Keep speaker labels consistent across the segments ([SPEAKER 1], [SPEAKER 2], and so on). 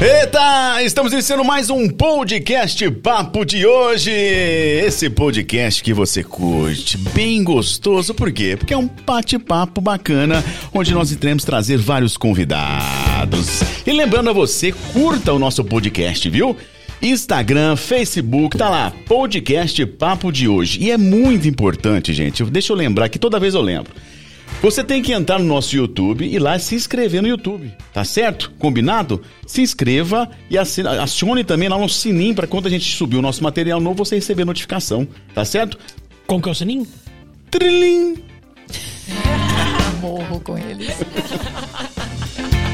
[SPEAKER 1] Eita! Estamos iniciando mais um podcast Papo de hoje. Esse podcast que você curte, bem gostoso, por quê? Porque é um bate-papo bacana, onde nós iremos trazer vários convidados. E lembrando a você, curta o nosso podcast, viu? Instagram, Facebook, tá lá, podcast Papo de hoje. E é muito importante, gente. Deixa eu lembrar que toda vez eu lembro. Você tem que entrar no nosso YouTube e lá se inscrever no YouTube, tá certo? Combinado? Se inscreva e assina- acione também lá no sininho para quando a gente subir o nosso material novo você receber notificação, tá certo?
[SPEAKER 2] Como que é o sininho?
[SPEAKER 1] Trilim!
[SPEAKER 3] Morro com eles.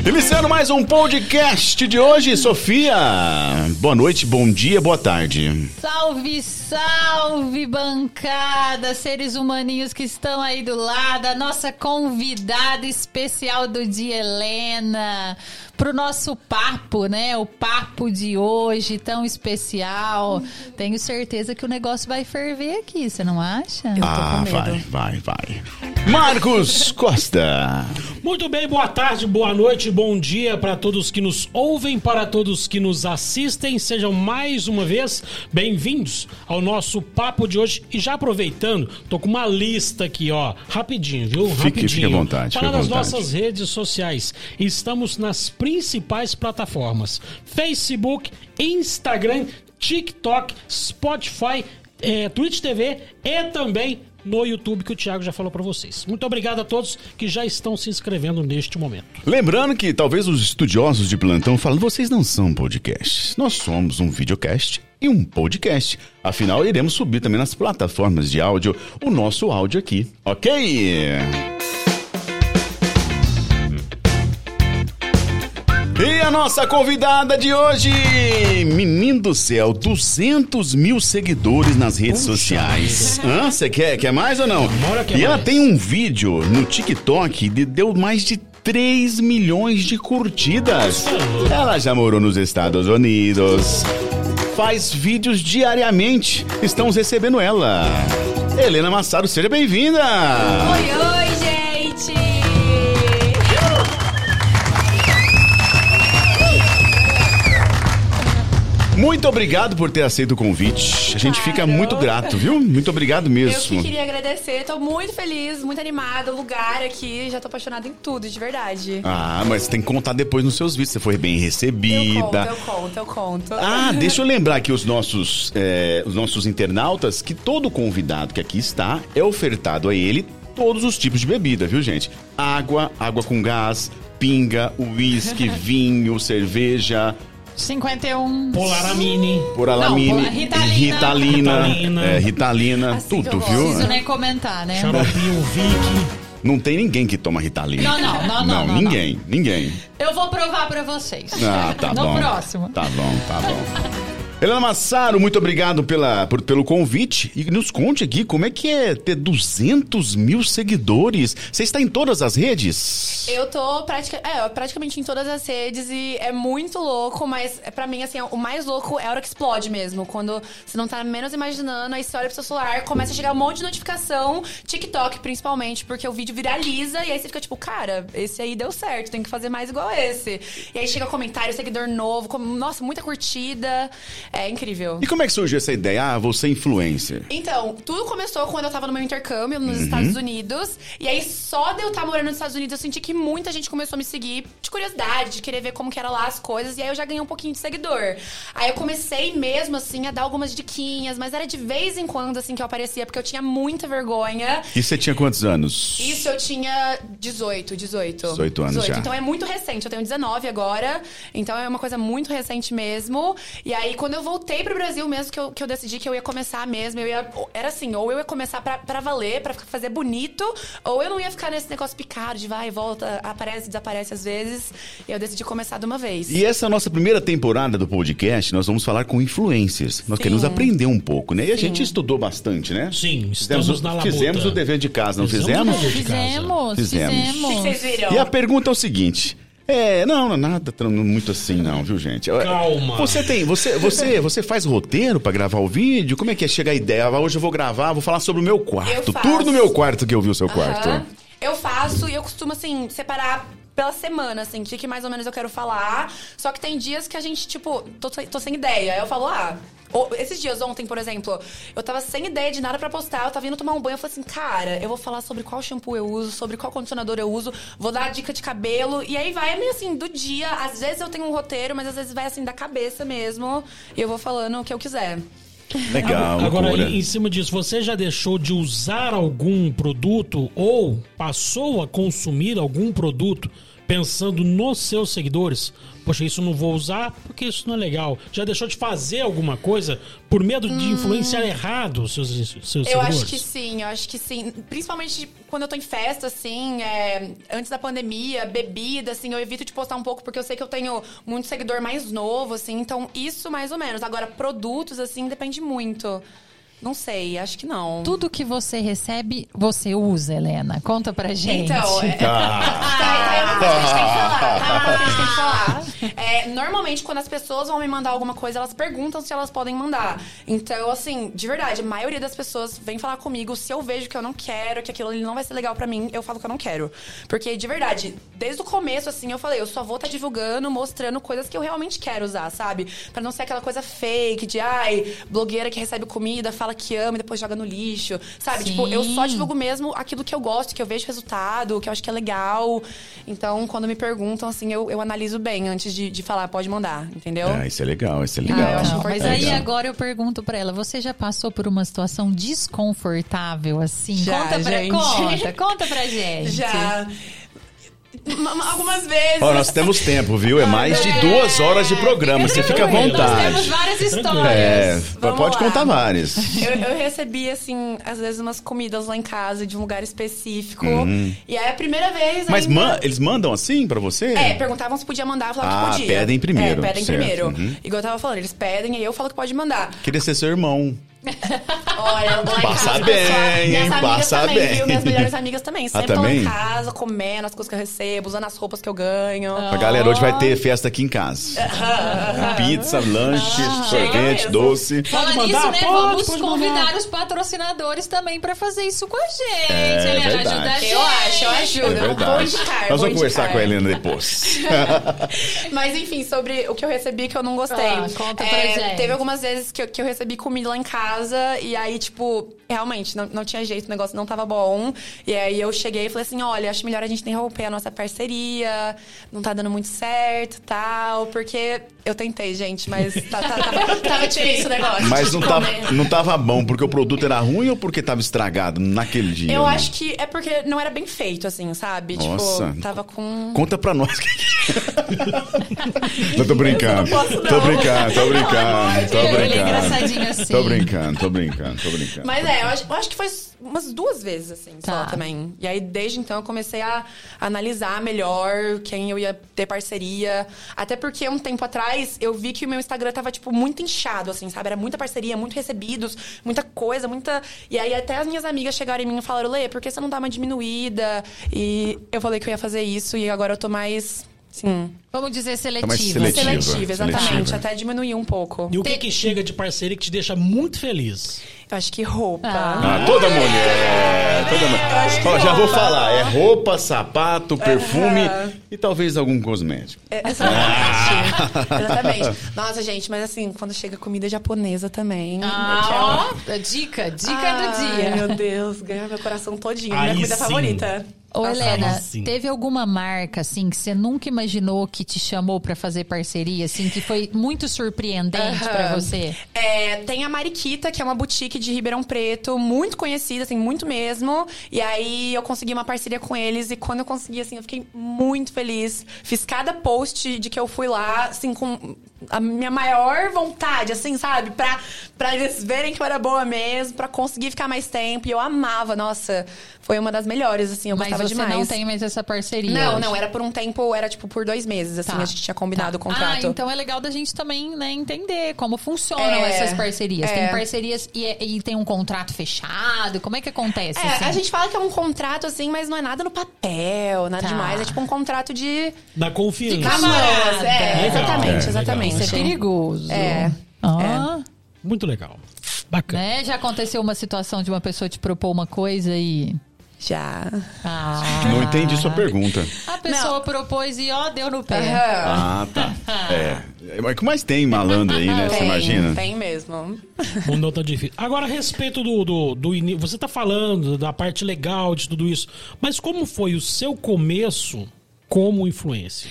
[SPEAKER 1] Iniciando mais um podcast de hoje, Sofia! Boa noite, bom dia, boa tarde.
[SPEAKER 3] Salve, salve, bancada, seres humaninhos que estão aí do lado, a nossa convidada especial do dia, Helena, pro nosso papo, né? O papo de hoje tão especial. Tenho certeza que o negócio vai ferver aqui, você não acha?
[SPEAKER 1] Ah, vai, vai, vai. Marcos Costa!
[SPEAKER 2] Muito bem, boa tarde, boa noite, bom dia para todos que nos ouvem, para todos que nos assistem. Sejam mais uma vez bem-vindos ao nosso papo de hoje. E já aproveitando, tô com uma lista aqui, ó, rapidinho, viu?
[SPEAKER 1] Fique-
[SPEAKER 2] rapidinho.
[SPEAKER 1] fique à vontade, fique à
[SPEAKER 2] Falar das
[SPEAKER 1] vontade.
[SPEAKER 2] nossas redes sociais. Estamos nas principais plataformas: Facebook, Instagram, TikTok, Spotify, eh, Twitch TV e também no YouTube que o Thiago já falou pra vocês. Muito obrigado a todos que já estão se inscrevendo neste momento.
[SPEAKER 1] Lembrando que talvez os estudiosos de plantão falam, vocês não são podcasts, nós somos um videocast e um podcast. Afinal, iremos subir também nas plataformas de áudio o nosso áudio aqui, ok? E a nossa convidada de hoje, menino do céu, 200 mil seguidores nas redes
[SPEAKER 2] Puxa
[SPEAKER 1] sociais. Hã? Você quer, quer mais ou não?
[SPEAKER 2] Bora que
[SPEAKER 1] e ela
[SPEAKER 2] mais.
[SPEAKER 1] tem um vídeo no TikTok que deu mais de 3 milhões de curtidas. Ela já morou nos Estados Unidos. Faz vídeos diariamente. Estamos recebendo ela. Helena Massaro, seja bem-vinda!
[SPEAKER 3] Oi, oi, gente!
[SPEAKER 1] Muito obrigado por ter aceito o convite. A gente fica muito grato, viu? Muito obrigado
[SPEAKER 4] Ah, Eu que
[SPEAKER 1] mesmo.
[SPEAKER 4] queria agradecer, tô muito feliz, muito animada, o lugar aqui, já tô apaixonada em tudo, de verdade.
[SPEAKER 1] Ah, mas tem que contar depois nos seus vídeos. Você foi bem
[SPEAKER 4] eu conto,
[SPEAKER 1] recebida.
[SPEAKER 4] eu conto, eu conto.
[SPEAKER 1] Ah, deixa eu lembrar aqui os nossos, é, os nossos internautas que todo convidado que aqui está é ofertado a ele todos os tipos de bebida, viu, gente? Água, água com gás, pinga, uísque, vinho, cerveja,
[SPEAKER 3] 51.
[SPEAKER 2] Polaramine.
[SPEAKER 1] poralamine,
[SPEAKER 3] Não, Ritalina.
[SPEAKER 1] ritalina,
[SPEAKER 2] Ritalina.
[SPEAKER 1] é, ritalina,
[SPEAKER 4] Assim que
[SPEAKER 1] tudo,
[SPEAKER 4] eu
[SPEAKER 1] viu?
[SPEAKER 4] gosto.
[SPEAKER 3] Preciso nem comentar, né?
[SPEAKER 2] Xaropinho, Vic.
[SPEAKER 1] Não tem ninguém que toma ritalina.
[SPEAKER 3] Não, não, não, não, não,
[SPEAKER 1] ninguém, ninguém.
[SPEAKER 3] Eu vou provar pra vocês.
[SPEAKER 1] Ah, tá
[SPEAKER 3] no
[SPEAKER 1] bom.
[SPEAKER 3] próximo.
[SPEAKER 1] Tá bom, tá bom. Helena Massaro, muito obrigado pela, por- pelo convite. E nos conte aqui como é que é ter 200 mil seguidores. Você está em todas as redes?
[SPEAKER 4] Eu tô pratica- é, praticamente em todas as redes e é muito louco, mas é, pra mim, assim, o mais louco é a hora que explode mesmo. Quando você não tá menos imaginando, aí você olha pro seu celular, começa a chegar um monte de notificação, TikTok principalmente, porque o vídeo viraliza e aí você fica tipo, cara, esse aí deu certo, tem que fazer mais igual esse. E aí chega comentário, seguidor novo, com- nossa, muita curtida. É incrível.
[SPEAKER 1] E como é que surgiu essa ideia? Ah, você é influencer.
[SPEAKER 4] Então, tudo começou quando eu tava no meu intercâmbio nos Estados Unidos. E aí, só de eu estar morando nos Estados Unidos, eu senti que muita gente começou a me seguir de curiosidade, de querer ver como que era lá as coisas. E aí, eu já ganhei um pouquinho de seguidor. Aí, eu comecei mesmo, assim, a dar algumas diquinhas. Mas era de vez em quando, assim, que eu aparecia, porque eu tinha muita vergonha.
[SPEAKER 1] E você tinha quantos anos?
[SPEAKER 4] Isso eu tinha 18, 18.
[SPEAKER 1] 18 anos já.
[SPEAKER 4] Então é muito recente, eu tenho 19 agora. Então é uma coisa muito recente mesmo. E aí, quando eu voltei pro Brasil mesmo, que eu, que eu decidi que eu ia começar mesmo, eu ia. Era assim, ou eu ia começar pra, pra valer, pra ficar- fazer bonito, ou eu não ia ficar nesse negócio picado de vai e volta, aparece, desaparece às vezes. E eu decidi começar de uma vez.
[SPEAKER 1] E essa é a nossa primeira temporada do podcast, nós vamos falar com influencers. Nós queremos aprender um pouco, né? E a gente estudou bastante, né?
[SPEAKER 2] Sim,
[SPEAKER 1] Fizemos
[SPEAKER 2] estamos
[SPEAKER 1] o-
[SPEAKER 2] na labuta.
[SPEAKER 1] Fizemos o dever de casa, não
[SPEAKER 2] Fizemos
[SPEAKER 1] fizemos?
[SPEAKER 2] o dever de casa.
[SPEAKER 3] Fizemos,
[SPEAKER 1] Fizemos.
[SPEAKER 4] O que que
[SPEAKER 3] fizemos.
[SPEAKER 4] vocês viram?
[SPEAKER 1] E a pergunta é o seguinte. É, não, não, nada tão- muito assim não, viu, gente? Eu-
[SPEAKER 2] Calma.
[SPEAKER 1] Você tem, você, você, você faz roteiro pra gravar o vídeo? Como é que é? Chega a ideia, "Ah, hoje eu vou gravar, vou falar sobre o meu quarto.
[SPEAKER 4] Eu faço.
[SPEAKER 1] Tudo no meu quarto que eu vi o seu quarto.
[SPEAKER 4] Aham. Eu faço e eu costumo, assim, separar pela semana, assim, de que mais ou menos eu quero falar. Só que tem dias que a gente, tipo, tô, sem- tô sem ideia. Aí eu falo, ah. o- Esses dias, ontem, por exemplo, eu tava sem ideia de nada pra postar, eu tava indo tomar um banho, eu falei assim, cara, eu vou falar sobre qual shampoo eu uso, sobre qual condicionador eu uso, vou dar dica de cabelo, e aí vai meio assim, do dia, às vezes eu tenho um roteiro, mas às vezes vai assim, da cabeça mesmo, e eu vou falando o que eu quiser.
[SPEAKER 1] Legal,
[SPEAKER 2] Agora,
[SPEAKER 1] loucura.
[SPEAKER 2] em em cima disso, você já deixou de usar algum produto ou passou a consumir algum produto pensando nos seus seguidores? Poxa, isso eu não vou usar porque isso não é legal. Já deixou de fazer alguma coisa por medo de influenciar errado os seus, seus
[SPEAKER 4] Hum. Eu
[SPEAKER 2] seguidores?
[SPEAKER 4] acho que sim, eu acho que sim. Principalmente quando eu tô em festa, assim, é, antes da pandemia, bebida, assim, eu evito de postar um pouco, porque eu sei que eu tenho muito seguidor mais novo, assim, então isso mais ou menos. Agora, produtos, assim, depende muito. Não sei, acho que não.
[SPEAKER 3] Tudo que você recebe, você usa, Helena. Conta pra gente.
[SPEAKER 4] Então, é,
[SPEAKER 1] Ah,
[SPEAKER 4] Tá, então é uma coisa que a gente tem que falar. Tá, é uma coisa que a gente tem que falar. É, normalmente, quando as pessoas vão me mandar alguma coisa, elas perguntam se elas podem mandar. Então, assim, de verdade, a maioria das pessoas vem falar comigo. Se eu vejo que eu não quero, que aquilo ali não vai ser legal pra mim, eu falo que eu não quero. Porque, de verdade, desde o começo, assim, eu falei, eu só vou estar divulgando, mostrando coisas que eu realmente quero usar, sabe? Pra não ser aquela coisa fake de, ai, blogueira que recebe comida, fala que ama e depois joga no lixo, sabe?
[SPEAKER 3] Sim.
[SPEAKER 4] Tipo, eu só divulgo mesmo aquilo que eu gosto, que eu vejo resultado, que eu acho que é legal. Então, quando me perguntam, assim, eu, eu analiso bem antes de, de falar, pode mandar, entendeu?
[SPEAKER 1] ah, isso é legal, isso é
[SPEAKER 4] Ah, eu
[SPEAKER 1] legal.
[SPEAKER 4] acho
[SPEAKER 3] Não, mas
[SPEAKER 4] importante.
[SPEAKER 3] aí
[SPEAKER 1] Legal.
[SPEAKER 3] agora eu pergunto pra ela, você já passou por uma situação desconfortável assim?
[SPEAKER 4] Já,
[SPEAKER 3] conta pra
[SPEAKER 4] gente.
[SPEAKER 3] conta, conta pra gente.
[SPEAKER 4] Já. Ma- ma- Algumas vezes.
[SPEAKER 1] Ó, nós temos tempo, viu? É mais de duas horas de programa, você fica à
[SPEAKER 2] tranquilo.
[SPEAKER 3] Nós temos
[SPEAKER 1] vontade.
[SPEAKER 3] várias
[SPEAKER 2] Tranquilo.
[SPEAKER 1] É,
[SPEAKER 3] histórias.
[SPEAKER 4] Vamos
[SPEAKER 1] pode
[SPEAKER 4] lá.
[SPEAKER 1] contar várias.
[SPEAKER 4] Eu, eu recebi, assim, às vezes umas comidas lá em casa, de um lugar específico. E aí, a primeira vez.
[SPEAKER 1] Uhum. Mas
[SPEAKER 4] ainda-
[SPEAKER 1] man- eles mandam assim pra você?
[SPEAKER 4] É, perguntavam se podia mandar, eu falava
[SPEAKER 1] Ah,
[SPEAKER 4] que podia.
[SPEAKER 1] pedem primeiro,
[SPEAKER 4] É, pedem
[SPEAKER 1] certo,
[SPEAKER 4] primeiro.
[SPEAKER 1] uhum.
[SPEAKER 4] Igual eu tava falando, eles pedem e eu falo que pode mandar.
[SPEAKER 1] Queria ser seu irmão.
[SPEAKER 4] Olha, lá em
[SPEAKER 1] Passa
[SPEAKER 4] casa,
[SPEAKER 1] bem,
[SPEAKER 4] pessoal,
[SPEAKER 1] hein?
[SPEAKER 4] Minhas amigas
[SPEAKER 1] Passa
[SPEAKER 4] também,
[SPEAKER 1] bem. Ah,
[SPEAKER 4] viu? Minhas melhores amigas também. Sempre estão
[SPEAKER 1] também?
[SPEAKER 4] em casa, comendo as coisas que eu recebo, usando as roupas que eu ganho.
[SPEAKER 1] A galera hoje vai ter festa aqui em casa. Pizza, lanche, sorvete,
[SPEAKER 4] mesmo.
[SPEAKER 1] doce.
[SPEAKER 3] Fala
[SPEAKER 2] Pode
[SPEAKER 3] nisso,
[SPEAKER 2] mandar?
[SPEAKER 3] né?
[SPEAKER 2] Pode,
[SPEAKER 3] Vamos
[SPEAKER 2] pode
[SPEAKER 3] convidar
[SPEAKER 2] mandar.
[SPEAKER 3] os patrocinadores também pra fazer isso com a gente.
[SPEAKER 1] É,
[SPEAKER 3] Helena,
[SPEAKER 1] verdade.
[SPEAKER 3] ajuda a gente.
[SPEAKER 4] Eu acho, eu ajudo.
[SPEAKER 1] É
[SPEAKER 4] Eu vou
[SPEAKER 1] verdade.
[SPEAKER 4] indicar,
[SPEAKER 1] Nós
[SPEAKER 4] vou
[SPEAKER 1] vamos conversar
[SPEAKER 4] indicar.
[SPEAKER 1] com a Helena depois.
[SPEAKER 4] Mas enfim, sobre o que eu recebi que eu não gostei. É,
[SPEAKER 3] Ah, conta pra gente.
[SPEAKER 4] Teve algumas vezes que eu, que eu recebi comida lá em casa e aí, tipo, realmente, não, não tinha jeito, o negócio não tava bom. E aí eu cheguei e falei assim: olha, acho melhor a gente interromper a nossa parceria, não tá dando muito certo tal, porque eu tentei, gente, mas tá, tá- tava, tava difícil o negócio.
[SPEAKER 1] Mas não tava,
[SPEAKER 4] Comer.
[SPEAKER 1] não tava bom, porque o produto era ruim ou porque tava estragado naquele dia?
[SPEAKER 4] Eu
[SPEAKER 1] né?
[SPEAKER 4] acho que é porque não era bem feito, assim, sabe?
[SPEAKER 1] Nossa.
[SPEAKER 4] Tipo, tava com.
[SPEAKER 1] Conta pra nós. é. não tô brincando.
[SPEAKER 4] Eu não posso, não.
[SPEAKER 1] Tô brincando, tô brincando, tô
[SPEAKER 3] Ele é
[SPEAKER 1] brincando.
[SPEAKER 3] engraçadinho assim.
[SPEAKER 1] Tô brincando, tô brincando, tô brincando.
[SPEAKER 4] Mas é, eu acho, eu acho que foi umas duas vezes, assim,
[SPEAKER 3] Tá.
[SPEAKER 4] só também. E aí, desde então, eu comecei a analisar melhor quem eu ia ter parceria. Até porque, um tempo atrás, eu vi que o meu Instagram tava, tipo, muito inchado, assim, sabe? Era muita parceria, muito recebidos, muita coisa, muita... E aí, até as minhas amigas chegaram em mim e falaram, Lê, por que você não dá uma diminuída? E eu falei que eu ia fazer isso, e agora eu tô mais, assim...
[SPEAKER 3] Vamos dizer
[SPEAKER 1] Tá mais
[SPEAKER 3] seletiva.
[SPEAKER 1] seletiva.
[SPEAKER 4] Seletiva, exatamente.
[SPEAKER 1] seletiva.
[SPEAKER 4] Até diminuiu um pouco.
[SPEAKER 2] E o que que chega de parceria que te deixa muito feliz?
[SPEAKER 4] Eu acho que roupa.
[SPEAKER 3] Ah.
[SPEAKER 1] Ah, toda mulher, toda
[SPEAKER 4] Eu acho
[SPEAKER 1] mulher.
[SPEAKER 4] que
[SPEAKER 1] Ó, já vou
[SPEAKER 4] roupa.
[SPEAKER 1] falar, é roupa,
[SPEAKER 4] É.
[SPEAKER 1] sapato, perfume
[SPEAKER 4] Aham.
[SPEAKER 1] e talvez algum cosmético.
[SPEAKER 4] É, Exatamente. Exatamente. Nossa, gente, mas assim, quando chega comida japonesa também.
[SPEAKER 3] Ah, ó, dica, dica do dia.
[SPEAKER 4] Ai, meu Deus, ganha meu coração todinho.
[SPEAKER 2] Aí
[SPEAKER 4] minha comida
[SPEAKER 2] sim.
[SPEAKER 4] favorita.
[SPEAKER 3] Ô,
[SPEAKER 4] Nossa,
[SPEAKER 3] Helena,
[SPEAKER 2] sim.
[SPEAKER 3] teve alguma marca, assim, que você nunca imaginou que te chamou pra fazer parceria, assim, que foi muito surpreendente pra você?
[SPEAKER 4] É, tem a Mariquita, que é uma boutique de Ribeirão Preto, muito conhecida, assim, muito mesmo. E aí eu consegui uma parceria com eles e quando eu consegui, assim, eu fiquei muito feliz. Fiz cada post de que eu fui lá, assim, com a minha maior vontade, assim, sabe? Pra, pra eles verem que eu era boa mesmo, pra conseguir ficar mais tempo. E eu amava, nossa, foi uma das melhores, assim, eu
[SPEAKER 3] Mas
[SPEAKER 4] gostava
[SPEAKER 3] você
[SPEAKER 4] demais.
[SPEAKER 3] não tem mais essa parceria.
[SPEAKER 4] Não,
[SPEAKER 3] hoje.
[SPEAKER 4] não, era por um tempo, era tipo por dois meses, assim,
[SPEAKER 3] Tá.
[SPEAKER 4] a gente tinha combinado o contrato.
[SPEAKER 3] Ah, então é legal da gente também né, entender como funcionam
[SPEAKER 4] É,
[SPEAKER 3] essas parcerias. Tem
[SPEAKER 4] é.
[SPEAKER 3] parcerias e, é- e tem um contrato fechado. Como é que acontece?
[SPEAKER 4] É,
[SPEAKER 3] assim?
[SPEAKER 4] a gente fala que é um contrato, assim, mas não é nada no papel, nada
[SPEAKER 3] Tá.
[SPEAKER 4] demais. É tipo um contrato de.
[SPEAKER 2] Da confiança.
[SPEAKER 3] De camada. Camarada.
[SPEAKER 4] É,
[SPEAKER 2] Legal. É,
[SPEAKER 4] exatamente,
[SPEAKER 2] legal.
[SPEAKER 4] exatamente.
[SPEAKER 3] Isso é perigoso.
[SPEAKER 4] É.
[SPEAKER 3] Ah,
[SPEAKER 2] Muito legal. Bacana.
[SPEAKER 3] Né? Já aconteceu uma situação de uma pessoa te propor uma coisa e
[SPEAKER 4] Já.
[SPEAKER 3] Ah.
[SPEAKER 1] Não entendi sua pergunta.
[SPEAKER 3] A pessoa propôs e ó, deu no pé.
[SPEAKER 4] Aham.
[SPEAKER 1] Ah, tá. É. Mas o que mais tem malandro aí, né? Você
[SPEAKER 4] Tem,
[SPEAKER 1] imagina?
[SPEAKER 4] Tem mesmo.
[SPEAKER 2] O não tá difícil. Agora, a respeito do, do, do ini- Você tá falando da parte legal de tudo isso, mas como foi o seu começo como influencer?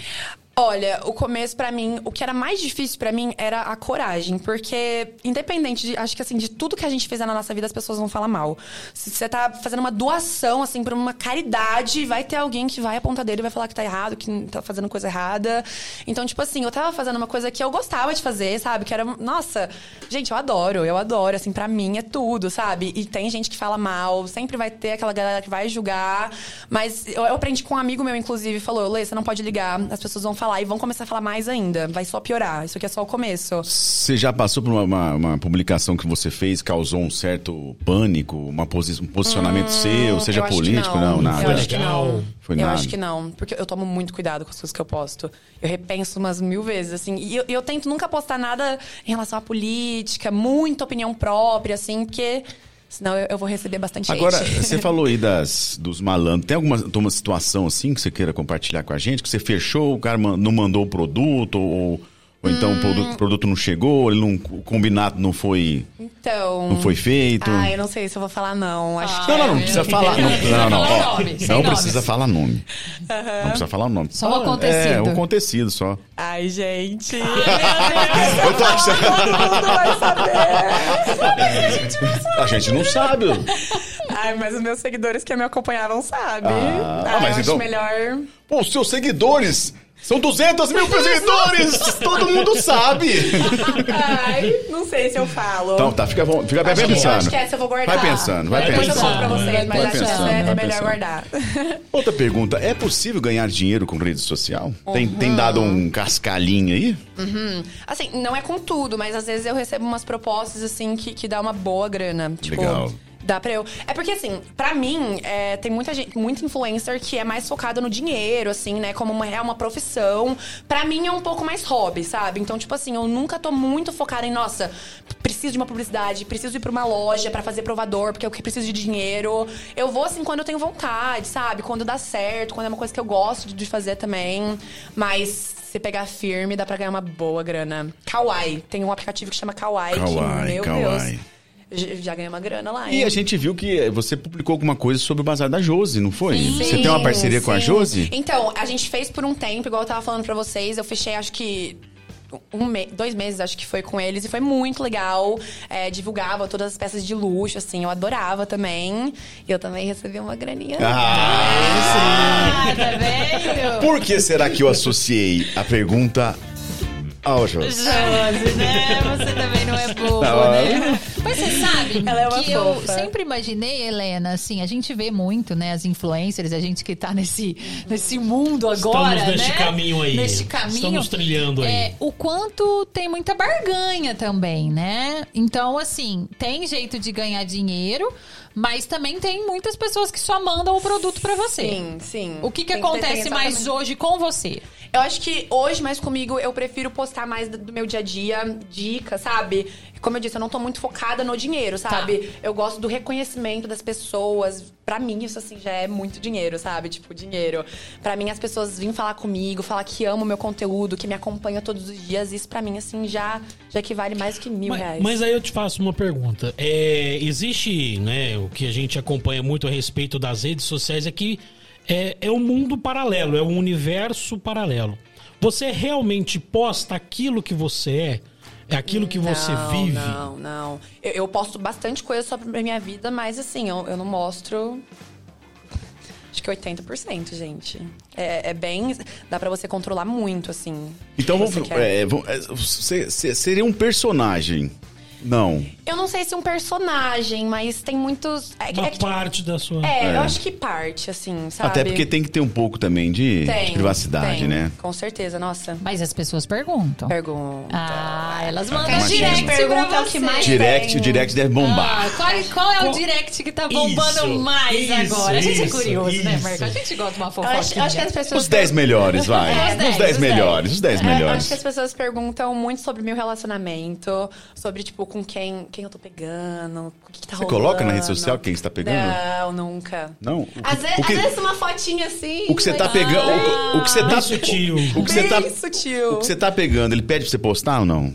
[SPEAKER 4] Olha, o começo pra mim, o que era mais difícil pra mim era a coragem, porque independente de, acho que assim, de tudo que a gente fizer na nossa vida, as pessoas vão falar mal. Se você tá fazendo uma doação assim pra uma caridade, vai ter alguém que vai apontar dele e vai falar que tá errado, que tá fazendo coisa errada. Então, tipo assim, eu tava fazendo uma coisa que eu gostava de fazer, sabe? Que era, nossa, gente, eu adoro, eu adoro, assim, pra mim é tudo, sabe? E tem gente que fala mal, sempre vai ter aquela galera que vai julgar, mas eu, eu aprendi com um amigo meu, inclusive, falou, Lê, você não pode ligar, as pessoas vão falar e vão começar a falar mais ainda, vai só piorar, isso aqui é só o começo.
[SPEAKER 1] Você já passou por uma, uma- uma publicação que você fez, causou um certo pânico, uma posi- um posicionamento seu, seja
[SPEAKER 4] Hum, eu acho que
[SPEAKER 1] político? Não, nada.
[SPEAKER 4] Eu acho que
[SPEAKER 2] Legal.
[SPEAKER 4] não.
[SPEAKER 1] Foi
[SPEAKER 4] eu
[SPEAKER 1] nada.
[SPEAKER 4] acho que não. Porque eu tomo muito cuidado com as coisas que eu posto. Eu repenso umas mil vezes, assim. E eu, eu tento nunca postar nada em relação à política, muita opinião própria, assim, porque senão eu, eu vou receber bastante
[SPEAKER 1] Agora,
[SPEAKER 4] hate.
[SPEAKER 1] você falou aí das, dos malandros. Tem alguma tem uma situação assim que você queira compartilhar com a gente? Que você fechou, o cara man- não mandou o produto, ou, ou então o
[SPEAKER 3] Hum.
[SPEAKER 1] produto, produto não chegou, ele não, o combinado não foi,
[SPEAKER 4] Então.
[SPEAKER 1] não foi feito?
[SPEAKER 4] Ah, eu não sei se eu vou falar, não. Acho
[SPEAKER 3] Ah,
[SPEAKER 4] que.
[SPEAKER 1] Não, não, não
[SPEAKER 3] É,
[SPEAKER 1] precisa
[SPEAKER 3] né?
[SPEAKER 1] falar. Não,
[SPEAKER 3] Hum. Não precisa
[SPEAKER 1] não, não.
[SPEAKER 3] falar
[SPEAKER 1] ó,
[SPEAKER 3] nome, sem
[SPEAKER 1] não
[SPEAKER 3] nomes.
[SPEAKER 1] precisa falar nome. Não precisa falar o nome.
[SPEAKER 3] Só o
[SPEAKER 1] Fala- É,
[SPEAKER 3] acontecido.
[SPEAKER 1] o acontecido só.
[SPEAKER 4] Ai, gente.
[SPEAKER 1] Eu tô achando.
[SPEAKER 4] Todo mundo vai saber.
[SPEAKER 1] A gente não sabe.
[SPEAKER 4] Ai, mas os meus seguidores que me acompanhavam sabem.
[SPEAKER 1] Ah,
[SPEAKER 4] Ai,
[SPEAKER 1] mas
[SPEAKER 4] eu
[SPEAKER 1] então-
[SPEAKER 4] acho melhor.
[SPEAKER 1] Pô, os seus seguidores são 200 mil seguidores! Todo mundo sabe!
[SPEAKER 4] Ai, não sei se eu falo.
[SPEAKER 1] Então tá, fica, bom- fica bem
[SPEAKER 4] Acho que-
[SPEAKER 1] pensando.
[SPEAKER 4] acho que essa eu vou guardar.
[SPEAKER 1] Vai pensando, vai
[SPEAKER 4] Depois
[SPEAKER 1] pensando.
[SPEAKER 4] eu conto pra
[SPEAKER 3] Vai
[SPEAKER 4] vocês, mas acho que
[SPEAKER 3] pensando,
[SPEAKER 4] essa é
[SPEAKER 1] vai
[SPEAKER 4] melhor
[SPEAKER 1] pensando.
[SPEAKER 4] guardar.
[SPEAKER 1] Outra pergunta, é possível ganhar dinheiro com rede social? Tem, tem dado um cascalhinho aí?
[SPEAKER 4] Assim, não é com tudo, mas às vezes eu recebo umas propostas, assim, que, que dá uma boa grana. Tipo,
[SPEAKER 1] Legal.
[SPEAKER 4] Dá pra eu. É porque, assim, pra mim, é, tem muita gente, muito influencer que é mais focado no dinheiro, assim, né? Como uma, é uma profissão. Pra mim é um pouco mais hobby, sabe? Então, tipo assim, eu nunca tô muito focada em, nossa, preciso de uma publicidade, preciso ir pra uma loja pra fazer provador, porque eu que preciso de dinheiro. Eu vou, assim, quando eu tenho vontade, sabe? Quando dá certo, quando é uma coisa que eu gosto de- de fazer também. Mas se pegar firme, dá pra ganhar uma boa grana. Kawaii. Tem um aplicativo que chama Kawaii.
[SPEAKER 1] Kawaai,
[SPEAKER 4] que, meu
[SPEAKER 1] Kawaai.
[SPEAKER 4] Deus. j- Já ganhei uma grana lá,
[SPEAKER 1] E
[SPEAKER 4] hein?
[SPEAKER 1] a gente viu que você publicou alguma coisa sobre o bazar da Jose, não foi? Você tem uma
[SPEAKER 4] Sim,
[SPEAKER 1] parceria com a
[SPEAKER 4] sim.
[SPEAKER 1] Jose?
[SPEAKER 4] Então, a gente fez por um tempo, igual eu tava falando pra vocês. Eu fechei, acho que. Um me- dois meses, acho que foi com eles, e foi muito legal. É, divulgava todas as peças de luxo, assim, eu adorava também. E eu também recebi uma graninha.
[SPEAKER 1] Ah,
[SPEAKER 3] Ah, tá vendo?
[SPEAKER 1] Por que será que eu associei a pergunta ao Jose?
[SPEAKER 3] Jose, né? Você também não é bobo,
[SPEAKER 1] Não,
[SPEAKER 3] né? Mas você sabe
[SPEAKER 4] Tá Ela é uma
[SPEAKER 3] que eu
[SPEAKER 4] fofa.
[SPEAKER 3] sempre imaginei, Helena, assim, a gente vê muito, né, as influencers, a gente que tá nesse, nesse mundo agora,
[SPEAKER 2] Estamos neste
[SPEAKER 3] né?
[SPEAKER 2] caminho aí.
[SPEAKER 3] Neste caminho.
[SPEAKER 2] Estamos trilhando aí.
[SPEAKER 3] É, o quanto tem muita barganha também, né? Então, assim, tem jeito de ganhar dinheiro, mas também tem muitas pessoas que só mandam o produto pra você.
[SPEAKER 4] Sim, sim.
[SPEAKER 3] O que, que
[SPEAKER 4] Tem ter- tem
[SPEAKER 3] acontece
[SPEAKER 4] exatamente.
[SPEAKER 3] mais hoje com você?
[SPEAKER 4] Eu acho que hoje, mais comigo, eu prefiro postar mais do- do meu dia a dia, dicas, sabe? Como eu disse, eu não tô muito focada no dinheiro,
[SPEAKER 2] Tá.
[SPEAKER 4] sabe? Eu gosto do reconhecimento das pessoas. Pra mim, isso assim já é muito dinheiro, sabe? Tipo, dinheiro. Pra mim, as pessoas vêm falar comigo, falar que amam o meu conteúdo, que me acompanha todos os dias. Isso pra mim, assim, já, já equivale mais que mil
[SPEAKER 2] Mas,
[SPEAKER 4] reais.
[SPEAKER 2] mas aí eu te faço uma pergunta. É, existe, né, o que a gente acompanha muito a respeito das redes sociais é que é, é um mundo paralelo, é um universo paralelo. Você realmente posta aquilo que você é? É aquilo que você
[SPEAKER 4] não,
[SPEAKER 2] vive?
[SPEAKER 4] Não, não. Eu, eu posto bastante coisa sobre a minha vida, mas assim, eu, eu não mostro. Acho que 80%, gente. É, é bem. Dá pra você controlar muito, assim.
[SPEAKER 1] Então
[SPEAKER 4] o que
[SPEAKER 1] vamos.
[SPEAKER 4] você quer.
[SPEAKER 1] é, vamos- é, você- você- seria um personagem. Não.
[SPEAKER 4] Eu não sei se um personagem, mas tem muitos. É, que-
[SPEAKER 2] Uma
[SPEAKER 4] é, que-
[SPEAKER 2] parte da sua...
[SPEAKER 4] é,
[SPEAKER 1] É.
[SPEAKER 4] eu acho que parte, assim, sabe?
[SPEAKER 1] Até porque tem que ter um pouco também de, de
[SPEAKER 4] Tem,
[SPEAKER 1] privacidade,
[SPEAKER 4] tem.
[SPEAKER 1] né?
[SPEAKER 4] Com certeza, nossa.
[SPEAKER 3] Mas as pessoas perguntam.
[SPEAKER 4] Pergunta.
[SPEAKER 3] Ah, elas mandam
[SPEAKER 1] Mas
[SPEAKER 3] direct
[SPEAKER 1] quem
[SPEAKER 4] pergunta
[SPEAKER 3] pra
[SPEAKER 4] é o que
[SPEAKER 3] você.
[SPEAKER 4] mais-
[SPEAKER 1] Direct,
[SPEAKER 4] tem.
[SPEAKER 1] o direct deve
[SPEAKER 3] Ah,
[SPEAKER 1] bombar.
[SPEAKER 3] qual, qual é
[SPEAKER 2] Qual-
[SPEAKER 3] o direct que tá bombando
[SPEAKER 2] Isso,
[SPEAKER 3] mais
[SPEAKER 2] isso,
[SPEAKER 3] agora? A gente é
[SPEAKER 2] isso,
[SPEAKER 3] curioso, né,
[SPEAKER 2] isso.
[SPEAKER 3] Marco? A gente gosta de uma
[SPEAKER 4] Eu
[SPEAKER 3] fofoquinha.
[SPEAKER 4] acho, eu acho que as pessoas.
[SPEAKER 1] Os 10 melhores, vai.
[SPEAKER 3] É, os dez,
[SPEAKER 1] os 10
[SPEAKER 3] os
[SPEAKER 1] melhores, os 10
[SPEAKER 4] É,
[SPEAKER 1] melhores.
[SPEAKER 4] acho que as pessoas perguntam muito sobre meu relacionamento, sobre, tipo, com quem, quem eu tô pegando, o que, que tá
[SPEAKER 1] Você
[SPEAKER 4] rolando.
[SPEAKER 1] coloca na rede social quem está pegando?
[SPEAKER 4] Não, nunca.
[SPEAKER 1] Não. O
[SPEAKER 4] Às, ve-
[SPEAKER 1] que, o
[SPEAKER 4] às vezes é
[SPEAKER 1] que,
[SPEAKER 4] uma fotinha assim.
[SPEAKER 1] o que você tá pegando. O, o que você tá.
[SPEAKER 2] Bem sutil.
[SPEAKER 1] O que você tá.
[SPEAKER 4] Bem sutil.
[SPEAKER 1] O que você tá pegando, ele pede pra você postar ou não?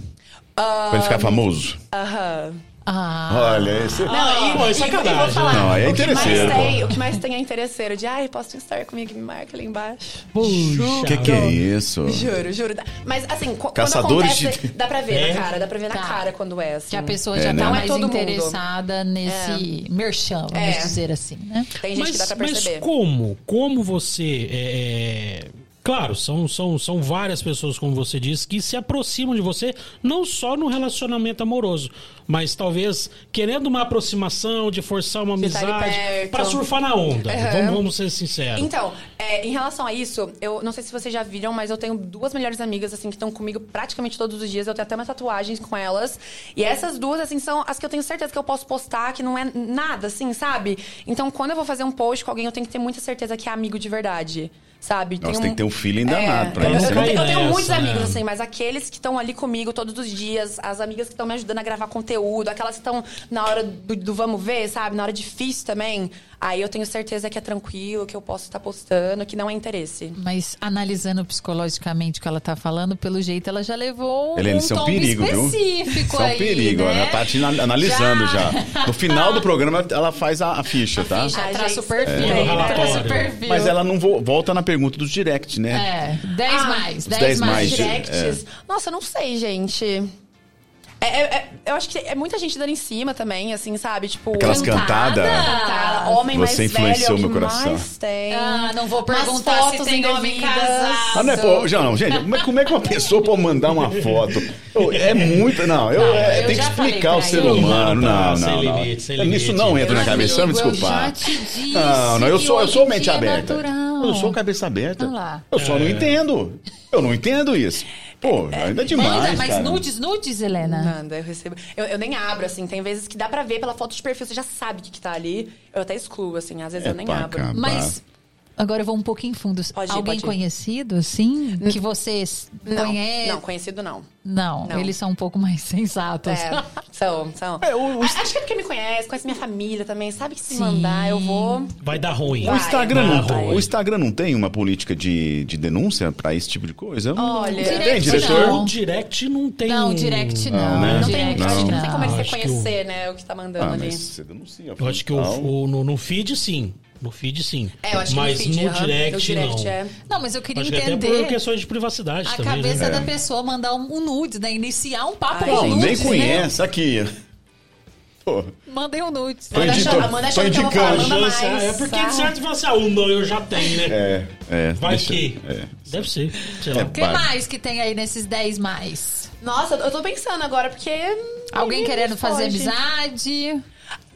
[SPEAKER 1] Pra ele ficar famoso?
[SPEAKER 4] Aham.
[SPEAKER 3] Ah,
[SPEAKER 1] Olha, esse.
[SPEAKER 4] Não,
[SPEAKER 2] pô, é
[SPEAKER 4] e, e,
[SPEAKER 2] sacanagem.
[SPEAKER 4] e vou falar,
[SPEAKER 1] Não, aí é
[SPEAKER 4] o, que
[SPEAKER 1] interesseiro,
[SPEAKER 4] mais tem,
[SPEAKER 1] pô.
[SPEAKER 4] o que mais tem é interesseiro. De, ai, posta um story comigo, me marca ali embaixo.
[SPEAKER 2] Puxa.
[SPEAKER 1] O que, que é isso?
[SPEAKER 4] Juro, juro. Dá- Mas assim, co-
[SPEAKER 1] Caçadores
[SPEAKER 4] quando acontece,
[SPEAKER 1] de-
[SPEAKER 4] dá pra ver
[SPEAKER 2] É?
[SPEAKER 4] na cara, dá pra ver
[SPEAKER 3] Tá.
[SPEAKER 4] na cara quando é assim.
[SPEAKER 3] que a pessoa
[SPEAKER 1] É,
[SPEAKER 3] já
[SPEAKER 1] né?
[SPEAKER 3] tá
[SPEAKER 1] Não é
[SPEAKER 3] mais
[SPEAKER 4] todo mundo.
[SPEAKER 3] interessada nesse merchan, vamos
[SPEAKER 4] É.
[SPEAKER 3] dizer assim, né?
[SPEAKER 4] Tem gente que dá pra perceber.
[SPEAKER 2] Mas como? Como você. é, é, Claro, são, são, são várias pessoas, como você disse, que se aproximam de você, não só no relacionamento amoroso, mas talvez querendo uma aproximação, de forçar uma
[SPEAKER 4] Ficar ali
[SPEAKER 2] amizade,
[SPEAKER 4] perto.
[SPEAKER 2] pra surfar na onda.
[SPEAKER 4] Aham.
[SPEAKER 2] Vamos, vamos ser sinceros.
[SPEAKER 4] Então, é, em relação a isso, eu não sei se vocês já viram, mas eu tenho duas melhores amigas, assim, que estão comigo praticamente todos os dias. Eu tenho até umas tatuagens com elas. E essas duas, assim, são as que eu tenho certeza que eu posso postar, que não é nada, assim, sabe? Então, quando eu vou fazer um post com alguém, eu tenho que ter muita certeza que é amigo de verdade, sabe?
[SPEAKER 1] Nossa, tem que ter um feeling
[SPEAKER 4] É,
[SPEAKER 1] danado pra
[SPEAKER 4] eu-
[SPEAKER 1] isso,
[SPEAKER 4] eu,
[SPEAKER 1] hein?
[SPEAKER 4] tenho- eu tenho
[SPEAKER 2] Nessa,
[SPEAKER 4] muitos
[SPEAKER 3] é.
[SPEAKER 2] né?
[SPEAKER 4] amigos, assim, mas aqueles que estão ali comigo todos os dias, as amigas que estão me ajudando a gravar conteúdo, aquelas que estão na hora do, do vamos ver, sabe? Na hora difícil também. Aí eu tenho certeza que é tranquilo, que eu posso estar postando, que não é interesse.
[SPEAKER 3] Mas analisando psicologicamente o que ela tá falando, pelo jeito ela já levou um,
[SPEAKER 1] Helena,
[SPEAKER 3] um
[SPEAKER 1] isso é um
[SPEAKER 3] tombo
[SPEAKER 1] perigo, viu?
[SPEAKER 3] específico
[SPEAKER 1] Isso é um
[SPEAKER 3] aí,
[SPEAKER 1] perigo,
[SPEAKER 3] né?
[SPEAKER 1] ela tá te anal- analisando já.
[SPEAKER 3] Já.
[SPEAKER 1] No final do programa, ela faz a, a ficha, tá?
[SPEAKER 3] Já
[SPEAKER 4] Ai,
[SPEAKER 3] traça
[SPEAKER 4] gente,
[SPEAKER 3] o perfil,
[SPEAKER 2] é.
[SPEAKER 3] já traça o
[SPEAKER 2] Relatório.
[SPEAKER 3] perfil.
[SPEAKER 1] Mas ela não vo- volta na pergunta do direct, né?
[SPEAKER 3] É, 10
[SPEAKER 4] Ah,
[SPEAKER 3] mais, 10,
[SPEAKER 1] 10 mais,
[SPEAKER 3] mais.
[SPEAKER 4] Directs.
[SPEAKER 1] é.
[SPEAKER 4] Nossa, eu não sei, gente. É- é- é- eu acho que é muita gente dando em cima também, assim, sabe? Tipo,
[SPEAKER 1] Aquelas cantadas.
[SPEAKER 4] Cara, homem mais
[SPEAKER 1] Você
[SPEAKER 4] velho é o
[SPEAKER 1] influenciou
[SPEAKER 4] que
[SPEAKER 1] meu coração.
[SPEAKER 4] mais tem.
[SPEAKER 3] Ah, não vou
[SPEAKER 4] Umas
[SPEAKER 3] perguntar se
[SPEAKER 4] fotos
[SPEAKER 3] tem nome
[SPEAKER 4] indevidas.
[SPEAKER 3] casado.
[SPEAKER 1] Ah, não é po- já não, gente, mas como é que uma pessoa pode mandar uma foto? Eu- É muito. Não, eu, é,
[SPEAKER 3] eu
[SPEAKER 1] tem que
[SPEAKER 3] já falei
[SPEAKER 1] explicar o
[SPEAKER 3] pra
[SPEAKER 1] ser
[SPEAKER 3] ele.
[SPEAKER 1] humano. Não,
[SPEAKER 2] Sem
[SPEAKER 1] não. não.
[SPEAKER 2] limite, sem
[SPEAKER 1] Isso
[SPEAKER 2] limite.
[SPEAKER 1] não entra na cabeça, você vai me
[SPEAKER 3] Amigo, eu
[SPEAKER 1] desculpar.
[SPEAKER 3] já te disse
[SPEAKER 1] Não, não, eu
[SPEAKER 3] que
[SPEAKER 1] sou, eu
[SPEAKER 3] hoje
[SPEAKER 1] sou
[SPEAKER 3] em
[SPEAKER 1] mente
[SPEAKER 3] dia é
[SPEAKER 1] aberta.
[SPEAKER 3] natural.
[SPEAKER 1] Eu sou um cabeça aberta.
[SPEAKER 3] Ah lá.
[SPEAKER 1] Eu só não
[SPEAKER 2] É.
[SPEAKER 1] entendo. Eu não entendo isso. Pô, ainda é demais.
[SPEAKER 3] Manda, mas
[SPEAKER 1] cara.
[SPEAKER 3] nudes, nudes, Helena.
[SPEAKER 1] Uhum.
[SPEAKER 4] Manda, eu recebo. Eu, eu nem abro, assim. Tem vezes que dá pra ver pela foto de perfil, você já sabe o que, que tá ali. Eu até excluo, assim, às vezes eu nem
[SPEAKER 1] Epa,
[SPEAKER 4] abro.
[SPEAKER 1] cara.
[SPEAKER 3] Mas agora eu vou um pouco em fundo.
[SPEAKER 4] Pode ir,
[SPEAKER 3] Alguém
[SPEAKER 4] pode ir.
[SPEAKER 3] conhecido, assim, que vocês
[SPEAKER 4] Não,
[SPEAKER 3] conhecem?
[SPEAKER 4] não, conhecido não.
[SPEAKER 3] Não,
[SPEAKER 4] Não.
[SPEAKER 3] eles são um pouco mais sensatos.
[SPEAKER 4] É, são, são.
[SPEAKER 1] Então É, o- o-
[SPEAKER 4] A- Acho que é porque me conhece, conhece minha família também. Sabe que se
[SPEAKER 3] Sim.
[SPEAKER 4] mandar, eu vou.
[SPEAKER 2] Vai dar ruim.
[SPEAKER 1] O
[SPEAKER 4] Vai,
[SPEAKER 1] Instagram, não,
[SPEAKER 2] vai.
[SPEAKER 1] o Instagram não tem uma política de, de denúncia pra esse tipo de coisa? Eu não-
[SPEAKER 4] Olha,
[SPEAKER 1] tem,
[SPEAKER 3] Direct
[SPEAKER 1] diretor?
[SPEAKER 3] não.
[SPEAKER 2] O direct não tem. Ah,
[SPEAKER 3] Não, direct não.
[SPEAKER 1] Não, né?
[SPEAKER 4] Não tem,
[SPEAKER 3] direct,
[SPEAKER 4] acho que não tem como
[SPEAKER 2] Não,
[SPEAKER 4] você
[SPEAKER 2] acho que
[SPEAKER 4] conhecer, né, o que tá mandando
[SPEAKER 1] Ah,
[SPEAKER 4] ali.
[SPEAKER 1] mas você denuncia. então.
[SPEAKER 2] Eu acho que o,
[SPEAKER 1] afinal.
[SPEAKER 2] o- no, no feed, sim. No feed, sim.
[SPEAKER 4] É, eu acho
[SPEAKER 2] Mas
[SPEAKER 4] que no feed,
[SPEAKER 2] no
[SPEAKER 4] aham.
[SPEAKER 2] direct,
[SPEAKER 4] No direct,
[SPEAKER 2] não.
[SPEAKER 4] é.
[SPEAKER 3] Não, mas eu queria
[SPEAKER 2] Acho que até por
[SPEAKER 3] entender
[SPEAKER 2] questões de privacidade
[SPEAKER 3] a
[SPEAKER 2] também. né?
[SPEAKER 3] cabeça
[SPEAKER 1] É.
[SPEAKER 3] da pessoa mandar um, um nude, né? Iniciar um papo
[SPEAKER 4] Ai,
[SPEAKER 3] com
[SPEAKER 1] Não,
[SPEAKER 3] nudes,
[SPEAKER 1] nem
[SPEAKER 3] né?
[SPEAKER 1] conhece. Aqui. Pô,
[SPEAKER 3] Mandei um nude.
[SPEAKER 1] Tô
[SPEAKER 4] Manda
[SPEAKER 1] indica-
[SPEAKER 4] achando- manda
[SPEAKER 1] tô
[SPEAKER 4] achando que eu vou falar,
[SPEAKER 1] indicando.
[SPEAKER 4] manda
[SPEAKER 2] Chance,
[SPEAKER 4] mais.
[SPEAKER 2] É porque
[SPEAKER 4] sabe?
[SPEAKER 2] de certo você fala assim, ah, um não, eu já tenho, né?
[SPEAKER 1] é, é.
[SPEAKER 2] Vai
[SPEAKER 1] deixa-
[SPEAKER 2] que.
[SPEAKER 1] é.
[SPEAKER 2] Deve ser. Sei lá.
[SPEAKER 1] É.
[SPEAKER 3] O que
[SPEAKER 1] Vai.
[SPEAKER 3] mais que tem aí nesses 10 mais?
[SPEAKER 4] Nossa, eu tô pensando agora, porque.
[SPEAKER 3] Alguém
[SPEAKER 4] ninguém
[SPEAKER 3] querendo fazer
[SPEAKER 4] foge.
[SPEAKER 3] amizade?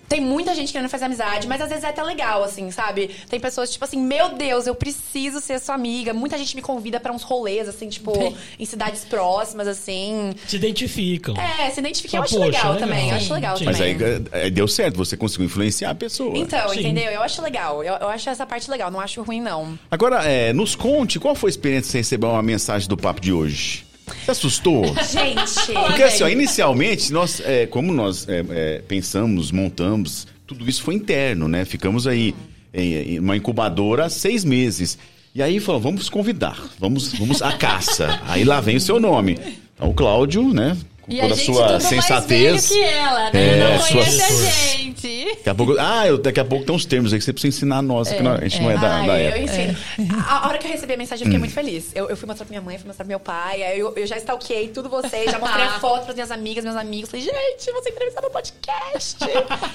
[SPEAKER 4] Tem muita gente querendo fazer amizade, mas às vezes é até legal, assim, sabe? Tem pessoas, tipo assim, meu Deus, eu preciso ser sua amiga. Muita gente me convida pra uns rolês, assim, tipo,
[SPEAKER 3] Bem.
[SPEAKER 4] em cidades próximas, assim.
[SPEAKER 2] Se identificam.
[SPEAKER 4] É, se
[SPEAKER 2] Ah,
[SPEAKER 4] identificar, eu acho
[SPEAKER 2] poxa,
[SPEAKER 4] legal,
[SPEAKER 2] legal.
[SPEAKER 4] também. Eu
[SPEAKER 2] Sim,
[SPEAKER 4] acho legal
[SPEAKER 2] sim.
[SPEAKER 1] Mas aí
[SPEAKER 4] também.
[SPEAKER 1] é, deu certo, você conseguiu influenciar a pessoa.
[SPEAKER 4] Então,
[SPEAKER 2] Sim.
[SPEAKER 4] entendeu? Eu acho legal. Eu, eu acho essa parte legal, não acho ruim, não.
[SPEAKER 1] Agora, é, nos conte qual foi a experiência de você receber uma mensagem do papo de hoje. Você assustou?
[SPEAKER 4] Gente.
[SPEAKER 1] Porque assim, ó, inicialmente, nós, é, como nós é, é, pensamos, montamos, tudo isso foi interno, né? Ficamos aí em, em uma incubadora há seis meses. E aí falou, vamos convidar, vamos, vamos à caça. aí lá vem o seu nome. Então, o Cláudio, né? Com
[SPEAKER 3] E
[SPEAKER 1] toda
[SPEAKER 3] a
[SPEAKER 1] a
[SPEAKER 3] gente
[SPEAKER 1] sua
[SPEAKER 3] tudo mais
[SPEAKER 1] sensatez.
[SPEAKER 3] velho que ela, né?
[SPEAKER 1] É,
[SPEAKER 3] não
[SPEAKER 1] sua-
[SPEAKER 3] conhece a gente.
[SPEAKER 1] Daqui a pouco, ah, eu, daqui a pouco tem uns termos aí que você precisa ensinar a nós, que nós- a gente não é da,
[SPEAKER 4] Ai,
[SPEAKER 1] da
[SPEAKER 4] Ah, eu
[SPEAKER 1] época. É. Hum.
[SPEAKER 4] ensino. A, a hora que eu recebi a mensagem, eu fiquei muito feliz. Eu, eu fui mostrar pra minha mãe, fui mostrar pro meu pai. Aí eu, eu já stalkeei tudo vocês, já mostrei a foto pras minhas amigas, meus amigos. Falei, gente, você entrevistar no podcast.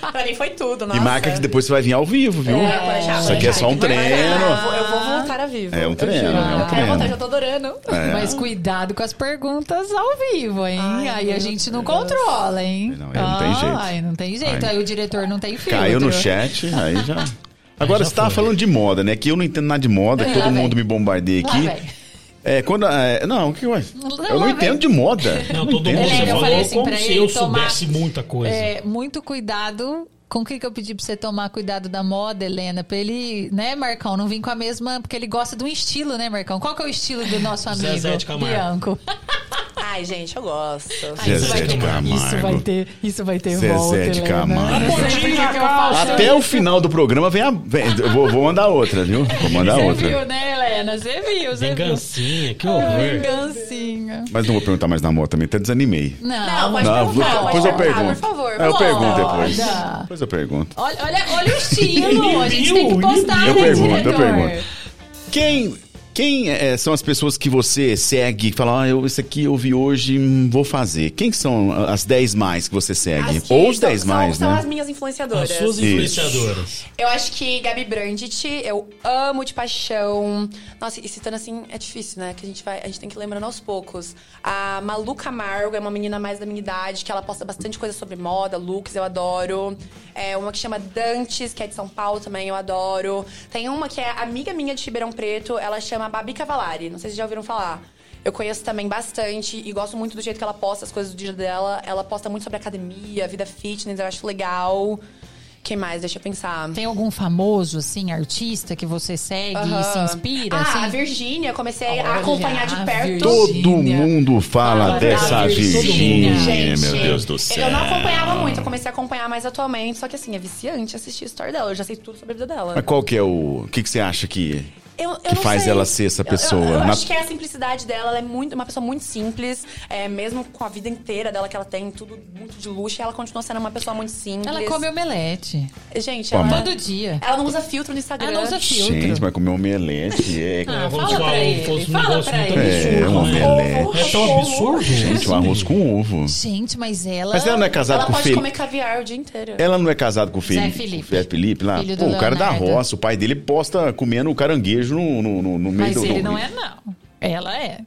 [SPEAKER 4] pra mim foi tudo, nossa.
[SPEAKER 1] E marca que depois você vai vir ao vivo, viu?
[SPEAKER 4] É, pode deixar,
[SPEAKER 1] Isso aqui
[SPEAKER 4] pode
[SPEAKER 1] é
[SPEAKER 4] deixar.
[SPEAKER 1] só um
[SPEAKER 4] Vai marcar. Eu
[SPEAKER 1] treino.
[SPEAKER 4] vou, eu vou voltar a vivo.
[SPEAKER 1] É um
[SPEAKER 4] eu
[SPEAKER 1] treino,
[SPEAKER 4] juro.
[SPEAKER 1] é um
[SPEAKER 4] Quero voltar,
[SPEAKER 1] treino.
[SPEAKER 4] já tô adorando.
[SPEAKER 1] É.
[SPEAKER 3] Mas cuidado com as perguntas ao vivo, hein?
[SPEAKER 4] Ai,
[SPEAKER 3] aí
[SPEAKER 4] meu
[SPEAKER 3] a gente não controla, hein?
[SPEAKER 1] Não, aí não tem jeito.
[SPEAKER 3] Aí não tem jeito.
[SPEAKER 1] Aí-
[SPEAKER 3] Aí o diretor não tem filtro.
[SPEAKER 1] Caiu no chat, aí já. Agora
[SPEAKER 2] já
[SPEAKER 1] você tava
[SPEAKER 2] foi.
[SPEAKER 1] falando de moda, né? Que eu não entendo nada de moda, que
[SPEAKER 3] Lá
[SPEAKER 1] todo
[SPEAKER 3] vem.
[SPEAKER 1] mundo me bombardeia
[SPEAKER 3] Lá
[SPEAKER 1] aqui.
[SPEAKER 3] vem.
[SPEAKER 1] É, quando. é, não, o que ué?
[SPEAKER 3] Lá
[SPEAKER 1] Eu não
[SPEAKER 3] vem.
[SPEAKER 1] entendo de moda.
[SPEAKER 2] Não, todo
[SPEAKER 1] entendo
[SPEAKER 2] mundo
[SPEAKER 1] de
[SPEAKER 3] Ele- eu
[SPEAKER 1] moda.
[SPEAKER 3] falei
[SPEAKER 2] falou
[SPEAKER 3] assim
[SPEAKER 2] como
[SPEAKER 3] pra
[SPEAKER 2] se
[SPEAKER 3] ele
[SPEAKER 2] eu
[SPEAKER 3] tomar-
[SPEAKER 2] soubesse muita coisa.
[SPEAKER 3] É, muito cuidado. Com o que, que eu pedi pra você tomar cuidado da moda, Helena? Pra ele, né, Marcão, não vir com a mesma. Porque ele gosta de um estilo, né, Marcão? Qual que é o estilo do nosso amigo?
[SPEAKER 2] Zezé de Camargo.
[SPEAKER 3] Bianco.
[SPEAKER 4] Ai, gente, eu gosto.
[SPEAKER 1] Ai, isso é vai ter-
[SPEAKER 5] isso, vai ter, isso vai
[SPEAKER 1] Camargo.
[SPEAKER 5] ter, isso vai ter
[SPEAKER 1] Zezé
[SPEAKER 5] volta,
[SPEAKER 1] de
[SPEAKER 5] Helena.
[SPEAKER 1] Camargo.
[SPEAKER 5] Eu sei
[SPEAKER 2] Pontinha,
[SPEAKER 5] porque que eu
[SPEAKER 2] calça.
[SPEAKER 5] falo.
[SPEAKER 1] Até o final do programa vem a. vem- eu vou, vou mandar outra, viu? Vou mandar
[SPEAKER 3] Você
[SPEAKER 1] outra.
[SPEAKER 3] viu, né, Helena? Você viu, você viu.
[SPEAKER 2] Vingancinha, que
[SPEAKER 3] Ai,
[SPEAKER 2] horror.
[SPEAKER 3] Vingancinha.
[SPEAKER 1] Mas não vou perguntar mais na moto também, até desanimei.
[SPEAKER 3] Não, mas...
[SPEAKER 4] mas-
[SPEAKER 1] Não,
[SPEAKER 4] perguntar,
[SPEAKER 1] vou-
[SPEAKER 4] pode
[SPEAKER 1] depois eu
[SPEAKER 4] perguntar,
[SPEAKER 1] pergunto.
[SPEAKER 4] por favor.
[SPEAKER 1] É, eu pergunto depois.
[SPEAKER 3] Olha.
[SPEAKER 1] Depois eu pergunto.
[SPEAKER 3] Olha, olha, olha o estilo, a gente tem que
[SPEAKER 2] Viu?
[SPEAKER 3] postar,
[SPEAKER 1] Eu
[SPEAKER 3] né,
[SPEAKER 1] pergunto, eu
[SPEAKER 3] diretor?
[SPEAKER 1] pergunto. Quem, quem é, são as pessoas que você segue, que fala, ah, eu, isso aqui eu vi hoje, hum, vou fazer? Quem são ah, as 10 mais que você segue?
[SPEAKER 4] As que
[SPEAKER 1] Ou os
[SPEAKER 4] são-
[SPEAKER 1] 10
[SPEAKER 4] são-
[SPEAKER 1] mais,
[SPEAKER 4] São
[SPEAKER 1] né?
[SPEAKER 4] as minhas
[SPEAKER 2] As
[SPEAKER 4] influenciadoras.
[SPEAKER 2] suas influenciadoras.
[SPEAKER 4] Eu acho que Gabi Brandt, eu amo de paixão. Nossa, e citando assim é difícil, né? Que a gente vai, a gente tem que ir lembrando aos poucos. A Malu Camargo é uma menina mais da minha idade, que ela posta bastante coisa sobre moda, looks, eu adoro. É uma que chama Dantes, que é de São Paulo também, eu adoro. Tem uma que é amiga minha de Ribeirão Preto, ela chama Babi Cavalari. Não sei se vocês já ouviram falar. Eu conheço também bastante e gosto muito do jeito que ela posta as coisas do dia dela. Ela posta muito sobre academia, vida fitness, eu acho legal. Quem mais? Deixa eu pensar.
[SPEAKER 3] Tem algum famoso, assim, artista que você segue e se
[SPEAKER 4] Aham.
[SPEAKER 3] inspira?
[SPEAKER 4] Ah, a
[SPEAKER 3] assim?
[SPEAKER 4] Virgínia, comecei
[SPEAKER 3] Olha,
[SPEAKER 4] a acompanhar
[SPEAKER 3] a
[SPEAKER 4] de perto.
[SPEAKER 3] Virgínia.
[SPEAKER 1] Todo mundo fala
[SPEAKER 3] Fala
[SPEAKER 1] dessa
[SPEAKER 3] da
[SPEAKER 1] Virgínia,
[SPEAKER 3] Virgínia.
[SPEAKER 4] Gente,
[SPEAKER 1] meu Deus do céu.
[SPEAKER 4] Eu não acompanhava muito, eu comecei a acompanhar mais atualmente. Só que assim, é viciante assistir a história dela. Eu já sei tudo sobre a vida dela.
[SPEAKER 1] Mas qual que é o... O que, que você acha que...
[SPEAKER 4] Eu- eu
[SPEAKER 1] que
[SPEAKER 4] não
[SPEAKER 1] faz
[SPEAKER 4] sei.
[SPEAKER 1] ela ser essa
[SPEAKER 4] Eu-
[SPEAKER 1] pessoa?
[SPEAKER 4] Eu, eu
[SPEAKER 1] Na-
[SPEAKER 4] acho que é a simplicidade dela. Ela é muito, uma pessoa muito simples, é, mesmo com a vida inteira dela que ela tem, tudo muito de luxo, e ela continua sendo uma pessoa muito simples.
[SPEAKER 3] Ela come omelete.
[SPEAKER 4] Gente,
[SPEAKER 1] Pô,
[SPEAKER 4] ela,
[SPEAKER 1] mas-
[SPEAKER 3] Todo dia.
[SPEAKER 4] ela não usa filtro no Instagram. Tipo,
[SPEAKER 3] Ela não usa filtro.
[SPEAKER 1] Gente, vai comer omelete. É,
[SPEAKER 3] Ah,
[SPEAKER 2] Vamos
[SPEAKER 3] fala
[SPEAKER 2] falar
[SPEAKER 3] pra
[SPEAKER 2] um-
[SPEAKER 3] ele,
[SPEAKER 2] fosse um
[SPEAKER 3] fala
[SPEAKER 2] negócio
[SPEAKER 3] pra
[SPEAKER 2] muito
[SPEAKER 3] ele.
[SPEAKER 1] é,
[SPEAKER 2] absurdo,
[SPEAKER 1] um
[SPEAKER 2] né?
[SPEAKER 1] omelete.
[SPEAKER 2] É tão absurdo.
[SPEAKER 1] Gente, um arroz com ovo.
[SPEAKER 3] Gente, mas ela...
[SPEAKER 1] Mas ela não é casada
[SPEAKER 4] Ela
[SPEAKER 1] com o
[SPEAKER 4] pode
[SPEAKER 1] Felipe?
[SPEAKER 4] comer caviar o dia inteiro.
[SPEAKER 1] Ela não é casada com o Felipe?
[SPEAKER 3] Felipe.
[SPEAKER 1] Zé Felipe lá?
[SPEAKER 3] Filho do
[SPEAKER 1] Pô, o cara da
[SPEAKER 3] Leonardo.
[SPEAKER 1] roça, o pai dele posta comendo o caranguejo no, no, no, no meio
[SPEAKER 3] Mas
[SPEAKER 1] do...
[SPEAKER 3] ele
[SPEAKER 1] do-
[SPEAKER 3] não é, não. Ela é.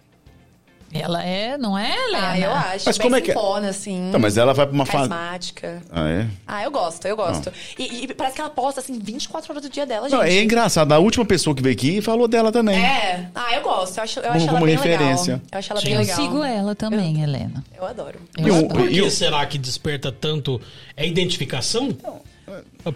[SPEAKER 3] Ela é, não é, Helena?
[SPEAKER 4] Ah, eu acho.
[SPEAKER 1] Mas
[SPEAKER 4] Mas
[SPEAKER 1] como é que-
[SPEAKER 4] Simpona, assim.
[SPEAKER 1] Tá, mas ela vai pra uma fase...
[SPEAKER 4] Carismática.
[SPEAKER 1] Ah, é?
[SPEAKER 4] Ah, eu gosto, eu gosto. E, e parece que ela posta, assim, 24 horas do dia dela, gente.
[SPEAKER 1] Não, é engraçado. A última pessoa que veio aqui falou dela também.
[SPEAKER 4] É. Ah, eu gosto. Eu acho, eu acho
[SPEAKER 1] Como-
[SPEAKER 4] ela
[SPEAKER 1] como
[SPEAKER 4] bem
[SPEAKER 1] referência.
[SPEAKER 4] legal. Eu acho ela
[SPEAKER 2] Sim.
[SPEAKER 4] bem
[SPEAKER 3] Eu
[SPEAKER 4] legal.
[SPEAKER 3] sigo ela também, Helena.
[SPEAKER 4] Eu adoro.
[SPEAKER 3] Eu
[SPEAKER 1] E o-
[SPEAKER 3] adoro.
[SPEAKER 2] Por
[SPEAKER 1] E
[SPEAKER 2] que
[SPEAKER 1] eu-
[SPEAKER 2] será que desperta tanto a identificação?
[SPEAKER 1] Então,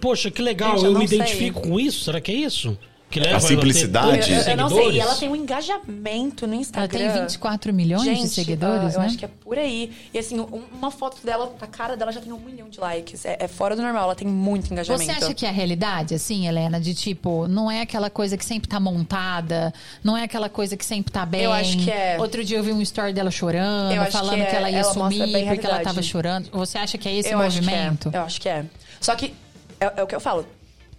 [SPEAKER 2] Poxa, que legal,
[SPEAKER 4] Gente, eu
[SPEAKER 2] eu,
[SPEAKER 4] não
[SPEAKER 2] me
[SPEAKER 4] sei.
[SPEAKER 2] identifico com isso, será que é isso? Que leva ela ter
[SPEAKER 1] simplicidade?
[SPEAKER 2] tantos
[SPEAKER 4] Eu, eu não sei.
[SPEAKER 2] seguidores?
[SPEAKER 4] E ela tem um engajamento no
[SPEAKER 3] Ela
[SPEAKER 4] Instagram.
[SPEAKER 3] tem 24 milhões
[SPEAKER 4] Gente,
[SPEAKER 3] de seguidores,
[SPEAKER 4] ah, eu
[SPEAKER 3] né?
[SPEAKER 4] acho que é por aí. E assim, um- uma foto dela, a cara dela já tem um milhão de likes. É, é fora do normal, ela tem muito engajamento.
[SPEAKER 3] Você acha que é a realidade, assim, Helena, de tipo, não é aquela coisa que sempre tá montada, não é aquela coisa que sempre tá bem.
[SPEAKER 4] Eu acho que é.
[SPEAKER 3] Outro dia eu vi um story dela
[SPEAKER 4] Eu
[SPEAKER 3] chorando,
[SPEAKER 4] acho
[SPEAKER 3] falando
[SPEAKER 4] que
[SPEAKER 3] que,
[SPEAKER 4] é.
[SPEAKER 3] ela ia
[SPEAKER 4] Ela mostra
[SPEAKER 3] sumir
[SPEAKER 4] bem a
[SPEAKER 3] porque ela tava
[SPEAKER 4] realidade.
[SPEAKER 3] chorando. Você acha que é esse
[SPEAKER 4] eu acho que é.
[SPEAKER 3] movimento?
[SPEAKER 4] Eu acho que é. Só que é, é o que eu falo.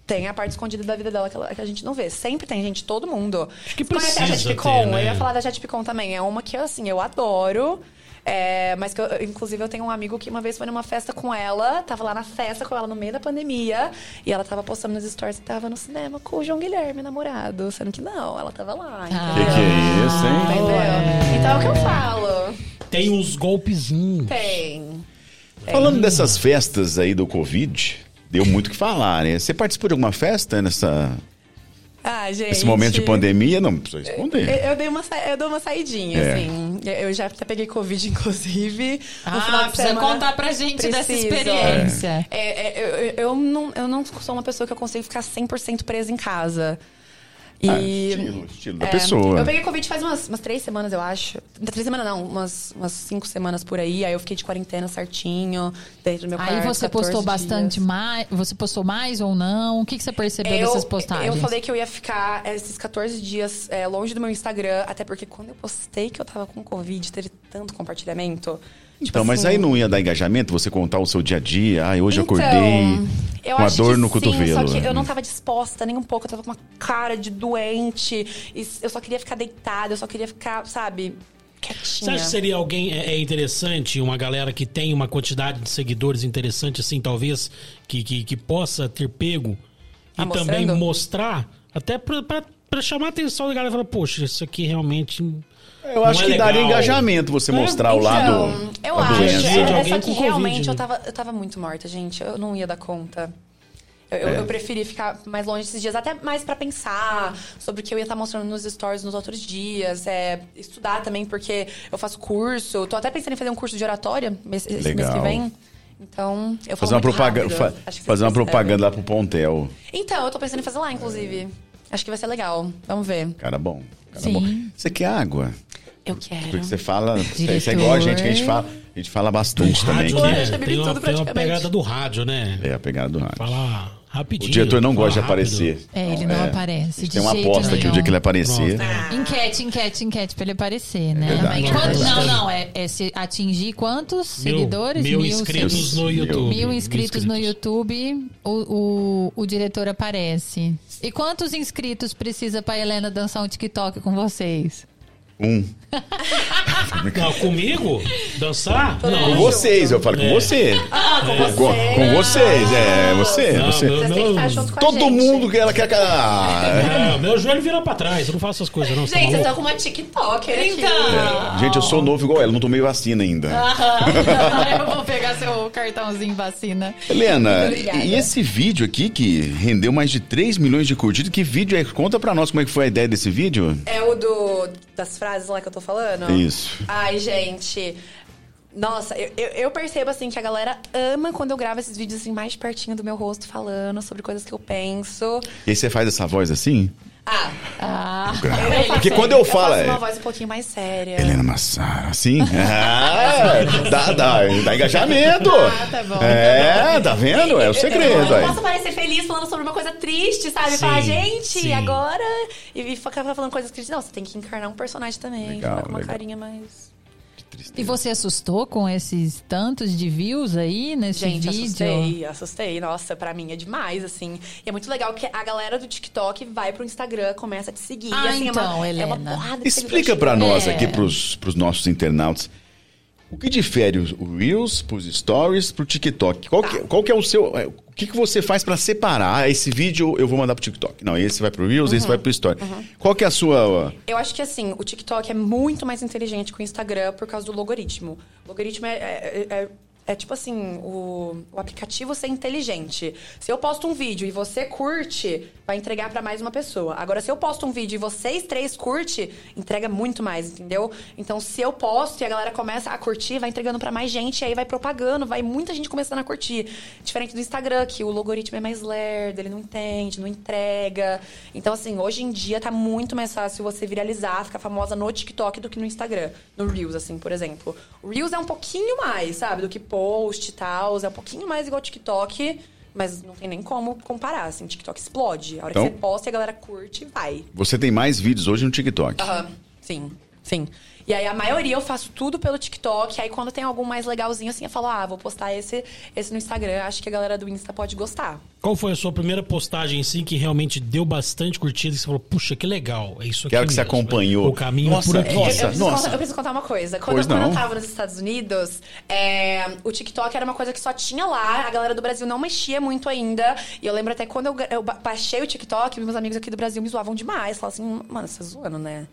[SPEAKER 4] Tem a parte escondida da vida dela que, ela- que a gente não vê. Sempre tem, gente, todo mundo. é Acho
[SPEAKER 2] que
[SPEAKER 4] a
[SPEAKER 2] precisa
[SPEAKER 4] Jetpicon?
[SPEAKER 2] ter, né?
[SPEAKER 4] Eu ia falar da Jetpicon também. É uma que, assim, eu adoro. é, mas que eu, inclusive eu tenho um amigo que uma vez foi numa festa com ela, tava lá na festa com ela no meio da pandemia, e ela tava postando nas stories que tava no cinema com o João Guilherme, namorado, sendo que não, ela tava lá.
[SPEAKER 3] Ah.
[SPEAKER 1] Que
[SPEAKER 4] Entendeu?
[SPEAKER 1] que é isso, hein?
[SPEAKER 4] Entendeu? Então é o que eu falo.
[SPEAKER 2] Tem uns golpezinhos.
[SPEAKER 4] Tem.
[SPEAKER 3] é.
[SPEAKER 1] Falando dessas festas aí do Covid, deu muito o que falar, né? Você participou de alguma festa nessa,
[SPEAKER 4] Ah, gente.
[SPEAKER 1] nesse momento de pandemia? Não precisa
[SPEAKER 3] É,
[SPEAKER 1] responder.
[SPEAKER 4] Eu, eu dei uma, sa- eu dou uma saidinha,
[SPEAKER 1] É.
[SPEAKER 4] assim. Eu- Eu já até peguei Covid, inclusive. No final
[SPEAKER 3] Ah,
[SPEAKER 4] de
[SPEAKER 3] precisa
[SPEAKER 4] semana.
[SPEAKER 3] contar pra gente dessa
[SPEAKER 4] Precisa.
[SPEAKER 3] experiência.
[SPEAKER 4] É, é, eu, eu- eu não, eu não sou uma pessoa que eu consigo ficar 100% presa em casa. E...
[SPEAKER 1] Ah, estilo, estilo da
[SPEAKER 4] É,
[SPEAKER 1] pessoa.
[SPEAKER 4] Eu peguei Covid faz umas, umas três semanas, eu acho. Três semanas não, umas, umas cinco semanas por aí. Aí eu fiquei de quarentena certinho, dentro do meu
[SPEAKER 3] Aí
[SPEAKER 4] quarto,
[SPEAKER 3] você postou
[SPEAKER 4] 14
[SPEAKER 3] bastante
[SPEAKER 4] dias.
[SPEAKER 3] mais. Você postou mais ou não? O que, que você percebeu dessas postagens?
[SPEAKER 4] eu falei que eu ia ficar esses 14 dias é, longe do meu Instagram, até porque quando eu postei que eu tava com Covid, teve tanto compartilhamento. Tipo
[SPEAKER 1] Então, mas
[SPEAKER 4] assim,
[SPEAKER 1] aí não ia dar engajamento você contar o seu dia a dia? Ah, hoje eu
[SPEAKER 4] Então,
[SPEAKER 1] acordei
[SPEAKER 4] eu
[SPEAKER 1] com a
[SPEAKER 4] acho
[SPEAKER 1] dor
[SPEAKER 4] que
[SPEAKER 1] no
[SPEAKER 4] sim,
[SPEAKER 1] cotovelo. né?
[SPEAKER 4] Só que eu não tava disposta nem um pouco, eu tava com uma cara de doente. e eu só queria ficar deitada, eu só queria ficar, sabe,
[SPEAKER 2] Você
[SPEAKER 4] quietinha.
[SPEAKER 2] acha que seria alguém é, é interessante, uma galera que tem uma quantidade de seguidores interessante, assim, talvez, que, que, que possa ter pego e
[SPEAKER 4] Tá mostrando?
[SPEAKER 2] também mostrar, até pra, pra, pra chamar a atenção da galera e falar, poxa, isso aqui realmente.
[SPEAKER 1] Eu acho
[SPEAKER 2] não é
[SPEAKER 1] que daria
[SPEAKER 2] legal."
[SPEAKER 1] engajamento você
[SPEAKER 2] É,
[SPEAKER 1] mostrar o
[SPEAKER 4] Então,
[SPEAKER 1] lado
[SPEAKER 4] eu
[SPEAKER 1] da
[SPEAKER 4] acho.
[SPEAKER 1] doença.
[SPEAKER 4] É,
[SPEAKER 2] De
[SPEAKER 4] é,
[SPEAKER 2] alguém
[SPEAKER 4] só
[SPEAKER 2] com
[SPEAKER 4] que
[SPEAKER 2] Covid,
[SPEAKER 4] realmente
[SPEAKER 2] né?
[SPEAKER 4] eu tava, eu tava muito morta, gente. Eu não ia dar conta. Eu, eu,
[SPEAKER 1] É.
[SPEAKER 4] eu preferi ficar mais longe esses dias, até mais pra pensar sobre o que eu ia estar mostrando nos stories nos outros dias. É, estudar também, porque eu faço curso. Eu Tô até pensando em fazer um curso de oratória mês, esse mês que
[SPEAKER 1] Legal.
[SPEAKER 4] vem. Então, eu
[SPEAKER 1] Fazer uma, propaganda,
[SPEAKER 4] propaganda.
[SPEAKER 1] fa- fazer uma propaganda lá pro Pontel.
[SPEAKER 4] Então, eu tô pensando em fazer lá, inclusive. Acho que vai ser legal. Vamos ver.
[SPEAKER 1] Cara bom. Cara
[SPEAKER 3] Sim.
[SPEAKER 1] bom. Você quer água?
[SPEAKER 4] Eu quero.
[SPEAKER 1] Porque você fala.
[SPEAKER 3] Diretor.
[SPEAKER 1] Isso é igual a gente que a gente fala. A gente fala bastante também
[SPEAKER 2] rádio,
[SPEAKER 1] aqui.
[SPEAKER 2] né?
[SPEAKER 4] Já bebi
[SPEAKER 2] Tem, uma,
[SPEAKER 4] tudo
[SPEAKER 2] tem uma
[SPEAKER 4] praticamente.
[SPEAKER 2] pegada do rádio, né?
[SPEAKER 1] É a pegada do rádio.
[SPEAKER 2] Fala rapidinho.
[SPEAKER 1] O diretor não
[SPEAKER 2] fala
[SPEAKER 1] gosta de
[SPEAKER 2] rápido.
[SPEAKER 1] aparecer.
[SPEAKER 3] É, ele não aparece. De
[SPEAKER 1] Tem uma
[SPEAKER 3] jeito
[SPEAKER 1] aposta que o
[SPEAKER 3] nenhum.
[SPEAKER 1] dia que ele aparecer.
[SPEAKER 3] Enquete, enquete, enquete pra ele aparecer, né?
[SPEAKER 1] verdade,
[SPEAKER 3] Mas
[SPEAKER 2] é
[SPEAKER 3] quanto-
[SPEAKER 2] verdade.
[SPEAKER 3] não, não, é, é se atingir quantos
[SPEAKER 2] Mil-
[SPEAKER 3] seguidores?
[SPEAKER 2] Mil,
[SPEAKER 3] seguidores.
[SPEAKER 2] inscritos no
[SPEAKER 1] mil-
[SPEAKER 2] YouTube.
[SPEAKER 3] Mil inscritos no YouTube, o, o, o diretor aparece. E quantos inscritos precisa pra Helena dançar um TikTok com vocês?
[SPEAKER 1] Um.
[SPEAKER 2] Não, comigo? Dançar?
[SPEAKER 1] Com
[SPEAKER 2] Não.
[SPEAKER 1] vocês, eu falo com
[SPEAKER 2] É.
[SPEAKER 1] você.
[SPEAKER 4] Ah, com você.
[SPEAKER 1] É, Com, com vocês, é, você,
[SPEAKER 2] Não,
[SPEAKER 1] você.
[SPEAKER 2] meu-
[SPEAKER 4] Você tem que estar junto com a
[SPEAKER 1] Todo
[SPEAKER 4] gente.
[SPEAKER 1] mundo que ela quer. Ah,
[SPEAKER 2] Não, meu joelho vira pra trás, eu não faço essas coisas, não. você tá
[SPEAKER 4] Gente, vocês
[SPEAKER 2] maluco?
[SPEAKER 4] estão com uma TikToker aqui.
[SPEAKER 3] Então.
[SPEAKER 1] gente, eu sou novo igual ela, não tomei vacina ainda.
[SPEAKER 4] Ah.
[SPEAKER 3] Eu vou pegar seu cartãozinho vacina.
[SPEAKER 1] Helena,
[SPEAKER 4] Obrigada.
[SPEAKER 1] e esse vídeo aqui que rendeu mais de 3 milhões de curtidas, que vídeo é? Conta pra nós como é que foi a ideia desse vídeo.
[SPEAKER 4] É o do das frases lá que eu tô falando?
[SPEAKER 1] Isso.
[SPEAKER 4] Ai, gente. Nossa, eu, eu- eu percebo assim que a galera ama quando eu gravo esses vídeos assim mais pertinho do meu rosto falando sobre coisas que eu penso.
[SPEAKER 1] E aí você faz essa voz assim?
[SPEAKER 4] Ah,
[SPEAKER 3] Ah,
[SPEAKER 4] eu faço-
[SPEAKER 1] Porque quando eu falo,
[SPEAKER 4] faço
[SPEAKER 1] é-
[SPEAKER 4] uma voz um pouquinho mais séria.
[SPEAKER 1] Helena Massara, assim? Ah, dá, dá, dá engajamento.
[SPEAKER 3] Ah, tá bom.
[SPEAKER 1] É, tá vendo? É o segredo
[SPEAKER 4] Eu,
[SPEAKER 1] aí.
[SPEAKER 4] eu posso parecer feliz falando sobre uma coisa triste, sabe?
[SPEAKER 2] Sim,
[SPEAKER 4] Falar, gente,
[SPEAKER 2] sim.
[SPEAKER 4] agora. E, e ficar falando coisas tristes. Não, você tem que encarnar um personagem também.
[SPEAKER 1] Legal,
[SPEAKER 4] falar com uma
[SPEAKER 1] legal.
[SPEAKER 4] carinha mais.
[SPEAKER 3] e você assustou com esses tantos de views aí nesse
[SPEAKER 4] Gente,
[SPEAKER 3] vídeo?
[SPEAKER 4] assustei, assustei. Nossa, pra mim é demais, assim. E é muito legal que a galera do TikTok vai pro Instagram, começa a te seguir.
[SPEAKER 3] Ah,
[SPEAKER 4] assim, é
[SPEAKER 3] então,
[SPEAKER 4] uma, É uma
[SPEAKER 3] Helena.
[SPEAKER 4] porrada de
[SPEAKER 1] Explica
[SPEAKER 4] seguidores.
[SPEAKER 1] pra nós
[SPEAKER 3] É.
[SPEAKER 1] aqui, pros, pros nossos internautas, o que difere os- o Reels, pros Stories, pro TikTok? Qual que, qual que é o seu... é, O que, que você faz pra separar? Ah, Esse vídeo eu vou mandar pro TikTok. Não, esse vai pro Reels, esse vai pro Story. Qual que é a sua...
[SPEAKER 4] Eu acho que assim, o TikTok é muito mais inteligente que o Instagram por causa do logaritmo. O logaritmo é. é- é- é tipo assim, o, o aplicativo ser inteligente. Se eu posto um vídeo e você curte, vai entregar pra mais uma pessoa. Agora, se eu posto um vídeo e vocês três curte, entrega muito mais, entendeu? Então, se eu posto e a galera começa a curtir, vai entregando pra mais gente, e aí vai propagando, vai muita gente começando a curtir. Diferente do Instagram, que o logaritmo é mais lerdo, ele não entende, não entrega. Então, assim, hoje em dia tá muito mais fácil você viralizar, ficar famosa no TikTok do que no Instagram. No Reels, assim, por exemplo. O Reels é um pouquinho mais, sabe, do que post e tal, é um pouquinho mais igual ao TikTok. Mas não tem nem como comparar, assim, TikTok explode. A hora que
[SPEAKER 1] Então-
[SPEAKER 4] você posta e a galera curte, vai.
[SPEAKER 1] Você tem mais vídeos hoje no TikTok.
[SPEAKER 4] Aham, sim, sim. E aí a maioria eu faço tudo pelo TikTok. Aí quando tem algum mais legalzinho, assim, eu falo, ah, vou postar esse, esse no Instagram. Acho que a galera do Insta pode gostar.
[SPEAKER 2] Qual foi a sua primeira postagem, assim, que realmente deu bastante curtida e você falou, puxa, que legal, é isso aqui
[SPEAKER 1] Quero que você
[SPEAKER 2] mesmo, né?
[SPEAKER 1] acompanhou.
[SPEAKER 2] O caminho
[SPEAKER 1] Nossa,
[SPEAKER 2] por aqui.
[SPEAKER 1] é- Nossa,
[SPEAKER 4] eu, eu preciso
[SPEAKER 1] nossa.
[SPEAKER 4] Contar, eu preciso contar uma coisa. Quando,
[SPEAKER 1] Pois
[SPEAKER 4] quando
[SPEAKER 1] não.
[SPEAKER 4] eu tava nos Estados Unidos, é, o TikTok era uma coisa que só tinha lá. A galera do Brasil não mexia muito ainda. E eu lembro até quando eu, gra- eu ba- baixei o TikTok, meus amigos aqui do Brasil me zoavam demais. Falavam assim, mano, você tá zoando, né?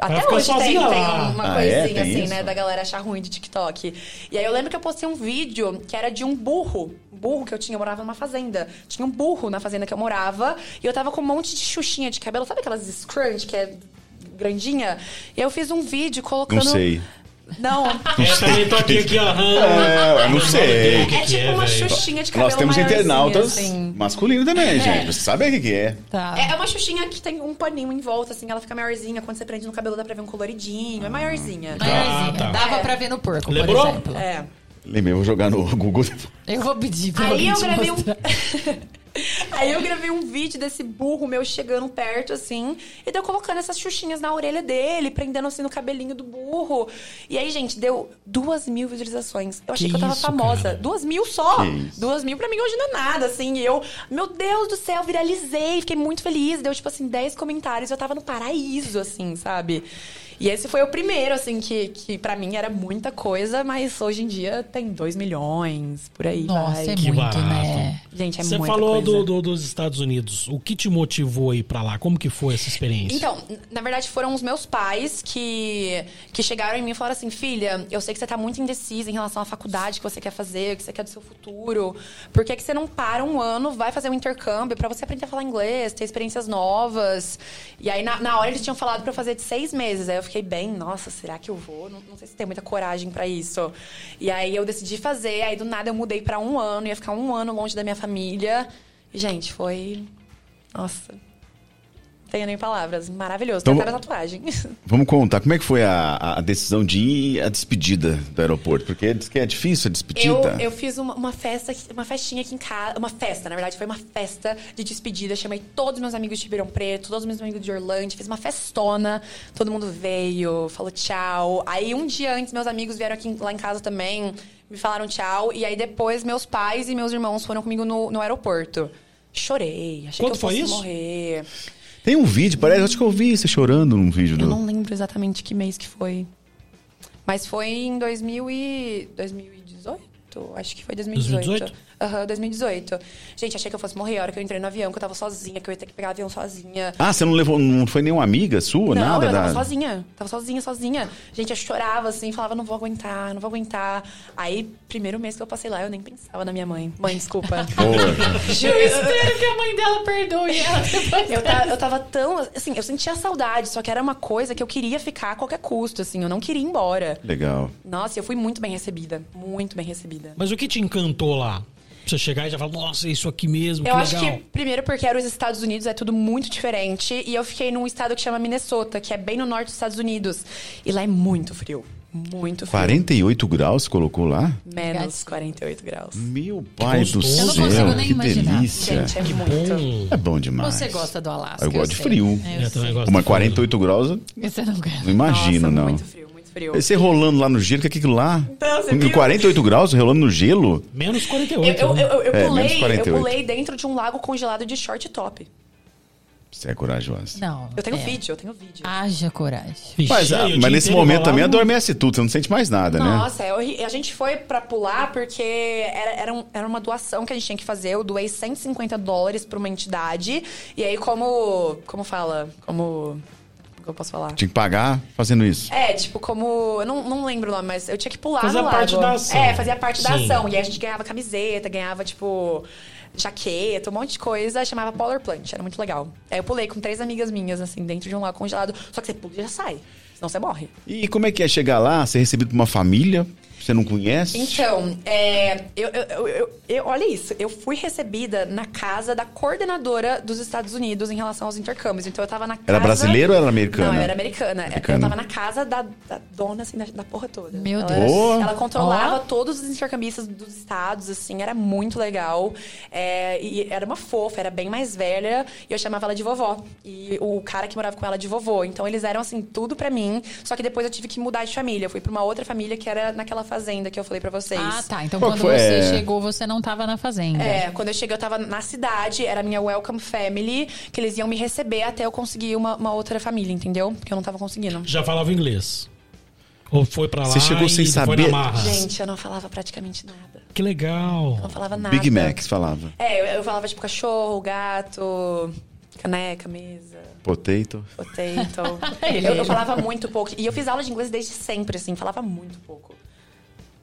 [SPEAKER 4] Até
[SPEAKER 2] ficar
[SPEAKER 4] hoje tem, tem
[SPEAKER 2] sozinha lá.
[SPEAKER 4] uma
[SPEAKER 1] Ah, é?
[SPEAKER 4] coisinha
[SPEAKER 1] Tem
[SPEAKER 4] assim,
[SPEAKER 1] isso?
[SPEAKER 4] né? Da galera achar ruim de TikTok. E aí eu lembro que eu postei um vídeo que era de um burro. Um burro que eu tinha, eu morava numa fazenda. Tinha um burro na fazenda que eu morava. E eu tava com um monte de xuxinha de cabelo. Sabe aquelas scrunch que é grandinha? E eu fiz um vídeo colocando...
[SPEAKER 1] Não sei.
[SPEAKER 4] Não.
[SPEAKER 2] É, também tô aqui, aqui, aham.
[SPEAKER 1] É, eu não sei.
[SPEAKER 2] O que
[SPEAKER 4] é
[SPEAKER 2] que
[SPEAKER 4] tipo
[SPEAKER 2] é,
[SPEAKER 4] uma
[SPEAKER 2] velho?
[SPEAKER 4] xuxinha de cabelo
[SPEAKER 1] Nós temos
[SPEAKER 4] maiorzinha,
[SPEAKER 1] internautas
[SPEAKER 4] assim.
[SPEAKER 1] masculinos também, gente. Você sabe o que que é.
[SPEAKER 3] Tá.
[SPEAKER 4] É é uma xuxinha que tem um paninho em volta, assim, ela fica maiorzinha. Quando você prende no cabelo, dá pra ver um coloridinho. É maiorzinha.
[SPEAKER 3] Maiorzinha.
[SPEAKER 2] Ah, tá.
[SPEAKER 3] Dava pra ver no porco,
[SPEAKER 2] Lembrou?
[SPEAKER 3] por exemplo.
[SPEAKER 4] É.
[SPEAKER 1] Lembrei, eu vou jogar no Google.
[SPEAKER 3] Eu vou pedir pra
[SPEAKER 4] Aí
[SPEAKER 3] alguém
[SPEAKER 4] eu
[SPEAKER 3] te
[SPEAKER 4] gravei um.
[SPEAKER 3] mostrar.
[SPEAKER 4] Aí eu gravei um vídeo desse burro meu chegando perto, assim, e deu colocando essas xuxinhas na orelha dele, prendendo assim no cabelinho do burro. E aí, gente, deu duas mil visualizações. Eu achei
[SPEAKER 2] Que
[SPEAKER 4] que, eu tava
[SPEAKER 2] isso,
[SPEAKER 4] famosa.
[SPEAKER 2] cara?
[SPEAKER 4] Duas mil só.
[SPEAKER 1] Que isso.
[SPEAKER 4] Duas mil pra mim hoje não é nada, assim. E eu, meu Deus do céu, viralizei, fiquei muito feliz. Deu, tipo assim, 10 comentários. Eu tava no paraíso, assim, sabe? E esse foi o primeiro, assim, que, que pra mim era muita coisa, mas hoje em dia tem 2 milhões, por aí
[SPEAKER 3] Nossa,
[SPEAKER 4] vai.
[SPEAKER 3] é
[SPEAKER 2] Que
[SPEAKER 3] muito,
[SPEAKER 2] barato.
[SPEAKER 3] né?
[SPEAKER 4] Gente, é
[SPEAKER 2] Você
[SPEAKER 4] muita
[SPEAKER 2] falou
[SPEAKER 4] coisa.
[SPEAKER 2] do, do- dos Estados Unidos. O que te motivou a ir pra lá? Como que foi essa experiência?
[SPEAKER 4] Então, n- na verdade, foram os meus pais que, que chegaram em mim e falaram assim: filha, eu sei que você tá muito indecisa em relação à faculdade que você quer fazer, o que você quer do seu futuro. Por que, que você não para um ano, vai fazer um intercâmbio pra você aprender a falar inglês, ter experiências novas? E aí, na, na hora, eles tinham falado pra eu fazer de seis meses. Aí eu fiquei bem, nossa, será que eu vou? Não, não sei se tem muita coragem pra isso. E aí eu decidi fazer, aí do nada eu mudei pra um ano, ia ficar um ano longe da minha família. E, gente, foi. Nossa. Tenho nem palavras. Maravilhoso.
[SPEAKER 1] Então-
[SPEAKER 4] Então, Tentaram a tatuagem.
[SPEAKER 1] Vamos contar, como é que foi a, a decisão de ir à despedida do aeroporto? Porque diz que é difícil a
[SPEAKER 4] Eu,
[SPEAKER 1] despedida.
[SPEAKER 4] eu fiz uma, uma festa, aqui- uma festinha aqui em casa. Uma festa, na verdade, foi uma festa de despedida. Chamei todos os meus amigos de Ribeirão Preto, todos os meus amigos de Orlândia. Fiz uma festona. Todo mundo veio, falou tchau. Aí um dia antes, meus amigos vieram aqui em- lá em casa também, me falaram tchau. E aí depois, meus pais e meus irmãos foram comigo no, no aeroporto. Chorei, achei
[SPEAKER 2] Quanto
[SPEAKER 4] que eu
[SPEAKER 2] foi
[SPEAKER 4] fosse
[SPEAKER 2] isso?
[SPEAKER 4] morrer.
[SPEAKER 1] Tem um vídeo, parece, acho que eu vi você chorando num vídeo.
[SPEAKER 4] Eu
[SPEAKER 1] do-
[SPEAKER 4] não lembro exatamente que mês que foi. Mas foi em 2000 e... 2018? Acho que foi 2018.
[SPEAKER 2] 2018?
[SPEAKER 4] Aham, 2018. Gente, achei que eu fosse morrer a hora que eu entrei no avião, que eu tava sozinha, que eu ia ter que pegar avião sozinha.
[SPEAKER 1] Ah, você não levou, não foi nenhuma amiga sua,
[SPEAKER 4] não,
[SPEAKER 1] nada?
[SPEAKER 4] eu tava
[SPEAKER 1] da-
[SPEAKER 4] sozinha. Tava sozinha, sozinha. Gente, eu chorava assim, falava, não vou aguentar, não vou aguentar. Aí, primeiro mês que eu passei lá, eu nem pensava na minha mãe. Mãe, desculpa.
[SPEAKER 1] Pô,
[SPEAKER 4] Juro.
[SPEAKER 3] Eu espero que a mãe dela perdoe ela depois.
[SPEAKER 4] Eu, ta- eu tava tão. Assim, eu sentia saudade, só que era uma coisa que eu queria ficar a qualquer custo, assim. Eu não queria ir embora.
[SPEAKER 1] legal.
[SPEAKER 4] Nossa, eu fui muito bem recebida. Muito bem recebida.
[SPEAKER 2] Mas o que te encantou lá? Pra Você chegar e já falar, nossa, é isso aqui mesmo,
[SPEAKER 4] Eu
[SPEAKER 2] que
[SPEAKER 4] acho
[SPEAKER 2] legal.
[SPEAKER 4] que, primeiro, porque era os Estados Unidos, é tudo muito diferente. E eu fiquei num estado que chama Minnesota, que é bem no norte dos Estados Unidos. E lá é muito frio. Muito frio.
[SPEAKER 1] 48 graus você colocou lá?
[SPEAKER 4] Menos 48 graus.
[SPEAKER 2] Hum,
[SPEAKER 1] Meu pai do
[SPEAKER 2] gostoso. Eu não
[SPEAKER 1] céu,
[SPEAKER 2] consigo nem
[SPEAKER 1] que
[SPEAKER 3] imaginar.
[SPEAKER 1] delícia.
[SPEAKER 4] Gente, é
[SPEAKER 2] Que
[SPEAKER 4] muito.
[SPEAKER 2] bom.
[SPEAKER 1] É bom demais.
[SPEAKER 3] Você gosta do Alasca.
[SPEAKER 1] Eu gosto de
[SPEAKER 3] sei.
[SPEAKER 1] frio.
[SPEAKER 3] É,
[SPEAKER 2] Hum, É,
[SPEAKER 3] eu
[SPEAKER 2] eu também
[SPEAKER 3] sei.
[SPEAKER 2] gosto
[SPEAKER 1] Uma
[SPEAKER 2] de frio.
[SPEAKER 1] 48 graus, eu
[SPEAKER 3] Você não
[SPEAKER 1] não
[SPEAKER 3] gosta.
[SPEAKER 1] imagino,
[SPEAKER 4] Nossa,
[SPEAKER 1] não.
[SPEAKER 4] Muito frio, muito frio.
[SPEAKER 1] Você rolando lá no gelo, que é aquilo lá?
[SPEAKER 4] Então, você
[SPEAKER 1] Com
[SPEAKER 4] viu?
[SPEAKER 1] 48 graus, rolando no gelo?
[SPEAKER 2] Menos
[SPEAKER 4] Eu,
[SPEAKER 2] 48.
[SPEAKER 4] eu,
[SPEAKER 2] né?
[SPEAKER 4] eu, eu
[SPEAKER 1] É, menos
[SPEAKER 4] pulei,
[SPEAKER 1] 48.
[SPEAKER 4] eu pulei dentro de um lago congelado de short top.
[SPEAKER 1] Você é corajosa.
[SPEAKER 3] Não.
[SPEAKER 4] Eu tenho
[SPEAKER 3] é.
[SPEAKER 4] vídeo, eu tenho vídeo.
[SPEAKER 3] Haja coragem.
[SPEAKER 2] Vixe,
[SPEAKER 1] Mas,
[SPEAKER 2] aí,
[SPEAKER 1] ah,
[SPEAKER 2] o dia
[SPEAKER 1] mas nesse
[SPEAKER 2] inteiro
[SPEAKER 1] momento
[SPEAKER 2] rolava
[SPEAKER 1] também
[SPEAKER 2] um-
[SPEAKER 1] adormece tudo, você não sente mais nada, né?
[SPEAKER 4] Nossa, é horri- a gente foi pra pular porque era, era, um- era uma doação que a gente tinha que fazer. Eu doei 150 dólares pra uma entidade. E aí, como. Como fala? Como. Como que eu posso falar?
[SPEAKER 1] Tinha que pagar fazendo isso.
[SPEAKER 4] É, tipo, como. Eu não, não lembro o nome, mas eu tinha que pular
[SPEAKER 2] Fazia
[SPEAKER 4] no
[SPEAKER 2] parte
[SPEAKER 4] lago.
[SPEAKER 2] da ação.
[SPEAKER 4] É, fazia parte da
[SPEAKER 2] Sim.
[SPEAKER 4] ação. E aí a gente ganhava camiseta, ganhava, tipo, jaqueta, um monte de coisa. Chamava Polar Plant, era muito legal. Aí eu pulei com três amigas minhas, assim, dentro de um lago congelado. Só que você pula e já sai. Senão você morre.
[SPEAKER 1] E como é que é chegar lá, ser recebido por uma família que você não conhece?
[SPEAKER 4] Então, é, eu, eu- eu- eu- eu- olha isso. Eu fui recebida na casa da coordenadora dos Estados Unidos em relação aos intercâmbios. Então eu tava na casa.
[SPEAKER 1] Era brasileira ou era americana?
[SPEAKER 4] Não, eu era americana. É,
[SPEAKER 1] Americana.
[SPEAKER 4] Eu tava na casa da, da dona, assim, da, da porra toda.
[SPEAKER 3] Meu
[SPEAKER 4] ela,
[SPEAKER 3] Deus.
[SPEAKER 1] Boa.
[SPEAKER 4] Ela controlava todos os intercambistas dos estados, assim, era muito legal. É, e era uma fofa, era bem mais velha, e eu chamava ela de vovó. E o cara que morava com ela de vovô. Então eles eram, assim, tudo pra mim. Só que depois eu tive que mudar de família. Eu fui pra uma outra família que era naquela fazenda que eu falei pra vocês.
[SPEAKER 3] Ah, tá. Então
[SPEAKER 1] Qual
[SPEAKER 3] quando
[SPEAKER 1] foi?
[SPEAKER 3] você
[SPEAKER 1] É.
[SPEAKER 3] chegou, você não tava na fazenda.
[SPEAKER 4] É, quando eu cheguei, eu tava na cidade, era a minha welcome family, que eles iam me receber até eu conseguir uma, uma outra família, entendeu? Porque eu não tava conseguindo.
[SPEAKER 2] Já falava inglês. Ou foi pra lá
[SPEAKER 1] Você chegou
[SPEAKER 2] e
[SPEAKER 1] sem
[SPEAKER 2] foi
[SPEAKER 1] saber?
[SPEAKER 2] na marra.
[SPEAKER 4] Gente, eu não falava praticamente nada.
[SPEAKER 2] Que
[SPEAKER 4] Eu não
[SPEAKER 2] legal.
[SPEAKER 4] falava nada.
[SPEAKER 1] Big Mac, você falava.
[SPEAKER 4] É, eu, eu falava tipo cachorro, gato, caneca, mesa,
[SPEAKER 1] Potato.
[SPEAKER 4] potato.
[SPEAKER 3] Ele
[SPEAKER 4] eu, eu
[SPEAKER 3] mesmo.
[SPEAKER 4] falava muito pouco. E eu fiz aula de inglês desde sempre, assim, falava muito pouco.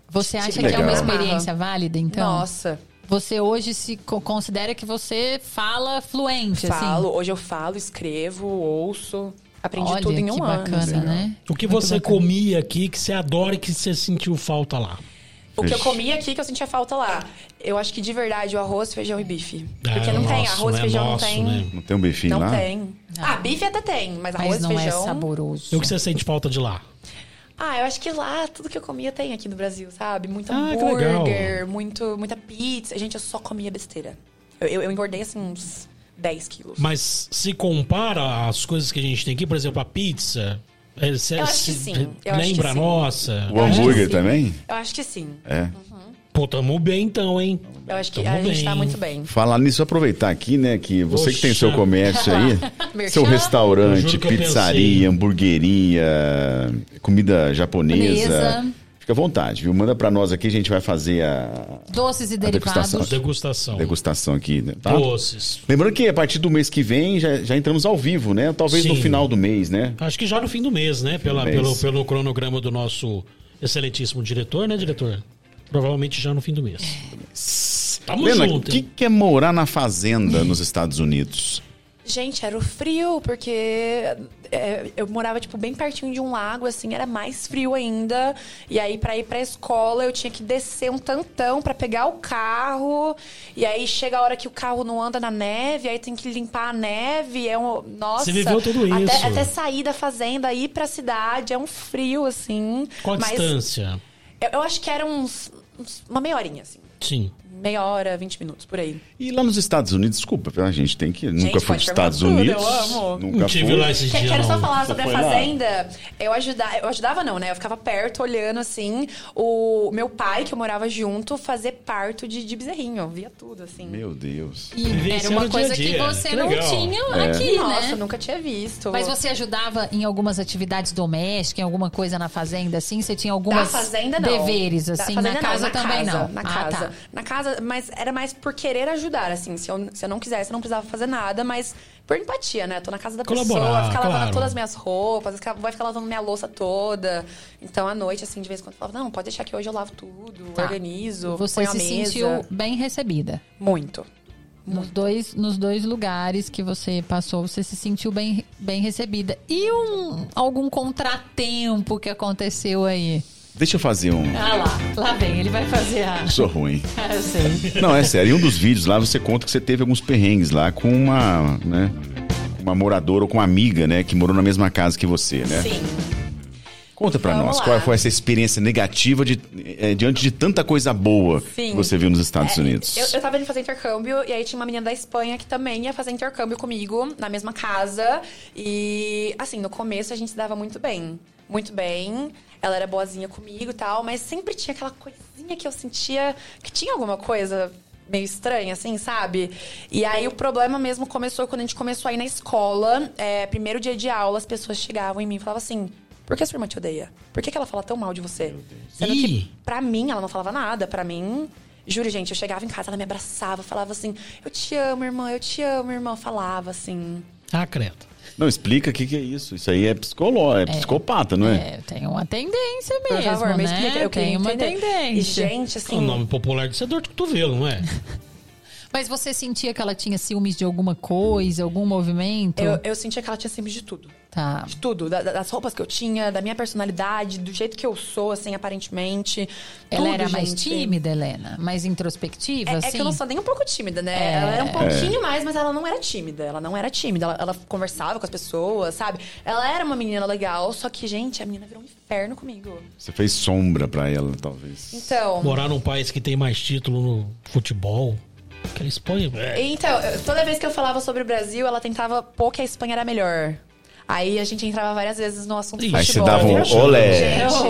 [SPEAKER 3] Você acha que é
[SPEAKER 1] Legal.
[SPEAKER 3] uma experiência válida, então?
[SPEAKER 4] Nossa,
[SPEAKER 3] Você hoje se co- considera que você fala fluente,
[SPEAKER 4] falo,
[SPEAKER 3] assim?
[SPEAKER 4] hoje eu falo, escrevo, ouço. Aprendi
[SPEAKER 3] Olha,
[SPEAKER 4] tudo em um
[SPEAKER 3] que
[SPEAKER 4] ano.
[SPEAKER 3] bacana,
[SPEAKER 4] assim.
[SPEAKER 3] né?
[SPEAKER 2] O que
[SPEAKER 3] Muito
[SPEAKER 2] você
[SPEAKER 3] bacana.
[SPEAKER 2] comia aqui que você adora e que você sentiu falta lá?
[SPEAKER 4] O que eu
[SPEAKER 1] Ixi.
[SPEAKER 4] comia aqui que eu sentia falta lá. Eu acho que de verdade o arroz, feijão e bife.
[SPEAKER 2] Ah,
[SPEAKER 4] Porque não
[SPEAKER 2] é
[SPEAKER 4] tem
[SPEAKER 2] nosso,
[SPEAKER 4] arroz,
[SPEAKER 2] né?
[SPEAKER 4] feijão não
[SPEAKER 2] Nosso,
[SPEAKER 4] tem.
[SPEAKER 2] né?
[SPEAKER 1] Não tem um bifinho
[SPEAKER 4] Não
[SPEAKER 1] lá?
[SPEAKER 4] tem. Ah, bife até tem, mas arroz,
[SPEAKER 3] Mas não
[SPEAKER 4] feijão.
[SPEAKER 3] é saboroso.
[SPEAKER 2] E o que você sente falta de lá?
[SPEAKER 4] Ah, eu acho que lá tudo que eu comia tem aqui no Brasil, sabe? Muito
[SPEAKER 2] Ah, que
[SPEAKER 4] hambúrguer,
[SPEAKER 2] legal.
[SPEAKER 4] muito, muita pizza. Gente, eu só comia besteira. Eu, eu- eu engordei assim uns 10 quilos.
[SPEAKER 2] Mas se compara as coisas que a gente tem aqui, por exemplo, a pizza. é, cê-
[SPEAKER 4] Eu acho
[SPEAKER 2] cê-
[SPEAKER 4] que sim, eu acho que
[SPEAKER 2] lembra a
[SPEAKER 4] sim.
[SPEAKER 2] nossa?
[SPEAKER 1] O hambúrguer
[SPEAKER 4] Sim.
[SPEAKER 1] também?
[SPEAKER 4] Eu acho que sim.
[SPEAKER 1] É.
[SPEAKER 2] Pô, tamo bem então, hein?
[SPEAKER 4] Eu acho que
[SPEAKER 2] Tamo
[SPEAKER 4] a gente tá
[SPEAKER 2] bem.
[SPEAKER 4] muito bem.
[SPEAKER 1] Falar nisso, aproveitar aqui, né, que você que tem seu
[SPEAKER 2] Poxa.
[SPEAKER 1] comércio aí,
[SPEAKER 3] Merchan.
[SPEAKER 1] seu
[SPEAKER 2] Eu
[SPEAKER 1] restaurante,
[SPEAKER 2] juro que eu
[SPEAKER 1] pizzaria,
[SPEAKER 2] pensei.
[SPEAKER 1] hamburgueria, comida japonesa.
[SPEAKER 3] Japonesa.
[SPEAKER 1] Fica à vontade, viu? Manda pra nós aqui, a gente vai fazer a
[SPEAKER 3] Doces e
[SPEAKER 1] degustação.
[SPEAKER 3] derivados.
[SPEAKER 2] Degustação.
[SPEAKER 1] degustação aqui, né, tá?
[SPEAKER 2] Doces.
[SPEAKER 1] Lembrando que a partir do mês que vem já, já entramos ao vivo, né? Talvez no
[SPEAKER 2] Sim.
[SPEAKER 1] final do mês, né?
[SPEAKER 2] Acho que já no fim do mês, né? Pela,
[SPEAKER 1] mês.
[SPEAKER 2] Pelo, pelo cronograma do nosso excelentíssimo diretor, né, diretor? Provavelmente já no fim do mês. Tamo
[SPEAKER 1] Lena, o
[SPEAKER 2] junto.
[SPEAKER 1] que,
[SPEAKER 2] hein?
[SPEAKER 1] que é morar na fazenda nos Estados Unidos?
[SPEAKER 4] Gente, era o frio, porque é, eu morava, tipo, bem pertinho de um lago, assim, era mais frio ainda. E aí, pra ir pra escola, eu tinha que descer um tantão pra pegar o carro. E aí chega a hora que o carro não anda na neve, aí tem que limpar a neve. É um. Nossa.
[SPEAKER 2] Você viveu tudo
[SPEAKER 4] até-
[SPEAKER 2] isso.
[SPEAKER 4] Até sair da fazenda, ir pra cidade, é um frio, assim.
[SPEAKER 2] Qual a
[SPEAKER 4] mas
[SPEAKER 2] distância?
[SPEAKER 4] Eu, eu acho que era uns, uns- Uma meia horinha, assim.
[SPEAKER 2] Sim.
[SPEAKER 4] Meia hora, 20 minutos, por aí.
[SPEAKER 1] E lá nos Estados Unidos, desculpa, a gente tem que. nunca
[SPEAKER 4] pode
[SPEAKER 1] fui para
[SPEAKER 4] perguntar
[SPEAKER 1] Estados
[SPEAKER 4] tudo,
[SPEAKER 1] Unidos.
[SPEAKER 4] eu amo.
[SPEAKER 1] Nunca
[SPEAKER 2] Tive
[SPEAKER 1] fui.
[SPEAKER 2] lá esses
[SPEAKER 4] Que-
[SPEAKER 2] dias.
[SPEAKER 4] Quero só
[SPEAKER 2] não.
[SPEAKER 4] falar
[SPEAKER 1] Você
[SPEAKER 4] sobre a
[SPEAKER 1] foi lá?
[SPEAKER 4] fazenda. Eu, ajuda, eu ajudava, não, né? Eu ficava perto, olhando assim. O meu pai, que eu morava junto, fazer parto de, de bezerrinho. Eu via tudo, assim.
[SPEAKER 1] Meu Deus.
[SPEAKER 3] E era
[SPEAKER 2] Vivenciando
[SPEAKER 3] uma
[SPEAKER 2] o dia a
[SPEAKER 3] coisa que
[SPEAKER 2] dia.
[SPEAKER 3] você
[SPEAKER 2] Que
[SPEAKER 3] não
[SPEAKER 2] legal.
[SPEAKER 3] tinha
[SPEAKER 1] É.
[SPEAKER 3] aqui,
[SPEAKER 4] Nossa, eu
[SPEAKER 3] né?
[SPEAKER 4] nunca tinha visto.
[SPEAKER 3] Mas você ajudava em algumas atividades domésticas, em alguma coisa na fazenda, assim? Você tinha
[SPEAKER 4] Da
[SPEAKER 3] algumas
[SPEAKER 4] fazenda, não.
[SPEAKER 3] deveres,
[SPEAKER 4] Da
[SPEAKER 3] assim?
[SPEAKER 4] fazenda,
[SPEAKER 3] na
[SPEAKER 4] não,
[SPEAKER 3] casa também
[SPEAKER 4] casa,
[SPEAKER 3] não.
[SPEAKER 4] Na
[SPEAKER 3] Ah,
[SPEAKER 4] casa.
[SPEAKER 3] tá.
[SPEAKER 4] Na casa, mas era mais por querer ajudar, assim. Se eu, se eu não quisesse, eu não precisava fazer nada, mas por empatia, né? Tô na casa da pessoa,
[SPEAKER 2] Colaborar,
[SPEAKER 4] ficar lavando
[SPEAKER 2] claro.
[SPEAKER 4] todas as minhas roupas, ficar- vai ficar lavando minha louça toda. Então, à noite, assim, de vez em quando, eu falava, não, pode deixar que hoje eu lavo tudo,
[SPEAKER 3] Tá.
[SPEAKER 4] organizo,
[SPEAKER 3] Você
[SPEAKER 4] ponho
[SPEAKER 3] se
[SPEAKER 4] a mesa.
[SPEAKER 3] sentiu bem recebida.
[SPEAKER 4] Muito.
[SPEAKER 3] Nos dois, nos dois lugares que você passou, você se sentiu bem, bem recebida. E um, algum contratempo que aconteceu aí?
[SPEAKER 1] Deixa eu fazer um.
[SPEAKER 3] Ah lá, lá vem, ele vai fazer a.
[SPEAKER 1] Sou ruim.
[SPEAKER 3] Eu sei.
[SPEAKER 1] Não, é sério. Em um dos vídeos lá você conta que você teve alguns perrengues lá com uma, né? com Uma moradora ou com uma amiga, né? Que morou na mesma casa que você,
[SPEAKER 2] É.
[SPEAKER 1] né?
[SPEAKER 4] Sim.
[SPEAKER 1] Conta pra
[SPEAKER 4] Vamos
[SPEAKER 1] nós,
[SPEAKER 4] lá.
[SPEAKER 1] qual foi essa experiência negativa de- eh, diante de tanta coisa boa
[SPEAKER 4] Sim. É,
[SPEAKER 1] que você viu nos Estados Unidos?
[SPEAKER 4] Eu, eu tava indo fazer intercâmbio e aí tinha uma menina da Espanha que também ia fazer intercâmbio comigo na mesma casa. E assim, no começo a gente se dava muito bem. Muito bem. Ela era boazinha comigo e tal, mas sempre tinha aquela coisinha que eu sentia que tinha alguma coisa meio estranha, assim, sabe? E aí o problema mesmo começou quando a gente começou a ir na escola. É, primeiro dia de aula, as pessoas chegavam em mim e falavam assim. Por que a sua irmã te odeia? Por que, que ela fala tão mal de você? Sendo
[SPEAKER 2] Ih!
[SPEAKER 4] que Pra mim, ela não falava nada. Pra mim, juro, gente, eu chegava em casa, ela me abraçava, falava assim: Eu te amo, irmã, eu te amo, irmã. Falava assim.
[SPEAKER 2] Ah, credo.
[SPEAKER 1] Não, explica o que, que é isso. Isso aí é psicólogo, é, psicopata, não é?
[SPEAKER 3] É, tem uma tendência
[SPEAKER 4] Por
[SPEAKER 3] mesmo,
[SPEAKER 4] favor,
[SPEAKER 3] né?
[SPEAKER 4] me explica. Eu
[SPEAKER 3] tem
[SPEAKER 4] queria
[SPEAKER 3] uma
[SPEAKER 4] entender. E,
[SPEAKER 3] tendência.
[SPEAKER 4] gente,
[SPEAKER 2] O
[SPEAKER 4] assim.
[SPEAKER 2] nome popular disso é dor de cotovelo, não é?
[SPEAKER 3] Mas você sentia que ela tinha ciúmes de alguma coisa, algum movimento?
[SPEAKER 4] Eu, eu sentia que ela tinha ciúmes de tudo.
[SPEAKER 3] Tá.
[SPEAKER 4] De tudo. da- da- das roupas que eu tinha, da minha personalidade, do jeito que eu sou, assim, aparentemente.
[SPEAKER 3] Ela
[SPEAKER 4] Tudo,
[SPEAKER 3] era mais
[SPEAKER 4] gente.
[SPEAKER 3] tímida, Helena? Mais introspectiva,
[SPEAKER 4] É, é
[SPEAKER 3] assim?
[SPEAKER 4] que eu não sou nem um pouco tímida, né? Ela era um
[SPEAKER 1] É.
[SPEAKER 4] pouquinho mais, mas ela não era tímida. Ela não era tímida. Ela, ela conversava com as pessoas, sabe? Ela era uma menina legal, só que, gente, a menina virou um inferno comigo.
[SPEAKER 1] Você fez sombra pra ela, talvez.
[SPEAKER 4] Então.
[SPEAKER 2] Morar num país que tem mais título no futebol. Que a Espanha. É.
[SPEAKER 4] Então, eu- toda vez que eu falava sobre o Brasil, ela tentava pôr que a Espanha era melhor. Aí a gente entrava várias vezes no assunto
[SPEAKER 2] Ixi.
[SPEAKER 4] futebol.
[SPEAKER 1] Aí você dava um
[SPEAKER 2] Futebol.
[SPEAKER 1] olé.
[SPEAKER 4] Gente, É,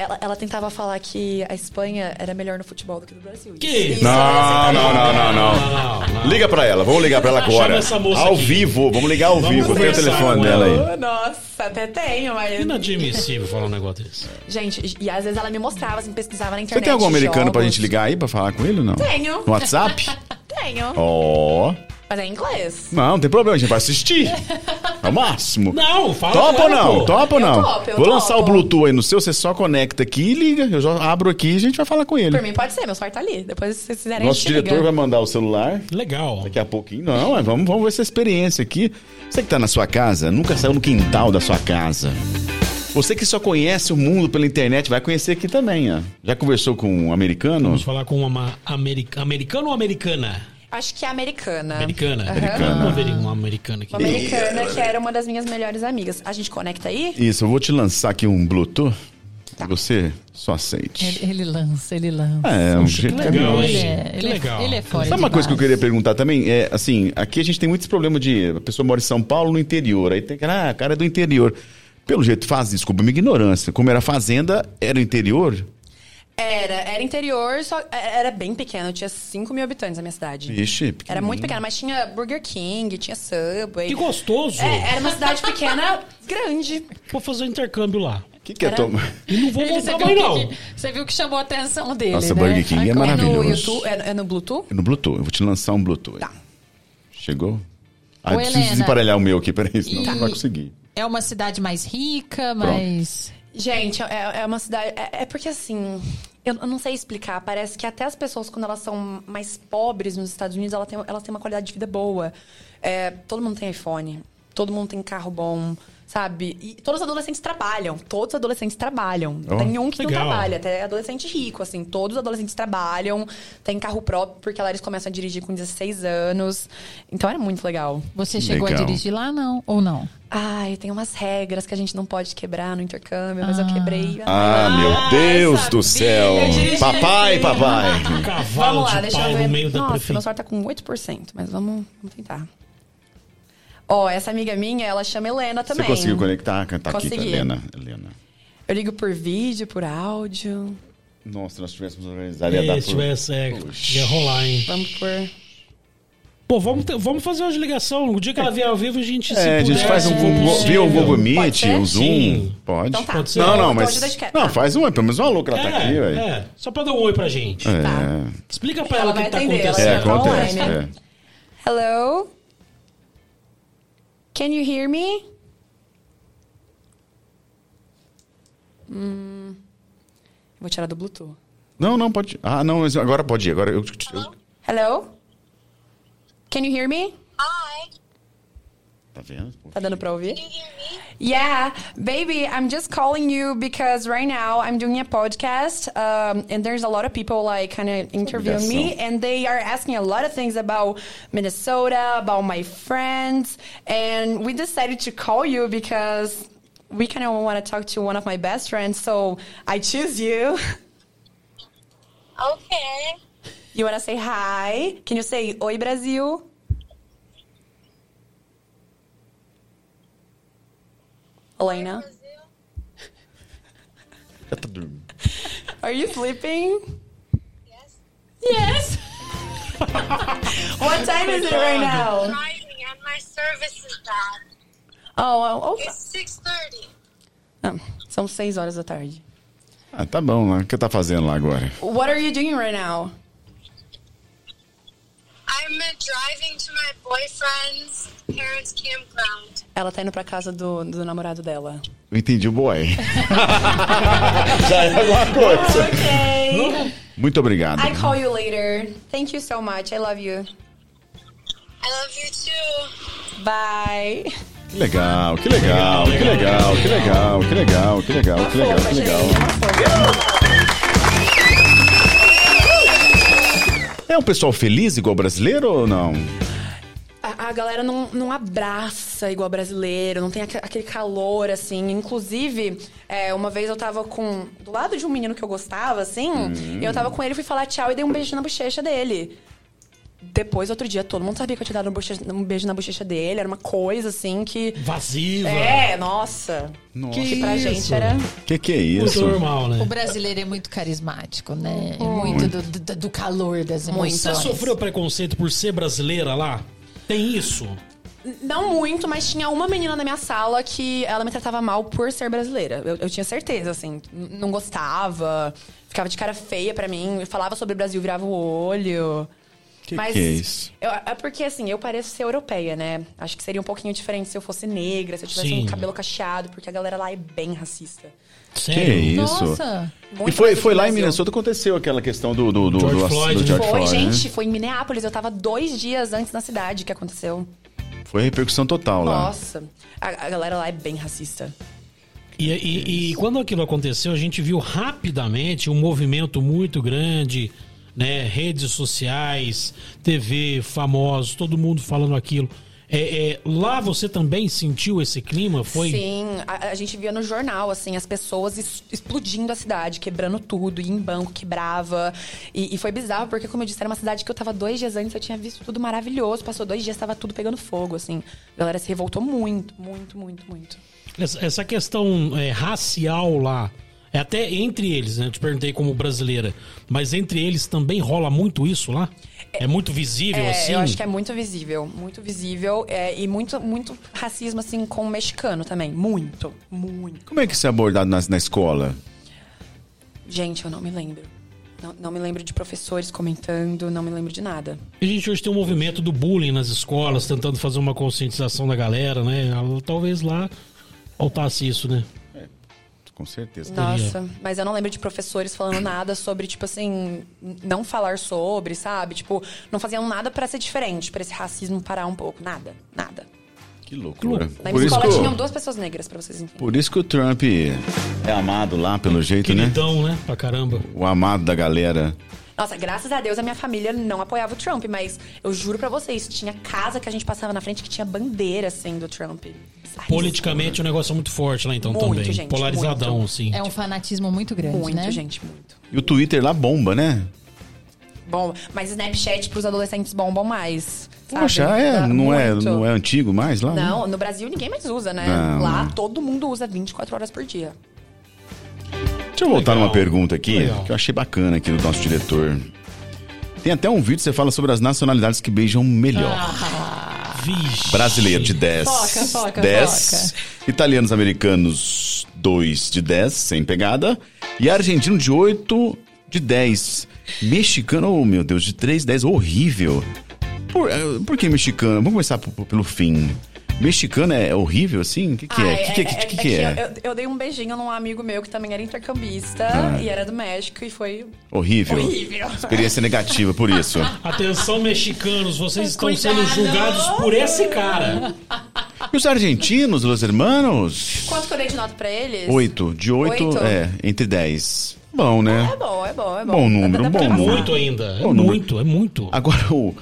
[SPEAKER 3] Eu-
[SPEAKER 4] ela, ela tentava falar que a Espanha era melhor no futebol do que no Brasil.
[SPEAKER 2] Que
[SPEAKER 4] Isso, é tá
[SPEAKER 2] isso?
[SPEAKER 1] Não,
[SPEAKER 4] ela
[SPEAKER 1] não,
[SPEAKER 4] aceitava.
[SPEAKER 1] não, não, não.
[SPEAKER 2] não, não.
[SPEAKER 1] Liga pra ela, vamos ligar pra ela
[SPEAKER 2] Chama
[SPEAKER 1] agora.
[SPEAKER 2] essa moça
[SPEAKER 1] Ao
[SPEAKER 2] aqui.
[SPEAKER 1] vivo, vamos ligar ao
[SPEAKER 2] Vamos
[SPEAKER 1] vivo. Tem o
[SPEAKER 2] conversar
[SPEAKER 1] telefone
[SPEAKER 2] com
[SPEAKER 1] dela aí.
[SPEAKER 4] Oh, Nossa, até tenho, mas...
[SPEAKER 2] Inadmissível falar um negócio desse.
[SPEAKER 4] Gente, e às vezes ela me mostrava, assim, pesquisava na internet.
[SPEAKER 1] Você tem algum americano pra
[SPEAKER 4] jogos.
[SPEAKER 1] gente ligar aí pra falar com ele ou não?
[SPEAKER 4] Tenho.
[SPEAKER 1] No WhatsApp?
[SPEAKER 4] Tenho.
[SPEAKER 1] Ó.
[SPEAKER 4] Mas é em inglês.
[SPEAKER 1] Não, não tem problema, a gente vai assistir. É o máximo.
[SPEAKER 2] Não, fala.
[SPEAKER 1] Topa ou
[SPEAKER 2] agora,
[SPEAKER 1] não?
[SPEAKER 2] pô.
[SPEAKER 1] Topa ou
[SPEAKER 4] Eu
[SPEAKER 1] não?
[SPEAKER 4] topo, eu
[SPEAKER 1] Vou lançar o
[SPEAKER 4] topo.
[SPEAKER 1] Bluetooth aí no seu, você só conecta aqui e liga. Eu já abro aqui e a gente vai falar com ele.
[SPEAKER 4] Por mim pode ser, meu celular tá ali. Depois se vocês quiserem,
[SPEAKER 1] Nosso
[SPEAKER 4] a gente
[SPEAKER 1] diretor
[SPEAKER 4] liga.
[SPEAKER 1] vai mandar o celular.
[SPEAKER 2] Legal.
[SPEAKER 1] Daqui a pouquinho, não, mas vamos, vamos ver essa experiência aqui. Você que tá na sua casa, nunca saiu no quintal da sua casa. Você que só conhece o mundo pela internet, vai conhecer aqui também, ó. Já conversou com um americano?
[SPEAKER 2] Vamos falar com uma ma- america- americana ou americana?
[SPEAKER 4] Acho que é americana.
[SPEAKER 2] Americana.
[SPEAKER 1] Americana.
[SPEAKER 2] Vamos ver uma americana aqui.
[SPEAKER 4] Uma americana que era uma das minhas melhores amigas. A gente conecta aí?
[SPEAKER 1] Isso, eu vou te lançar aqui um Bluetooth. Você só aceite.
[SPEAKER 3] Ele, ele lança, ele lança.
[SPEAKER 1] É, um jeito
[SPEAKER 2] legal,
[SPEAKER 1] carinhoso.
[SPEAKER 2] hein?
[SPEAKER 3] Ele é,
[SPEAKER 2] Que
[SPEAKER 3] ele é-
[SPEAKER 2] legal.
[SPEAKER 3] ele é fora
[SPEAKER 1] Sabe
[SPEAKER 3] de
[SPEAKER 1] uma coisa que eu
[SPEAKER 3] base.
[SPEAKER 1] queria perguntar também? É, assim, aqui a gente tem muitos problemas de. A pessoa mora em São Paulo, no interior. Aí tem que. Ah, cara é do interior. Pelo jeito, faz. Desculpa a minha ignorância. Como era fazenda, era interior?
[SPEAKER 4] Era, era interior, só é, era bem pequeno. Tinha 5 mil habitantes na minha cidade.
[SPEAKER 1] Vixe.
[SPEAKER 4] Era muito pequeno, mas tinha Burger King, tinha Subway.
[SPEAKER 2] Que gostoso.
[SPEAKER 4] É, era uma cidade pequena, grande.
[SPEAKER 2] Vou fazer um intercâmbio lá.
[SPEAKER 1] O que, que é tomar?
[SPEAKER 2] E não vou
[SPEAKER 3] Ele-
[SPEAKER 2] voltar mais, não.
[SPEAKER 3] que, você viu que chamou a atenção dele,
[SPEAKER 1] Nossa,
[SPEAKER 3] né?
[SPEAKER 1] Burger King é
[SPEAKER 3] Agora-
[SPEAKER 4] É no
[SPEAKER 1] Maravilhoso.
[SPEAKER 4] YouTube, é, é no Bluetooth?
[SPEAKER 1] No Bluetooth. Eu vou te lançar um Bluetooth.
[SPEAKER 4] Tá.
[SPEAKER 1] Chegou? Ah,
[SPEAKER 3] Ô,
[SPEAKER 1] eu preciso
[SPEAKER 3] Helena.
[SPEAKER 1] desemparelhar o meu aqui, peraí, senão
[SPEAKER 3] E-
[SPEAKER 1] não vai conseguir.
[SPEAKER 3] É uma cidade mais rica, mas...
[SPEAKER 4] Gente, é, é uma cidade. É, é porque assim. Eu eu não sei explicar. Parece que até as pessoas, quando elas são mais pobres nos Estados Unidos, elas têm, elas têm uma qualidade de vida boa. É, todo mundo tem iPhone. Todo mundo tem carro bom, sabe? E todos os adolescentes trabalham. Todos os adolescentes trabalham.
[SPEAKER 1] Ó,
[SPEAKER 4] Não tem um que
[SPEAKER 2] legal.
[SPEAKER 4] não trabalha. Até adolescente rico, assim. Todos os adolescentes trabalham. Tem carro próprio, porque lá eles começam a dirigir com 16 anos. Então era muito legal.
[SPEAKER 3] Você chegou
[SPEAKER 1] Legal.
[SPEAKER 3] a dirigir lá, não? Ou não?
[SPEAKER 4] Ai, tem umas regras que a gente não pode quebrar no intercâmbio, mas eu quebrei.
[SPEAKER 1] Ah, meu
[SPEAKER 3] Ah,
[SPEAKER 1] Deus
[SPEAKER 3] sabia,
[SPEAKER 1] do céu.
[SPEAKER 3] eu dirigi.
[SPEAKER 1] Papai, papai.
[SPEAKER 2] Um cavalo de pau no meio da
[SPEAKER 4] Nossa, meu
[SPEAKER 2] prefeitura.
[SPEAKER 4] celular tá com 8%, mas vamos, vamos tentar. Ó, essa amiga minha, ela chama Helena
[SPEAKER 1] Você
[SPEAKER 4] também.
[SPEAKER 1] conseguiu conectar? Tá aqui, tá,
[SPEAKER 4] Consegui.
[SPEAKER 1] Helena. Helena.
[SPEAKER 4] Eu ligo por vídeo, por áudio.
[SPEAKER 1] Nossa, nós tivéssemos organizado, ia dar
[SPEAKER 2] É,
[SPEAKER 1] pro-
[SPEAKER 2] Se tivesse, é,
[SPEAKER 1] Puxa.
[SPEAKER 2] ia rolar, hein?
[SPEAKER 4] Vamos por.
[SPEAKER 2] Pô, vamos, ter- vamos fazer uma ligação. O dia que ela vier ao vivo, a gente se
[SPEAKER 1] É, a gente
[SPEAKER 2] puder,
[SPEAKER 1] faz um
[SPEAKER 2] se
[SPEAKER 1] Google,
[SPEAKER 2] possível.
[SPEAKER 1] vê o Google Meet,
[SPEAKER 4] Pode ser?
[SPEAKER 1] um Zoom.
[SPEAKER 2] Sim.
[SPEAKER 1] Pode.
[SPEAKER 4] Então tá.
[SPEAKER 2] Pode ser.
[SPEAKER 1] Não, não,
[SPEAKER 4] Então
[SPEAKER 1] mas.
[SPEAKER 4] ajuda de quebra.
[SPEAKER 1] Não, faz um, pelo menos uma louca, ela tá aqui,
[SPEAKER 2] É,
[SPEAKER 1] velho.
[SPEAKER 2] é, só pra dar um oi pra gente.
[SPEAKER 1] É.
[SPEAKER 4] Tá.
[SPEAKER 2] Explica pra ela
[SPEAKER 4] Ela
[SPEAKER 2] o que, que
[SPEAKER 4] vai
[SPEAKER 2] tá
[SPEAKER 4] atender, ela
[SPEAKER 1] É,
[SPEAKER 2] acontecendo.
[SPEAKER 4] vai
[SPEAKER 1] acontece.
[SPEAKER 4] online,
[SPEAKER 1] É.
[SPEAKER 4] né? Hello? Can you hear me? Hum, Vou tirar do Bluetooth.
[SPEAKER 1] Não, não, pode. Ah, não, mas agora pode ir. Agora eu.
[SPEAKER 4] Hello? Can you hear me?
[SPEAKER 5] Hi,
[SPEAKER 1] Tá vendo?
[SPEAKER 4] Tá dando pra ouvir?
[SPEAKER 5] can you hear me?
[SPEAKER 4] Yeah, baby, I'm just calling you because right now I'm doing a podcast, um, and there's a lot of people like kind of interviewing me,
[SPEAKER 1] Obrigação.
[SPEAKER 4] and they are asking a lot of things about Minnesota, about my friends, and we decided to call you because we kind of want to talk to one of my best friends. So I choose you.
[SPEAKER 5] Okay.
[SPEAKER 4] You want to say hi? Can you say Oi Brasil? Elena,
[SPEAKER 5] Brazil.
[SPEAKER 1] Ela tá dormindo.
[SPEAKER 4] are you sleeping?
[SPEAKER 5] Yes.
[SPEAKER 4] Yes. what time is it right now?
[SPEAKER 5] Driving and my service is bad.
[SPEAKER 4] Oh, oh,
[SPEAKER 5] It's six thirty.
[SPEAKER 4] oh. São seis horas da tarde.
[SPEAKER 1] Ah, tá bom, né? O que tá fazendo lá agora?
[SPEAKER 4] What are you doing right now?
[SPEAKER 5] I'm uh, driving to my boyfriend's parents' campground.
[SPEAKER 4] Ela tá indo pra casa do, do namorado dela.
[SPEAKER 1] Eu entendi o boy. Já é alguma coisa.
[SPEAKER 4] Okay.
[SPEAKER 1] Muito obrigado.
[SPEAKER 4] I call you later. Thank you so much. I love you.
[SPEAKER 5] I love you too.
[SPEAKER 4] Bye.
[SPEAKER 1] Que legal, que legal, que legal, que legal, que legal, que legal, que legal, que legal. É um pessoal feliz igual brasileiro ou não?
[SPEAKER 4] A, a galera não, não abraça igual brasileiro, não tem aque- aquele calor, assim. Inclusive, é, uma vez eu tava com. Do lado de um menino que eu gostava, assim, e eu tava com ele, fui falar tchau e dei um beijo na bochecha dele. Depois, outro dia, todo mundo sabia que eu tinha dado um, bochecha- um beijo na bochecha dele, era uma coisa assim que.
[SPEAKER 2] Vaziva.
[SPEAKER 4] É, nossa.
[SPEAKER 1] Nossa.
[SPEAKER 4] Que pra
[SPEAKER 2] Isso.
[SPEAKER 4] gente era.
[SPEAKER 1] Que que é
[SPEAKER 2] Muito
[SPEAKER 1] isso?
[SPEAKER 2] normal, né?
[SPEAKER 3] O brasileiro é muito carismático, né? É muito do, do- do calor das emoções.
[SPEAKER 2] Você sofreu preconceito por ser brasileira lá? Tem isso?
[SPEAKER 4] Não muito, mas tinha uma menina na minha sala que ela me tratava mal por ser brasileira. Eu, eu tinha certeza, assim. n- Não gostava, ficava de cara feia pra mim, falava sobre o Brasil, virava o olho.
[SPEAKER 1] Que que é isso?
[SPEAKER 4] eu- é porque, assim, eu pareço ser europeia, né? Acho que seria um pouquinho diferente se eu fosse negra, se eu tivesse
[SPEAKER 2] Sim.
[SPEAKER 4] um cabelo cacheado, porque a galera lá é bem racista.
[SPEAKER 1] Que
[SPEAKER 2] Sério?
[SPEAKER 1] é isso?
[SPEAKER 3] Nossa!
[SPEAKER 1] E
[SPEAKER 4] Muito
[SPEAKER 1] foi,
[SPEAKER 4] mais do
[SPEAKER 1] foi lá
[SPEAKER 4] que o
[SPEAKER 1] em
[SPEAKER 4] Brasil.
[SPEAKER 1] Minnesota aconteceu aquela questão do, do, do,
[SPEAKER 2] George
[SPEAKER 1] do,
[SPEAKER 2] Floyd,
[SPEAKER 1] do
[SPEAKER 2] né?
[SPEAKER 1] George
[SPEAKER 4] Foi,
[SPEAKER 1] Floyd, né?
[SPEAKER 4] gente, foi em Minneapolis. Eu tava dois dias antes na cidade que aconteceu.
[SPEAKER 1] Foi repercussão total lá.
[SPEAKER 4] Nossa, a- a galera lá é bem racista.
[SPEAKER 2] E, e- e quando aquilo aconteceu, a gente viu rapidamente um movimento muito grande, né? Redes sociais, TV, famosos, todo mundo falando aquilo. É, é, lá você também sentiu esse clima? Foi?
[SPEAKER 4] Sim, a, a gente via no jornal, assim, as pessoas es- explodindo a cidade, quebrando tudo, ia em banco, quebrava. E, e foi bizarro, porque, como eu disse, era uma cidade que eu tava dois dias antes, eu tinha visto tudo maravilhoso. Passou dois dias, tava tudo pegando fogo, assim. A galera se revoltou muito, muito, muito, muito.
[SPEAKER 2] Essa, essa questão é, racial lá, é até entre eles, né? Eu te perguntei como brasileira, mas entre eles também rola muito isso lá? É muito visível
[SPEAKER 4] É,
[SPEAKER 2] assim?
[SPEAKER 4] eu acho que é muito visível, muito visível. é, e muito, muito racismo, assim, com o mexicano também. Muito, muito.
[SPEAKER 1] Como é que isso é abordado na, na escola?
[SPEAKER 4] Gente, eu não me lembro. Não, não me lembro de professores comentando, não me lembro de nada.
[SPEAKER 2] A gente hoje tem um movimento do bullying nas escolas, tentando fazer uma
[SPEAKER 1] Né?
[SPEAKER 2] conscientização da galera, né? Talvez lá faltasse isso, né?
[SPEAKER 1] com certeza.
[SPEAKER 4] Nossa, mas eu não lembro de professores falando nada sobre, tipo assim, não falar sobre, sabe? Tipo, não faziam nada pra ser diferente, pra esse racismo parar um pouco. Nada, nada.
[SPEAKER 1] Que loucura. Por
[SPEAKER 4] Na minha
[SPEAKER 1] isso,
[SPEAKER 4] escola tinham
[SPEAKER 1] que,
[SPEAKER 4] duas pessoas negras, pra vocês entenderem.
[SPEAKER 1] por isso que o Trump é amado lá, pelo jeito, né?
[SPEAKER 2] Queridão, né? Pra caramba.
[SPEAKER 1] O amado da galera.
[SPEAKER 4] Nossa, graças a Deus a minha família não apoiava o Trump, mas eu juro pra vocês, tinha casa que a gente passava na frente que tinha bandeira, assim, do Trump. Bizarríssimo.
[SPEAKER 2] Politicamente o negócio é muito forte lá então
[SPEAKER 4] Muito,
[SPEAKER 2] também.
[SPEAKER 4] gente,
[SPEAKER 2] Polarizadão,
[SPEAKER 4] muito.
[SPEAKER 2] assim.
[SPEAKER 3] É um fanatismo muito grande,
[SPEAKER 4] é Muito,
[SPEAKER 3] né?
[SPEAKER 4] gente, muito.
[SPEAKER 1] E o Twitter lá bomba, né?
[SPEAKER 4] Bom, mas Snapchat pros adolescentes bombam mais. Sabe?
[SPEAKER 1] Poxa, é,
[SPEAKER 4] Dá
[SPEAKER 1] não, é,
[SPEAKER 4] muito.
[SPEAKER 1] não é antigo mais lá? né?
[SPEAKER 4] Não, no Brasil ninguém mais usa, né?
[SPEAKER 1] Não.
[SPEAKER 4] Lá todo mundo usa 24 horas por dia.
[SPEAKER 1] Deixa eu voltar
[SPEAKER 2] Legal.
[SPEAKER 1] numa pergunta aqui,
[SPEAKER 2] Legal.
[SPEAKER 1] que eu achei bacana aqui do nosso diretor. Tem até um vídeo que você fala sobre as nacionalidades que beijam melhor.
[SPEAKER 2] Vixe.
[SPEAKER 1] Brasileiro de 10.
[SPEAKER 3] Foca, foca,
[SPEAKER 1] 10. Italianos americanos 2 de 10, sem pegada. E argentino de 8 de 10. Mexicano, oh meu Deus, de 3 10, horrível. Por, eh, por que mexicano? Vamos começar p- p- pelo fim. Mexicano é horrível assim? O que, que é?
[SPEAKER 4] Ai,
[SPEAKER 1] O que, que, que, que, que
[SPEAKER 4] eu-
[SPEAKER 1] é?
[SPEAKER 4] Eu, eu dei um beijinho num amigo meu que também era intercambista
[SPEAKER 1] Ah.
[SPEAKER 4] e era do México e foi
[SPEAKER 1] Horrível.
[SPEAKER 4] horrível.
[SPEAKER 1] Experiência negativa, por isso.
[SPEAKER 2] Atenção, mexicanos, vocês estão
[SPEAKER 3] Cuidado.
[SPEAKER 2] sendo julgados por esse cara.
[SPEAKER 1] E os argentinos, os hermanos?
[SPEAKER 4] Quanto que eu dei de nota pra eles?
[SPEAKER 1] 8. De 8,
[SPEAKER 4] Oito?
[SPEAKER 1] é, entre 10. Bom, né?
[SPEAKER 4] É bom, é bom, é bom.
[SPEAKER 1] Bom número,
[SPEAKER 4] Dá pra
[SPEAKER 1] bom
[SPEAKER 4] passar.
[SPEAKER 1] número.
[SPEAKER 2] Muito ainda. É
[SPEAKER 1] Ô, número-
[SPEAKER 2] muito, é muito.
[SPEAKER 1] Agora o,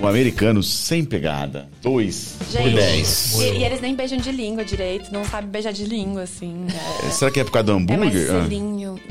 [SPEAKER 1] o americano sem pegada. Dois por
[SPEAKER 4] Gente,
[SPEAKER 1] dez.
[SPEAKER 4] E, e eles nem beijam de língua direito, não sabem beijar de língua, assim. É,
[SPEAKER 1] Será que é por causa do
[SPEAKER 4] é mais
[SPEAKER 1] hambúrguer? Ah.
[SPEAKER 4] selinho.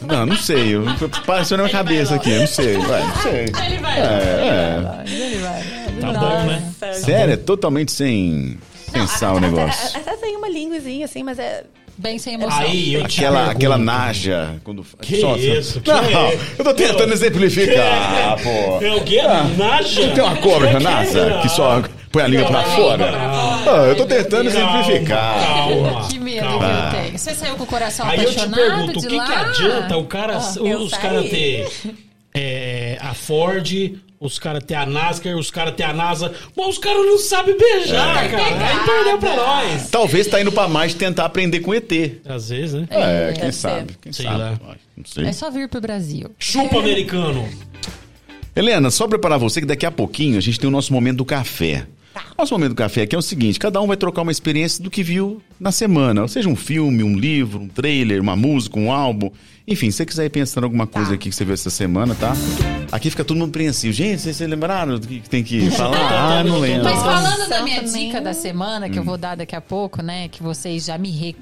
[SPEAKER 1] Não, não sei. Eu, passou na minha cabeça aqui. Não sei. Vai, não sei.
[SPEAKER 3] Ele vai.
[SPEAKER 1] É, é.
[SPEAKER 3] Ele vai. Ele
[SPEAKER 2] Tá
[SPEAKER 3] vai.
[SPEAKER 2] bom, né?
[SPEAKER 1] Sério, é totalmente sem pensar é o negócio.
[SPEAKER 4] Até, até tem uma linguazinha, assim, mas é...
[SPEAKER 3] Bem sem emoção.
[SPEAKER 2] Aí eu te
[SPEAKER 1] Aquela,
[SPEAKER 2] pergunto.
[SPEAKER 1] aquela naja. Quando...
[SPEAKER 2] Que isso, que
[SPEAKER 1] não,
[SPEAKER 2] isso.
[SPEAKER 1] eu tô tentando
[SPEAKER 2] Não.
[SPEAKER 1] exemplificar, pô. Ah,
[SPEAKER 2] É o quê? Naja? É
[SPEAKER 1] Tem uma cobra na NASA que só põe a língua pra fora. Ah, eu tô tentando
[SPEAKER 2] Calma,
[SPEAKER 1] exemplificar.
[SPEAKER 2] calma,
[SPEAKER 3] Que medo
[SPEAKER 2] calma.
[SPEAKER 3] que eu tenho. Você saiu com o coração
[SPEAKER 2] Aí eu te
[SPEAKER 3] apaixonado
[SPEAKER 2] pergunto, o
[SPEAKER 3] de
[SPEAKER 2] que,
[SPEAKER 3] lá?
[SPEAKER 2] que adianta o cara,
[SPEAKER 4] eu
[SPEAKER 2] os
[SPEAKER 4] saí.
[SPEAKER 2] caras ter é, a Ford, os caras ter a NASCAR, os caras ter a NASA, mas os caras não sabem beijar, cara. Aí perdeu pra nós.
[SPEAKER 1] Talvez tá indo pra mais tentar aprender com ET.
[SPEAKER 2] Às vezes, né?
[SPEAKER 1] É, quem
[SPEAKER 4] deve
[SPEAKER 1] sabe, quem
[SPEAKER 2] Sei
[SPEAKER 1] sabe.
[SPEAKER 2] lá.
[SPEAKER 1] Ai, Não sei.
[SPEAKER 3] É só vir pro Brasil.
[SPEAKER 2] Chupa americano.
[SPEAKER 1] Helena, só preparar você que daqui a pouquinho a gente tem o nosso momento do café. Nosso momento do café aqui é o seguinte: cada um vai trocar uma experiência do que viu na semana. Ou seja, um filme, um livro, um trailer, uma música, um álbum. Enfim, se você quiser ir pensando em alguma coisa aqui que você viu essa semana, tá? Aqui fica todo mundo apreensivo. Gente, vocês vocês lembraram do que que tem que falar? Ah, não lembro.
[SPEAKER 3] Mas falando da
[SPEAKER 4] Nossa,
[SPEAKER 3] minha
[SPEAKER 4] também.
[SPEAKER 3] dica da semana, que eu
[SPEAKER 1] Hum.
[SPEAKER 3] vou dar daqui a pouco, né? Que vocês já me, re-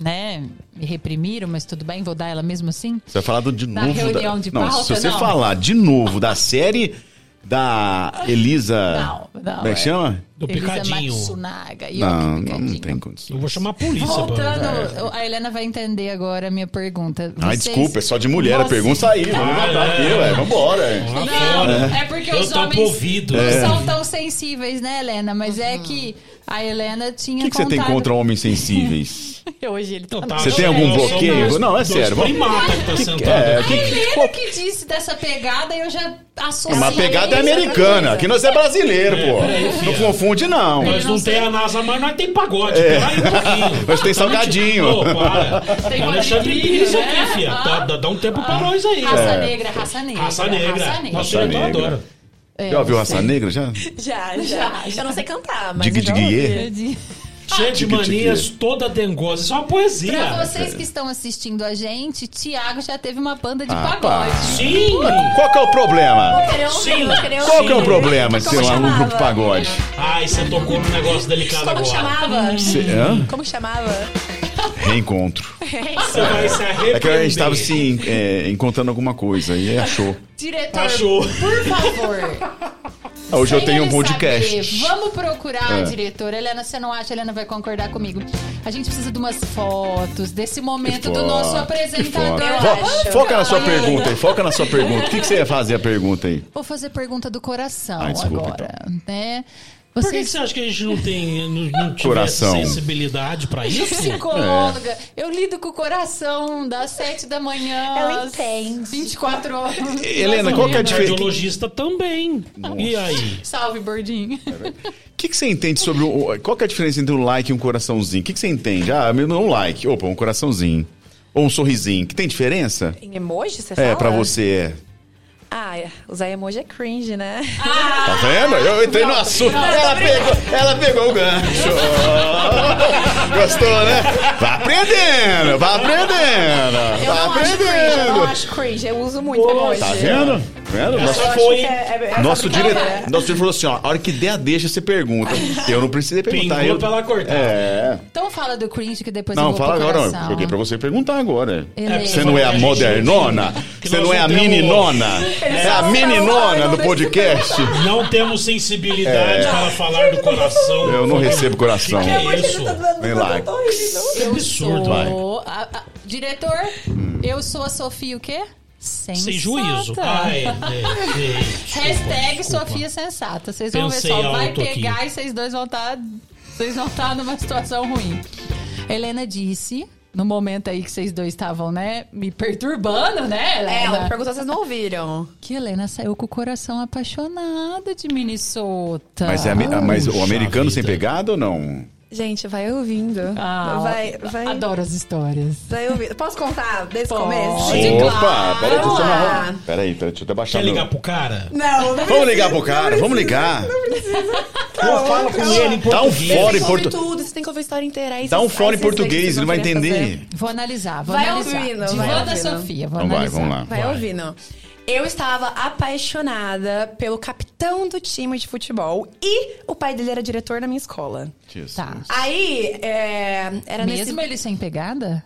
[SPEAKER 3] né, me reprimiram, mas tudo bem, vou dar ela mesmo assim.
[SPEAKER 1] Você vai falar do de
[SPEAKER 3] Na
[SPEAKER 1] novo.
[SPEAKER 3] reunião
[SPEAKER 1] da...
[SPEAKER 3] de
[SPEAKER 1] não,
[SPEAKER 3] pauta,
[SPEAKER 1] se você
[SPEAKER 3] não.
[SPEAKER 1] falar de novo da série da Elisa.
[SPEAKER 3] Não, não,
[SPEAKER 1] Como é
[SPEAKER 3] é.
[SPEAKER 1] que chama?
[SPEAKER 2] Do
[SPEAKER 3] Elisa
[SPEAKER 2] picadinho.
[SPEAKER 3] Matsunaga. E
[SPEAKER 1] Não,
[SPEAKER 3] olha que
[SPEAKER 1] não, não
[SPEAKER 3] picadinho.
[SPEAKER 1] tem condição.
[SPEAKER 2] Eu vou chamar a polícia, pra-
[SPEAKER 3] Voltando, a Helena vai entender agora a minha pergunta.
[SPEAKER 1] Ai,
[SPEAKER 3] Vocês-
[SPEAKER 1] desculpa, é só de mulher a
[SPEAKER 3] Vocês-
[SPEAKER 1] pergunta. Sai, aí, vamos matar
[SPEAKER 2] é.
[SPEAKER 1] aqui, ué. Vambora.
[SPEAKER 2] Lá
[SPEAKER 3] Não,
[SPEAKER 2] fora.
[SPEAKER 3] é porque
[SPEAKER 2] eu
[SPEAKER 3] os
[SPEAKER 2] topo
[SPEAKER 3] homens
[SPEAKER 2] ouvido.
[SPEAKER 3] não
[SPEAKER 2] É.
[SPEAKER 3] são tão sensíveis, né, Helena? Mas é que a Helena
[SPEAKER 1] O
[SPEAKER 3] tinha
[SPEAKER 1] que, que você tem
[SPEAKER 3] contado-
[SPEAKER 1] contra homens sensíveis?
[SPEAKER 4] Hoje ele
[SPEAKER 2] Então tá,
[SPEAKER 1] Você
[SPEAKER 2] eu-
[SPEAKER 1] tem algum
[SPEAKER 2] eu sou
[SPEAKER 1] bloqueio?
[SPEAKER 2] dois-
[SPEAKER 1] Não, é
[SPEAKER 2] dois
[SPEAKER 1] sério, vamos-
[SPEAKER 2] primata que tá sentado
[SPEAKER 1] É, o
[SPEAKER 2] aqui.
[SPEAKER 1] que,
[SPEAKER 3] A
[SPEAKER 1] que-
[SPEAKER 3] Helena
[SPEAKER 1] qual-
[SPEAKER 3] que disse dessa pegada, eu já associei.
[SPEAKER 1] Mas a pegada é
[SPEAKER 3] isso.
[SPEAKER 1] americana, aqui nós é brasileiro,
[SPEAKER 2] peraí, É,
[SPEAKER 1] pô. Não
[SPEAKER 2] fia.
[SPEAKER 1] confunde, não.
[SPEAKER 2] Nós não,
[SPEAKER 3] não
[SPEAKER 2] tem
[SPEAKER 3] sei.
[SPEAKER 2] a NASA, mas nós tem pagode.
[SPEAKER 1] É.
[SPEAKER 2] Pera aí um pouquinho.
[SPEAKER 1] Mas tem salgadinho.
[SPEAKER 2] Ô, para.
[SPEAKER 3] Tem
[SPEAKER 2] Alexandre
[SPEAKER 3] bolinho,
[SPEAKER 2] Pires
[SPEAKER 3] né?
[SPEAKER 2] aqui, fia.
[SPEAKER 3] Ah.
[SPEAKER 2] Dá, dá- dá um tempo pra nós aí.
[SPEAKER 3] Raça
[SPEAKER 2] É.
[SPEAKER 3] negra, raça negra.
[SPEAKER 2] Raça negra. Nosso
[SPEAKER 1] Raça
[SPEAKER 2] diretor
[SPEAKER 1] negra.
[SPEAKER 2] adora.
[SPEAKER 3] É,
[SPEAKER 1] Já ouviu
[SPEAKER 3] eu
[SPEAKER 1] Raça
[SPEAKER 3] sei.
[SPEAKER 1] Negra? Já?
[SPEAKER 4] Já, já, Eu não sei cantar, mas.
[SPEAKER 1] Diga,
[SPEAKER 4] eu já
[SPEAKER 1] diga,
[SPEAKER 4] ouvi.
[SPEAKER 1] iê.
[SPEAKER 2] Cheio de
[SPEAKER 1] tique, tique.
[SPEAKER 2] manias, toda dengosa. Isso é uma
[SPEAKER 3] Pra
[SPEAKER 2] poesia.
[SPEAKER 3] vocês que estão assistindo a gente, Tiago já teve uma banda de
[SPEAKER 1] Ah,
[SPEAKER 3] pagode.
[SPEAKER 2] Sim!
[SPEAKER 1] Qual que é o problema?
[SPEAKER 4] Queria ouvir,
[SPEAKER 2] Sim.
[SPEAKER 4] eu queria
[SPEAKER 1] Qual
[SPEAKER 4] ouvir.
[SPEAKER 1] que é o problema de ser
[SPEAKER 4] Como
[SPEAKER 1] um
[SPEAKER 4] chamava?
[SPEAKER 1] grupo pagode?
[SPEAKER 2] Ai, você tocou num negócio delicado
[SPEAKER 4] Como que
[SPEAKER 2] agora.
[SPEAKER 4] chamava?
[SPEAKER 1] Cê- hã?
[SPEAKER 4] Como que chamava?
[SPEAKER 1] Reencontro.
[SPEAKER 2] Você vai se arrepender.
[SPEAKER 1] É que a gente tava assim, é, encontrando alguma coisa e achou.
[SPEAKER 3] Diretor,
[SPEAKER 2] Achou.
[SPEAKER 3] por favor.
[SPEAKER 1] Ah, Hoje eu
[SPEAKER 3] sem
[SPEAKER 1] tenho um
[SPEAKER 3] ele
[SPEAKER 1] podcast.
[SPEAKER 3] saber, Vamos procurar
[SPEAKER 1] É.
[SPEAKER 3] a diretora. Helena, você não acha? Helena vai concordar comigo. A gente precisa de umas fotos desse momento do nosso
[SPEAKER 1] Foto, que
[SPEAKER 3] apresentador.
[SPEAKER 1] foto.
[SPEAKER 3] tá
[SPEAKER 4] eu
[SPEAKER 1] Fo-
[SPEAKER 4] acho.
[SPEAKER 1] Foca na sua
[SPEAKER 3] Vamos,
[SPEAKER 1] pergunta aí, foca na sua pergunta. O que, que você ia fazer a pergunta aí?
[SPEAKER 3] Vou fazer pergunta do coração
[SPEAKER 1] Ah, desculpa,
[SPEAKER 3] agora, né?
[SPEAKER 2] Por que,
[SPEAKER 3] Vocês-
[SPEAKER 2] que você acha que a gente não tem não, não tive
[SPEAKER 1] Coração.
[SPEAKER 2] essa sensibilidade pra
[SPEAKER 1] É.
[SPEAKER 3] Eu
[SPEAKER 2] isso?
[SPEAKER 3] sou psicóloga. Eu lido com o coração das 7 da manhã.
[SPEAKER 4] Ela
[SPEAKER 3] às
[SPEAKER 4] entende.
[SPEAKER 3] 24 horas.
[SPEAKER 1] Helena,
[SPEAKER 3] Mais ou
[SPEAKER 1] qual que é a
[SPEAKER 2] O
[SPEAKER 3] menos.
[SPEAKER 1] diferença?
[SPEAKER 2] cardiologista também. E aí?
[SPEAKER 3] Salve, Bordinho.
[SPEAKER 1] O que, que você entende sobre o. Qual que é a diferença entre um like e um coraçãozinho? O que, que você entende? Ah, mesmo um like. Opa, um coraçãozinho. Ou um sorrisinho. Que tem diferença?
[SPEAKER 4] Em emoji, você
[SPEAKER 1] É,
[SPEAKER 4] fala?
[SPEAKER 1] pra você. é.
[SPEAKER 4] Ah, é. usar emoji é cringe, né?
[SPEAKER 1] Tá vendo? Eu entrei no assunto. Ela pegou, ela pegou o gancho. Gostou, né? Vai aprendendo, vai aprendendo. Vai
[SPEAKER 4] eu não acho cringe, eu não
[SPEAKER 1] aprendendo.
[SPEAKER 4] acho cringe. Eu uso muito emoji.
[SPEAKER 1] Tá vendo? Vendo?
[SPEAKER 4] Eu
[SPEAKER 1] Nosso,
[SPEAKER 4] acho
[SPEAKER 2] Foi.
[SPEAKER 4] que é- é- é
[SPEAKER 1] nosso,
[SPEAKER 4] sobre
[SPEAKER 1] diretor,
[SPEAKER 4] câmera.
[SPEAKER 1] nosso diretor falou assim: ó, a hora que der a deixa, você pergunta. Eu não precisei perguntar.
[SPEAKER 2] Pingou
[SPEAKER 1] eu...
[SPEAKER 2] pra ela cortar.
[SPEAKER 1] É.
[SPEAKER 3] Então fala do cringe que depois eu
[SPEAKER 1] Não,
[SPEAKER 3] vou
[SPEAKER 1] fala
[SPEAKER 3] pro
[SPEAKER 1] agora.
[SPEAKER 3] coração.
[SPEAKER 1] não. Porque pra você perguntar agora.
[SPEAKER 3] Ele-
[SPEAKER 1] Você não é a modernona?
[SPEAKER 2] Que
[SPEAKER 1] Você
[SPEAKER 2] nós
[SPEAKER 1] não é a
[SPEAKER 2] temos-
[SPEAKER 1] meninona? É a meninona do podcast?
[SPEAKER 2] Não temos sensibilidade
[SPEAKER 1] É.
[SPEAKER 2] para falar do coração.
[SPEAKER 1] Eu não recebo coração.
[SPEAKER 2] Que que é isso?
[SPEAKER 1] Vem lá.
[SPEAKER 2] Que absurdo.
[SPEAKER 1] vai. Hum.
[SPEAKER 3] Sou a- a- diretor, eu sou a Sofia o quê? Sensata.
[SPEAKER 2] Sem juízo. Ah, é, é, é.
[SPEAKER 3] Hashtag
[SPEAKER 2] Desculpa.
[SPEAKER 3] Sofia Sensata. Vocês vão
[SPEAKER 2] Pensei
[SPEAKER 3] ver só, vai
[SPEAKER 2] alto aqui.
[SPEAKER 3] pegar e vocês dois vão estar. vocês vão estar numa situação ruim. Helena disse, no momento aí que vocês dois estavam, né, me perturbando, né,
[SPEAKER 4] É, ela
[SPEAKER 3] Helena?
[SPEAKER 4] me perguntou se vocês não ouviram.
[SPEAKER 3] Que Helena saiu com o coração apaixonado de Minnesota.
[SPEAKER 1] Mas, é, ame- ah, mas o
[SPEAKER 2] Puxa
[SPEAKER 1] americano sem
[SPEAKER 2] vida.
[SPEAKER 1] pegada ou não?
[SPEAKER 4] Gente, vai ouvindo.
[SPEAKER 3] Ah,
[SPEAKER 4] vai, vai.
[SPEAKER 3] Adoro as histórias.
[SPEAKER 4] Vai ouvindo. Posso contar desde o
[SPEAKER 3] Pode.
[SPEAKER 4] começo?
[SPEAKER 3] Sim.
[SPEAKER 1] Opa, peraí, deixa eu
[SPEAKER 4] Vamos
[SPEAKER 1] só
[SPEAKER 4] lá.
[SPEAKER 1] na Peraí, peraí, deixa eu até baixar.
[SPEAKER 2] Quer
[SPEAKER 1] meu-
[SPEAKER 2] ligar pro cara?
[SPEAKER 4] Não, não
[SPEAKER 1] Vamos ligar pro cara, vamos ligar.
[SPEAKER 2] Eu falo com ele em
[SPEAKER 1] Dá um fora
[SPEAKER 2] português.
[SPEAKER 4] Você
[SPEAKER 1] em
[SPEAKER 4] ouve
[SPEAKER 1] portu-
[SPEAKER 4] tudo, você tem que ouvir a história inteira. aí
[SPEAKER 1] Dá
[SPEAKER 4] você-
[SPEAKER 1] um fora
[SPEAKER 4] aí
[SPEAKER 1] em
[SPEAKER 4] você-
[SPEAKER 1] português,
[SPEAKER 4] você
[SPEAKER 1] ele vai
[SPEAKER 4] queria
[SPEAKER 1] entender.
[SPEAKER 4] fazer.
[SPEAKER 3] Vou analisar, vou
[SPEAKER 4] Vai
[SPEAKER 3] analisar.
[SPEAKER 4] ouvindo,
[SPEAKER 3] De
[SPEAKER 4] vai
[SPEAKER 3] Wanda
[SPEAKER 4] ouvindo.
[SPEAKER 3] Sofia, vou
[SPEAKER 1] Então vai,
[SPEAKER 3] analisar.
[SPEAKER 1] vamos lá.
[SPEAKER 4] Vai
[SPEAKER 2] Vai.
[SPEAKER 4] ouvindo. Eu estava apaixonada pelo capitão do time de futebol e o pai dele era diretor na minha escola.
[SPEAKER 1] Jesus.
[SPEAKER 3] Tá.
[SPEAKER 4] Aí, é, era
[SPEAKER 3] Mesmo
[SPEAKER 4] nesse...
[SPEAKER 3] ele sem pegada?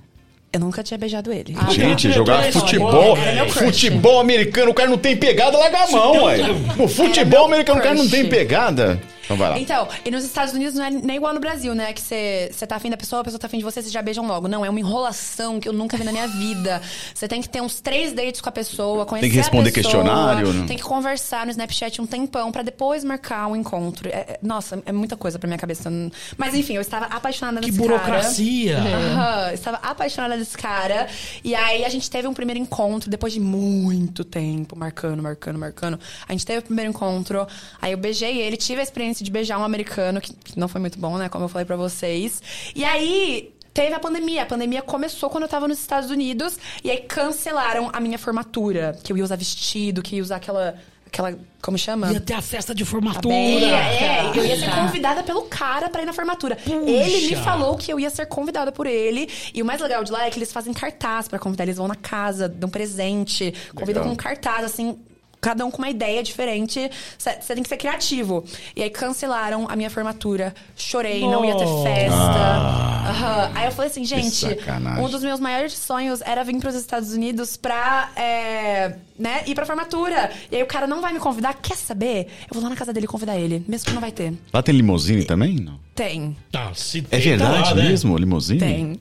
[SPEAKER 4] Eu nunca tinha beijado ele.
[SPEAKER 1] Gente,
[SPEAKER 2] Ah,
[SPEAKER 1] jogar
[SPEAKER 2] é,
[SPEAKER 1] futebol,
[SPEAKER 2] é,
[SPEAKER 4] é, é.
[SPEAKER 1] futebol americano, o cara não tem pegada, larga a mão, ué. No futebol americano, o cara não tem pegada. Então vai lá.
[SPEAKER 4] é Então, e nos Estados Unidos não é nem igual no Brasil, né? Que você você tá afim da pessoa, a pessoa tá afim de você, vocês já beijam logo. Não, é uma enrolação que eu nunca vi na minha vida. Você tem que ter uns três dates com a pessoa, conhecer
[SPEAKER 1] Tem que responder
[SPEAKER 4] a pessoa,
[SPEAKER 1] questionário, né?
[SPEAKER 4] Tem que conversar no Snapchat um tempão pra depois marcar um encontro. É- é- nossa, é muita coisa pra minha cabeça. Mas enfim, eu estava apaixonada
[SPEAKER 2] Que
[SPEAKER 4] nesse cara. Uhum.
[SPEAKER 2] burocracia.
[SPEAKER 4] Aham, estava apaixonada desse cara. E aí a gente teve um primeiro encontro, depois de muito tempo, marcando, marcando, marcando. A gente teve o primeiro encontro. Aí eu beijei ele, tive a experiência de beijar um americano, que que não foi muito bom, né? Como eu falei pra vocês. E aí. Teve a pandemia. A pandemia começou quando eu tava nos Estados Unidos. E aí cancelaram a minha formatura. Que eu ia usar vestido, que ia usar aquela. aquela como chama?
[SPEAKER 2] Ia ter a festa de formatura.
[SPEAKER 4] Ia, Tá é, eu ia ser
[SPEAKER 3] Tá.
[SPEAKER 4] convidada pelo cara pra ir na formatura. Ele me falou que eu ia ser convidada por ele. E o mais legal de lá é que eles fazem cartaz pra convidar. Eles vão na casa, dão presente, convidam
[SPEAKER 1] Legal.
[SPEAKER 4] com um cartaz, assim. Cada um com uma ideia diferente. Você tem que ser criativo. E aí cancelaram a minha formatura. Chorei, não ia ter
[SPEAKER 2] Nossa.
[SPEAKER 4] festa. Aham. Aí eu falei assim, gente,
[SPEAKER 1] sacanagem.
[SPEAKER 4] um dos meus maiores sonhos era vir pros Estados Unidos pra é, né, ir pra formatura. E aí o cara não vai me convidar, quer saber? Eu vou lá na casa dele convidar ele, mesmo que não vai ter.
[SPEAKER 1] Lá tem limousine também? Não.
[SPEAKER 4] Tem,
[SPEAKER 2] Tá, se
[SPEAKER 1] É
[SPEAKER 2] tem,
[SPEAKER 1] verdade
[SPEAKER 2] tá lá, né?
[SPEAKER 1] mesmo? Limousine?
[SPEAKER 4] tem.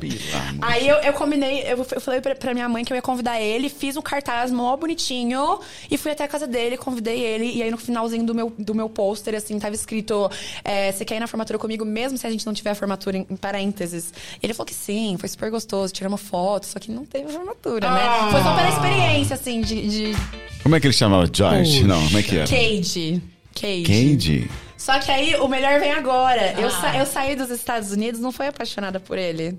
[SPEAKER 1] Pelo amor
[SPEAKER 4] Aí eu, eu combinei, eu, eu falei pra, pra minha mãe que eu ia convidar ele, fiz um cartaz mó bonitinho e fui até a casa dele, convidei ele. E aí no finalzinho do meu, do meu pôster, assim, tava escrito: é, Você quer ir na formatura comigo, mesmo se a gente não tiver a formatura em, em parênteses? Ele falou que sim, foi super gostoso, tiramos foto, só que não teve formatura, né? Foi só pela experiência, assim, de. de
[SPEAKER 1] Como é que ele chamava? George?
[SPEAKER 2] Puxa.
[SPEAKER 1] Não, como é que era?
[SPEAKER 4] Cade. Cade.
[SPEAKER 1] Cade.
[SPEAKER 4] Só que aí o melhor vem agora. Eu, sa- eu saí dos Estados Unidos, não foi apaixonada por ele.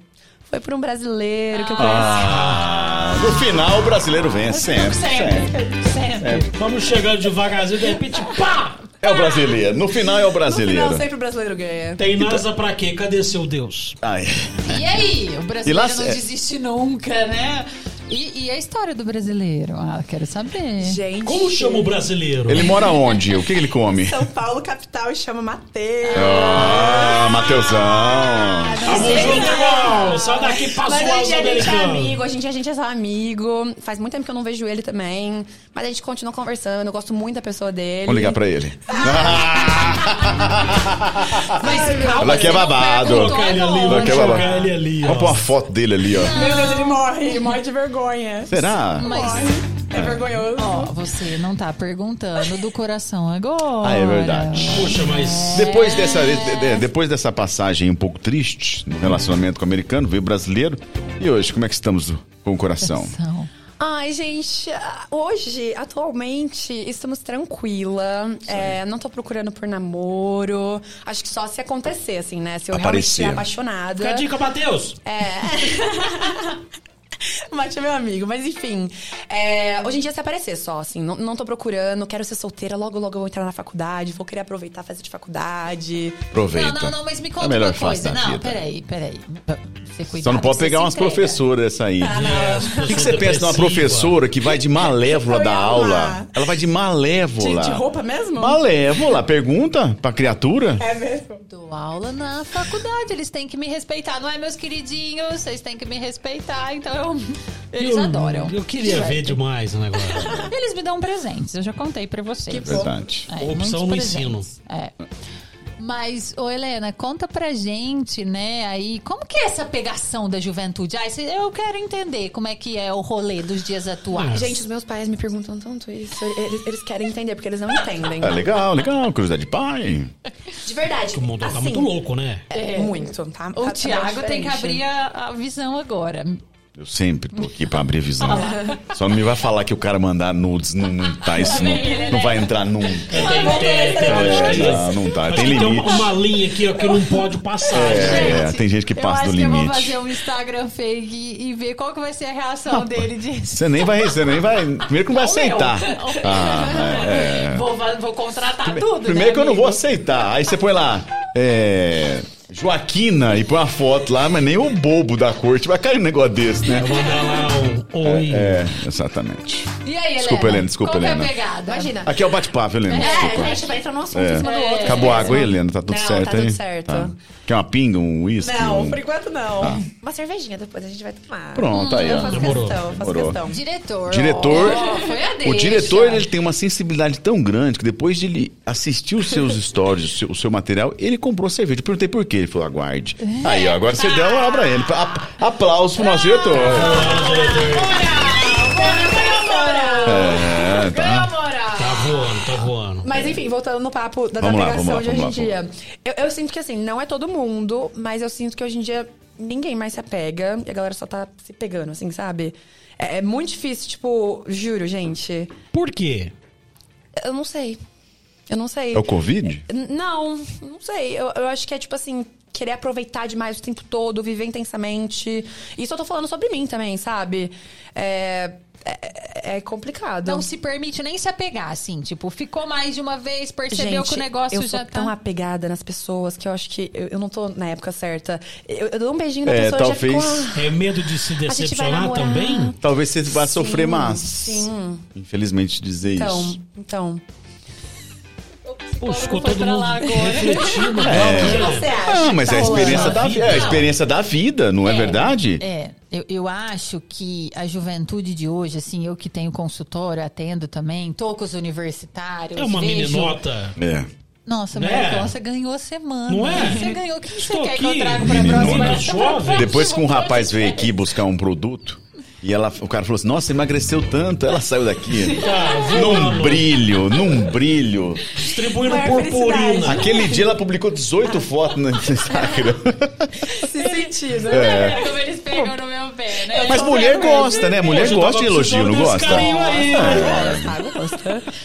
[SPEAKER 4] Foi por um brasileiro que eu conheci.
[SPEAKER 1] Ah, no final o brasileiro vence sempre. sempre.
[SPEAKER 3] Sempre.
[SPEAKER 2] É. Vamos chegando devagarzinho, de repente, pá!
[SPEAKER 1] É o brasileiro. No final é o brasileiro.
[SPEAKER 4] No final, sempre o brasileiro é. ganha.
[SPEAKER 2] Tem
[SPEAKER 1] Então-
[SPEAKER 2] NASA pra quê? Cadê seu Deus?
[SPEAKER 1] Ai.
[SPEAKER 3] E aí? O brasileiro
[SPEAKER 1] E lá- é.
[SPEAKER 3] não desiste nunca, né? E, e a história do brasileiro? Ah, quero saber.
[SPEAKER 4] Gente.
[SPEAKER 2] Como chama o brasileiro?
[SPEAKER 1] Ele mora onde? O que que ele come?
[SPEAKER 4] São Paulo, capital, e chama Matheus.
[SPEAKER 1] Ah, Mateusão.
[SPEAKER 2] Vamos junto, irmão! Sai daqui pra
[SPEAKER 4] Mas
[SPEAKER 2] zoar
[SPEAKER 4] a
[SPEAKER 2] os
[SPEAKER 4] gente, a gente é
[SPEAKER 2] americanos.
[SPEAKER 4] amigo, a gente, a gente é só amigo. Faz muito tempo que eu não vejo ele também. Mas a gente continua conversando, eu gosto muito da pessoa dele.
[SPEAKER 1] Vamos ligar pra ele.
[SPEAKER 3] Mas calma,
[SPEAKER 1] Ela aqui é
[SPEAKER 3] você não
[SPEAKER 1] babado.
[SPEAKER 3] perguntou
[SPEAKER 2] Colocar ele ali,
[SPEAKER 1] Vai
[SPEAKER 3] agora.
[SPEAKER 2] vamos
[SPEAKER 1] que é babado.
[SPEAKER 2] jogar ele ali,
[SPEAKER 1] Vamos pôr uma
[SPEAKER 2] ó.
[SPEAKER 1] foto dele ali, ó.
[SPEAKER 4] Meu Deus, ele morre, ele morre de vergonha.
[SPEAKER 1] Será?
[SPEAKER 3] Mas
[SPEAKER 4] É vergonhoso.
[SPEAKER 3] Ó, você não tá perguntando do coração agora.
[SPEAKER 1] Ah, é verdade.
[SPEAKER 2] Poxa, mas.
[SPEAKER 1] Depois dessa, de- de- depois dessa passagem um pouco triste no relacionamento com o americano, veio o brasileiro. E hoje, como é que estamos com o coração?
[SPEAKER 3] Coração.
[SPEAKER 4] Ai, gente, hoje, atualmente, estamos tranquila. É, não tô procurando por namoro. Acho que só se acontecer, assim, né? Se eu
[SPEAKER 1] Aparecer.
[SPEAKER 4] realmente estiver apaixonada.
[SPEAKER 2] Fica a dica, Matheus.
[SPEAKER 4] É, Mate é meu amigo, mas enfim. É, hoje em dia é se aparecer só, assim. Não, não tô procurando, quero ser solteira, logo, logo eu vou entrar na faculdade, vou querer aproveitar a festa de faculdade.
[SPEAKER 1] Aproveita.
[SPEAKER 3] Não, não, não, mas me
[SPEAKER 1] É a
[SPEAKER 3] conta
[SPEAKER 1] melhor
[SPEAKER 3] uma
[SPEAKER 1] fase
[SPEAKER 3] coisa.
[SPEAKER 1] da
[SPEAKER 3] Não,
[SPEAKER 1] vida.
[SPEAKER 3] peraí, peraí. Você cuidado,
[SPEAKER 1] Só não pode
[SPEAKER 3] você
[SPEAKER 1] pegar
[SPEAKER 3] se
[SPEAKER 1] umas
[SPEAKER 3] entrega.
[SPEAKER 1] professoras aí. O que, que você pensa de uma professora que vai de malévola
[SPEAKER 4] Eu ia
[SPEAKER 1] da aula?
[SPEAKER 4] amar.
[SPEAKER 1] Ela vai de malévola.
[SPEAKER 4] De, de roupa mesmo?
[SPEAKER 1] Malévola, pergunta pra criatura.
[SPEAKER 4] É mesmo.
[SPEAKER 3] Dou aula na faculdade, eles têm que me respeitar. Não é, meus queridinhos? Vocês têm que me respeitar, então eu... Eles
[SPEAKER 2] eu,
[SPEAKER 3] adoram.
[SPEAKER 2] Eu queria ver demais o negócio.
[SPEAKER 3] Eles me dão presentes, eu já contei pra vocês.
[SPEAKER 4] Que bom.
[SPEAKER 1] Verdade.
[SPEAKER 3] É,
[SPEAKER 2] Opção
[SPEAKER 3] muitos
[SPEAKER 2] no
[SPEAKER 3] presentes. É. Mas, ô Helena, conta pra gente, né, aí, como que é essa pegação da juventude? Ah, esse- eu quero entender como é que é o rolê dos dias atuais.
[SPEAKER 4] Gente, os meus pais me perguntam tanto isso. Eles, eles querem entender, porque eles não entendem.
[SPEAKER 1] É legal, legal, curiosidade de pai.
[SPEAKER 4] De verdade.
[SPEAKER 2] O mundo tá
[SPEAKER 4] assim,
[SPEAKER 2] muito louco, né?
[SPEAKER 4] É, muito, tá? Tá- tá
[SPEAKER 3] o
[SPEAKER 4] bem
[SPEAKER 3] Thiago tem que abrir
[SPEAKER 4] diferente.
[SPEAKER 3] a, a visão agora.
[SPEAKER 1] Eu sempre tô aqui pra abrir visão. Só não me vai falar que o cara mandar nudes não, não tá, isso não, não vai entrar nunca.
[SPEAKER 2] Tem que ter, tem, acho que-
[SPEAKER 1] Não, não tá,
[SPEAKER 2] acho
[SPEAKER 1] tem
[SPEAKER 2] que um
[SPEAKER 1] limite.
[SPEAKER 2] uma, uma linha aqui ó, que não pode passar. gente.
[SPEAKER 1] É, tem gente que passa
[SPEAKER 3] eu acho
[SPEAKER 1] do
[SPEAKER 3] que eu vou
[SPEAKER 1] limite.
[SPEAKER 3] fazer um Instagram fake e, e ver qual que vai ser a reação dele disso.
[SPEAKER 1] Você nem vai, você nem vai. Primeiro que não vai aceitar. Ah, é, é.
[SPEAKER 3] Vou, vou contratar tudo,
[SPEAKER 1] Primeiro
[SPEAKER 3] né,
[SPEAKER 1] que eu não
[SPEAKER 3] amigo?
[SPEAKER 1] vou aceitar. Aí você põe lá. É. Joaquina e põe uma foto lá, mas nem o bobo da corte vai cair um negócio desse, né?
[SPEAKER 2] Eu vou dar lá um oi.
[SPEAKER 1] É, exatamente.
[SPEAKER 3] E aí,
[SPEAKER 1] Desculpa, Helena, desculpa,
[SPEAKER 3] qual que
[SPEAKER 1] Helena.
[SPEAKER 3] é a pegada?
[SPEAKER 4] Imagina.
[SPEAKER 1] Aqui é o bate-papo, Helena.
[SPEAKER 4] É,
[SPEAKER 1] Desculpa.
[SPEAKER 4] a gente vai entrar num assunto
[SPEAKER 1] É.
[SPEAKER 4] em cima do outro.
[SPEAKER 1] Acabou a água,
[SPEAKER 4] mesmo.
[SPEAKER 1] Helena? Tá tudo
[SPEAKER 4] Não,
[SPEAKER 1] certo,
[SPEAKER 4] tá tudo
[SPEAKER 1] hein?
[SPEAKER 4] certo.
[SPEAKER 1] Quer uma pinga, um uísque? um...
[SPEAKER 4] enquanto não. Uma cervejinha depois a gente vai tomar. Hum,
[SPEAKER 1] Pronto, aí,
[SPEAKER 4] Eu
[SPEAKER 1] ó.
[SPEAKER 4] faço
[SPEAKER 2] Demorou.
[SPEAKER 4] questão, eu faço
[SPEAKER 1] Demorou.
[SPEAKER 4] questão.
[SPEAKER 3] Diretor.
[SPEAKER 1] Diretor.
[SPEAKER 3] ó, foi a
[SPEAKER 1] O
[SPEAKER 3] deixa.
[SPEAKER 1] diretor ele tem uma sensibilidade tão grande que depois de ele assistir os seus stories, o seu, o seu material, ele comprou cerveja. Eu perguntei por quê. Ele falou, aguarde. Aí, ó, agora você deu uma hora pra ele. A- Aplauso pro nosso diretor. É, tá.
[SPEAKER 2] Tá voando, tá voando.
[SPEAKER 4] Mas enfim, voltando no papo da
[SPEAKER 1] É. Vamos lá,
[SPEAKER 4] navegação
[SPEAKER 1] vamos lá,
[SPEAKER 4] de hoje em
[SPEAKER 1] vamos lá,
[SPEAKER 4] dia. Eu, eu sinto que assim, não é todo mundo, mas eu sinto que hoje em dia ninguém mais se apega e a galera só tá se pegando, assim, sabe? É, é muito difícil, tipo, juro, gente.
[SPEAKER 2] Por quê?
[SPEAKER 4] Eu não sei. Eu não sei.
[SPEAKER 1] É o Covid?
[SPEAKER 4] N- Não, não sei. Eu, eu acho que é tipo assim, querer aproveitar demais o tempo todo, viver intensamente. Isso eu tô falando sobre mim também, sabe? É, é, é complicado.
[SPEAKER 3] Não se permite nem se apegar, assim. Tipo, ficou mais de uma vez, percebeu
[SPEAKER 4] Gente,
[SPEAKER 3] que o negócio
[SPEAKER 4] eu
[SPEAKER 3] já
[SPEAKER 4] sou
[SPEAKER 3] tá...
[SPEAKER 4] tão apegada nas pessoas que eu acho que eu, eu não tô na época certa. Eu, eu dou um beijinho na
[SPEAKER 1] É,
[SPEAKER 4] pessoa e já
[SPEAKER 1] talvez.
[SPEAKER 4] fico...
[SPEAKER 2] É medo de se
[SPEAKER 4] "Ah, A gente vai
[SPEAKER 2] decepcionar
[SPEAKER 4] namorar.
[SPEAKER 2] também?
[SPEAKER 1] Talvez você vá sofrer mais.
[SPEAKER 4] sim.
[SPEAKER 1] Infelizmente dizer isso.
[SPEAKER 4] Então, então.
[SPEAKER 2] Poxa, ficou
[SPEAKER 3] foi
[SPEAKER 2] todo
[SPEAKER 3] pra
[SPEAKER 2] mundo
[SPEAKER 3] lá agora.
[SPEAKER 2] refletindo. né?
[SPEAKER 4] Você
[SPEAKER 1] Ah, mas é a experiência da vida. É a experiência da vida, não é, verdade?
[SPEAKER 3] É, eu, eu acho que a juventude de hoje, assim, eu que tenho consultório, atendo também, tô com os universitários,
[SPEAKER 2] É uma
[SPEAKER 3] vejo...
[SPEAKER 2] meninota.
[SPEAKER 1] É.
[SPEAKER 3] Nossa,
[SPEAKER 2] Né?
[SPEAKER 3] Marcão, você ganhou a semana.
[SPEAKER 2] Não é?
[SPEAKER 3] Você ganhou. O que que você
[SPEAKER 2] Estou
[SPEAKER 3] quer que eu
[SPEAKER 2] aqui,
[SPEAKER 3] traga pra
[SPEAKER 1] meninona.
[SPEAKER 3] próxima?
[SPEAKER 2] Jovem.
[SPEAKER 1] Depois que um rapaz veio aqui buscar um produto e ela, o cara falou assim: Nossa, emagreceu tanto. Ela saiu daqui.
[SPEAKER 2] Cara,
[SPEAKER 1] Num
[SPEAKER 2] Tá voando,
[SPEAKER 1] brilho, num brilho.
[SPEAKER 2] distribuindo
[SPEAKER 4] Maior
[SPEAKER 2] purpurina.
[SPEAKER 1] Aquele dia ela publicou 18 fotos no Instagram.
[SPEAKER 4] Se sentir, né?
[SPEAKER 1] É,
[SPEAKER 3] Como eles pegam no meu pé, né?
[SPEAKER 1] Mas mulher gosta, né? Mulher
[SPEAKER 2] Hoje eu
[SPEAKER 1] gosta
[SPEAKER 2] tava
[SPEAKER 1] de elogio, não
[SPEAKER 2] precisando desse
[SPEAKER 1] gosta? É,
[SPEAKER 2] carinho aí.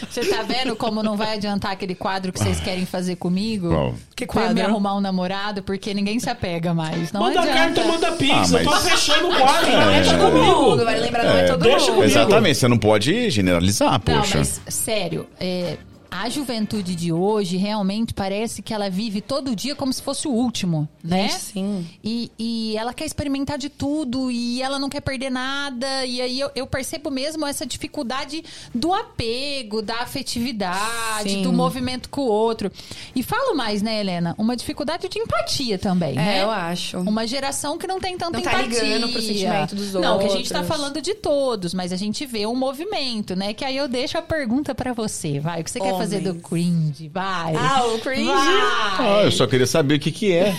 [SPEAKER 3] Você tá vendo como não vai adiantar aquele quadro que vocês querem fazer comigo?
[SPEAKER 1] Qual?
[SPEAKER 4] Que
[SPEAKER 3] Pra eu me
[SPEAKER 4] quadro?
[SPEAKER 3] arrumar um namorado, porque ninguém se apega mais. Não
[SPEAKER 2] Manda
[SPEAKER 3] adianta.
[SPEAKER 2] carta, manda pizza.
[SPEAKER 1] Ah,
[SPEAKER 2] Tô
[SPEAKER 1] mas-
[SPEAKER 2] fechando o quadro.
[SPEAKER 1] É.
[SPEAKER 2] Deixa
[SPEAKER 4] Todo mundo,
[SPEAKER 2] comigo.
[SPEAKER 4] vai lembrar, não é todo
[SPEAKER 2] deixa
[SPEAKER 4] mundo.
[SPEAKER 2] comigo.
[SPEAKER 1] Exatamente, você não pode generalizar,
[SPEAKER 3] Não,
[SPEAKER 1] poxa.
[SPEAKER 3] mas sério, é, a juventude de hoje realmente parece que ela vive todo dia como se fosse o último, né?
[SPEAKER 4] Gente, sim.
[SPEAKER 3] E, e ela quer experimentar de tudo e ela não quer perder nada. E aí eu, eu percebo mesmo essa dificuldade do apego, da afetividade,
[SPEAKER 4] Sim.
[SPEAKER 3] do movimento com o outro. E falo mais, né, Helena? Uma dificuldade de empatia também,
[SPEAKER 4] É,
[SPEAKER 3] né?
[SPEAKER 4] eu acho.
[SPEAKER 3] Uma geração que não tem tanta
[SPEAKER 4] Não tá
[SPEAKER 3] empatia.
[SPEAKER 4] ligando pro sentimento dos
[SPEAKER 3] Não, que a gente tá
[SPEAKER 4] outros.
[SPEAKER 3] falando de todos, mas a gente vê um movimento, né? Que aí eu deixo a pergunta pra você, vai. O que você quer fazer do
[SPEAKER 4] Homens.
[SPEAKER 3] cringe? Vai.
[SPEAKER 4] Ah, o cringe?
[SPEAKER 3] Vai.
[SPEAKER 1] Ah, eu só queria saber o que, que é.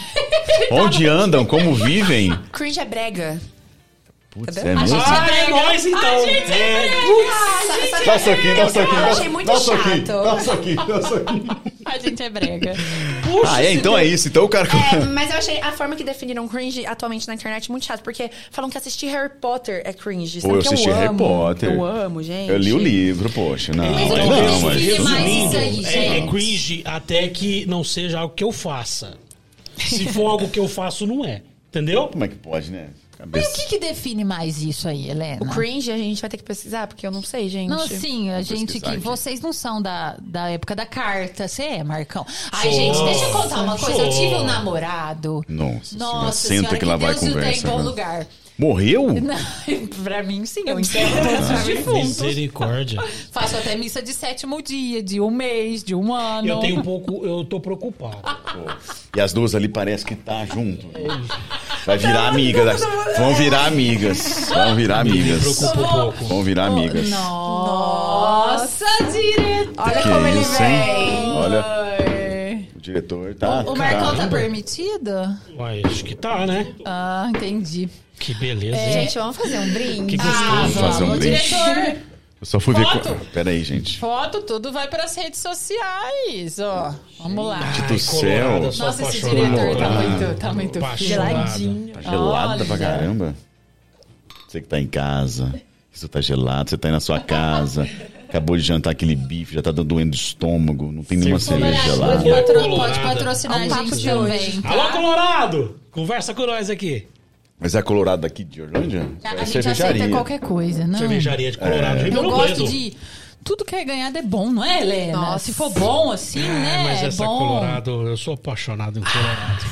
[SPEAKER 1] Onde andam, como vivem.
[SPEAKER 4] Cringe é brega.
[SPEAKER 1] Putz,
[SPEAKER 4] Cadê?
[SPEAKER 1] é mesmo?
[SPEAKER 2] Ah, é nóis então.
[SPEAKER 4] Ah,
[SPEAKER 1] Dá um soquinho, dá um soquinho.
[SPEAKER 4] Eu
[SPEAKER 1] dá-
[SPEAKER 4] achei muito
[SPEAKER 1] dá um soquinho,
[SPEAKER 4] chato.
[SPEAKER 1] Dá um soquinho, dá um soquinho.
[SPEAKER 3] A gente é brega.
[SPEAKER 2] Puxa,
[SPEAKER 1] Ah, é?
[SPEAKER 2] se
[SPEAKER 1] Então é isso. Então o cara...
[SPEAKER 4] É, mas eu achei a forma que definiram cringe atualmente na internet muito chato, porque falam que assistir Harry Potter é cringe.
[SPEAKER 1] Pô,
[SPEAKER 4] sendo
[SPEAKER 1] eu
[SPEAKER 4] que
[SPEAKER 1] assisti
[SPEAKER 4] eu
[SPEAKER 1] Harry
[SPEAKER 4] amo,
[SPEAKER 1] Potter.
[SPEAKER 4] Eu amo, gente.
[SPEAKER 1] Eu li o livro, poxa. Não,
[SPEAKER 2] Mas
[SPEAKER 1] não,
[SPEAKER 2] então,
[SPEAKER 1] não,
[SPEAKER 2] resumindo,
[SPEAKER 1] mas...
[SPEAKER 3] Sim, mas isso aí,
[SPEAKER 2] é- é,
[SPEAKER 3] gente.
[SPEAKER 2] cringe até que não seja algo que eu faça. Se for algo que eu faço, não é. Entendeu?
[SPEAKER 1] Como é que pode, né?
[SPEAKER 3] Mas
[SPEAKER 1] Cabeça...
[SPEAKER 3] o que, que define mais isso aí, Helena?
[SPEAKER 4] O cringe a gente vai ter que pesquisar, porque eu não sei, gente.
[SPEAKER 3] Não, sim, a gente
[SPEAKER 1] pesquisar
[SPEAKER 3] que.
[SPEAKER 1] aqui.
[SPEAKER 3] Vocês não são da, da época da carta. Você é, Marcão? Ai,
[SPEAKER 2] Sou.
[SPEAKER 3] gente, deixa eu contar uma coisa. Eu tive
[SPEAKER 2] Sou.
[SPEAKER 3] um namorado.
[SPEAKER 1] Nossa, senhora,
[SPEAKER 3] Nossa
[SPEAKER 1] senta
[SPEAKER 3] senhora,
[SPEAKER 1] que lá vai
[SPEAKER 3] Deus o tenha
[SPEAKER 1] conversa.
[SPEAKER 3] em bom
[SPEAKER 1] né?
[SPEAKER 3] lugar.
[SPEAKER 1] Morreu?
[SPEAKER 3] Não, pra mim, sim. Eu enterro todos os defuntos.
[SPEAKER 2] Misericórdia.
[SPEAKER 3] Faço até missa de sétimo dia, de um mês, de um ano.
[SPEAKER 2] Eu tenho um pouco. Eu tô
[SPEAKER 3] Ah,
[SPEAKER 2] preocupado.
[SPEAKER 1] E as duas ali parece que tá junto. Vai virar amigas. Vão virar amigas. Vão virar
[SPEAKER 2] Me
[SPEAKER 1] amigas.
[SPEAKER 2] preocupa um pouco.
[SPEAKER 1] Vão virar amigas.
[SPEAKER 3] Nossa, diretor!
[SPEAKER 4] Olha
[SPEAKER 1] Que
[SPEAKER 4] como ele
[SPEAKER 1] isso, hein?
[SPEAKER 4] vem.
[SPEAKER 1] Olha, o diretor tá.
[SPEAKER 3] O Marcão tá
[SPEAKER 1] caramba.
[SPEAKER 3] permitido?
[SPEAKER 2] Uai, acho que tá, né?
[SPEAKER 3] Ah, entendi.
[SPEAKER 2] Que
[SPEAKER 3] É,
[SPEAKER 2] beleza, hein?
[SPEAKER 4] Gente, vamos fazer um
[SPEAKER 2] Que
[SPEAKER 4] brinde?
[SPEAKER 2] gostoso.
[SPEAKER 1] fazer um
[SPEAKER 3] vamos,
[SPEAKER 1] brinde.
[SPEAKER 3] diretor!
[SPEAKER 1] Eu só fui ver.
[SPEAKER 3] Foto.
[SPEAKER 1] qu- Peraí, gente.
[SPEAKER 3] Foto, tudo vai pras redes sociais, ó. Vamos lá.
[SPEAKER 1] do
[SPEAKER 2] Ai,
[SPEAKER 1] céu.
[SPEAKER 2] Colorado, eu sou
[SPEAKER 3] Nossa, esse
[SPEAKER 2] apaixonado.
[SPEAKER 3] diretor tá
[SPEAKER 1] Colorado.
[SPEAKER 3] muito, tá muito fino.
[SPEAKER 2] Apaixonado.
[SPEAKER 1] Tá gelada Ah. pra
[SPEAKER 3] Olha.
[SPEAKER 1] caramba. Você que tá em casa. Você tá gelado, você tá aí na sua casa. Acabou de jantar aquele bife, já tá do- doendo o estômago. Não tem nenhuma cerveja gelada.
[SPEAKER 3] Colorado, pode patro-
[SPEAKER 2] Colorado.
[SPEAKER 3] Pode patrocinar a
[SPEAKER 4] É um papo
[SPEAKER 3] gente
[SPEAKER 4] de
[SPEAKER 3] também.
[SPEAKER 4] hoje.
[SPEAKER 3] tá?
[SPEAKER 2] Alô, Colorado! Conversa com nós aqui.
[SPEAKER 1] Mas é colorado daqui de Orlândia?
[SPEAKER 3] A,
[SPEAKER 1] É
[SPEAKER 3] a gente aceita
[SPEAKER 1] cervejaria.
[SPEAKER 3] qualquer coisa, não?
[SPEAKER 2] Ah. Cervejaria de Colorado. de
[SPEAKER 3] É. Eu
[SPEAKER 2] Ribeirão
[SPEAKER 3] gosto
[SPEAKER 2] Preto.
[SPEAKER 3] de... Tudo que é ganhado é bom, não é, Helena?
[SPEAKER 4] Nossa.
[SPEAKER 3] Se for bom assim, né?
[SPEAKER 2] É, mas essa
[SPEAKER 3] é bom.
[SPEAKER 2] Colorado, eu sou apaixonado em Colorado.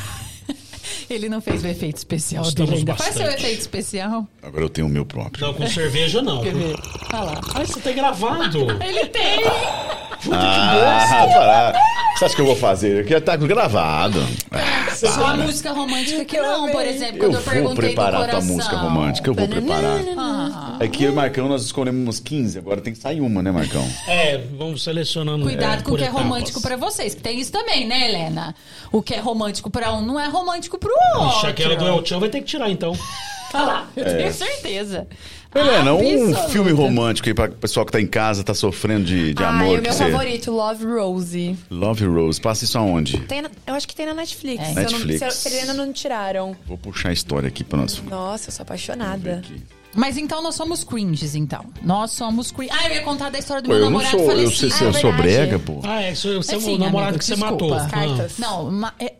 [SPEAKER 3] Ele não fez o efeito especial
[SPEAKER 2] Gostamos
[SPEAKER 3] dele ainda.
[SPEAKER 2] bastante.
[SPEAKER 3] Faz seu efeito especial.
[SPEAKER 1] Agora eu tenho o meu próprio.
[SPEAKER 3] Então,
[SPEAKER 2] Não, com cerveja não.
[SPEAKER 3] Olha lá.
[SPEAKER 2] Ai, você tá gravado.
[SPEAKER 3] Ele tem!
[SPEAKER 1] Ah, parar. Você acha que eu vou fazer? Eu quero estar gravado. É
[SPEAKER 3] Só a música romântica que não, por
[SPEAKER 1] Eu
[SPEAKER 3] exemplo, É quando eu,
[SPEAKER 1] vou
[SPEAKER 3] perguntei do
[SPEAKER 1] preparar tua
[SPEAKER 3] coração.
[SPEAKER 1] música romântica, eu vou preparar. É que eu e o Marcão, nós escolhemos umas 15, agora tem que sair uma, né, Marcão?
[SPEAKER 2] É, vamos selecionando.
[SPEAKER 3] Cuidado com
[SPEAKER 2] por
[SPEAKER 3] o que é
[SPEAKER 2] etapas.
[SPEAKER 3] romântico pra vocês, que tem isso também, né, Helena? O que é romântico pra um não é romântico pro outro.
[SPEAKER 2] Deixa aquela do El Chan vai ter que tirar então.
[SPEAKER 3] Tá lá, eu
[SPEAKER 1] É.
[SPEAKER 3] tenho certeza.
[SPEAKER 1] Helena, um
[SPEAKER 3] Absoluta.
[SPEAKER 1] filme romântico aí pra pessoal que tá em casa, tá sofrendo de, de amor.
[SPEAKER 4] Ai, o
[SPEAKER 1] que
[SPEAKER 4] meu
[SPEAKER 1] você-
[SPEAKER 4] favorito, Love Rose.
[SPEAKER 1] Love Rose, passa isso aonde?
[SPEAKER 4] Tem na- eu acho que tem na
[SPEAKER 3] É.
[SPEAKER 4] Netflix. se eu não-
[SPEAKER 1] Netflix.
[SPEAKER 4] Se, eu- se ainda não tiraram.
[SPEAKER 1] Vou puxar a história aqui pra nós.
[SPEAKER 4] Nossa, eu sou
[SPEAKER 1] ver
[SPEAKER 4] apaixonada.
[SPEAKER 1] aqui.
[SPEAKER 3] Mas então nós somos cringes, então. Nós somos cringes. Ah, eu ia contar da história do
[SPEAKER 1] Pô, eu
[SPEAKER 3] meu
[SPEAKER 1] não
[SPEAKER 3] namorado
[SPEAKER 1] sou, eu,
[SPEAKER 3] falecido. Ah,
[SPEAKER 1] sei,
[SPEAKER 3] é
[SPEAKER 1] se eu sou
[SPEAKER 4] verdade.
[SPEAKER 1] brega, pô.
[SPEAKER 2] Ah, é, você você é
[SPEAKER 3] Assim,
[SPEAKER 2] o namorado
[SPEAKER 3] amigo,
[SPEAKER 2] que você
[SPEAKER 3] desculpa.
[SPEAKER 2] matou. Ah.
[SPEAKER 4] Cartas.
[SPEAKER 3] Não, ma- é,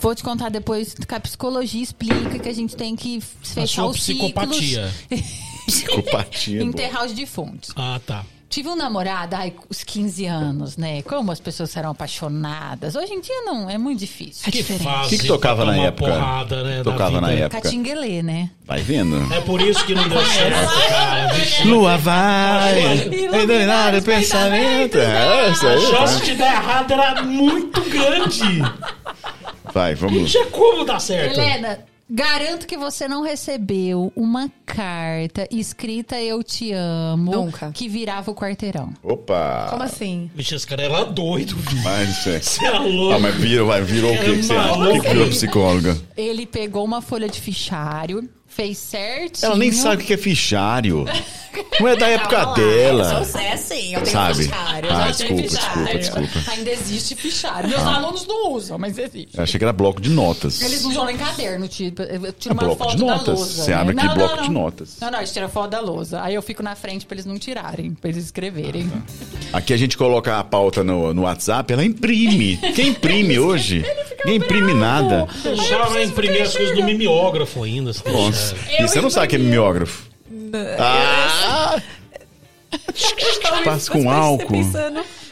[SPEAKER 3] vou te contar depois que a psicologia explica que a gente tem que fechar
[SPEAKER 2] sua
[SPEAKER 3] os ciclos.
[SPEAKER 2] psicopatia.
[SPEAKER 1] Psicopatia. bom.
[SPEAKER 3] Enterrar os defuntos.
[SPEAKER 2] Ah, ah, tá.
[SPEAKER 3] Tive um namorado, ai, os 15 anos, né? Como as pessoas serão apaixonadas. Hoje em dia não, é muito difícil.
[SPEAKER 2] que
[SPEAKER 1] O
[SPEAKER 2] fase.
[SPEAKER 1] que, que tocava
[SPEAKER 2] pra
[SPEAKER 1] na
[SPEAKER 2] tomar
[SPEAKER 1] época?
[SPEAKER 2] Porrada, né,
[SPEAKER 1] tocava
[SPEAKER 2] da
[SPEAKER 1] na
[SPEAKER 2] vida.
[SPEAKER 1] época.
[SPEAKER 3] Catinguelê, né?
[SPEAKER 1] Vai vendo?
[SPEAKER 2] É por isso que não deu
[SPEAKER 3] é
[SPEAKER 2] certo, cara. Vixe,
[SPEAKER 1] Lua vai
[SPEAKER 3] iluminar os pensamentos.
[SPEAKER 1] É, isso aí,
[SPEAKER 2] A chance
[SPEAKER 1] tá?
[SPEAKER 2] de dar errado era muito grande.
[SPEAKER 1] Vai,
[SPEAKER 2] Não
[SPEAKER 1] vamos.
[SPEAKER 2] tinha como dar certo.
[SPEAKER 3] Helena, garanto que você não recebeu uma carta escrita Eu Te Amo.
[SPEAKER 4] Nunca.
[SPEAKER 3] Que virava o quarteirão.
[SPEAKER 1] Opa!
[SPEAKER 4] Como assim?
[SPEAKER 2] Vixe, esse cara era doido.
[SPEAKER 1] Mas, é.
[SPEAKER 2] Você é louco.
[SPEAKER 1] Ah, mas virou, vai, virou o que que você acha? O que que virou a psicóloga?
[SPEAKER 3] Ele pegou uma folha de fichário, fez certinho.
[SPEAKER 1] Ela nem sabe o que é fichário. Não é da época dela.
[SPEAKER 3] É
[SPEAKER 4] assim,
[SPEAKER 3] sim, eu
[SPEAKER 1] Sabe?
[SPEAKER 3] eu
[SPEAKER 1] Ah,
[SPEAKER 3] já tenho
[SPEAKER 1] desculpa, desculpa, desculpa.
[SPEAKER 3] Ainda existe fichário. Meus alunos não usam, mas existe.
[SPEAKER 1] Eu achei que era bloco de notas.
[SPEAKER 3] Eles não usam nem caderno, tipo, eu
[SPEAKER 1] É
[SPEAKER 3] tiro uma
[SPEAKER 1] bloco
[SPEAKER 3] foto
[SPEAKER 1] de
[SPEAKER 3] da
[SPEAKER 1] notas.
[SPEAKER 3] lousa.
[SPEAKER 1] Você
[SPEAKER 3] né?
[SPEAKER 1] abre aquele
[SPEAKER 3] Não,
[SPEAKER 1] bloco
[SPEAKER 3] não,
[SPEAKER 1] de
[SPEAKER 3] não.
[SPEAKER 1] notas.
[SPEAKER 3] Não, não, eles tiram foto da lousa. Aí eu fico na frente pra eles não tirarem, pra eles escreverem.
[SPEAKER 1] Aqui a gente coloca a pauta no, no WhatsApp, ela imprime. Quem imprime hoje? Ninguém imprime nada.
[SPEAKER 2] Deixava
[SPEAKER 3] assim,
[SPEAKER 2] imprimir as coisas no mimeógrafo ainda. né? se
[SPEAKER 1] Nossa.
[SPEAKER 2] deixar.
[SPEAKER 1] E você não sabe que é mimeógrafo? Ah! Passa com álcool.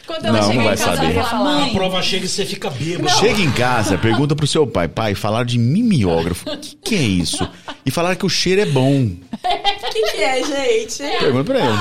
[SPEAKER 3] Quando
[SPEAKER 1] ela Não, chegar não em vai casa, ela saber. vai
[SPEAKER 4] falar,
[SPEAKER 2] A prova chega e você fica bêbado.
[SPEAKER 1] Chega em casa, pergunta pro seu pai, pai, falaram de mimeógrafo, o que, que é isso? E falaram que o cheiro é bom.
[SPEAKER 4] O que, que é, gente?
[SPEAKER 1] Pergunta pra ele.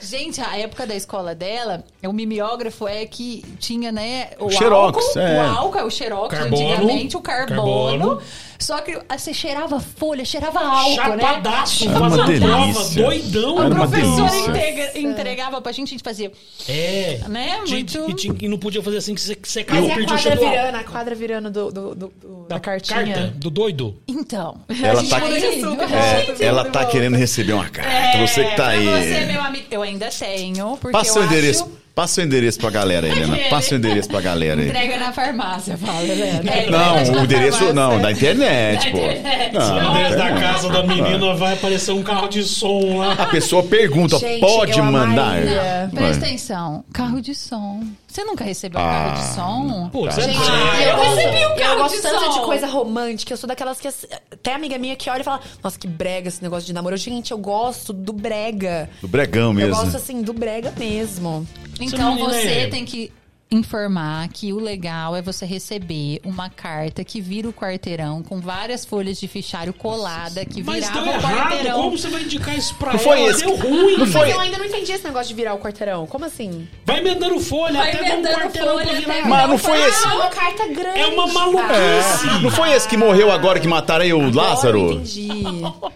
[SPEAKER 3] Gente, a época da escola dela, o mimeógrafo é que tinha, né? O,
[SPEAKER 1] Xerox,
[SPEAKER 3] álcool,
[SPEAKER 1] é.
[SPEAKER 3] o álcool, é o xerox
[SPEAKER 2] Carbono,
[SPEAKER 3] antigamente, o carbono.
[SPEAKER 2] carbono.
[SPEAKER 3] Só que ah, você cheirava folha, cheirava álcool,
[SPEAKER 2] Chapadaço,
[SPEAKER 3] né?
[SPEAKER 1] Era
[SPEAKER 2] faz
[SPEAKER 1] uma
[SPEAKER 2] a prova,
[SPEAKER 1] delícia.
[SPEAKER 2] doidão.
[SPEAKER 1] Era
[SPEAKER 3] A
[SPEAKER 1] uma
[SPEAKER 3] professora
[SPEAKER 1] delícia.
[SPEAKER 3] entrega- entregava pra gente, a gente fazia...
[SPEAKER 2] É.
[SPEAKER 3] Né,
[SPEAKER 2] Gente,
[SPEAKER 3] muito-
[SPEAKER 2] E, tinha- e não podia fazer assim que você, que você
[SPEAKER 4] Mas
[SPEAKER 2] caiu,
[SPEAKER 4] é a
[SPEAKER 2] perdi o
[SPEAKER 4] quadra
[SPEAKER 2] chapéu.
[SPEAKER 4] virando, a quadra virando do, do, do, do-
[SPEAKER 2] da
[SPEAKER 3] da cartinha.
[SPEAKER 2] carta do doido.
[SPEAKER 3] Então.
[SPEAKER 1] Ela tá-
[SPEAKER 3] Aí,
[SPEAKER 4] Gente, muda de
[SPEAKER 3] é.
[SPEAKER 4] assunto.
[SPEAKER 1] É, ela tá querendo receber uma carta. você que tá
[SPEAKER 3] pra
[SPEAKER 1] aí.
[SPEAKER 3] Você, meu amigo. Eu ainda tenho, porque
[SPEAKER 1] Passa
[SPEAKER 3] eu
[SPEAKER 1] o endereço.
[SPEAKER 3] acho...
[SPEAKER 1] Passa o endereço pra galera, Helena.
[SPEAKER 3] Aquele.
[SPEAKER 1] Passa o endereço pra galera aí.
[SPEAKER 3] Entrega na farmácia, fala, Helena. É, entrega
[SPEAKER 1] Não,
[SPEAKER 3] na
[SPEAKER 1] o endereço
[SPEAKER 3] farmácia.
[SPEAKER 1] não, da internet, pô.
[SPEAKER 3] internet.
[SPEAKER 1] Não,
[SPEAKER 2] Ao invés da
[SPEAKER 1] internet.
[SPEAKER 2] casa da
[SPEAKER 1] Ah.
[SPEAKER 2] menina vai aparecer um carro de som
[SPEAKER 1] A
[SPEAKER 2] lá.
[SPEAKER 1] pessoa pergunta,
[SPEAKER 4] Gente,
[SPEAKER 1] pode
[SPEAKER 4] eu
[SPEAKER 1] mandar?
[SPEAKER 4] amaria.
[SPEAKER 3] Não, presta
[SPEAKER 1] Vai.
[SPEAKER 3] atenção. Carro de som. Você nunca recebeu um
[SPEAKER 1] Ah,
[SPEAKER 3] carro de som?
[SPEAKER 2] Pô, você
[SPEAKER 3] Gente,
[SPEAKER 2] Ah,
[SPEAKER 3] eu
[SPEAKER 4] gosto-
[SPEAKER 3] recebi um
[SPEAKER 4] eu
[SPEAKER 3] carro
[SPEAKER 4] gosto
[SPEAKER 3] de
[SPEAKER 4] tanto
[SPEAKER 3] som.
[SPEAKER 4] de coisa romântica. Eu sou daquelas que. assim, Até amiga minha que olha e fala: Nossa, que brega esse negócio de namoro. Eu, gente, eu gosto do brega.
[SPEAKER 1] Do bregão
[SPEAKER 4] Eu
[SPEAKER 1] mesmo.
[SPEAKER 4] gosto, assim, do brega mesmo.
[SPEAKER 3] Então
[SPEAKER 2] menina
[SPEAKER 3] você
[SPEAKER 2] é-
[SPEAKER 3] tem que informar que o legal é você receber uma carta que vira o quarteirão com várias folhas de fichário colada que
[SPEAKER 2] Mas
[SPEAKER 3] virava
[SPEAKER 2] deu
[SPEAKER 3] o
[SPEAKER 2] errado.
[SPEAKER 3] quarteirão.
[SPEAKER 2] Como você vai indicar isso
[SPEAKER 1] Não
[SPEAKER 2] pra ela?
[SPEAKER 1] foi esse.
[SPEAKER 2] Deu ruim.
[SPEAKER 1] Não foi.
[SPEAKER 4] Eu ainda não entendi esse negócio de virar o quarteirão. Como assim?
[SPEAKER 2] Vai emendando
[SPEAKER 4] Tá
[SPEAKER 2] folha
[SPEAKER 3] Vai
[SPEAKER 2] até dar um
[SPEAKER 3] emendando
[SPEAKER 2] quarteirão pra
[SPEAKER 3] folha
[SPEAKER 2] virar.
[SPEAKER 3] até-
[SPEAKER 1] Mas não foi esse.
[SPEAKER 4] né? Ah, uma carta grande. tá?
[SPEAKER 2] É uma maluquice.
[SPEAKER 1] É, Não foi esse que morreu agora que mataram aí o
[SPEAKER 4] Agora eu
[SPEAKER 1] Lázaro?
[SPEAKER 4] entendi.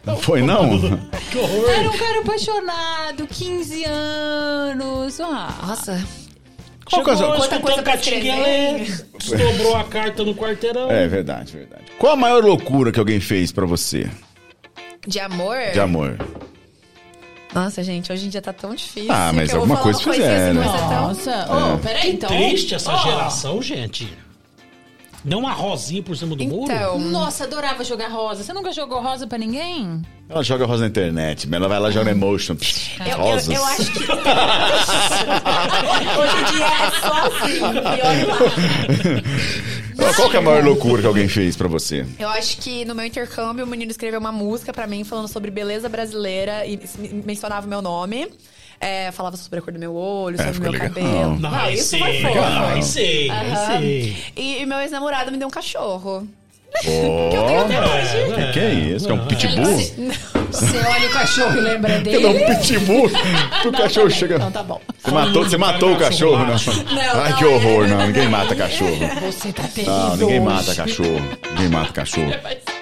[SPEAKER 1] Não foi, não?
[SPEAKER 2] Que horror.
[SPEAKER 3] Era um cara apaixonado, 15 anos. Ah,
[SPEAKER 4] Nossa.
[SPEAKER 1] Qual que é o-
[SPEAKER 2] Chegou
[SPEAKER 4] Quanta coisa
[SPEAKER 2] escutando
[SPEAKER 4] pra
[SPEAKER 2] Catinguelê, dobrou a carta no quarteirão.
[SPEAKER 1] É verdade, verdade. Qual a maior loucura que alguém fez pra você?
[SPEAKER 4] De amor?
[SPEAKER 1] De amor.
[SPEAKER 4] Nossa, gente, hoje em dia tá tão difícil.
[SPEAKER 1] Ah, mas
[SPEAKER 4] que eu
[SPEAKER 1] alguma
[SPEAKER 4] vou falar
[SPEAKER 1] coisa
[SPEAKER 4] uma coisinha,
[SPEAKER 1] fizeram.
[SPEAKER 4] assim, mas é tão-
[SPEAKER 3] nossa. Ô, peraí, então.
[SPEAKER 2] Triste essa
[SPEAKER 3] Ó,
[SPEAKER 2] geração, gente. Deu uma rosinha por cima do muro.
[SPEAKER 4] Então.
[SPEAKER 3] Nossa, adorava jogar rosa. Você nunca jogou rosa pra ninguém?
[SPEAKER 1] Ela joga rosa na internet, mas ela vai lá e joga emotion. Psh,
[SPEAKER 4] Eu,
[SPEAKER 1] Rosas.
[SPEAKER 4] eu, eu acho que. Hoje em dia é só assim. E olha lá.
[SPEAKER 1] Qual que é a maior loucura que alguém fez pra você?
[SPEAKER 4] Eu acho que no meu intercâmbio, o menino escreveu uma música pra mim falando sobre beleza brasileira e s- me- mencionava o meu nome. É, falava sobre a cor do meu olho, sobre
[SPEAKER 1] É,
[SPEAKER 4] o
[SPEAKER 1] ficou
[SPEAKER 4] meu
[SPEAKER 1] legal.
[SPEAKER 4] cabelo.
[SPEAKER 2] Não,
[SPEAKER 4] Ah,
[SPEAKER 2] aí
[SPEAKER 4] isso
[SPEAKER 2] sim,
[SPEAKER 4] foi fofo.
[SPEAKER 2] aí sim,
[SPEAKER 4] Aham.
[SPEAKER 2] aí sim.
[SPEAKER 4] E, e meu ex-namorado me deu um cachorro.
[SPEAKER 1] Oh,
[SPEAKER 2] É,
[SPEAKER 1] que, que é isso? Que é um pitbull?
[SPEAKER 3] Você você olha o cachorro e lembra
[SPEAKER 1] Ele é
[SPEAKER 3] dele?
[SPEAKER 1] um pitbull. O cachorro chega.
[SPEAKER 3] Então tá bom.
[SPEAKER 1] Você matou, você matou o cachorro, não?
[SPEAKER 4] Não,
[SPEAKER 1] Ai,
[SPEAKER 4] não
[SPEAKER 1] que
[SPEAKER 4] é.
[SPEAKER 1] horror, não. Ninguém mata cachorro.
[SPEAKER 3] Você tá terrível.
[SPEAKER 1] Não, ninguém mata
[SPEAKER 3] hoje.
[SPEAKER 1] cachorro. Ninguém mata cachorro.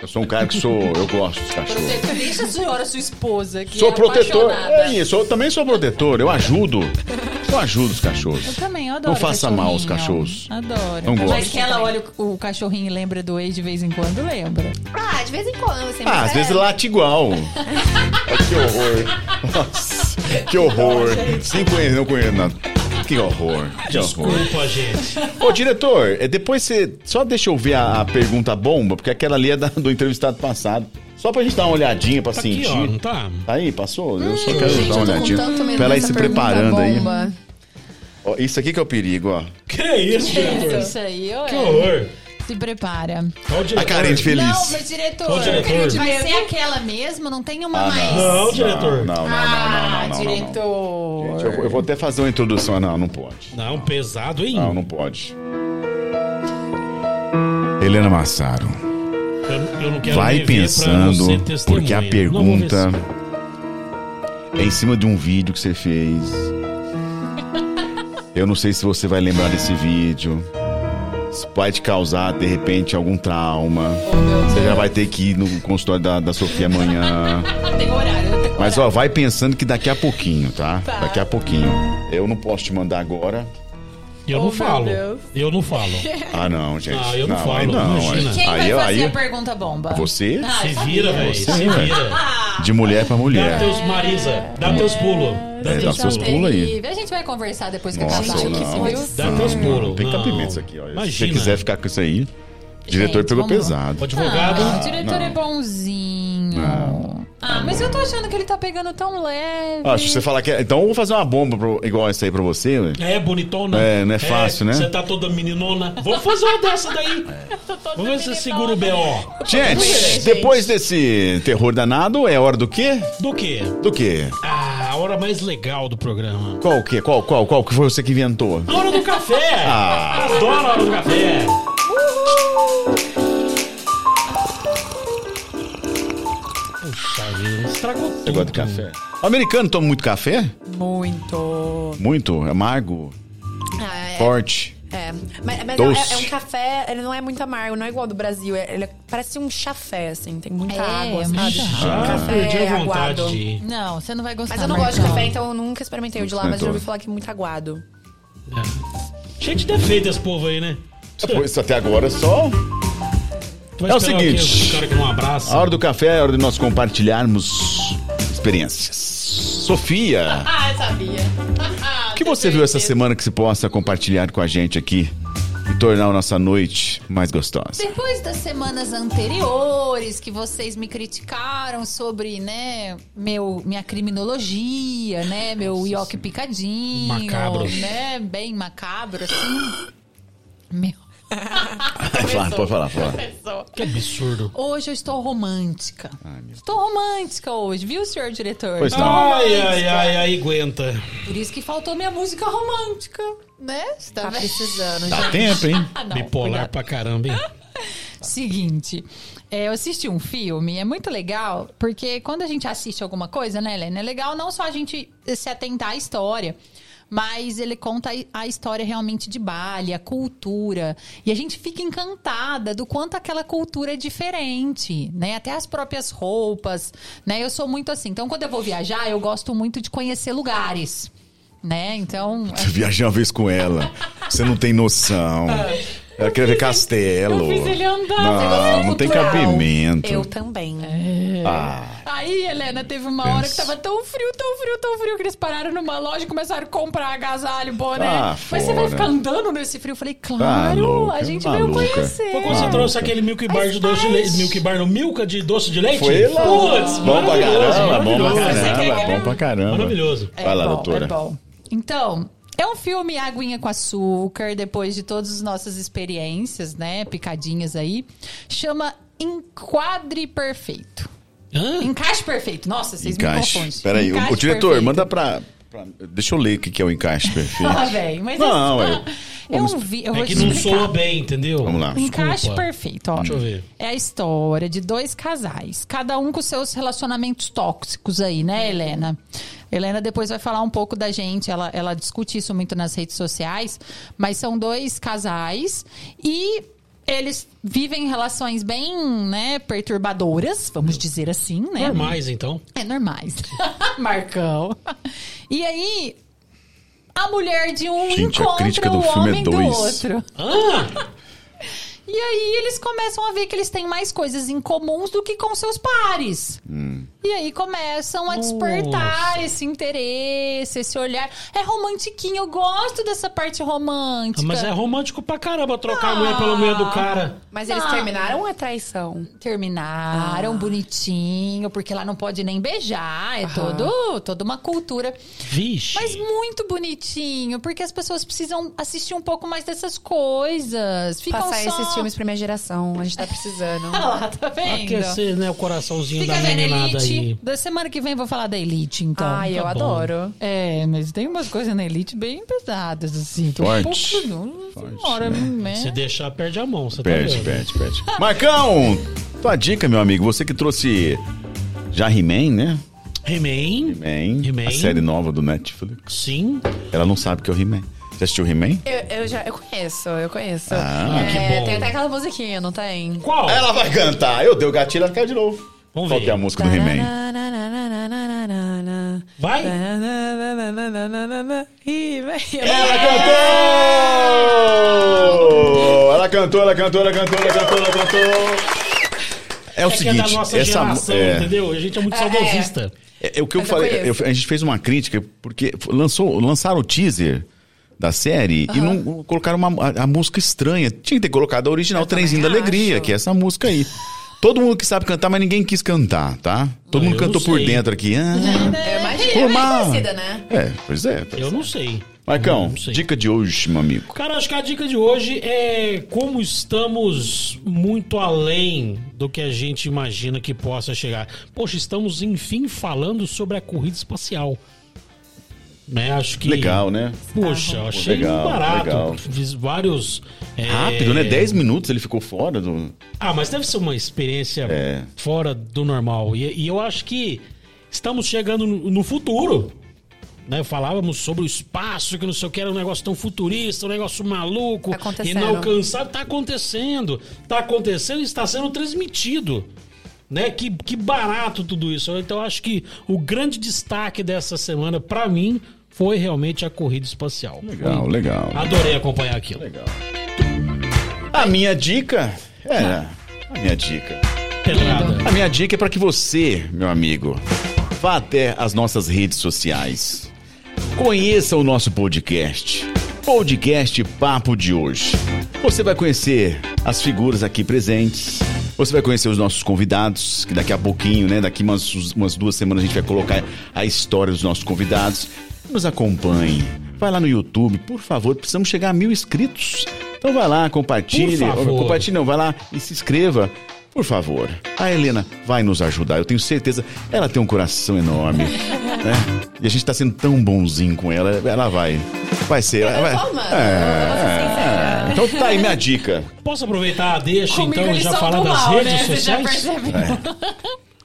[SPEAKER 1] Eu sou um cara que sou. Eu gosto dos
[SPEAKER 3] Você
[SPEAKER 1] cachorros.
[SPEAKER 3] deixa a senhora, sua esposa, que
[SPEAKER 1] Sou
[SPEAKER 3] é
[SPEAKER 1] protetor.
[SPEAKER 3] apaixonada.
[SPEAKER 1] É isso, eu também sou protetor. Eu ajudo. Eu ajudo os
[SPEAKER 3] Eu
[SPEAKER 1] cachorros.
[SPEAKER 3] também, eu adoro
[SPEAKER 1] Não faça
[SPEAKER 3] cachorrinho. Ah,
[SPEAKER 1] mal aos cachorros.
[SPEAKER 3] Adoro.
[SPEAKER 1] Não gosto.
[SPEAKER 3] Mas que ela olha o, o cachorrinho e lembra do ex de vez em quando, lembra.
[SPEAKER 4] Ah, de vez em quando, assim.
[SPEAKER 1] Ah,
[SPEAKER 4] mas
[SPEAKER 1] às
[SPEAKER 4] é-
[SPEAKER 1] vezes late igual. Ai, que horror. Nossa, que horror. Sem conhecer, não conheço nada. Que horror. Que horror.
[SPEAKER 2] Desculpa, é gente. Tá
[SPEAKER 1] Ô, diretor, é, depois você. Só deixa eu ver a, a pergunta bomba, porque aquela ali é da- do entrevistado passado. Só pra gente dar uma olhadinha pra
[SPEAKER 2] Tá aqui,
[SPEAKER 1] sentir.
[SPEAKER 2] ó, não tá?
[SPEAKER 1] Tá Aí, passou? Eu só quero
[SPEAKER 4] Hum, Gente,
[SPEAKER 1] dar
[SPEAKER 4] eu
[SPEAKER 1] uma
[SPEAKER 4] tô com
[SPEAKER 1] olhadinha.
[SPEAKER 4] tanto medo
[SPEAKER 1] Pra ela ir se
[SPEAKER 4] dessa pergunta
[SPEAKER 1] preparando aí.
[SPEAKER 4] bomba.
[SPEAKER 1] Ó, isso aqui que é o perigo, ó.
[SPEAKER 2] Que isso,
[SPEAKER 1] É.
[SPEAKER 2] diretor?
[SPEAKER 3] Então, Isso aí, eu é.
[SPEAKER 2] Que horror.
[SPEAKER 3] Se prepara.
[SPEAKER 2] Olha
[SPEAKER 1] A
[SPEAKER 2] o
[SPEAKER 1] é
[SPEAKER 2] diretor.
[SPEAKER 1] Karen feliz.
[SPEAKER 3] Não, mas diretor,
[SPEAKER 2] Ô, diretor.
[SPEAKER 3] vai ser aquela mesmo, não tem uma
[SPEAKER 1] Ah,
[SPEAKER 3] mais.
[SPEAKER 2] Não, diretor.
[SPEAKER 1] Não, não, não,
[SPEAKER 3] Ah,
[SPEAKER 1] não, não, não, não, não.
[SPEAKER 3] diretor.
[SPEAKER 1] Gente, eu, eu vou até fazer uma introdução. Não, não pode.
[SPEAKER 2] Não, pesado, hein?
[SPEAKER 1] Não, não pode. Helena Massaro,
[SPEAKER 2] Eu, eu não quero
[SPEAKER 1] vai
[SPEAKER 2] me ver pra não
[SPEAKER 1] pensando,
[SPEAKER 2] ser testemunha.
[SPEAKER 1] porque a
[SPEAKER 2] Não vou ver
[SPEAKER 1] pergunta é em cima de um vídeo que você fez. Eu não sei se você vai lembrar desse vídeo. Isso vai te causar, de repente, algum trauma. Você já vai ter que ir no consultório da, da Sofia amanhã.
[SPEAKER 3] Tem horário. tem
[SPEAKER 1] Mas ó, vai pensando que daqui a pouquinho, tá?
[SPEAKER 3] Tá.
[SPEAKER 1] Daqui a pouquinho. Eu não posso te mandar agora.
[SPEAKER 2] se- Eu não
[SPEAKER 3] Oh, meu
[SPEAKER 2] falo.
[SPEAKER 3] Deus.
[SPEAKER 2] Eu não falo.
[SPEAKER 1] Ah, não, gente.
[SPEAKER 2] Ah, eu não falo,
[SPEAKER 1] aí não.
[SPEAKER 2] imagina.
[SPEAKER 1] aí-
[SPEAKER 3] Quem vai
[SPEAKER 1] aí,
[SPEAKER 3] fazer
[SPEAKER 1] aí,
[SPEAKER 3] a é pergunta bomba?
[SPEAKER 1] você,
[SPEAKER 3] Ah,
[SPEAKER 2] Se
[SPEAKER 3] eu sabia.
[SPEAKER 2] vira, velho. Se
[SPEAKER 1] Sim, velho.
[SPEAKER 2] vira.
[SPEAKER 1] de mulher pra
[SPEAKER 2] Dá
[SPEAKER 1] mulher.
[SPEAKER 2] teus Marisa. Dá teus pulos. Dá
[SPEAKER 1] É, dá
[SPEAKER 2] teus
[SPEAKER 3] Então,
[SPEAKER 1] seus
[SPEAKER 2] pulos.
[SPEAKER 1] pulos aí.
[SPEAKER 3] terrível. A gente vai conversar depois tá que é
[SPEAKER 1] Nossa,
[SPEAKER 3] acabar
[SPEAKER 1] ou
[SPEAKER 3] aqui,
[SPEAKER 1] não.
[SPEAKER 3] viu?
[SPEAKER 2] Dá teus pulos.
[SPEAKER 1] Tem que dar
[SPEAKER 2] Não.
[SPEAKER 1] pimenta isso aqui, ó. Se você
[SPEAKER 2] Imagina.
[SPEAKER 1] quiser ficar com isso aí, o diretor
[SPEAKER 3] Gente,
[SPEAKER 1] pegou
[SPEAKER 3] vamos lá.
[SPEAKER 1] pesado.
[SPEAKER 2] O advogado.
[SPEAKER 3] Ah, o diretor
[SPEAKER 1] não.
[SPEAKER 3] é bonzinho. Ah, mas eu tô achando que ele tá pegando tão leve.
[SPEAKER 1] Acho que você falar que. é- Então eu vou fazer uma bomba pro- igual essa aí pra você, ué.
[SPEAKER 2] É bonitona.
[SPEAKER 1] É, não é fácil, né?
[SPEAKER 2] Você tá toda meninona. Vamos fazer uma dessa daí. Vamos ver se você segura o B.O.
[SPEAKER 1] Gente, depois desse terror danado, é hora do quê?
[SPEAKER 2] Do quê?
[SPEAKER 1] Do quê?
[SPEAKER 2] Ah, a hora mais legal do programa.
[SPEAKER 1] Qual o quê? Qual, qual, qual que foi você que inventou?
[SPEAKER 2] A hora do café!
[SPEAKER 1] Ah.
[SPEAKER 2] Adoro a hora do café! Puxa vida, estragou tudo.
[SPEAKER 1] Eu gosto de café. O americano toma muito café?
[SPEAKER 4] Muito.
[SPEAKER 1] Muito, amargo,
[SPEAKER 4] Ah, é.
[SPEAKER 1] forte.
[SPEAKER 4] É, mas, mas
[SPEAKER 1] Doce.
[SPEAKER 4] é, é um café, ele não é muito amargo, não é igual ao do Brasil. é- ele é- parece um chafé, assim, tem muita
[SPEAKER 3] É,
[SPEAKER 4] água,
[SPEAKER 3] é
[SPEAKER 4] sabe?
[SPEAKER 3] muito
[SPEAKER 2] Já
[SPEAKER 4] Café
[SPEAKER 2] perdi a Ah,
[SPEAKER 4] aguado.
[SPEAKER 2] vontade de ir.
[SPEAKER 3] Não, você não vai gostar.
[SPEAKER 4] Mas eu não gosto de
[SPEAKER 3] Marcão.
[SPEAKER 4] café, então eu nunca experimentei o de lá, mas já ouvi falar que é muito aguado.
[SPEAKER 2] É. Cheio de defeito esse povo aí, né?
[SPEAKER 1] Isso até agora só.
[SPEAKER 2] Tu vai
[SPEAKER 1] É o
[SPEAKER 2] esperar
[SPEAKER 1] seguinte.
[SPEAKER 2] quê? Os cara que não abraça.
[SPEAKER 1] A hora do café é a hora de nós compartilharmos experiências. Sofia,
[SPEAKER 3] Ah, eu sabia.
[SPEAKER 1] o que você viu essa semana que se possa compartilhar com a gente aqui e tornar a nossa noite mais gostosa?
[SPEAKER 3] Depois das semanas anteriores que vocês me criticaram sobre, né, meu, minha criminologia, né, meu ioque picadinho,
[SPEAKER 2] Macabro.
[SPEAKER 3] né, bem macabro assim. Meu.
[SPEAKER 1] Fala, pode falar, fala.
[SPEAKER 2] Que absurdo.
[SPEAKER 3] Hoje eu estou romântica. estou romântica hoje, viu, senhor diretor?
[SPEAKER 1] Pois não.
[SPEAKER 2] Ai, ai, ai, ai, aguenta.
[SPEAKER 3] Por isso que faltou minha música romântica, né? Você tá
[SPEAKER 4] Tá
[SPEAKER 3] vendo?
[SPEAKER 4] precisando,
[SPEAKER 1] Dá
[SPEAKER 4] gente.
[SPEAKER 1] tempo, hein?
[SPEAKER 3] Ah, não,
[SPEAKER 2] Bipolar
[SPEAKER 3] cuidado.
[SPEAKER 2] pra caramba, hein?
[SPEAKER 3] Tá. Seguinte, é, eu assisti um filme, é muito legal, porque quando a gente assiste alguma coisa, né, Helena? É legal não só a gente se atentar à história, mas ele conta a história realmente de Bali, a cultura. E a gente fica encantada do quanto aquela cultura é diferente, né? Até as próprias roupas, né? Eu sou muito assim. Então, quando eu vou viajar, eu gosto muito de conhecer lugares. Né? Então,
[SPEAKER 1] Eu viajei uma vez com ela. Você não tem noção.
[SPEAKER 3] Ah.
[SPEAKER 1] Ela queria ver castelo.
[SPEAKER 3] eu fiz ele andar,
[SPEAKER 1] Não,
[SPEAKER 3] negócio
[SPEAKER 1] não tem
[SPEAKER 3] cultural.
[SPEAKER 1] cabimento.
[SPEAKER 4] Eu também.
[SPEAKER 3] É.
[SPEAKER 1] Ah,
[SPEAKER 3] Aí, Helena, teve uma
[SPEAKER 1] Pensa.
[SPEAKER 3] hora que tava tão frio, tão frio, tão frio, que eles pararam numa loja e começaram a comprar agasalho, boné.
[SPEAKER 1] Ah,
[SPEAKER 3] Mas você
[SPEAKER 1] fora.
[SPEAKER 3] vai ficar andando nesse frio? Eu falei,
[SPEAKER 1] Tá
[SPEAKER 3] claro,
[SPEAKER 1] louca,
[SPEAKER 3] a gente veio
[SPEAKER 1] maluca.
[SPEAKER 3] conhecer.
[SPEAKER 2] Foi quando você
[SPEAKER 1] Ah,
[SPEAKER 2] trouxe
[SPEAKER 1] nunca.
[SPEAKER 2] aquele milk bar de doce de leite. Milk bar no milka de doce de leite?
[SPEAKER 1] foi lá.
[SPEAKER 2] Putz,
[SPEAKER 1] bom pra
[SPEAKER 2] maravilhoso,
[SPEAKER 1] caramba, bom pra
[SPEAKER 2] maravilhoso.
[SPEAKER 1] caramba, bom pra caramba.
[SPEAKER 2] Maravilhoso.
[SPEAKER 1] Vai lá,
[SPEAKER 3] bom,
[SPEAKER 1] doutora.
[SPEAKER 3] É bom. Então, é um filme Aguinha com Açúcar, depois de todas as nossas experiências, né? Picadinhas aí. Chama Enquadre Perfeito.
[SPEAKER 2] Hã?
[SPEAKER 3] Encaixe Perfeito. Nossa, vocês me
[SPEAKER 1] Encaixe.
[SPEAKER 3] confundem.
[SPEAKER 1] Peraí, o,
[SPEAKER 3] Encaixe
[SPEAKER 1] o diretor,
[SPEAKER 3] Perfeito.
[SPEAKER 1] manda pra, pra- Deixa eu ler o que que é o encaixe perfeito.
[SPEAKER 3] Ah, velho, mas
[SPEAKER 1] Não,
[SPEAKER 3] esse-
[SPEAKER 1] é-
[SPEAKER 3] eu
[SPEAKER 1] vamos-
[SPEAKER 3] vi, eu
[SPEAKER 2] É
[SPEAKER 3] vou
[SPEAKER 2] que
[SPEAKER 3] te
[SPEAKER 2] não
[SPEAKER 3] explicar.
[SPEAKER 2] soa bem, entendeu?
[SPEAKER 1] Vamos lá.
[SPEAKER 2] Desculpa.
[SPEAKER 3] Um Encaixe perfeito, ó.
[SPEAKER 2] Deixa eu ver.
[SPEAKER 3] É a história de dois casais, cada um com seus relacionamentos tóxicos aí, né, Helena? Helena depois vai falar um pouco da gente, ela, ela discute isso muito nas redes sociais, mas são dois casais e eles vivem relações bem, né, perturbadoras, vamos dizer assim, né?
[SPEAKER 2] Normais, então.
[SPEAKER 3] É normais. Marcão. E aí, a mulher de um
[SPEAKER 1] Gente, a
[SPEAKER 3] encontra
[SPEAKER 1] crítica do
[SPEAKER 3] o
[SPEAKER 1] filme é
[SPEAKER 3] homem
[SPEAKER 1] dois.
[SPEAKER 3] do outro.
[SPEAKER 2] Ah,
[SPEAKER 3] E aí eles começam a ver que eles têm mais coisas em comuns do que com seus pares. E aí começam a despertar esse interesse, esse olhar. É romantiquinho, eu gosto dessa parte romântica.
[SPEAKER 2] mas é romântico pra caramba trocar a mulher pela
[SPEAKER 3] Ah.
[SPEAKER 2] mulher do cara.
[SPEAKER 4] Mas eles
[SPEAKER 3] Não.
[SPEAKER 4] terminaram ou é traição?
[SPEAKER 3] Terminaram
[SPEAKER 2] Ah.
[SPEAKER 3] bonitinho, porque lá não pode nem beijar. É todo, toda uma cultura.
[SPEAKER 2] Vixe.
[SPEAKER 3] Mas muito bonitinho, porque as pessoas precisam assistir um pouco mais dessas coisas. Ficam
[SPEAKER 4] Passar
[SPEAKER 3] só...
[SPEAKER 4] esses filmes pra minha geração. A gente tá precisando.
[SPEAKER 3] Ah lá, tá vendo?
[SPEAKER 2] Aquecer, né, o coraçãozinho
[SPEAKER 3] Fica
[SPEAKER 2] da
[SPEAKER 3] vendo
[SPEAKER 2] meninada
[SPEAKER 3] Elite.
[SPEAKER 2] aí.
[SPEAKER 3] Da semana que vem eu vou falar da Elite, então.
[SPEAKER 4] Ai, Ah, eu
[SPEAKER 2] tá bom.
[SPEAKER 4] adoro.
[SPEAKER 3] É, mas tem umas coisas na Elite bem pesadas, assim. Que
[SPEAKER 1] Forte.
[SPEAKER 3] Um pouco,
[SPEAKER 1] Forte,
[SPEAKER 3] hora, né?
[SPEAKER 2] Se deixar, perde a mão. Você
[SPEAKER 1] Perde,
[SPEAKER 2] tá vendo?
[SPEAKER 1] perde, perde. Marcão, tua dica, meu amigo. Você que trouxe já He-Man, né?
[SPEAKER 2] He-Man.
[SPEAKER 1] He-Man.
[SPEAKER 2] He-Man.
[SPEAKER 1] A série nova do Netflix.
[SPEAKER 2] Sim.
[SPEAKER 1] Ela não sabe que é o He-Man. Você assistiu He-Man?
[SPEAKER 4] Eu, eu já eu conheço, eu conheço.
[SPEAKER 1] Ah,
[SPEAKER 4] é,
[SPEAKER 2] que bom.
[SPEAKER 4] Tem até É, aquela musiquinha, não tem?
[SPEAKER 2] Qual?
[SPEAKER 1] Ela vai cantar. Eu dei o gatilho, ela caiu de novo.
[SPEAKER 2] Vamos
[SPEAKER 1] Qual
[SPEAKER 2] ver.
[SPEAKER 1] que é a música do He-Man?
[SPEAKER 4] He-Man.
[SPEAKER 2] Vai?
[SPEAKER 1] Ela cantou! Ela cantou, ela cantou, ela cantou, ela cantou, ela cantou. É o
[SPEAKER 2] É que é
[SPEAKER 1] seguinte,
[SPEAKER 2] da nossa
[SPEAKER 1] essa mu-
[SPEAKER 2] geração,
[SPEAKER 1] é,
[SPEAKER 2] entendeu? A gente é muito saudosista.
[SPEAKER 1] É, é o que eu
[SPEAKER 4] Mas eu
[SPEAKER 1] falei,
[SPEAKER 4] conheço.
[SPEAKER 1] eu- a gente fez uma crítica, porque lançou, lançaram o teaser da série e não colocaram uma, a, a música estranha. Tinha que ter colocado a original, Trenzinho da
[SPEAKER 4] também
[SPEAKER 1] Alegria,
[SPEAKER 4] acho.
[SPEAKER 1] que é essa música aí. Todo mundo que sabe cantar, mas ninguém quis cantar, tá? Todo
[SPEAKER 2] Ah,
[SPEAKER 1] mundo
[SPEAKER 2] eu não
[SPEAKER 1] cantou por
[SPEAKER 2] sei.
[SPEAKER 1] dentro aqui. Ah,
[SPEAKER 4] Eu imagino.
[SPEAKER 1] Pô,
[SPEAKER 4] É bem
[SPEAKER 1] mas-
[SPEAKER 4] conhecida, né?
[SPEAKER 1] é, pois é. Pois
[SPEAKER 2] Eu
[SPEAKER 1] é.
[SPEAKER 2] não sei.
[SPEAKER 1] Marcão,
[SPEAKER 2] Não sei.
[SPEAKER 1] dica de hoje, meu amigo.
[SPEAKER 2] Cara, acho que a dica de hoje é como estamos muito além do que a gente imagina que possa chegar. Poxa, estamos enfim falando sobre a corrida espacial. Né? Acho que.
[SPEAKER 1] Legal, né?
[SPEAKER 2] Poxa,
[SPEAKER 4] Ah,
[SPEAKER 2] eu achei
[SPEAKER 1] Legal,
[SPEAKER 2] barato.
[SPEAKER 1] legal.
[SPEAKER 2] Fiz vários. é,
[SPEAKER 1] Rápido, né? 10 minutos ele ficou fora do.
[SPEAKER 2] Ah, mas deve ser uma experiência
[SPEAKER 1] É.
[SPEAKER 2] fora do normal. E, e eu acho que estamos chegando no, no futuro. Né, falávamos sobre o espaço, que não sei o que, era um negócio tão futurista, um negócio maluco,
[SPEAKER 4] Tá acontecendo.
[SPEAKER 2] inalcançável. Tá acontecendo. Tá acontecendo e está sendo transmitido. Né? Que, que barato tudo isso. Então, eu acho que o grande destaque dessa semana, pra mim, foi realmente a corrida espacial.
[SPEAKER 1] Legal, legal.
[SPEAKER 2] Adorei acompanhar aquilo.
[SPEAKER 1] A minha dica era é, A minha dica.
[SPEAKER 2] Pedrada.
[SPEAKER 1] A minha dica é para que você, meu amigo, vá até as nossas redes sociais. Conheça o nosso podcast. Podcast Papo de hoje. Você vai conhecer as figuras aqui presentes. Você vai conhecer os nossos convidados, que daqui a pouquinho, né? Daqui umas, umas duas semanas a gente vai colocar a história dos nossos convidados. Nos acompanhe. Vai lá no YouTube, por favor. Precisamos chegar a mil inscritos. Então vai lá, compartilhe.
[SPEAKER 2] Por favor.
[SPEAKER 1] Compartilhe não, vai lá e se inscreva. Por favor, a Helena vai nos ajudar. Eu tenho certeza, ela tem um coração enorme. né? E a gente tá sendo tão bonzinho com ela, ela vai. Vai ser. Ela vai...
[SPEAKER 4] tô amando,
[SPEAKER 1] É, Então tá aí minha dica.
[SPEAKER 2] Posso aproveitar a deixa,
[SPEAKER 4] Comigo
[SPEAKER 2] então,
[SPEAKER 4] eles
[SPEAKER 2] já
[SPEAKER 4] são
[SPEAKER 2] falar
[SPEAKER 4] do
[SPEAKER 2] das
[SPEAKER 4] mal,
[SPEAKER 2] redes
[SPEAKER 4] né? Você já
[SPEAKER 2] sociais?
[SPEAKER 4] percebeu.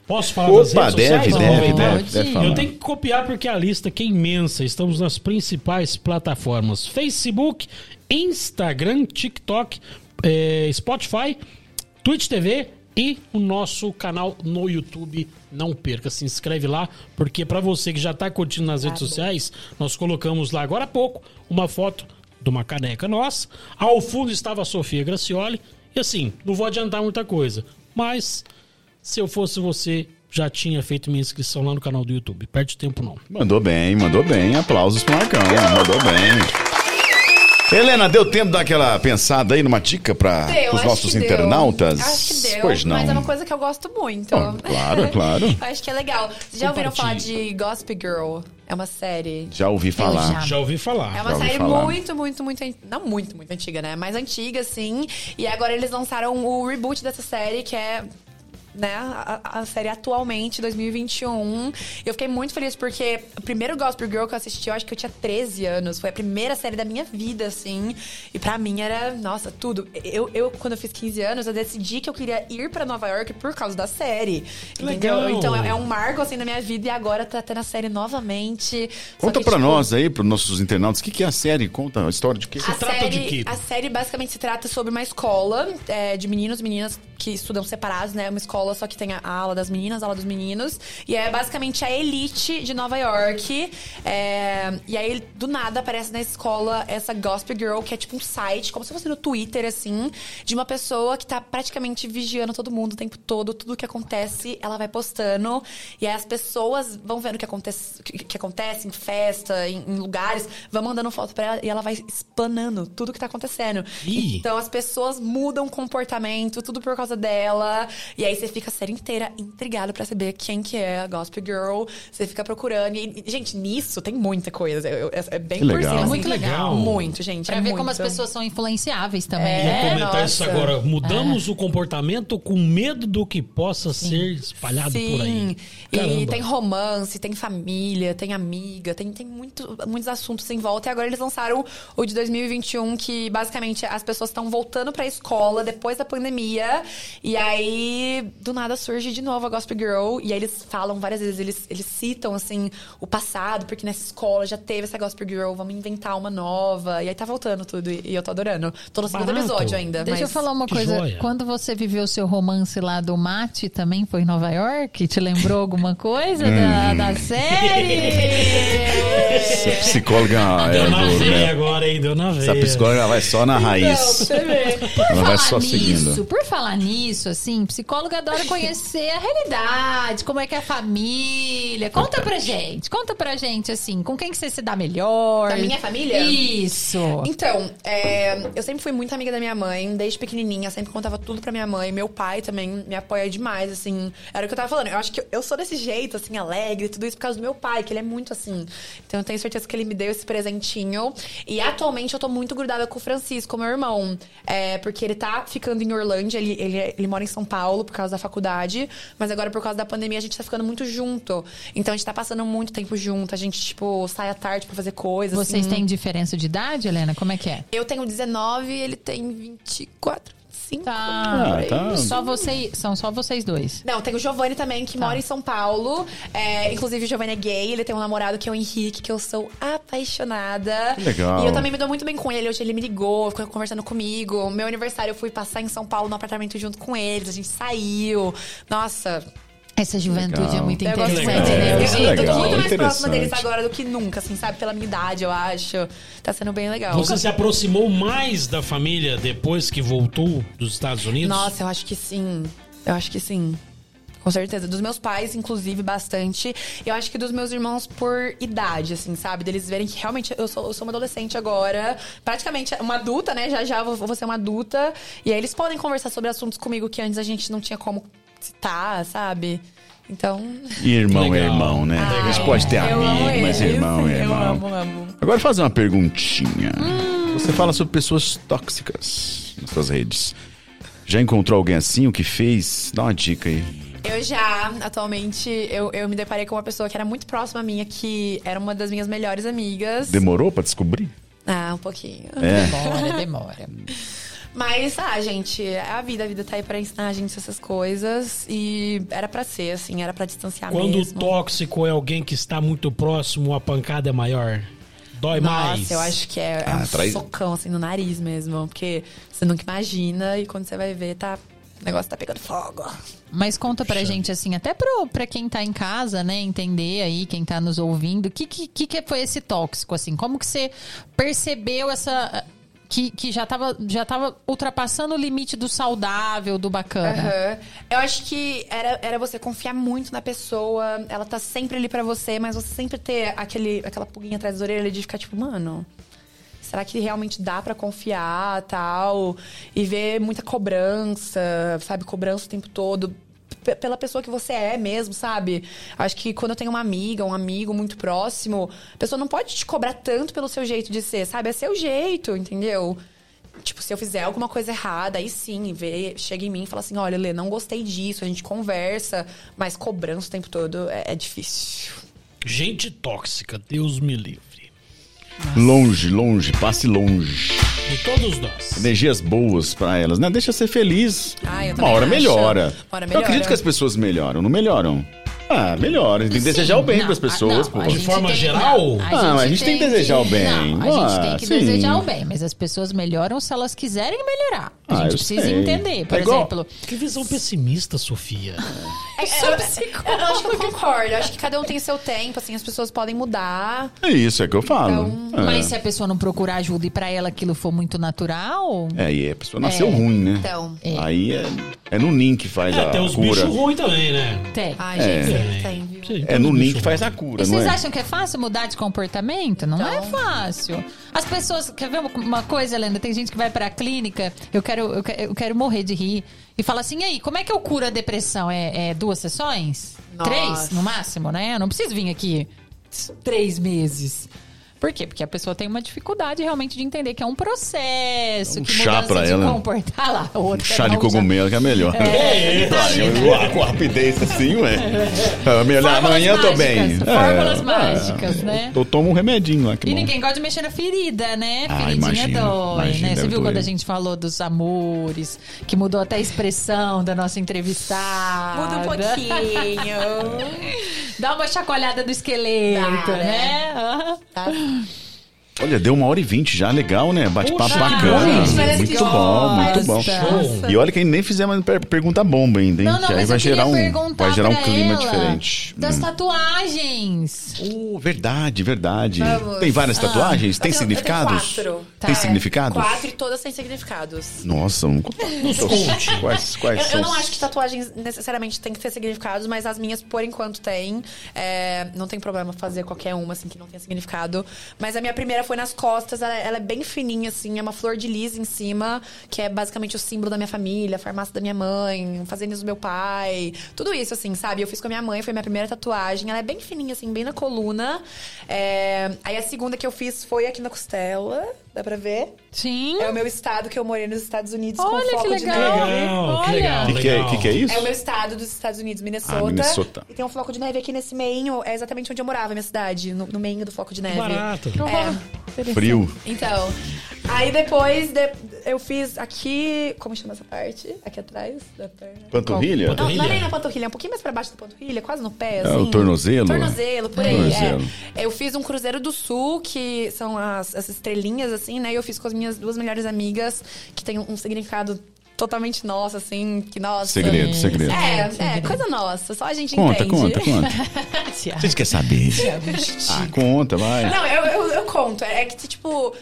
[SPEAKER 2] Posso falar das
[SPEAKER 1] Opa,
[SPEAKER 2] redes
[SPEAKER 1] deve,
[SPEAKER 2] sociais?
[SPEAKER 1] deve,
[SPEAKER 2] Aproveitar?
[SPEAKER 1] deve, deve
[SPEAKER 3] Eu
[SPEAKER 1] falar.
[SPEAKER 2] Eu tenho que copiar porque a lista aqui é imensa. Estamos nas principais plataformas: Facebook, Instagram, TikTok, eh, Spotify, Twitch TV e o nosso canal no YouTube. Não perca, se inscreve lá, porque para você que já tá curtindo nas redes sociais, nós colocamos lá agora há pouco uma foto de uma caneca nossa. Ao fundo estava a Sofia Gracioli. E assim, não vou adiantar muita coisa, mas se eu fosse você, já tinha feito minha inscrição lá no canal do YouTube. Perde tempo não.
[SPEAKER 1] Mandou bem, mandou bem. Aplausos pro Marcão. Mandou bem. Helena, deu tempo de dar aquela pensada aí numa dica para
[SPEAKER 4] Deu,
[SPEAKER 1] os
[SPEAKER 4] acho
[SPEAKER 1] nossos
[SPEAKER 4] que deu.
[SPEAKER 1] internautas?
[SPEAKER 4] Acho que deu,
[SPEAKER 1] pois não.
[SPEAKER 4] mas é uma coisa que eu gosto muito.
[SPEAKER 1] Ah, claro, claro.
[SPEAKER 4] Eu acho que é legal. Vocês já ouviram falar
[SPEAKER 2] Compartilhe.
[SPEAKER 4] de Gossip Girl? É uma série.
[SPEAKER 1] Já ouvi falar.
[SPEAKER 3] já.
[SPEAKER 2] Já ouvi falar.
[SPEAKER 4] É uma
[SPEAKER 1] Já ouvi
[SPEAKER 4] série
[SPEAKER 1] falar.
[SPEAKER 4] muito, muito, muito. an- Não muito, muito antiga, né? Mas antiga, sim. E agora eles lançaram o reboot dessa série, que é. Né, a, a série atualmente, 2021. E eu fiquei muito feliz porque o primeiro Gospel Girl que eu assisti, eu acho que eu tinha 13 anos. Foi a primeira série da minha vida, assim. E pra mim era, nossa, tudo. Eu, eu quando eu fiz 15 anos, eu decidi que eu queria ir pra Nova York por causa da série. Entendeu?
[SPEAKER 2] Legal.
[SPEAKER 4] Então é, é um marco, assim, na minha vida. E agora tá tendo a série novamente. Só
[SPEAKER 1] Conta
[SPEAKER 4] que,
[SPEAKER 1] pra
[SPEAKER 4] tipo,
[SPEAKER 1] nós aí, pros nossos internautas, o que, que é a série? Conta a história de que.
[SPEAKER 4] a
[SPEAKER 2] trata
[SPEAKER 4] série,
[SPEAKER 2] de quê?
[SPEAKER 4] A série basicamente se trata sobre uma escola é, de meninos e meninas que estudam separados, né? Uma escola só que tem a a ala das meninas, a ala dos meninos. E é basicamente a elite de Nova York. É, e aí, do nada, aparece na escola essa Gospel Girl, que é tipo um site, como se fosse no Twitter, assim, de uma pessoa que tá praticamente vigiando todo mundo o tempo todo. Tudo que acontece, ela vai postando. E aí as pessoas vão vendo o que acontece, o que, que acontece em festa, em, em lugares, vão mandando foto pra ela e ela vai explanando tudo que tá acontecendo.
[SPEAKER 2] Ih.
[SPEAKER 4] Então as pessoas mudam o comportamento, tudo por causa dela. E aí você fica a série inteira intrigado pra saber quem que é a Gospel Girl. Você fica procurando. E, e, gente, nisso tem muita coisa. Eu- eu- é, é bem
[SPEAKER 1] Que
[SPEAKER 4] por
[SPEAKER 1] legal.
[SPEAKER 4] cima. assim.
[SPEAKER 3] Muito legal.
[SPEAKER 4] Muito, gente.
[SPEAKER 3] Pra
[SPEAKER 4] é
[SPEAKER 3] ver
[SPEAKER 4] muito.
[SPEAKER 3] como as pessoas são influenciáveis também.
[SPEAKER 2] Vou
[SPEAKER 3] né?
[SPEAKER 4] É,
[SPEAKER 2] comentar isso
[SPEAKER 4] nossa. É.
[SPEAKER 2] agora. Mudamos o comportamento com medo do que possa ser espalhado por aí.
[SPEAKER 4] E
[SPEAKER 2] Caramba.
[SPEAKER 4] tem romance, tem família, tem amiga, tem, tem muito, muitos assuntos em volta. E agora eles lançaram o de 2021, que basicamente as pessoas estão voltando pra escola depois da pandemia. E aí, do nada, surge de novo a Gospel Girl. E aí eles falam várias vezes, eles, eles citam, assim, o passado, porque nessa escola já teve essa Gospel Girl, vamos inventar uma nova. E aí tá voltando tudo. E, e eu tô adorando. Tô no segundo
[SPEAKER 2] Barato.
[SPEAKER 4] episódio ainda.
[SPEAKER 3] Deixa eu
[SPEAKER 4] mas-
[SPEAKER 3] falar um- uma
[SPEAKER 2] Que
[SPEAKER 3] coisa.
[SPEAKER 2] joia.
[SPEAKER 3] Quando você viveu o seu romance lá do Mate, também foi em Nova York? Te lembrou alguma coisa
[SPEAKER 2] Hum.
[SPEAKER 3] da, da série?
[SPEAKER 1] Essa psicóloga é
[SPEAKER 2] Deu na
[SPEAKER 1] do,
[SPEAKER 2] veia
[SPEAKER 1] né?
[SPEAKER 2] agora, hein? Deu na veia.
[SPEAKER 1] Essa psicóloga vai só
[SPEAKER 4] Então,
[SPEAKER 1] na raiz. Ela vai só seguindo.
[SPEAKER 3] nisso, por falar nisso, assim, psicóloga adora conhecer a realidade, como é que é a família. Conta pra gente, conta pra gente, assim, com quem que você se dá melhor.
[SPEAKER 4] Da minha família?
[SPEAKER 3] Isso.
[SPEAKER 4] Então, é, eu sempre fui muito amiga da minha mãe, desde pequenininha, sempre contava tudo pra minha mãe. Meu pai também me apoia demais, assim. Era o que eu tava falando. Eu acho que eu sou desse jeito, assim, alegre, tudo isso por causa do meu pai, que ele é muito assim. Então eu tenho certeza que ele me deu esse presentinho. E atualmente eu tô muito grudada com o Francisco, meu irmão. É, porque ele tá ficando em Orlândia, ele, ele, ele mora em São Paulo por causa da faculdade, mas agora por causa da pandemia a gente tá ficando muito junto. Então a gente tá passando muito tempo junto, a gente, tipo, sai à tarde pra fazer coisas. assim.
[SPEAKER 3] Vocês têm diferença de idade, Helena? Como é que é?
[SPEAKER 4] Eu tenho 19 ele tem 24, 25.
[SPEAKER 3] Tá.
[SPEAKER 1] Ah, tá.
[SPEAKER 3] Só você, são só vocês dois.
[SPEAKER 4] Não, tem o Giovanni também,
[SPEAKER 1] Tá.
[SPEAKER 4] que mora em São Paulo. É, inclusive, o Giovanni é gay, ele tem um namorado que é o Henrique, que eu sou apaixonada.
[SPEAKER 1] Que legal.
[SPEAKER 4] E eu também me dou muito bem com ele. Hoje ele me ligou, ficou conversando comigo. Meu aniversário eu fui passar em São Paulo no apartamento junto com eles, a gente saiu. Nossa.
[SPEAKER 3] Essa juventude
[SPEAKER 1] Legal.
[SPEAKER 3] é muito
[SPEAKER 4] Eu gosto
[SPEAKER 3] interessante,
[SPEAKER 4] muito
[SPEAKER 1] legal. É,
[SPEAKER 4] deles.
[SPEAKER 3] né?
[SPEAKER 4] Eu
[SPEAKER 1] isso
[SPEAKER 4] tô-
[SPEAKER 1] é legal,
[SPEAKER 4] tô muito mais próxima
[SPEAKER 1] interessante.
[SPEAKER 4] deles agora do que nunca, assim, sabe? Pela minha idade, eu acho. Tá sendo bem legal.
[SPEAKER 2] Você se aproximou mais da família depois que voltou dos Estados Unidos?
[SPEAKER 4] Nossa, eu acho que sim. Eu acho que sim. Com certeza. Dos meus pais, inclusive, bastante. Eu acho que dos meus irmãos por idade, assim, sabe? Deles verem que realmente eu sou, eu sou uma adolescente agora. Praticamente uma adulta, né? Já já eu vou, vou ser uma adulta. E aí eles podem conversar sobre assuntos comigo que antes a gente não tinha como citar, sabe? Então.
[SPEAKER 1] Irmão é
[SPEAKER 2] Legal.
[SPEAKER 1] irmão, né?
[SPEAKER 4] Ah,
[SPEAKER 1] Eles podem ter
[SPEAKER 4] eu amo
[SPEAKER 1] amigo, mas
[SPEAKER 4] eles.
[SPEAKER 1] irmão é
[SPEAKER 4] Eu
[SPEAKER 1] irmão.
[SPEAKER 4] amo, Hum. amo.
[SPEAKER 1] Agora faz uma perguntinha. Você fala sobre pessoas tóxicas nas suas redes. Já encontrou alguém assim? O que fez? Dá uma dica aí.
[SPEAKER 4] Eu já, atualmente, eu, eu me deparei com uma pessoa que era muito próxima a minha, que era uma das minhas melhores amigas.
[SPEAKER 1] Demorou pra descobrir?
[SPEAKER 4] Ah, um pouquinho.
[SPEAKER 1] É.
[SPEAKER 3] Demora, demora.
[SPEAKER 4] Mas, ah, gente, é a vida, a vida tá aí pra ensinar a gente essas coisas. E era pra ser, assim, era pra distanciar
[SPEAKER 2] Quando
[SPEAKER 4] mesmo.
[SPEAKER 2] o tóxico é alguém que está muito próximo, a pancada é maior. Dói
[SPEAKER 4] Nossa,
[SPEAKER 2] mais.
[SPEAKER 4] eu acho que é, é
[SPEAKER 1] Ah,
[SPEAKER 4] um
[SPEAKER 1] trai-
[SPEAKER 4] socão, assim, no nariz mesmo. Porque você nunca imagina e quando você vai ver, tá... O negócio tá pegando fogo.
[SPEAKER 3] Mas conta pra gente, assim, até pro, pra quem tá em casa, né, entender aí, quem tá nos ouvindo, o que, que, que que foi esse tóxico, assim? Como que você percebeu essa... Que, que já, tava, já tava ultrapassando o limite do saudável, do bacana.
[SPEAKER 4] Aham. Eu acho que era, era você confiar muito na pessoa. Ela tá sempre ali pra você, mas você sempre ter aquele, aquela pulguinha atrás da orelha de ficar tipo, mano. Será que realmente dá pra confiar tal? E ver muita cobrança, sabe? Cobrança o tempo todo. p- Pela pessoa que você é mesmo, sabe? Acho que quando eu tenho uma amiga, um amigo muito próximo, a pessoa não pode te cobrar tanto pelo seu jeito de ser, sabe? É seu jeito, entendeu? Tipo, se eu fizer alguma coisa errada, aí sim, vê, chega em mim e fala assim: olha, Lê, não gostei disso, a gente conversa, mas cobrança o tempo todo é, é difícil.
[SPEAKER 2] Gente tóxica, Deus me livre.
[SPEAKER 1] Longe, longe, passe longe.
[SPEAKER 2] De todos nós.
[SPEAKER 1] Energias boas pra elas, né? Deixa ser feliz.
[SPEAKER 4] Ah,
[SPEAKER 1] Uma
[SPEAKER 4] eu também
[SPEAKER 1] hora
[SPEAKER 4] acho.
[SPEAKER 1] melhora.
[SPEAKER 4] Uma hora
[SPEAKER 1] Eu acredito
[SPEAKER 4] melhora.
[SPEAKER 1] que as pessoas melhoram, não melhoram? Ah, melhora. Tem que desejar o bem
[SPEAKER 3] para
[SPEAKER 1] pras pessoas, pô.
[SPEAKER 2] De forma geral?
[SPEAKER 1] Ah, mas a gente tem que desejar o bem.
[SPEAKER 3] Não, a gente
[SPEAKER 1] Ah,
[SPEAKER 3] tem que
[SPEAKER 1] sim.
[SPEAKER 3] desejar o bem, mas as pessoas melhoram se elas quiserem melhorar. A
[SPEAKER 1] Ah,
[SPEAKER 3] gente
[SPEAKER 1] eu
[SPEAKER 3] precisa
[SPEAKER 1] sei.
[SPEAKER 3] entender. Por
[SPEAKER 1] É igual-
[SPEAKER 3] exemplo,
[SPEAKER 2] Que visão pessimista, Sofia.
[SPEAKER 4] É, eu, eu, eu acho que eu concordo. Eu acho que cada um tem seu tempo, assim, as pessoas podem mudar.
[SPEAKER 1] É isso, é que eu falo. é.
[SPEAKER 3] Então, mas se a pessoa não procurar ajuda e pra ela aquilo for muito natural,
[SPEAKER 1] É, e a pessoa nasceu ruim, né?
[SPEAKER 4] Então.
[SPEAKER 3] É.
[SPEAKER 1] Aí é, é no ninho que faz
[SPEAKER 2] É,
[SPEAKER 1] a
[SPEAKER 2] até os
[SPEAKER 1] cura.
[SPEAKER 2] bichos ruins também, né?
[SPEAKER 3] tem.
[SPEAKER 4] Ai,
[SPEAKER 1] É.
[SPEAKER 4] gente, tá sempre
[SPEAKER 2] É.
[SPEAKER 4] tem, viu?
[SPEAKER 2] Sim,
[SPEAKER 1] É
[SPEAKER 2] todos
[SPEAKER 1] no
[SPEAKER 2] os
[SPEAKER 1] ninho
[SPEAKER 2] bichos
[SPEAKER 1] que faz a
[SPEAKER 2] ruins.
[SPEAKER 1] cura,
[SPEAKER 3] E
[SPEAKER 1] não
[SPEAKER 3] vocês
[SPEAKER 1] é?
[SPEAKER 3] acham que é fácil mudar de comportamento? Não é
[SPEAKER 4] Então.
[SPEAKER 3] fácil. As pessoas. Quer ver uma coisa, Lenda? Tem gente que vai pra clínica, eu quero, eu que- eu quero morrer de rir. E fala assim: e aí, como é que eu curo a depressão? É, é duas sessões?
[SPEAKER 4] Nossa.
[SPEAKER 3] Três, no máximo, né? Eu não preciso vir aqui três meses. Por quê? Porque a pessoa tem uma dificuldade realmente de entender que é um processo,
[SPEAKER 1] Um
[SPEAKER 3] que
[SPEAKER 1] chá
[SPEAKER 3] mudança
[SPEAKER 1] pra
[SPEAKER 3] de
[SPEAKER 1] ela.
[SPEAKER 3] comportar lá.
[SPEAKER 1] Um
[SPEAKER 3] outra,
[SPEAKER 1] chá de
[SPEAKER 3] não,
[SPEAKER 1] cogumelo que é melhor.
[SPEAKER 2] É,
[SPEAKER 1] Com rapidez assim, ué. É melhor
[SPEAKER 3] Fórmulas
[SPEAKER 1] amanhã eu tô
[SPEAKER 3] mágicas,
[SPEAKER 1] bem.
[SPEAKER 3] fórmulas mágicas,
[SPEAKER 1] é,
[SPEAKER 3] né?
[SPEAKER 1] Eu tomo um remedinho lá que
[SPEAKER 3] E
[SPEAKER 1] bom.
[SPEAKER 3] ninguém gosta de mexer na ferida, né?
[SPEAKER 1] Ah,
[SPEAKER 3] Feridinha
[SPEAKER 1] imagino,
[SPEAKER 3] dói,
[SPEAKER 1] imagino,
[SPEAKER 3] né? Você
[SPEAKER 1] deve
[SPEAKER 3] viu
[SPEAKER 1] doer.
[SPEAKER 3] quando a gente falou dos amores, que mudou até a expressão da nossa entrevistada.
[SPEAKER 4] Muda um pouquinho.
[SPEAKER 3] Dá uma chacoalhada no esqueleto,
[SPEAKER 4] Dá,
[SPEAKER 3] né? Aham.
[SPEAKER 4] Tá?
[SPEAKER 1] Olha, deu uma hora e vinte já, legal, né? Bate-papo
[SPEAKER 2] Puxa,
[SPEAKER 1] bacana.
[SPEAKER 2] gente,
[SPEAKER 4] parece que é
[SPEAKER 1] muito bom, muito bom.
[SPEAKER 3] gosta.
[SPEAKER 2] Show.
[SPEAKER 1] E olha que nem fizemos per- pergunta bomba ainda, hein?
[SPEAKER 3] Não, não,
[SPEAKER 1] que aí
[SPEAKER 3] mas
[SPEAKER 1] vai
[SPEAKER 3] eu
[SPEAKER 1] gerar
[SPEAKER 3] queria
[SPEAKER 1] um,
[SPEAKER 3] perguntar
[SPEAKER 1] vai gerar um
[SPEAKER 3] pra
[SPEAKER 1] clima
[SPEAKER 3] ela
[SPEAKER 1] diferente.
[SPEAKER 3] Das
[SPEAKER 1] Hum.
[SPEAKER 3] tatuagens.
[SPEAKER 1] Oh, verdade, verdade.
[SPEAKER 4] Vamos. Ah,
[SPEAKER 1] Tem várias tatuagens?
[SPEAKER 4] Eu
[SPEAKER 1] tem
[SPEAKER 4] tenho- eu tenho
[SPEAKER 1] significados?
[SPEAKER 4] quatro. É,
[SPEAKER 1] Tem
[SPEAKER 3] Tá.
[SPEAKER 1] significados?
[SPEAKER 4] Quatro e todas têm significados.
[SPEAKER 1] Nossa, um... quais,
[SPEAKER 4] Eu,
[SPEAKER 1] quais
[SPEAKER 4] eu
[SPEAKER 1] são?
[SPEAKER 4] não
[SPEAKER 1] os-
[SPEAKER 4] acho que tá tatuagens necessariamente têm que ter significados, mas as minhas, por enquanto, têm. É, não tem problema fazer qualquer uma, assim, que não tenha significado. Mas a minha primeira foi nas costas, ela, ela é bem fininha, assim, é uma flor de lis em cima, que é basicamente o símbolo da minha família, a farmácia da minha mãe, fazenda do meu pai, tudo isso, assim, sabe? Eu fiz com a minha mãe, foi minha primeira tatuagem, ela é bem fininha, assim, bem na coluna. É, aí a segunda que eu fiz foi aqui na costela, dá pra ver?
[SPEAKER 3] Sim.
[SPEAKER 4] É o meu estado que eu morei nos Estados Unidos
[SPEAKER 3] Olha que
[SPEAKER 4] com foco
[SPEAKER 3] legal.
[SPEAKER 4] de neve.
[SPEAKER 2] Legal, que
[SPEAKER 3] Olha.
[SPEAKER 2] legal.
[SPEAKER 1] Que que é,
[SPEAKER 2] legal.
[SPEAKER 1] que que é isso?
[SPEAKER 4] É o meu estado dos Estados Unidos, Minnesota.
[SPEAKER 1] Ah, Minnesota.
[SPEAKER 4] E tem um floco de neve aqui nesse meinho. É exatamente onde eu morava, minha cidade. No, no meinho do floco de neve.
[SPEAKER 2] Barato.
[SPEAKER 4] É.
[SPEAKER 1] Frio.
[SPEAKER 4] Então. Aí depois de- eu fiz aqui. Como chama essa parte? Aqui atrás da perna.
[SPEAKER 1] Panturrilha?
[SPEAKER 4] Não, não é nem na panturrilha, é um pouquinho mais pra baixo da panturrilha, quase no pé, assim.
[SPEAKER 1] É, o tornozelo? né?
[SPEAKER 4] Tornozelo, por aí,
[SPEAKER 1] Tornozelo.
[SPEAKER 4] é. Eu fiz um Cruzeiro do Sul, que são as, as estrelinhas, assim, né? E eu fiz com as minhas duas melhores amigas, que tem um significado totalmente nossa, assim, que nossa.
[SPEAKER 1] Segredo, segredo.
[SPEAKER 4] É, é, coisa nossa, só a gente
[SPEAKER 1] Conta,
[SPEAKER 4] entende.
[SPEAKER 1] conta, conta. Vocês querem saber? Ah, conta, vai.
[SPEAKER 4] É, Não, eu, eu, eu conto. É que, tipo,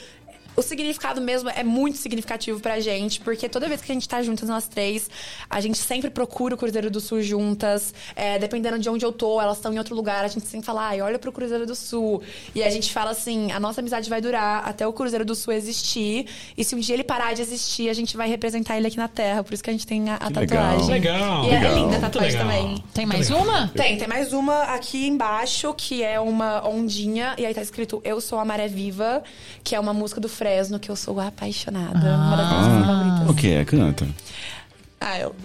[SPEAKER 4] o significado mesmo é muito significativo pra gente, porque toda vez que a gente tá juntas, nós três, a gente sempre procura o Cruzeiro do Sul juntas. É, dependendo de onde eu tô, elas estão em outro lugar, a gente sempre fala, ai, olha pro Cruzeiro do Sul. E a gente fala assim: a nossa amizade vai durar até o Cruzeiro do Sul existir. E se um dia ele parar de existir, a gente vai representar ele aqui na Terra. Por isso que a gente tem a, a
[SPEAKER 1] Que
[SPEAKER 4] tatuagem.
[SPEAKER 2] Legal.
[SPEAKER 4] E é
[SPEAKER 1] Legal.
[SPEAKER 4] linda a
[SPEAKER 3] tá
[SPEAKER 1] Muito
[SPEAKER 4] tatuagem
[SPEAKER 2] legal.
[SPEAKER 4] também.
[SPEAKER 3] Tem mais uma?
[SPEAKER 4] Tem, tem mais uma aqui embaixo, que é uma ondinha, e aí tá escrito Eu Sou a Maré Viva, que é uma música do Fresno, que eu sou apaixonada. Uma das minhas músicas
[SPEAKER 1] Ah,
[SPEAKER 4] favoritas.
[SPEAKER 1] o que é? Canta.
[SPEAKER 4] Ah, eu.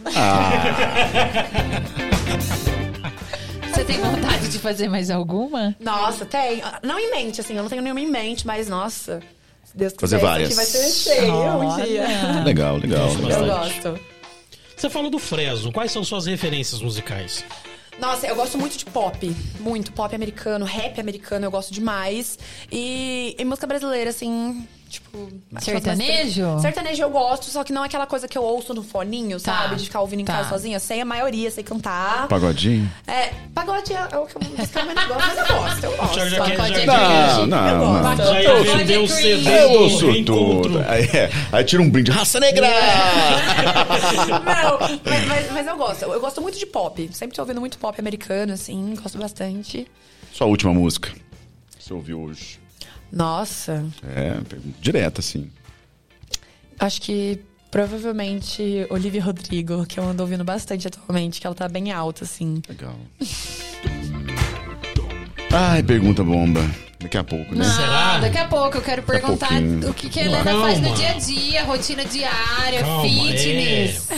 [SPEAKER 3] Você tem vontade de fazer mais alguma?
[SPEAKER 4] Nossa, tem. Não em mente, assim, eu não tenho nenhuma em mente, mas nossa. se Deus
[SPEAKER 1] Fazer
[SPEAKER 4] quiser, isso
[SPEAKER 1] várias.
[SPEAKER 4] aqui vai ser cheio um dia.
[SPEAKER 3] Olha.
[SPEAKER 1] Legal, legal.
[SPEAKER 4] Eu
[SPEAKER 1] legal.
[SPEAKER 4] gosto.
[SPEAKER 2] Você falou do Fresno. Quais são suas referências musicais?
[SPEAKER 4] Nossa, eu gosto muito de pop. Muito. Pop americano, rap americano, eu gosto demais. E, e música brasileira, assim, tipo. mais-
[SPEAKER 3] Sertanejo?
[SPEAKER 4] mais- Sertanejo eu gosto, só que não é aquela coisa que eu ouço no foninho,
[SPEAKER 3] Tá,
[SPEAKER 4] sabe? De ficar ouvindo em
[SPEAKER 3] tá.
[SPEAKER 4] casa sozinha. Sei a maioria, sei cantar.
[SPEAKER 1] Pagodinho?
[SPEAKER 4] É, pagode é o que eu eu menos gosto, mas eu gosto, eu gosto.
[SPEAKER 2] Thiago já quer-
[SPEAKER 3] Pagode
[SPEAKER 2] já-
[SPEAKER 3] é
[SPEAKER 1] Não,
[SPEAKER 3] grande.
[SPEAKER 1] não, não.
[SPEAKER 2] Já ia vender o CD
[SPEAKER 1] Eu
[SPEAKER 2] do
[SPEAKER 1] ouço
[SPEAKER 2] reencontro.
[SPEAKER 1] tudo. Aí, é, aí tira um brinde. Raça Negra!
[SPEAKER 4] Não, mas, mas- mas eu gosto. Eu gosto muito de pop. Sempre tô ouvindo muito pop americano, assim, gosto bastante.
[SPEAKER 1] Sua última música. que Você ouviu hoje.
[SPEAKER 4] Nossa,
[SPEAKER 1] É, direto, assim.
[SPEAKER 4] Acho que provavelmente Olivia Rodrigo, que eu ando ouvindo bastante atualmente, que ela tá bem alta, assim.
[SPEAKER 1] Legal. Ai, pergunta bomba. Daqui a pouco, né?
[SPEAKER 2] Será?
[SPEAKER 3] Ah, daqui a pouco eu quero
[SPEAKER 1] a
[SPEAKER 3] perguntar
[SPEAKER 1] pouquinho.
[SPEAKER 3] o que, que a Helena
[SPEAKER 2] Calma.
[SPEAKER 3] faz no dia a dia, rotina diária,
[SPEAKER 2] Calma, é.
[SPEAKER 3] fitness.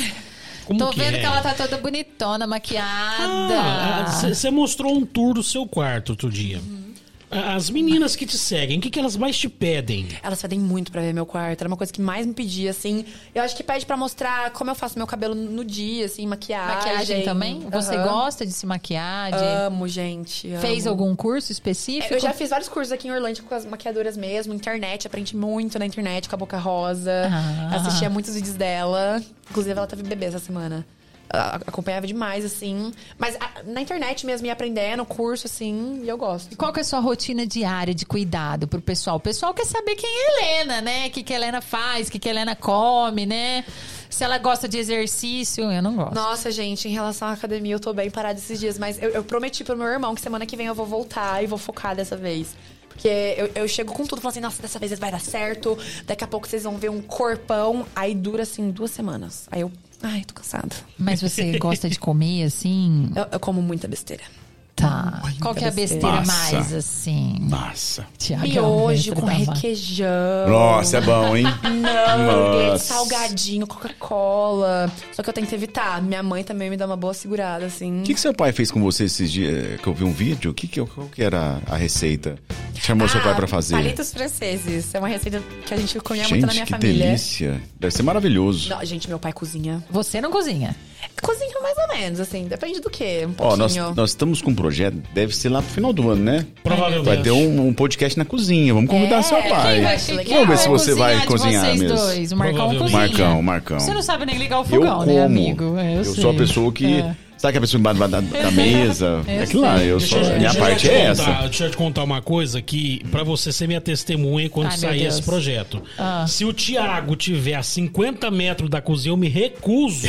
[SPEAKER 2] Como
[SPEAKER 3] Tô vendo
[SPEAKER 2] é? Ah,
[SPEAKER 3] que ela tá toda bonitona, maquiada.
[SPEAKER 2] Você mostrou um tour do seu quarto outro dia.
[SPEAKER 3] Uhum.
[SPEAKER 2] A- As meninas que te seguem, o que, que elas mais te pedem?
[SPEAKER 4] Elas pedem muito pra ver meu quarto. Era uma coisa que mais me pedia, assim. Eu acho que pede pra mostrar como eu faço meu cabelo no dia, assim, maquiagem.
[SPEAKER 3] Maquiagem também? Você
[SPEAKER 4] Aham.
[SPEAKER 3] gosta de se maquiar? de-
[SPEAKER 4] Amo, gente. amo.
[SPEAKER 3] Fez algum curso específico?
[SPEAKER 4] Eu já fiz vários cursos aqui em Orlando com as maquiadoras mesmo, internet, aprendi muito na internet com a Boca Rosa.
[SPEAKER 3] Ah.
[SPEAKER 4] Assistia muitos vídeos dela. Inclusive, ela teve bebê essa semana. Ah, Acompanhava demais, assim. Mas ah, na internet mesmo, ia aprendendo, curso, assim, e eu gosto.
[SPEAKER 3] Qual que é a sua rotina diária de cuidado pro pessoal? O pessoal quer saber quem é a Helena, né? O que, que a Helena faz, o que, que a Helena come, né? Se ela gosta de exercício, eu não gosto.
[SPEAKER 4] Nossa, gente, em relação à academia, eu tô bem parada esses dias, mas eu, eu prometi pro meu irmão que semana que vem eu vou voltar e vou focar dessa vez. Porque eu, eu chego com tudo, falando assim, nossa, dessa vez vai dar certo, daqui a pouco vocês vão ver um corpão. Aí dura, assim, duas semanas. Aí eu, ai, tô cansada.
[SPEAKER 3] Mas você gosta de comer assim?
[SPEAKER 4] Eu, eu como muita besteira.
[SPEAKER 3] Tá. Qual que é a besteira
[SPEAKER 1] Massa.
[SPEAKER 3] mais assim?
[SPEAKER 1] Massa.
[SPEAKER 3] Tiagão,
[SPEAKER 4] E hoje,
[SPEAKER 3] dentro
[SPEAKER 4] com
[SPEAKER 3] da van?
[SPEAKER 4] requeijão.
[SPEAKER 1] Nossa, é bom, hein?
[SPEAKER 4] Hambúrguer,
[SPEAKER 1] Nossa.
[SPEAKER 4] salgadinho, Coca-Cola. Só que eu tenho que evitar. Minha mãe também me dá uma boa segurada, assim.
[SPEAKER 1] O que, que seu pai fez com você esses dias? Que eu vi um vídeo? Que que, qual que era a receita? que Chamou seu
[SPEAKER 4] Ah,
[SPEAKER 1] pai pra fazer?
[SPEAKER 4] Palitos franceses. É uma receita que a gente comia muito na
[SPEAKER 1] Gente,
[SPEAKER 4] minha
[SPEAKER 1] que
[SPEAKER 4] família.
[SPEAKER 1] delícia. Deve ser maravilhoso.
[SPEAKER 4] Não, gente, meu pai cozinha.
[SPEAKER 3] Você não cozinha.
[SPEAKER 4] Cozinha mais ou menos, assim. Depende do que. Um
[SPEAKER 1] Ó, nós,
[SPEAKER 4] pouquinho.
[SPEAKER 1] nós estamos com um projeto, deve ser lá pro final do ano, né?
[SPEAKER 2] Provavelmente.
[SPEAKER 1] Vai ter um, um podcast na cozinha. Vamos convidar
[SPEAKER 4] É,
[SPEAKER 1] seu pai.
[SPEAKER 4] quem
[SPEAKER 3] vai Ah,
[SPEAKER 4] Acho legal.
[SPEAKER 1] Vamos ver se você vai
[SPEAKER 3] de
[SPEAKER 1] cozinhar
[SPEAKER 3] vocês
[SPEAKER 1] mesmo.
[SPEAKER 3] dois. O Marcão
[SPEAKER 2] Provavelmente.
[SPEAKER 3] cozinha.
[SPEAKER 1] Marcão, Marcão.
[SPEAKER 3] Você não sabe nem ligar o
[SPEAKER 1] Eu
[SPEAKER 3] fogão,
[SPEAKER 1] como.
[SPEAKER 3] né, amigo? É,
[SPEAKER 1] eu
[SPEAKER 3] sei.
[SPEAKER 1] sou a pessoa que.
[SPEAKER 3] É.
[SPEAKER 1] Sabe que a pessoa embaixo da, da- da mesa?
[SPEAKER 3] Eu
[SPEAKER 1] é aquilo lá.
[SPEAKER 3] sei.
[SPEAKER 1] Eu
[SPEAKER 2] Deixa
[SPEAKER 1] sou,
[SPEAKER 2] eu-
[SPEAKER 1] minha
[SPEAKER 2] deixa eu
[SPEAKER 1] parte
[SPEAKER 2] te
[SPEAKER 1] é
[SPEAKER 2] contar-
[SPEAKER 1] essa.
[SPEAKER 2] Deixa eu te contar uma coisa que, pra você ser minha testemunha quando
[SPEAKER 3] Ai, meu
[SPEAKER 2] sair
[SPEAKER 3] Deus. Ah.
[SPEAKER 2] esse projeto. Se o Thiago tiver a 50 metros da cozinha, eu me recuso.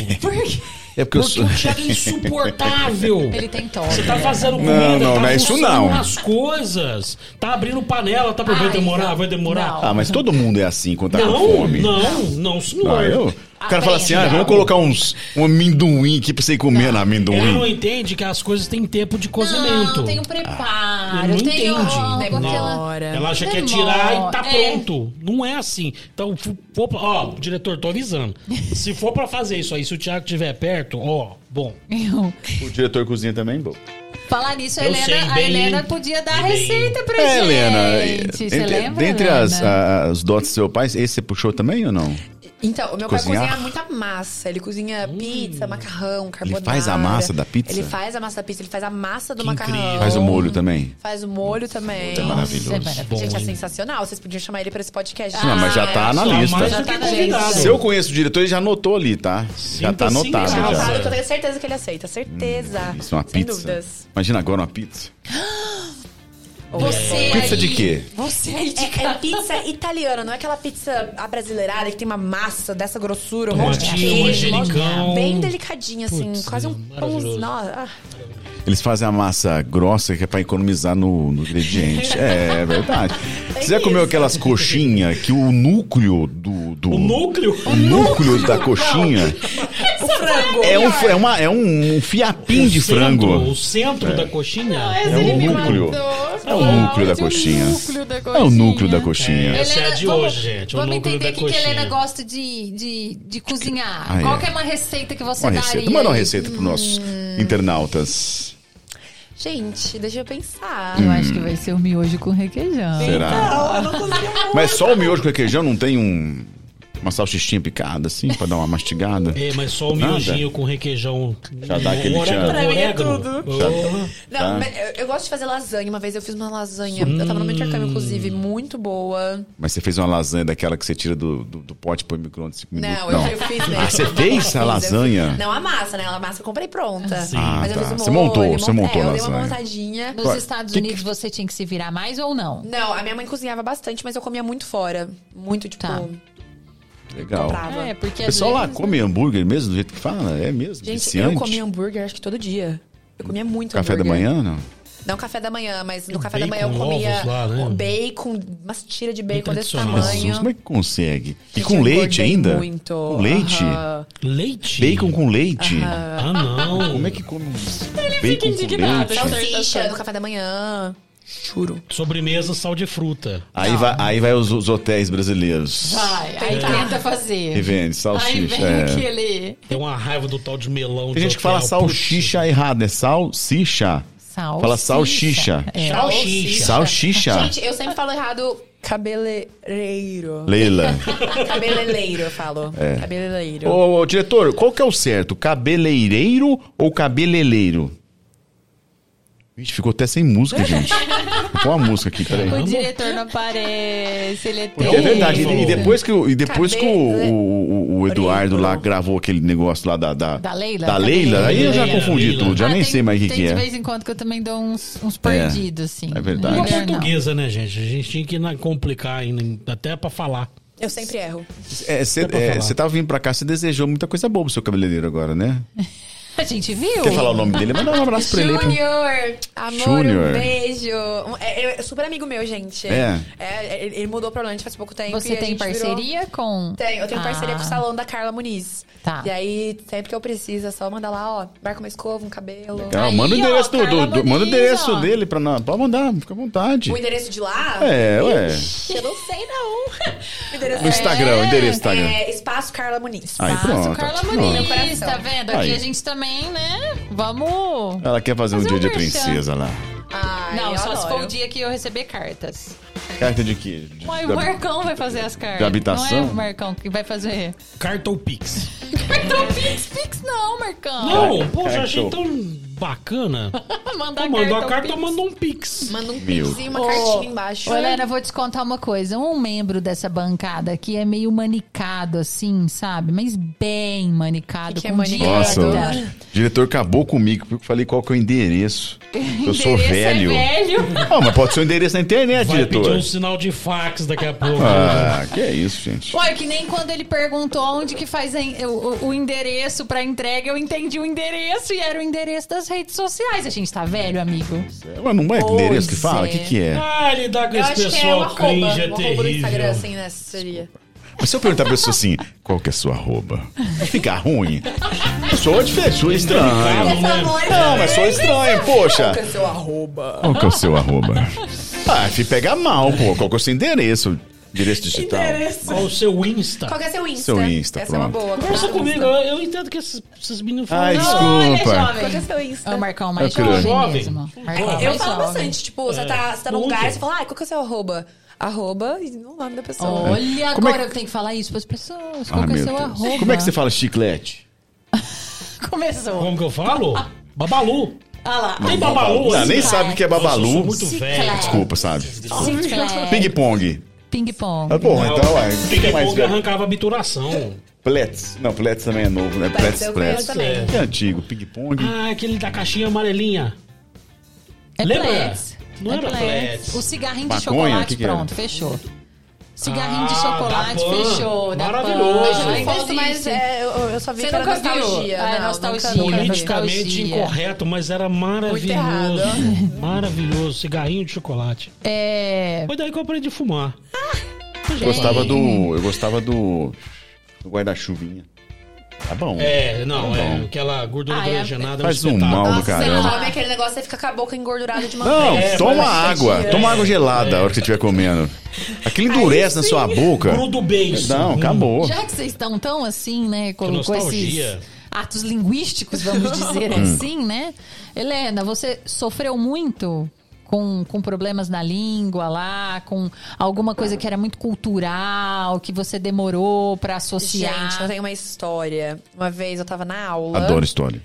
[SPEAKER 1] É porque eu
[SPEAKER 2] Porque
[SPEAKER 1] sou.
[SPEAKER 2] o Thiago é insuportável.
[SPEAKER 3] Ele tem toque.
[SPEAKER 2] Você tá fazendo comida,
[SPEAKER 1] Não, não,
[SPEAKER 2] tá
[SPEAKER 1] não é isso
[SPEAKER 2] fuçando
[SPEAKER 1] não.
[SPEAKER 2] as coisas. Tá abrindo panela, tá por vai
[SPEAKER 3] Ai,
[SPEAKER 2] demorar,
[SPEAKER 3] não.
[SPEAKER 2] vai demorar.
[SPEAKER 1] Ah, mas todo mundo é assim quando tá com
[SPEAKER 2] Não,
[SPEAKER 1] fome.
[SPEAKER 2] não, não, senhor.
[SPEAKER 1] Ah, eu- O cara fala assim: ah,
[SPEAKER 3] Aprenda.
[SPEAKER 1] vamos colocar uns, um amendoim aqui pra você ir comer na
[SPEAKER 2] Ela não
[SPEAKER 1] amendoim.
[SPEAKER 2] entende que as coisas têm tempo de cozimento.
[SPEAKER 3] Não, tem um o Ah, preparo,
[SPEAKER 2] não
[SPEAKER 3] tem
[SPEAKER 2] entende.
[SPEAKER 3] Ah, algo, aquela...
[SPEAKER 4] Demora.
[SPEAKER 2] Ela acha que é
[SPEAKER 3] Demora.
[SPEAKER 2] tirar e tá
[SPEAKER 3] É.
[SPEAKER 2] pronto. Não é assim. Então, fu- for pra- ó, diretor, tô avisando. Se for pra fazer isso aí, se o Thiago estiver perto, ó, bom.
[SPEAKER 3] Eu-
[SPEAKER 1] O diretor cozinha também, bom.
[SPEAKER 3] Falar nisso, a
[SPEAKER 2] Eu
[SPEAKER 3] Helena,
[SPEAKER 2] sei,
[SPEAKER 3] a
[SPEAKER 2] bem-
[SPEAKER 3] Helena podia dar a receita pra
[SPEAKER 1] É,
[SPEAKER 3] gente.
[SPEAKER 1] Helena,
[SPEAKER 3] Você
[SPEAKER 1] entre-
[SPEAKER 3] lembra,
[SPEAKER 1] dentre
[SPEAKER 3] Helena?
[SPEAKER 1] as, a- as dotes do seu pai, esse você puxou também ou não?
[SPEAKER 4] Então, o meu
[SPEAKER 1] Cozinhar?
[SPEAKER 4] pai cozinha muita massa. Ele cozinha pizza, macarrão, carbonara.
[SPEAKER 1] faz a massa da pizza?
[SPEAKER 4] Ele faz a massa da pizza, ele faz a massa do
[SPEAKER 2] Que
[SPEAKER 4] macarrão.
[SPEAKER 2] incrível.
[SPEAKER 1] Faz o molho também.
[SPEAKER 4] Faz o molho também.
[SPEAKER 1] É maravilhoso.
[SPEAKER 3] Nossa, é maravilhoso.
[SPEAKER 2] Bom,
[SPEAKER 4] Gente, é
[SPEAKER 2] hein?
[SPEAKER 4] sensacional. Vocês podiam chamar ele pra esse podcast.
[SPEAKER 1] Não, mas já tá na
[SPEAKER 2] é, Só mais
[SPEAKER 1] lista.
[SPEAKER 2] do que
[SPEAKER 3] Já tá na
[SPEAKER 2] convidado.
[SPEAKER 3] lista.
[SPEAKER 1] Se eu conheço o diretor, ele já anotou ali, tá? Já tá
[SPEAKER 2] Sinta-se em
[SPEAKER 1] anotado
[SPEAKER 4] Tá
[SPEAKER 2] casa.
[SPEAKER 1] já.
[SPEAKER 4] anotado que eu tenho certeza que ele aceita. Certeza.
[SPEAKER 1] Isso é uma
[SPEAKER 4] Sem
[SPEAKER 1] pizza.
[SPEAKER 4] dúvidas.
[SPEAKER 1] Imagina agora uma pizza.
[SPEAKER 3] Você
[SPEAKER 1] Pizza
[SPEAKER 3] aí-
[SPEAKER 1] de quê?
[SPEAKER 3] Você aí de
[SPEAKER 4] É, é pizza italiana, não é aquela pizza abrasileirada que tem uma massa dessa grossura, um monte de
[SPEAKER 2] Tomatinho,
[SPEAKER 4] queijo. um monte-
[SPEAKER 2] manjericão.
[SPEAKER 4] Bem delicadinha, assim.
[SPEAKER 2] Putz,
[SPEAKER 4] quase um
[SPEAKER 2] maravilhoso.
[SPEAKER 4] pãozinho. Nossa, ah.
[SPEAKER 1] Eles fazem a massa grossa que é pra economizar no, no ingrediente. É, é verdade. Você já comeu aquelas coxinhas que o núcleo do. do-
[SPEAKER 2] O núcleo?
[SPEAKER 1] o núcleo da coxinha
[SPEAKER 4] O frango.
[SPEAKER 1] é um, é uma, é um fiapinho de
[SPEAKER 2] centro, O
[SPEAKER 1] frango.
[SPEAKER 2] centro da coxinha.
[SPEAKER 1] É o núcleo. É o núcleo da coxinha. É o núcleo da coxinha.
[SPEAKER 2] Essa é a de
[SPEAKER 3] vamos-
[SPEAKER 2] hoje, gente, o
[SPEAKER 3] Vamos
[SPEAKER 2] núcleo
[SPEAKER 3] entender o
[SPEAKER 2] da
[SPEAKER 3] que, que a Helena
[SPEAKER 2] coxinha.
[SPEAKER 3] gosta de, de, de cozinhar.
[SPEAKER 1] Ah, é.
[SPEAKER 3] Qual que é uma receita que você
[SPEAKER 1] Uma
[SPEAKER 3] daria?
[SPEAKER 1] receita. Manda uma
[SPEAKER 3] aí?
[SPEAKER 1] receita pros nossos
[SPEAKER 4] Hum.
[SPEAKER 1] internautas.
[SPEAKER 4] Gente, deixa eu pensar.
[SPEAKER 1] Hum,
[SPEAKER 3] Eu acho que vai ser o miojo com requeijão.
[SPEAKER 1] Será? Mas só o miojo com requeijão não tem um, uma salsichinha picada, assim, pra dar uma mastigada?
[SPEAKER 2] É, mas só o
[SPEAKER 1] Nada.
[SPEAKER 2] miojinho com requeijão.
[SPEAKER 1] Já dá aquele
[SPEAKER 2] Orégano,
[SPEAKER 1] tchan.
[SPEAKER 4] Pra mim é
[SPEAKER 2] orégano.
[SPEAKER 4] tudo.
[SPEAKER 2] Oh,
[SPEAKER 4] Não,
[SPEAKER 1] Tá. Hum.
[SPEAKER 4] mas eu, eu gosto de fazer lasanha. Uma vez eu fiz uma lasanha. Eu tava no intercâmbio, inclusive, muito boa.
[SPEAKER 1] Mas você fez uma lasanha daquela que você tira do, do, do pote e põe no micro-ondas 5 minutos?
[SPEAKER 4] Não, eu, eu fiz né? mesmo.
[SPEAKER 1] Um Ah, você fez a
[SPEAKER 4] Eu fiz,
[SPEAKER 1] lasanha?
[SPEAKER 4] eu fiz. Não, a massa, né? A massa eu comprei pronta.
[SPEAKER 2] Sim.
[SPEAKER 1] Ah,
[SPEAKER 4] Mas eu
[SPEAKER 1] tá.
[SPEAKER 4] fiz o
[SPEAKER 1] Você
[SPEAKER 4] molho,
[SPEAKER 1] montou,
[SPEAKER 4] mont-
[SPEAKER 1] você montou
[SPEAKER 4] é,
[SPEAKER 1] a
[SPEAKER 4] Eu dei uma
[SPEAKER 1] lasanha.
[SPEAKER 4] montadinha.
[SPEAKER 3] Nos
[SPEAKER 1] Ué,
[SPEAKER 3] Estados
[SPEAKER 1] que-
[SPEAKER 3] Unidos você tinha que se virar mais ou não?
[SPEAKER 4] Não, a minha mãe cozinhava bastante, mas eu comia muito fora. Muito, tipo,
[SPEAKER 3] Tá.
[SPEAKER 1] Legal.
[SPEAKER 4] comprava.
[SPEAKER 3] É, porque
[SPEAKER 1] O
[SPEAKER 3] às
[SPEAKER 1] pessoal lá
[SPEAKER 3] vezes-
[SPEAKER 1] come hambúrguer mesmo, do jeito que fala? É mesmo?
[SPEAKER 4] Gente,
[SPEAKER 1] Viciante?
[SPEAKER 4] eu comia hambúrguer acho que todo dia. Eu comia muito
[SPEAKER 1] Café da
[SPEAKER 4] hambúrguer.
[SPEAKER 1] manhã, não?
[SPEAKER 4] Não café da manhã, mas no café da
[SPEAKER 2] bacon,
[SPEAKER 4] manhã eu comia
[SPEAKER 2] ovos lá, né?
[SPEAKER 4] um bacon, umas tiras de bacon desse
[SPEAKER 2] tradicional.
[SPEAKER 4] tamanho.
[SPEAKER 1] Jesus, como é que consegue? E
[SPEAKER 4] Gente,
[SPEAKER 1] com
[SPEAKER 4] eu
[SPEAKER 1] leite
[SPEAKER 4] engordei
[SPEAKER 1] ainda?
[SPEAKER 4] Muito.
[SPEAKER 1] Com leite?
[SPEAKER 4] Aham.
[SPEAKER 2] Leite?
[SPEAKER 1] Bacon com leite?
[SPEAKER 2] Ah, não.
[SPEAKER 1] Como é que come bacon com
[SPEAKER 3] indignado,
[SPEAKER 1] leite?
[SPEAKER 3] né?
[SPEAKER 4] Salsicha no café da manhã. Juro.
[SPEAKER 2] Sobremesa, sal de fruta.
[SPEAKER 1] Aí vai, aí vai os, os hotéis brasileiros.
[SPEAKER 3] Vai,
[SPEAKER 2] É.
[SPEAKER 3] aí tenta
[SPEAKER 1] E
[SPEAKER 3] fazer.
[SPEAKER 1] vende
[SPEAKER 3] Aí
[SPEAKER 1] salsicha.
[SPEAKER 3] vem
[SPEAKER 1] é.
[SPEAKER 3] aquele
[SPEAKER 2] Tem uma raiva do tal de melão.
[SPEAKER 1] Tem gente que fala salsicha errado, é salsicha.
[SPEAKER 3] sal.
[SPEAKER 1] Fala salsicha.
[SPEAKER 3] É.
[SPEAKER 2] Salsicha.
[SPEAKER 1] Salsicha.
[SPEAKER 4] Gente, eu sempre falo errado cabeleireiro.
[SPEAKER 1] Leila.
[SPEAKER 4] Cabeleireiro, eu falo. Cabeleireiro.
[SPEAKER 1] É. Ô, ô, diretor, qual que é o certo? Cabeleireiro ou cabeleleiro? Vixe, ficou até sem música, gente. Põe uma música aqui, peraí.
[SPEAKER 3] O diretor não aparece, ele é
[SPEAKER 1] Porque é
[SPEAKER 2] Ele
[SPEAKER 1] verdade,
[SPEAKER 2] falou.
[SPEAKER 1] e depois que, o- e depois que o, o- o- o Eduardo lá
[SPEAKER 4] Cabelo.
[SPEAKER 1] gravou aquele negócio lá da... Da,
[SPEAKER 3] Da Leila?
[SPEAKER 1] Da Leila, aí eu já
[SPEAKER 2] Leila,
[SPEAKER 1] confundi
[SPEAKER 2] Leila.
[SPEAKER 1] tudo, já
[SPEAKER 3] Ah,
[SPEAKER 1] nem
[SPEAKER 3] tem-
[SPEAKER 1] sei mais o que,
[SPEAKER 3] tem
[SPEAKER 1] que
[SPEAKER 3] de
[SPEAKER 1] é.
[SPEAKER 3] vez em quando que eu também dou uns, uns perdidos, assim.
[SPEAKER 1] é verdade. Não,
[SPEAKER 2] Uma
[SPEAKER 3] Melhor não.
[SPEAKER 2] portuguesa, né, gente? A gente tinha que na- complicar ainda, até pra falar.
[SPEAKER 4] Eu sempre erro.
[SPEAKER 1] É, Você
[SPEAKER 2] Dá pra falar.
[SPEAKER 1] é, tava vindo pra cá, você desejou muita coisa boa pro seu cabeleireiro agora, né?
[SPEAKER 3] A gente viu?
[SPEAKER 1] Quer falar o nome dele? Manda um abraço pra ele. aí, pra-
[SPEAKER 4] Júnior! Amor,
[SPEAKER 1] Júnior.
[SPEAKER 4] um beijo. Um- É, é super amigo meu, gente.
[SPEAKER 1] É.
[SPEAKER 4] É, ele ele mudou pra Orlândia faz pouco tempo. e
[SPEAKER 3] Você
[SPEAKER 4] a
[SPEAKER 3] tem
[SPEAKER 4] gente virou-
[SPEAKER 3] parceria com.
[SPEAKER 4] Tenho, eu tenho parceria
[SPEAKER 3] Ah,
[SPEAKER 4] com o salão da Carla Muniz.
[SPEAKER 3] Tá.
[SPEAKER 4] E aí, sempre que eu preciso, é só mandar lá, ó, marca uma escova, um cabelo.
[SPEAKER 1] Ah,
[SPEAKER 3] Aí,
[SPEAKER 1] manda o
[SPEAKER 3] ó,
[SPEAKER 1] endereço, do,
[SPEAKER 3] Carla
[SPEAKER 1] do- do- manda o
[SPEAKER 3] Muniz,
[SPEAKER 1] endereço
[SPEAKER 3] ó.
[SPEAKER 1] dele pra nós. Pode mandar, fica à vontade.
[SPEAKER 4] O endereço de lá?
[SPEAKER 1] É, ué.
[SPEAKER 4] Eu não sei, não. o endereço
[SPEAKER 1] O Instagram, o endereço do Instagram.
[SPEAKER 4] É, espaço Carla Muniz.
[SPEAKER 1] Aí
[SPEAKER 3] Mas
[SPEAKER 1] pronto.
[SPEAKER 3] o Carla
[SPEAKER 1] pronto.
[SPEAKER 3] Muniz,
[SPEAKER 4] Pronto.
[SPEAKER 3] tá vendo? Aqui
[SPEAKER 1] tá. Aí.
[SPEAKER 3] a gente também, né? Vamos.
[SPEAKER 1] Ela quer fazer, um
[SPEAKER 3] Fazer
[SPEAKER 1] dia
[SPEAKER 3] um
[SPEAKER 1] de
[SPEAKER 3] merchan.
[SPEAKER 1] princesa lá.
[SPEAKER 4] Ai,
[SPEAKER 3] Não,
[SPEAKER 4] eu
[SPEAKER 3] só se for um
[SPEAKER 4] adoro.
[SPEAKER 3] o dia que eu receber cartas.
[SPEAKER 1] Carta de quê? De-
[SPEAKER 3] Ué,
[SPEAKER 1] da-
[SPEAKER 3] o Marcão vai fazer as cartas.
[SPEAKER 1] De habitação?
[SPEAKER 3] Não é o Marcão que vai fazer.
[SPEAKER 2] Carta ou Pix?
[SPEAKER 4] um
[SPEAKER 3] Cartão Pix, Pix não,
[SPEAKER 4] Ah.
[SPEAKER 3] Marcão.
[SPEAKER 2] Não, pô, já
[SPEAKER 1] carta
[SPEAKER 2] achei
[SPEAKER 1] ou-
[SPEAKER 2] tão bacana.
[SPEAKER 4] Tá
[SPEAKER 3] Mandar
[SPEAKER 2] Eu mando a
[SPEAKER 3] cartão
[SPEAKER 2] carta, eu
[SPEAKER 3] Pix.
[SPEAKER 2] mando um Pix.
[SPEAKER 4] Manda um
[SPEAKER 1] Meu.
[SPEAKER 4] pixinho, uma
[SPEAKER 3] Ô,
[SPEAKER 4] cartinha embaixo.
[SPEAKER 3] ô, Helena, eu vou te contar uma coisa. Um membro dessa bancada aqui é meio manicado, assim, sabe? Mas bem manicado,
[SPEAKER 4] Que que é
[SPEAKER 3] com
[SPEAKER 4] manicado?
[SPEAKER 1] Nossa,
[SPEAKER 3] dieta.
[SPEAKER 1] o diretor acabou comigo, porque eu falei qual que é o endereço. Eu sou
[SPEAKER 3] Endereço é
[SPEAKER 1] velho.
[SPEAKER 3] velho.
[SPEAKER 1] Não, mas pode ser o endereço na internet,
[SPEAKER 2] Vai pedir
[SPEAKER 1] diretor.
[SPEAKER 2] um sinal de fax daqui a pouco.
[SPEAKER 1] Ah, que é isso, gente.
[SPEAKER 3] Ué, que nem quando ele perguntou onde que faz a en- o, o- o endereço pra entrega, eu entendi o endereço e era o endereço das redes sociais. A gente tá velho, amigo.
[SPEAKER 1] Ué, não é endereço que
[SPEAKER 4] Pois
[SPEAKER 1] fala? O
[SPEAKER 4] é.
[SPEAKER 1] que, que é?
[SPEAKER 2] Ah, lidar com
[SPEAKER 4] Eu
[SPEAKER 2] esse
[SPEAKER 4] acho que é
[SPEAKER 2] pessoal
[SPEAKER 4] uma arroba. Um
[SPEAKER 2] cringe é
[SPEAKER 4] arroba no Instagram,
[SPEAKER 2] terrível.
[SPEAKER 4] assim, né? Seria.
[SPEAKER 1] Mas se eu perguntar pra pessoa assim, qual que é a sua arroba? Fica ruim? Sou diferente, sou estranho. Não, mas sou estranho, poxa.
[SPEAKER 4] É seu arroba.
[SPEAKER 1] Qual que é o seu arroba? Ah, se pega mal, pô. Qual que é o seu endereço? Endereço digital.
[SPEAKER 2] Qual o seu Insta?
[SPEAKER 4] Qual que é seu Insta?
[SPEAKER 1] Seu Insta,
[SPEAKER 4] Essa
[SPEAKER 1] pronto.
[SPEAKER 4] é uma boa.
[SPEAKER 2] Conversa
[SPEAKER 4] Qual que é
[SPEAKER 2] comigo,
[SPEAKER 4] seu Insta?
[SPEAKER 2] eu eu entendo que esses, esses meninos falam.
[SPEAKER 1] Ai,
[SPEAKER 2] não,
[SPEAKER 1] desculpa.
[SPEAKER 4] Qual que é seu Insta?
[SPEAKER 3] É o Marcão
[SPEAKER 1] Eu
[SPEAKER 3] mais
[SPEAKER 1] creio.
[SPEAKER 3] jovem,
[SPEAKER 2] Jovem.
[SPEAKER 3] mesmo. Marcão
[SPEAKER 4] Eu
[SPEAKER 3] mais
[SPEAKER 4] falo
[SPEAKER 3] jovem.
[SPEAKER 4] bastante, tipo, você tá, você tá num
[SPEAKER 2] Muito.
[SPEAKER 4] lugar, você fala, ah, qual que é o seu arroba? arroba e o nome da pessoa.
[SPEAKER 3] Olha,
[SPEAKER 1] Como é
[SPEAKER 3] agora
[SPEAKER 1] que-
[SPEAKER 3] eu tenho que falar isso para as pessoas.
[SPEAKER 1] Ah,
[SPEAKER 3] Qual que é
[SPEAKER 1] meu
[SPEAKER 3] seu
[SPEAKER 1] Deus.
[SPEAKER 3] arroba?
[SPEAKER 1] Como é que você fala chiclete?
[SPEAKER 3] Começou.
[SPEAKER 2] Como que eu falo? Babalu.
[SPEAKER 4] Ah
[SPEAKER 3] Olha lá.
[SPEAKER 2] Tem babalu
[SPEAKER 1] Não,
[SPEAKER 2] aí?
[SPEAKER 1] nem sabe o que é babalu.
[SPEAKER 2] Nossa, eu sou muito
[SPEAKER 3] Chiclete.
[SPEAKER 2] velho.
[SPEAKER 1] Desculpa, sabe? é?
[SPEAKER 3] Chiclete.
[SPEAKER 1] Ping pong.
[SPEAKER 3] Ping pong.
[SPEAKER 1] Ah, porra,
[SPEAKER 2] Não, é
[SPEAKER 1] então, ué.
[SPEAKER 2] Pique
[SPEAKER 1] Fica mais
[SPEAKER 2] pouco
[SPEAKER 1] velho. Hum.
[SPEAKER 2] arrancava abituração.
[SPEAKER 1] Plets. Não, plets também é novo, né? Plets,
[SPEAKER 4] eu
[SPEAKER 1] plets.
[SPEAKER 4] conheço também.
[SPEAKER 1] É antigo, ping pong.
[SPEAKER 2] Ah, aquele da caixinha amarelinha.
[SPEAKER 3] É
[SPEAKER 2] Lembra?
[SPEAKER 3] Plets.
[SPEAKER 2] Não era Plets.
[SPEAKER 3] O cigarrinho
[SPEAKER 1] Maconha?
[SPEAKER 3] de chocolate,
[SPEAKER 1] Que é? que era?
[SPEAKER 3] pronto, fechou. Cigarrinho de
[SPEAKER 2] Ah,
[SPEAKER 3] chocolate,
[SPEAKER 2] da Pan.
[SPEAKER 3] fechou. da Pan.
[SPEAKER 2] Maravilhoso.
[SPEAKER 3] Ela
[SPEAKER 4] Eu
[SPEAKER 3] ainda
[SPEAKER 4] gosto, mas
[SPEAKER 3] existe.
[SPEAKER 4] é, eu, eu só vi
[SPEAKER 3] Você
[SPEAKER 4] que era
[SPEAKER 3] nunca viu?
[SPEAKER 4] nostalgia.
[SPEAKER 3] Ah, é
[SPEAKER 4] Não,
[SPEAKER 3] nostalgia.
[SPEAKER 4] nunca- nunca vi.
[SPEAKER 3] Política.
[SPEAKER 2] Politicamente
[SPEAKER 3] Nostalgia.
[SPEAKER 2] incorreto, mas era maravilhoso.
[SPEAKER 4] errado.
[SPEAKER 2] Maravilhoso. Cigarrinho de chocolate.
[SPEAKER 3] É.
[SPEAKER 2] Foi daí que eu aprendi a fumar.
[SPEAKER 1] Eu
[SPEAKER 3] é.
[SPEAKER 1] gostava do. Eu gostava do. do guarda-chuvinha. Tá bom.
[SPEAKER 2] É, não,
[SPEAKER 1] Tá
[SPEAKER 2] é.
[SPEAKER 1] bom.
[SPEAKER 2] Aquela gordura
[SPEAKER 3] Ah, é.
[SPEAKER 2] hidrogenada.
[SPEAKER 1] Faz um
[SPEAKER 2] espetáculo.
[SPEAKER 1] mal do
[SPEAKER 4] Nossa, você
[SPEAKER 1] caramba.
[SPEAKER 4] come aquele negócio, você fica com a boca engordurada de manteiga.
[SPEAKER 1] Não,
[SPEAKER 2] É,
[SPEAKER 1] toma
[SPEAKER 2] mas-
[SPEAKER 1] água.
[SPEAKER 2] é.
[SPEAKER 1] Toma água gelada a hora que você estiver comendo. Aquilo endurece na sua boca.
[SPEAKER 2] Grudo beijo. Hum.
[SPEAKER 1] Não, acabou.
[SPEAKER 3] Já que vocês estão tão assim, né, com, com
[SPEAKER 2] nostalgia.
[SPEAKER 3] esses atos linguísticos, vamos dizer assim, né? Helena, você sofreu muito com, com problemas na língua lá, com alguma coisa que era muito cultural, que você demorou pra associar.
[SPEAKER 4] Gente, eu tenho uma história. Uma vez eu tava na aula.
[SPEAKER 1] Adoro história.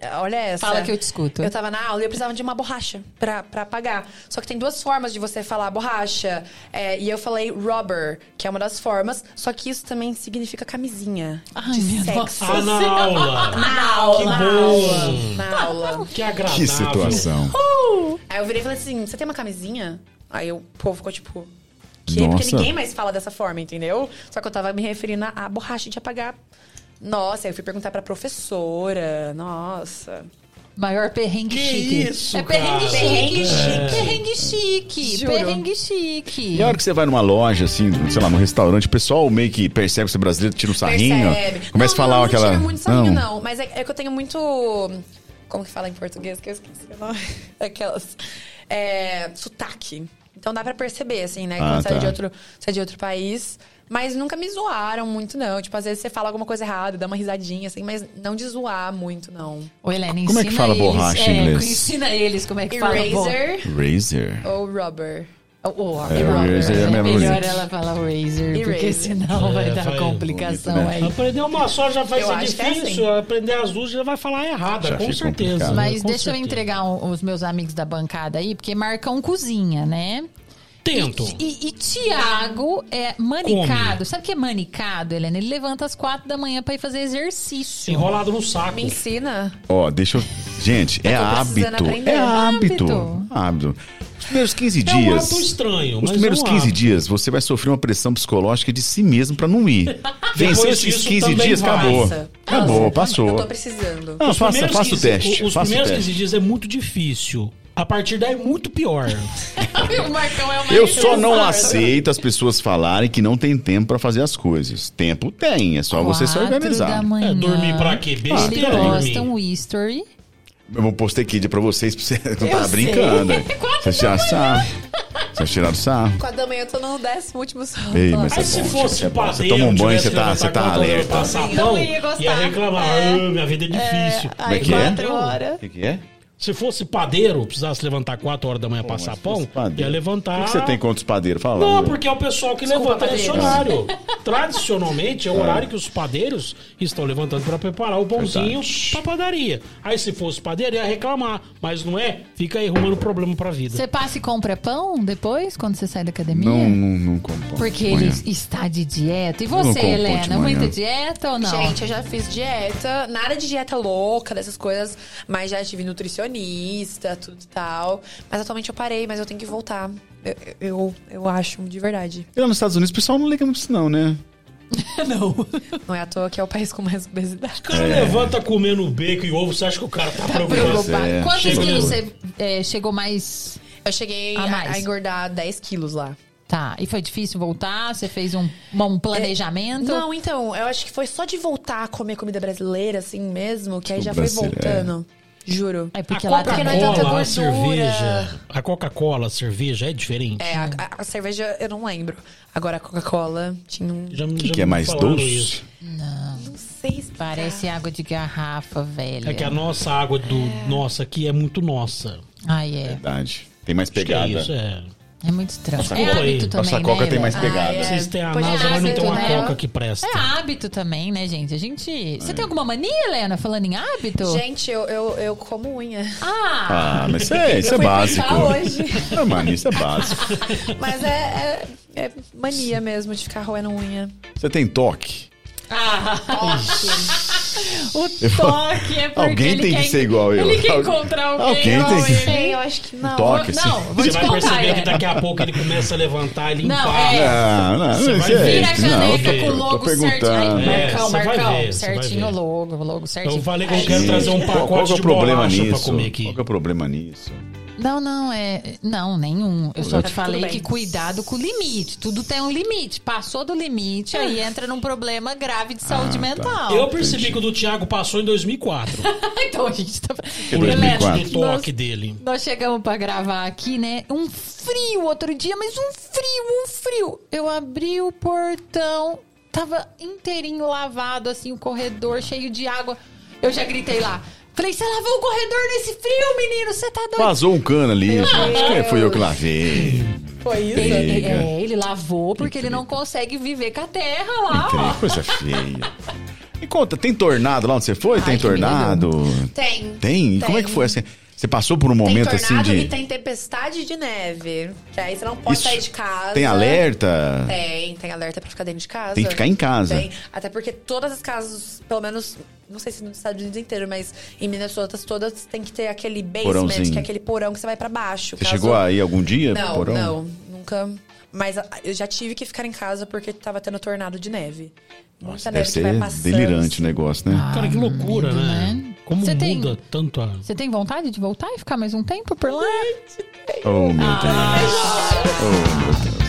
[SPEAKER 4] É, olha essa.
[SPEAKER 3] Fala que eu te escuto.
[SPEAKER 4] Eu tava na aula e eu precisava de uma borracha pra, pra pagar. Só que tem duas formas de você falar borracha. É, e eu falei rubber, que é uma das formas. Só que isso também significa camisinha.
[SPEAKER 3] Ai,
[SPEAKER 4] de
[SPEAKER 3] minha
[SPEAKER 4] sexo.
[SPEAKER 2] Ah, na aula.
[SPEAKER 4] Na aula.
[SPEAKER 2] Que
[SPEAKER 4] na
[SPEAKER 2] bom.
[SPEAKER 4] aula, Na aula.
[SPEAKER 2] Que agradável.
[SPEAKER 1] Que situação.
[SPEAKER 4] Aí eu virei e falei assim: você tem uma camisinha? Aí o povo ficou tipo. Que?
[SPEAKER 1] Nossa.
[SPEAKER 4] Porque ninguém mais fala dessa forma, entendeu? Só que eu tava me referindo à borracha de apagar. Nossa, aí eu fui perguntar pra professora. Nossa.
[SPEAKER 3] Maior perrengue
[SPEAKER 2] Que
[SPEAKER 3] chique.
[SPEAKER 2] isso,
[SPEAKER 3] é perrengue
[SPEAKER 2] cara.
[SPEAKER 3] chique.
[SPEAKER 2] É.
[SPEAKER 3] Perrengue chique.
[SPEAKER 4] Juro.
[SPEAKER 3] Perrengue chique.
[SPEAKER 1] E a hora que você vai numa loja, assim, sei lá, num restaurante, o pessoal meio que percebe que você é brasileiro, tira um sarrinho,
[SPEAKER 4] Percebe.
[SPEAKER 1] começa
[SPEAKER 4] Não,
[SPEAKER 1] a falar
[SPEAKER 4] não, não
[SPEAKER 1] aquela.
[SPEAKER 4] tira muito sarrinho, não. Mas é, é que eu tenho muito. Como que fala em português? Que eu esqueci o nome. Aquelas. É, sotaque. Então dá pra perceber, assim, né? Quando
[SPEAKER 1] Ah,
[SPEAKER 4] você, é
[SPEAKER 1] tá.
[SPEAKER 4] de outro, você é de outro país. Mas nunca me zoaram muito, não. Tipo, às vezes você fala alguma coisa errada, dá uma risadinha, assim, mas não de zoar muito, não.
[SPEAKER 3] Ô, Helena, ensina
[SPEAKER 1] Como é que fala
[SPEAKER 3] eles.
[SPEAKER 1] borracha em
[SPEAKER 3] É,
[SPEAKER 1] inglês?
[SPEAKER 3] Ensina eles como é que fala borracha.
[SPEAKER 4] Eraser
[SPEAKER 1] Razor.
[SPEAKER 4] ou rubber?
[SPEAKER 3] Ô, ó,
[SPEAKER 1] É,
[SPEAKER 3] é melhor-
[SPEAKER 1] Razer é a
[SPEAKER 3] é
[SPEAKER 1] mesma
[SPEAKER 3] melhor
[SPEAKER 1] coisa.
[SPEAKER 3] ela falar Razer, porque
[SPEAKER 4] Razer.
[SPEAKER 3] senão
[SPEAKER 2] É,
[SPEAKER 3] vai dar
[SPEAKER 2] vai-
[SPEAKER 3] complicação
[SPEAKER 1] Bonito, né?
[SPEAKER 3] aí.
[SPEAKER 2] Aprender uma só já vai
[SPEAKER 4] Eu
[SPEAKER 2] ser
[SPEAKER 4] acho que é
[SPEAKER 2] difícil. Aprender as duas já vai falar errada,
[SPEAKER 1] Já
[SPEAKER 2] com
[SPEAKER 1] fica
[SPEAKER 2] certeza.
[SPEAKER 1] complicado.
[SPEAKER 2] né?
[SPEAKER 3] assim. Mas
[SPEAKER 2] Com
[SPEAKER 3] deixa eu
[SPEAKER 2] certeza.
[SPEAKER 3] entregar um- os meus amigos da bancada aí, porque Marcão cozinha, né?
[SPEAKER 2] Tento.
[SPEAKER 3] E, e Tiago é manicado.
[SPEAKER 2] Come.
[SPEAKER 3] Sabe o que é manicado, Helena? Ele levanta às quatro da manhã pra ir fazer exercício.
[SPEAKER 2] Enrolado no saco.
[SPEAKER 4] Me ensina.
[SPEAKER 1] Ó, deixa eu. Gente, é
[SPEAKER 4] tô precisando
[SPEAKER 1] hábito.
[SPEAKER 4] aprender. um
[SPEAKER 1] É hábito.
[SPEAKER 3] Hábito.
[SPEAKER 1] Hábito. Os primeiros 15
[SPEAKER 2] É um ato
[SPEAKER 1] dias.
[SPEAKER 2] estranho.
[SPEAKER 1] Os
[SPEAKER 2] mas
[SPEAKER 1] primeiros
[SPEAKER 2] é um
[SPEAKER 1] 15
[SPEAKER 2] ato.
[SPEAKER 1] dias você vai sofrer uma pressão psicológica de si mesmo pra não ir. Venceu esses
[SPEAKER 2] disso
[SPEAKER 1] 15
[SPEAKER 2] também
[SPEAKER 1] dias,
[SPEAKER 2] vai.
[SPEAKER 1] acabou.
[SPEAKER 4] Nossa.
[SPEAKER 1] Acabou,
[SPEAKER 4] Eu tô
[SPEAKER 1] passou. Ah.
[SPEAKER 4] precisando.
[SPEAKER 1] Não, faça,
[SPEAKER 2] primeiros
[SPEAKER 1] faça o
[SPEAKER 2] 15
[SPEAKER 1] teste.
[SPEAKER 2] Os
[SPEAKER 1] faça o
[SPEAKER 2] primeiros
[SPEAKER 1] teste.
[SPEAKER 2] 15 dias é muito difícil. A partir daí é muito pior.
[SPEAKER 3] o Marcão é o mais
[SPEAKER 1] Eu só não
[SPEAKER 3] engraçado.
[SPEAKER 1] aceito as pessoas falarem que não tem tempo pra fazer as coisas. Tempo tem, é só você se
[SPEAKER 3] Quatro da
[SPEAKER 1] organizar.
[SPEAKER 3] manhã.
[SPEAKER 2] É, dormir pra quê?
[SPEAKER 3] Eles
[SPEAKER 2] Besteira dormir.
[SPEAKER 3] gostam o history.
[SPEAKER 1] Eu vou postar aqui pra vocês, pra você não
[SPEAKER 4] Eu
[SPEAKER 1] tá
[SPEAKER 4] sei.
[SPEAKER 1] brincando. Vocês tiraram sarro. Vocês tiraram sarro.
[SPEAKER 4] Quatro da manhã eu tô no décimo último sono.
[SPEAKER 1] Ei, mas
[SPEAKER 2] Aí
[SPEAKER 1] isso é
[SPEAKER 2] se
[SPEAKER 1] bom, isso
[SPEAKER 2] fosse
[SPEAKER 1] é bom.
[SPEAKER 2] padeiro,
[SPEAKER 1] Você toma um banho,
[SPEAKER 2] tivesse
[SPEAKER 1] você
[SPEAKER 2] que
[SPEAKER 1] tá,
[SPEAKER 2] levantar
[SPEAKER 1] você tá alerta.
[SPEAKER 2] quatro horas pra Passar
[SPEAKER 4] Não
[SPEAKER 2] pão,
[SPEAKER 4] ia gostar.
[SPEAKER 2] ia reclamar,
[SPEAKER 4] É.
[SPEAKER 2] "Ah, minha vida é difícil.
[SPEAKER 1] Como é que é?
[SPEAKER 4] quatro horas.
[SPEAKER 1] O que, que é?
[SPEAKER 2] Se fosse padeiro, precisasse levantar 4 horas da manhã pra passar
[SPEAKER 1] Se
[SPEAKER 2] pão,
[SPEAKER 1] é fosse padeiro.
[SPEAKER 2] ia levantar.
[SPEAKER 1] O que, que você tem contra os padeiros? Fala.
[SPEAKER 2] Não,
[SPEAKER 1] Lu.
[SPEAKER 2] porque é o pessoal que
[SPEAKER 4] Desculpa,
[SPEAKER 2] levanta nesse
[SPEAKER 4] padeiro.
[SPEAKER 2] horário. Tradicionalmente é o horário que os padeiros estão levantando pra preparar o pãozinho pra padaria. Aí se fosse padeiro ia reclamar, mas não é, fica aí arrumando problema pra vida.
[SPEAKER 3] Você passa e compra pão depois, quando você sai da academia?
[SPEAKER 1] Não, não, não como pão.
[SPEAKER 3] Porque
[SPEAKER 1] Manhã.
[SPEAKER 3] ele está de dieta. E
[SPEAKER 1] não
[SPEAKER 3] você,
[SPEAKER 1] como pão de
[SPEAKER 3] Helena,
[SPEAKER 1] manhã.
[SPEAKER 3] muita dieta ou não?
[SPEAKER 4] Gente, eu já fiz dieta, nada de dieta louca, dessas coisas, mas já tive nutricionista, tudo e tal. Mas atualmente eu parei, mas eu tenho que voltar. Eu, eu, eu acho, de verdade.
[SPEAKER 1] E Lá nos Estados Unidos o pessoal não liga muito pra isso, não, né?
[SPEAKER 3] não.
[SPEAKER 4] Não é à toa que é o país com mais obesidade.
[SPEAKER 2] O cara
[SPEAKER 1] É.
[SPEAKER 2] levanta comendo bacon e ovo, você acha que o cara tá preocupado?
[SPEAKER 1] preocupado. É,
[SPEAKER 3] Quantos
[SPEAKER 2] chegou.
[SPEAKER 3] quilos você é, chegou mais?
[SPEAKER 4] Eu cheguei
[SPEAKER 3] A
[SPEAKER 4] a,
[SPEAKER 3] mais.
[SPEAKER 4] a engordar 10 quilos lá.
[SPEAKER 3] Tá, e foi difícil voltar? Você fez um, um planejamento?
[SPEAKER 4] Não, então, eu acho que foi só de voltar a comer comida brasileira, assim mesmo, que aí já foi
[SPEAKER 1] Brasileira, é.
[SPEAKER 4] voltando. Juro.
[SPEAKER 3] É
[SPEAKER 2] A
[SPEAKER 3] porque lá
[SPEAKER 4] Porque não é
[SPEAKER 3] também-
[SPEAKER 4] tanta
[SPEAKER 2] Coca-Cola, a
[SPEAKER 4] gordura.
[SPEAKER 2] cerveja. A Coca-Cola, a cerveja é diferente.
[SPEAKER 4] É, a, a- a cerveja eu não lembro. Agora a Coca-Cola tinha um.
[SPEAKER 2] Já,
[SPEAKER 1] O que, que é mais doce?
[SPEAKER 4] Não sei explicar.
[SPEAKER 3] Parece água de garrafa, velho.
[SPEAKER 2] É que a nossa água do nossa aqui é muito nossa.
[SPEAKER 3] Ah, é.
[SPEAKER 1] Verdade. Tem mais
[SPEAKER 2] Acho que é
[SPEAKER 1] pegada.
[SPEAKER 2] isso, é.
[SPEAKER 3] É muito estranho.
[SPEAKER 1] Nossa,
[SPEAKER 3] é
[SPEAKER 2] coca aí.
[SPEAKER 3] hábito
[SPEAKER 1] Nossa,
[SPEAKER 3] também,
[SPEAKER 1] a coca
[SPEAKER 3] né,
[SPEAKER 1] tem mais
[SPEAKER 3] Ivan?
[SPEAKER 1] pegada.
[SPEAKER 4] Ah, é.
[SPEAKER 2] Vocês têm a
[SPEAKER 4] Pois é,
[SPEAKER 2] NASA, mas não tem uma
[SPEAKER 4] hábito, né?
[SPEAKER 2] coca que presta.
[SPEAKER 3] É hábito também, né, gente? A gente... Você
[SPEAKER 1] É.
[SPEAKER 3] tem alguma mania, Helena, falando em hábito?
[SPEAKER 4] Gente, eu, eu, eu como unha.
[SPEAKER 3] Ah!
[SPEAKER 1] Ah, mas isso é, isso é
[SPEAKER 4] Eu fui
[SPEAKER 1] básico.
[SPEAKER 4] pintar hoje.
[SPEAKER 1] Ah, mano, isso é básico.
[SPEAKER 4] Mas é, é, é mania mesmo de ficar roendo unha.
[SPEAKER 1] Você tem toque.
[SPEAKER 3] O toque é porque
[SPEAKER 1] Alguém
[SPEAKER 3] ele
[SPEAKER 1] tem
[SPEAKER 3] quer,
[SPEAKER 1] que ser igual eu.
[SPEAKER 3] Ele quer
[SPEAKER 1] Al-
[SPEAKER 3] encontrar alguém.
[SPEAKER 1] alguém tem
[SPEAKER 3] igual
[SPEAKER 1] que-
[SPEAKER 3] ele.
[SPEAKER 4] Sei, eu acho que não.
[SPEAKER 1] Toque,
[SPEAKER 3] Não,
[SPEAKER 1] assim.
[SPEAKER 3] vou
[SPEAKER 2] Você
[SPEAKER 3] te
[SPEAKER 2] vai
[SPEAKER 3] contar, é.
[SPEAKER 2] perceber que tá
[SPEAKER 3] Helena.
[SPEAKER 2] daqui a pouco ele começa a levantar, limpar.
[SPEAKER 3] Não, é.
[SPEAKER 1] Ah, não,
[SPEAKER 2] Você
[SPEAKER 1] isso
[SPEAKER 2] vai
[SPEAKER 1] é-
[SPEAKER 3] Vira a
[SPEAKER 2] Não,
[SPEAKER 3] caneca
[SPEAKER 2] ok.
[SPEAKER 3] com o
[SPEAKER 1] eu tô
[SPEAKER 3] logo certinho.
[SPEAKER 1] perguntando.
[SPEAKER 3] Ai,
[SPEAKER 4] né?
[SPEAKER 2] É,
[SPEAKER 3] Marcão,
[SPEAKER 2] você vai
[SPEAKER 3] Marcão.
[SPEAKER 2] ver, você vai
[SPEAKER 3] certinho o
[SPEAKER 2] ver.
[SPEAKER 3] logo, o logo certinho.
[SPEAKER 2] Eu falei que eu
[SPEAKER 3] Aí-
[SPEAKER 2] quero trazer um
[SPEAKER 1] Gente, qual- qual
[SPEAKER 2] pacote
[SPEAKER 1] que é o
[SPEAKER 2] de
[SPEAKER 1] problema
[SPEAKER 2] bolacha pra
[SPEAKER 1] nisso?
[SPEAKER 2] comer aqui.
[SPEAKER 1] Qual que é o problema nisso?
[SPEAKER 3] Não, não, é. Não, nenhum. Eu só
[SPEAKER 1] Tá
[SPEAKER 3] te
[SPEAKER 4] tudo
[SPEAKER 3] falei
[SPEAKER 4] bem.
[SPEAKER 3] que cuidado com o limite. Tudo tem um limite. Passou do limite, aí entra num problema grave de saúde
[SPEAKER 1] tá.
[SPEAKER 3] mental.
[SPEAKER 2] Eu percebi que o do Thiago passou em 2004.
[SPEAKER 3] então a gente tá.
[SPEAKER 1] Em
[SPEAKER 2] Por
[SPEAKER 3] Helena,
[SPEAKER 1] 2004.
[SPEAKER 2] do toque dele.
[SPEAKER 3] Nós chegamos pra gravar aqui, né? Um frio outro dia, mas um frio, um frio. Eu abri o portão, tava inteirinho lavado, assim, o corredor cheio de água. Eu já gritei lá. Falei, você lavou o corredor nesse frio, menino? Você tá doido?
[SPEAKER 1] Vazou um cano ali, gente. Acho que fui eu que lavei.
[SPEAKER 4] Foi
[SPEAKER 3] Ele,
[SPEAKER 4] isso?
[SPEAKER 1] Pega.
[SPEAKER 3] é, ele lavou porque ele não consegue viver com a terra lá,
[SPEAKER 1] Trem,
[SPEAKER 3] ó.
[SPEAKER 1] Coisa feia. Me conta, tem tornado lá onde você foi? tem
[SPEAKER 3] que medo.
[SPEAKER 1] tornado?
[SPEAKER 4] Tem.
[SPEAKER 1] Tem? E como é que foi assim? Você passou por um
[SPEAKER 4] Tem
[SPEAKER 1] momento assim
[SPEAKER 4] tornado
[SPEAKER 1] de.
[SPEAKER 4] e tem tempestade de neve. Que aí você não pode
[SPEAKER 1] Isso-
[SPEAKER 4] sair de casa. É,
[SPEAKER 1] Tem alerta?
[SPEAKER 4] Tem, tem alerta pra ficar dentro de casa.
[SPEAKER 1] Tem que ficar em casa.
[SPEAKER 4] Tem. Até porque todas as casas, pelo menos, não sei se nos Estados Unidos inteiro, mas em Minnesota todas tem que ter aquele basement,
[SPEAKER 1] Porãozinho.
[SPEAKER 4] que é aquele porão que você vai pra baixo.
[SPEAKER 1] Você
[SPEAKER 4] caso-
[SPEAKER 1] chegou aí algum dia? pro
[SPEAKER 4] Não,
[SPEAKER 1] porão?
[SPEAKER 4] não, nunca. Mas ah, eu já tive que ficar em casa porque tava tendo tornado de neve. Muita
[SPEAKER 1] Nossa,
[SPEAKER 4] neve
[SPEAKER 1] deve
[SPEAKER 4] que vai
[SPEAKER 1] ser
[SPEAKER 4] passando.
[SPEAKER 1] delirante o negócio, né?
[SPEAKER 2] Cara, que loucura,
[SPEAKER 3] medo,
[SPEAKER 2] né?
[SPEAKER 3] né?
[SPEAKER 2] Como
[SPEAKER 3] Ah, Você tem-
[SPEAKER 2] muda tanto a...
[SPEAKER 3] Você tem vontade de voltar e ficar mais um tempo por lá?
[SPEAKER 1] Oh, meu Deus.
[SPEAKER 3] Ah.
[SPEAKER 1] Oh, meu Deus.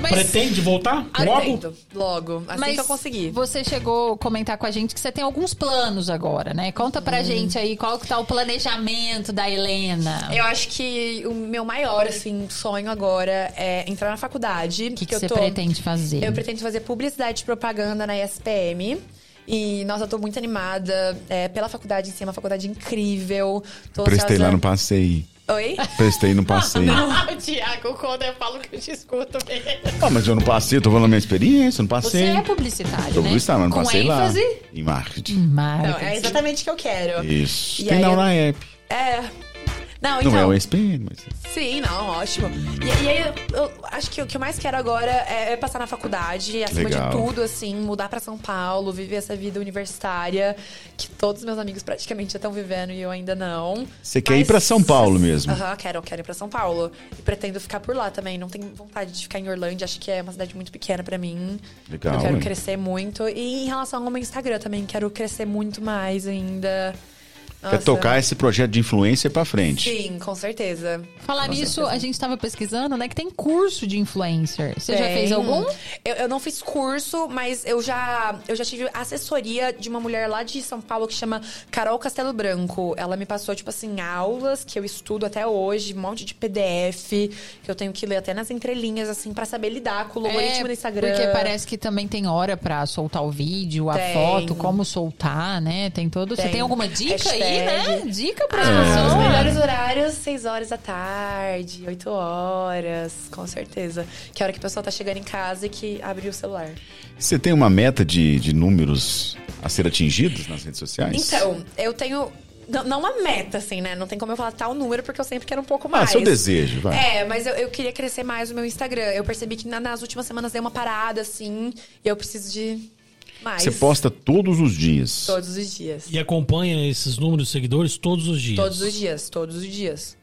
[SPEAKER 3] Mas,
[SPEAKER 2] Pretende voltar? Logo?
[SPEAKER 4] Pretendo, logo, assim
[SPEAKER 3] mas
[SPEAKER 4] que eu conseguir.
[SPEAKER 3] você chegou a comentar com a gente que você tem alguns planos agora, né? Conta
[SPEAKER 4] Hum.
[SPEAKER 3] pra gente aí qual que tá o planejamento da Helena.
[SPEAKER 4] Eu acho É que o meu maior, assim, sonho agora é entrar na faculdade.
[SPEAKER 3] O que, que
[SPEAKER 4] eu
[SPEAKER 3] você
[SPEAKER 4] tô-
[SPEAKER 3] pretende fazer?
[SPEAKER 4] Eu pretendo fazer publicidade e propaganda na ESPM. E, nossa, eu tô muito animada é, pela faculdade em si, é uma faculdade incrível. Tô
[SPEAKER 1] Prestei
[SPEAKER 4] ansiosa-
[SPEAKER 1] lá, não passei.
[SPEAKER 4] Oi?
[SPEAKER 1] Prestei, não passei.
[SPEAKER 4] Ah,
[SPEAKER 3] o Tiago, quando eu falo que eu te escuto mesmo.
[SPEAKER 1] Ah, mas eu não passei, eu tô falando a minha experiência, eu não
[SPEAKER 3] Você
[SPEAKER 1] passei.
[SPEAKER 3] é publicitário,
[SPEAKER 1] Tô
[SPEAKER 3] né?
[SPEAKER 1] publicitário, tá, mas não
[SPEAKER 3] Com
[SPEAKER 1] passei
[SPEAKER 3] ênfase? Uhum.
[SPEAKER 1] lá. Em marketing.
[SPEAKER 3] Marketing.
[SPEAKER 4] Não, é exatamente o que eu quero.
[SPEAKER 1] Isso.
[SPEAKER 4] E
[SPEAKER 1] Tem
[SPEAKER 4] aí
[SPEAKER 1] não
[SPEAKER 4] eu-
[SPEAKER 1] na app.
[SPEAKER 4] É. Não, então.
[SPEAKER 1] Não é o ESPN, mas. é.
[SPEAKER 4] Sim, não, ótimo. E, e aí, eu- eu acho que o que eu mais quero agora é, é passar na faculdade, acima
[SPEAKER 1] Legal.
[SPEAKER 4] de tudo, assim, mudar pra São Paulo, viver essa vida universitária que todos meus amigos praticamente já estão vivendo e eu ainda não.
[SPEAKER 1] Você quer ir pra São Paulo mesmo?
[SPEAKER 4] Aham, quero, quero ir pra São Paulo. E pretendo ficar por lá também. Não tenho vontade de ficar em Orlândia, acho que é uma cidade muito pequena pra mim.
[SPEAKER 1] Legal,
[SPEAKER 4] Eu quero
[SPEAKER 1] hein?
[SPEAKER 4] crescer muito. E em relação ao meu Instagram também, quero crescer muito mais ainda.
[SPEAKER 1] Quer
[SPEAKER 4] Nossa.
[SPEAKER 1] tocar esse projeto de influência pra frente.
[SPEAKER 4] Sim, com certeza.
[SPEAKER 3] Falar nisso, a gente tava pesquisando, né? Que tem curso de influencer. Você já
[SPEAKER 4] Tem.
[SPEAKER 3] fez algum?
[SPEAKER 4] Eu, eu não fiz curso, mas eu já, eu já tive assessoria de uma mulher lá de São Paulo que chama Carol Castelo Branco. Ela me passou, tipo assim, aulas que eu estudo até hoje, um monte de PDF que eu tenho que ler até nas entrelinhas, assim, pra saber lidar com o logaritmo do Instagram.
[SPEAKER 3] É, Porque parece que também tem hora pra soltar o vídeo, a
[SPEAKER 4] Tem.
[SPEAKER 3] foto, como soltar, né? Tem todo. Você
[SPEAKER 4] Tem.
[SPEAKER 3] tem alguma dica aí, né?
[SPEAKER 4] Hashtag.
[SPEAKER 3] Dica pra
[SPEAKER 1] É.
[SPEAKER 4] Ah, os
[SPEAKER 3] pessoas.
[SPEAKER 4] melhores horários, 6 horas da tarde, 8 horas, com certeza. Que é a hora que o pessoal tá chegando em casa e que abriu o celular.
[SPEAKER 1] Você tem uma meta de, de números a ser atingidos nas redes sociais?
[SPEAKER 4] Então, eu tenho. Não, não uma meta, assim, né? Não tem como eu falar tal número, porque eu sempre quero um pouco
[SPEAKER 1] Ah,
[SPEAKER 4] mais.
[SPEAKER 1] seu desejo, vai.
[SPEAKER 4] É, mas eu, eu queria crescer mais o meu Instagram. Eu percebi que na- nas últimas semanas deu uma parada, assim, e eu preciso de mais.
[SPEAKER 1] Você posta é todos os dias.
[SPEAKER 4] Todos os dias.
[SPEAKER 2] E acompanha esses números de seguidores todos os dias.
[SPEAKER 4] Todos os dias, todos os dias.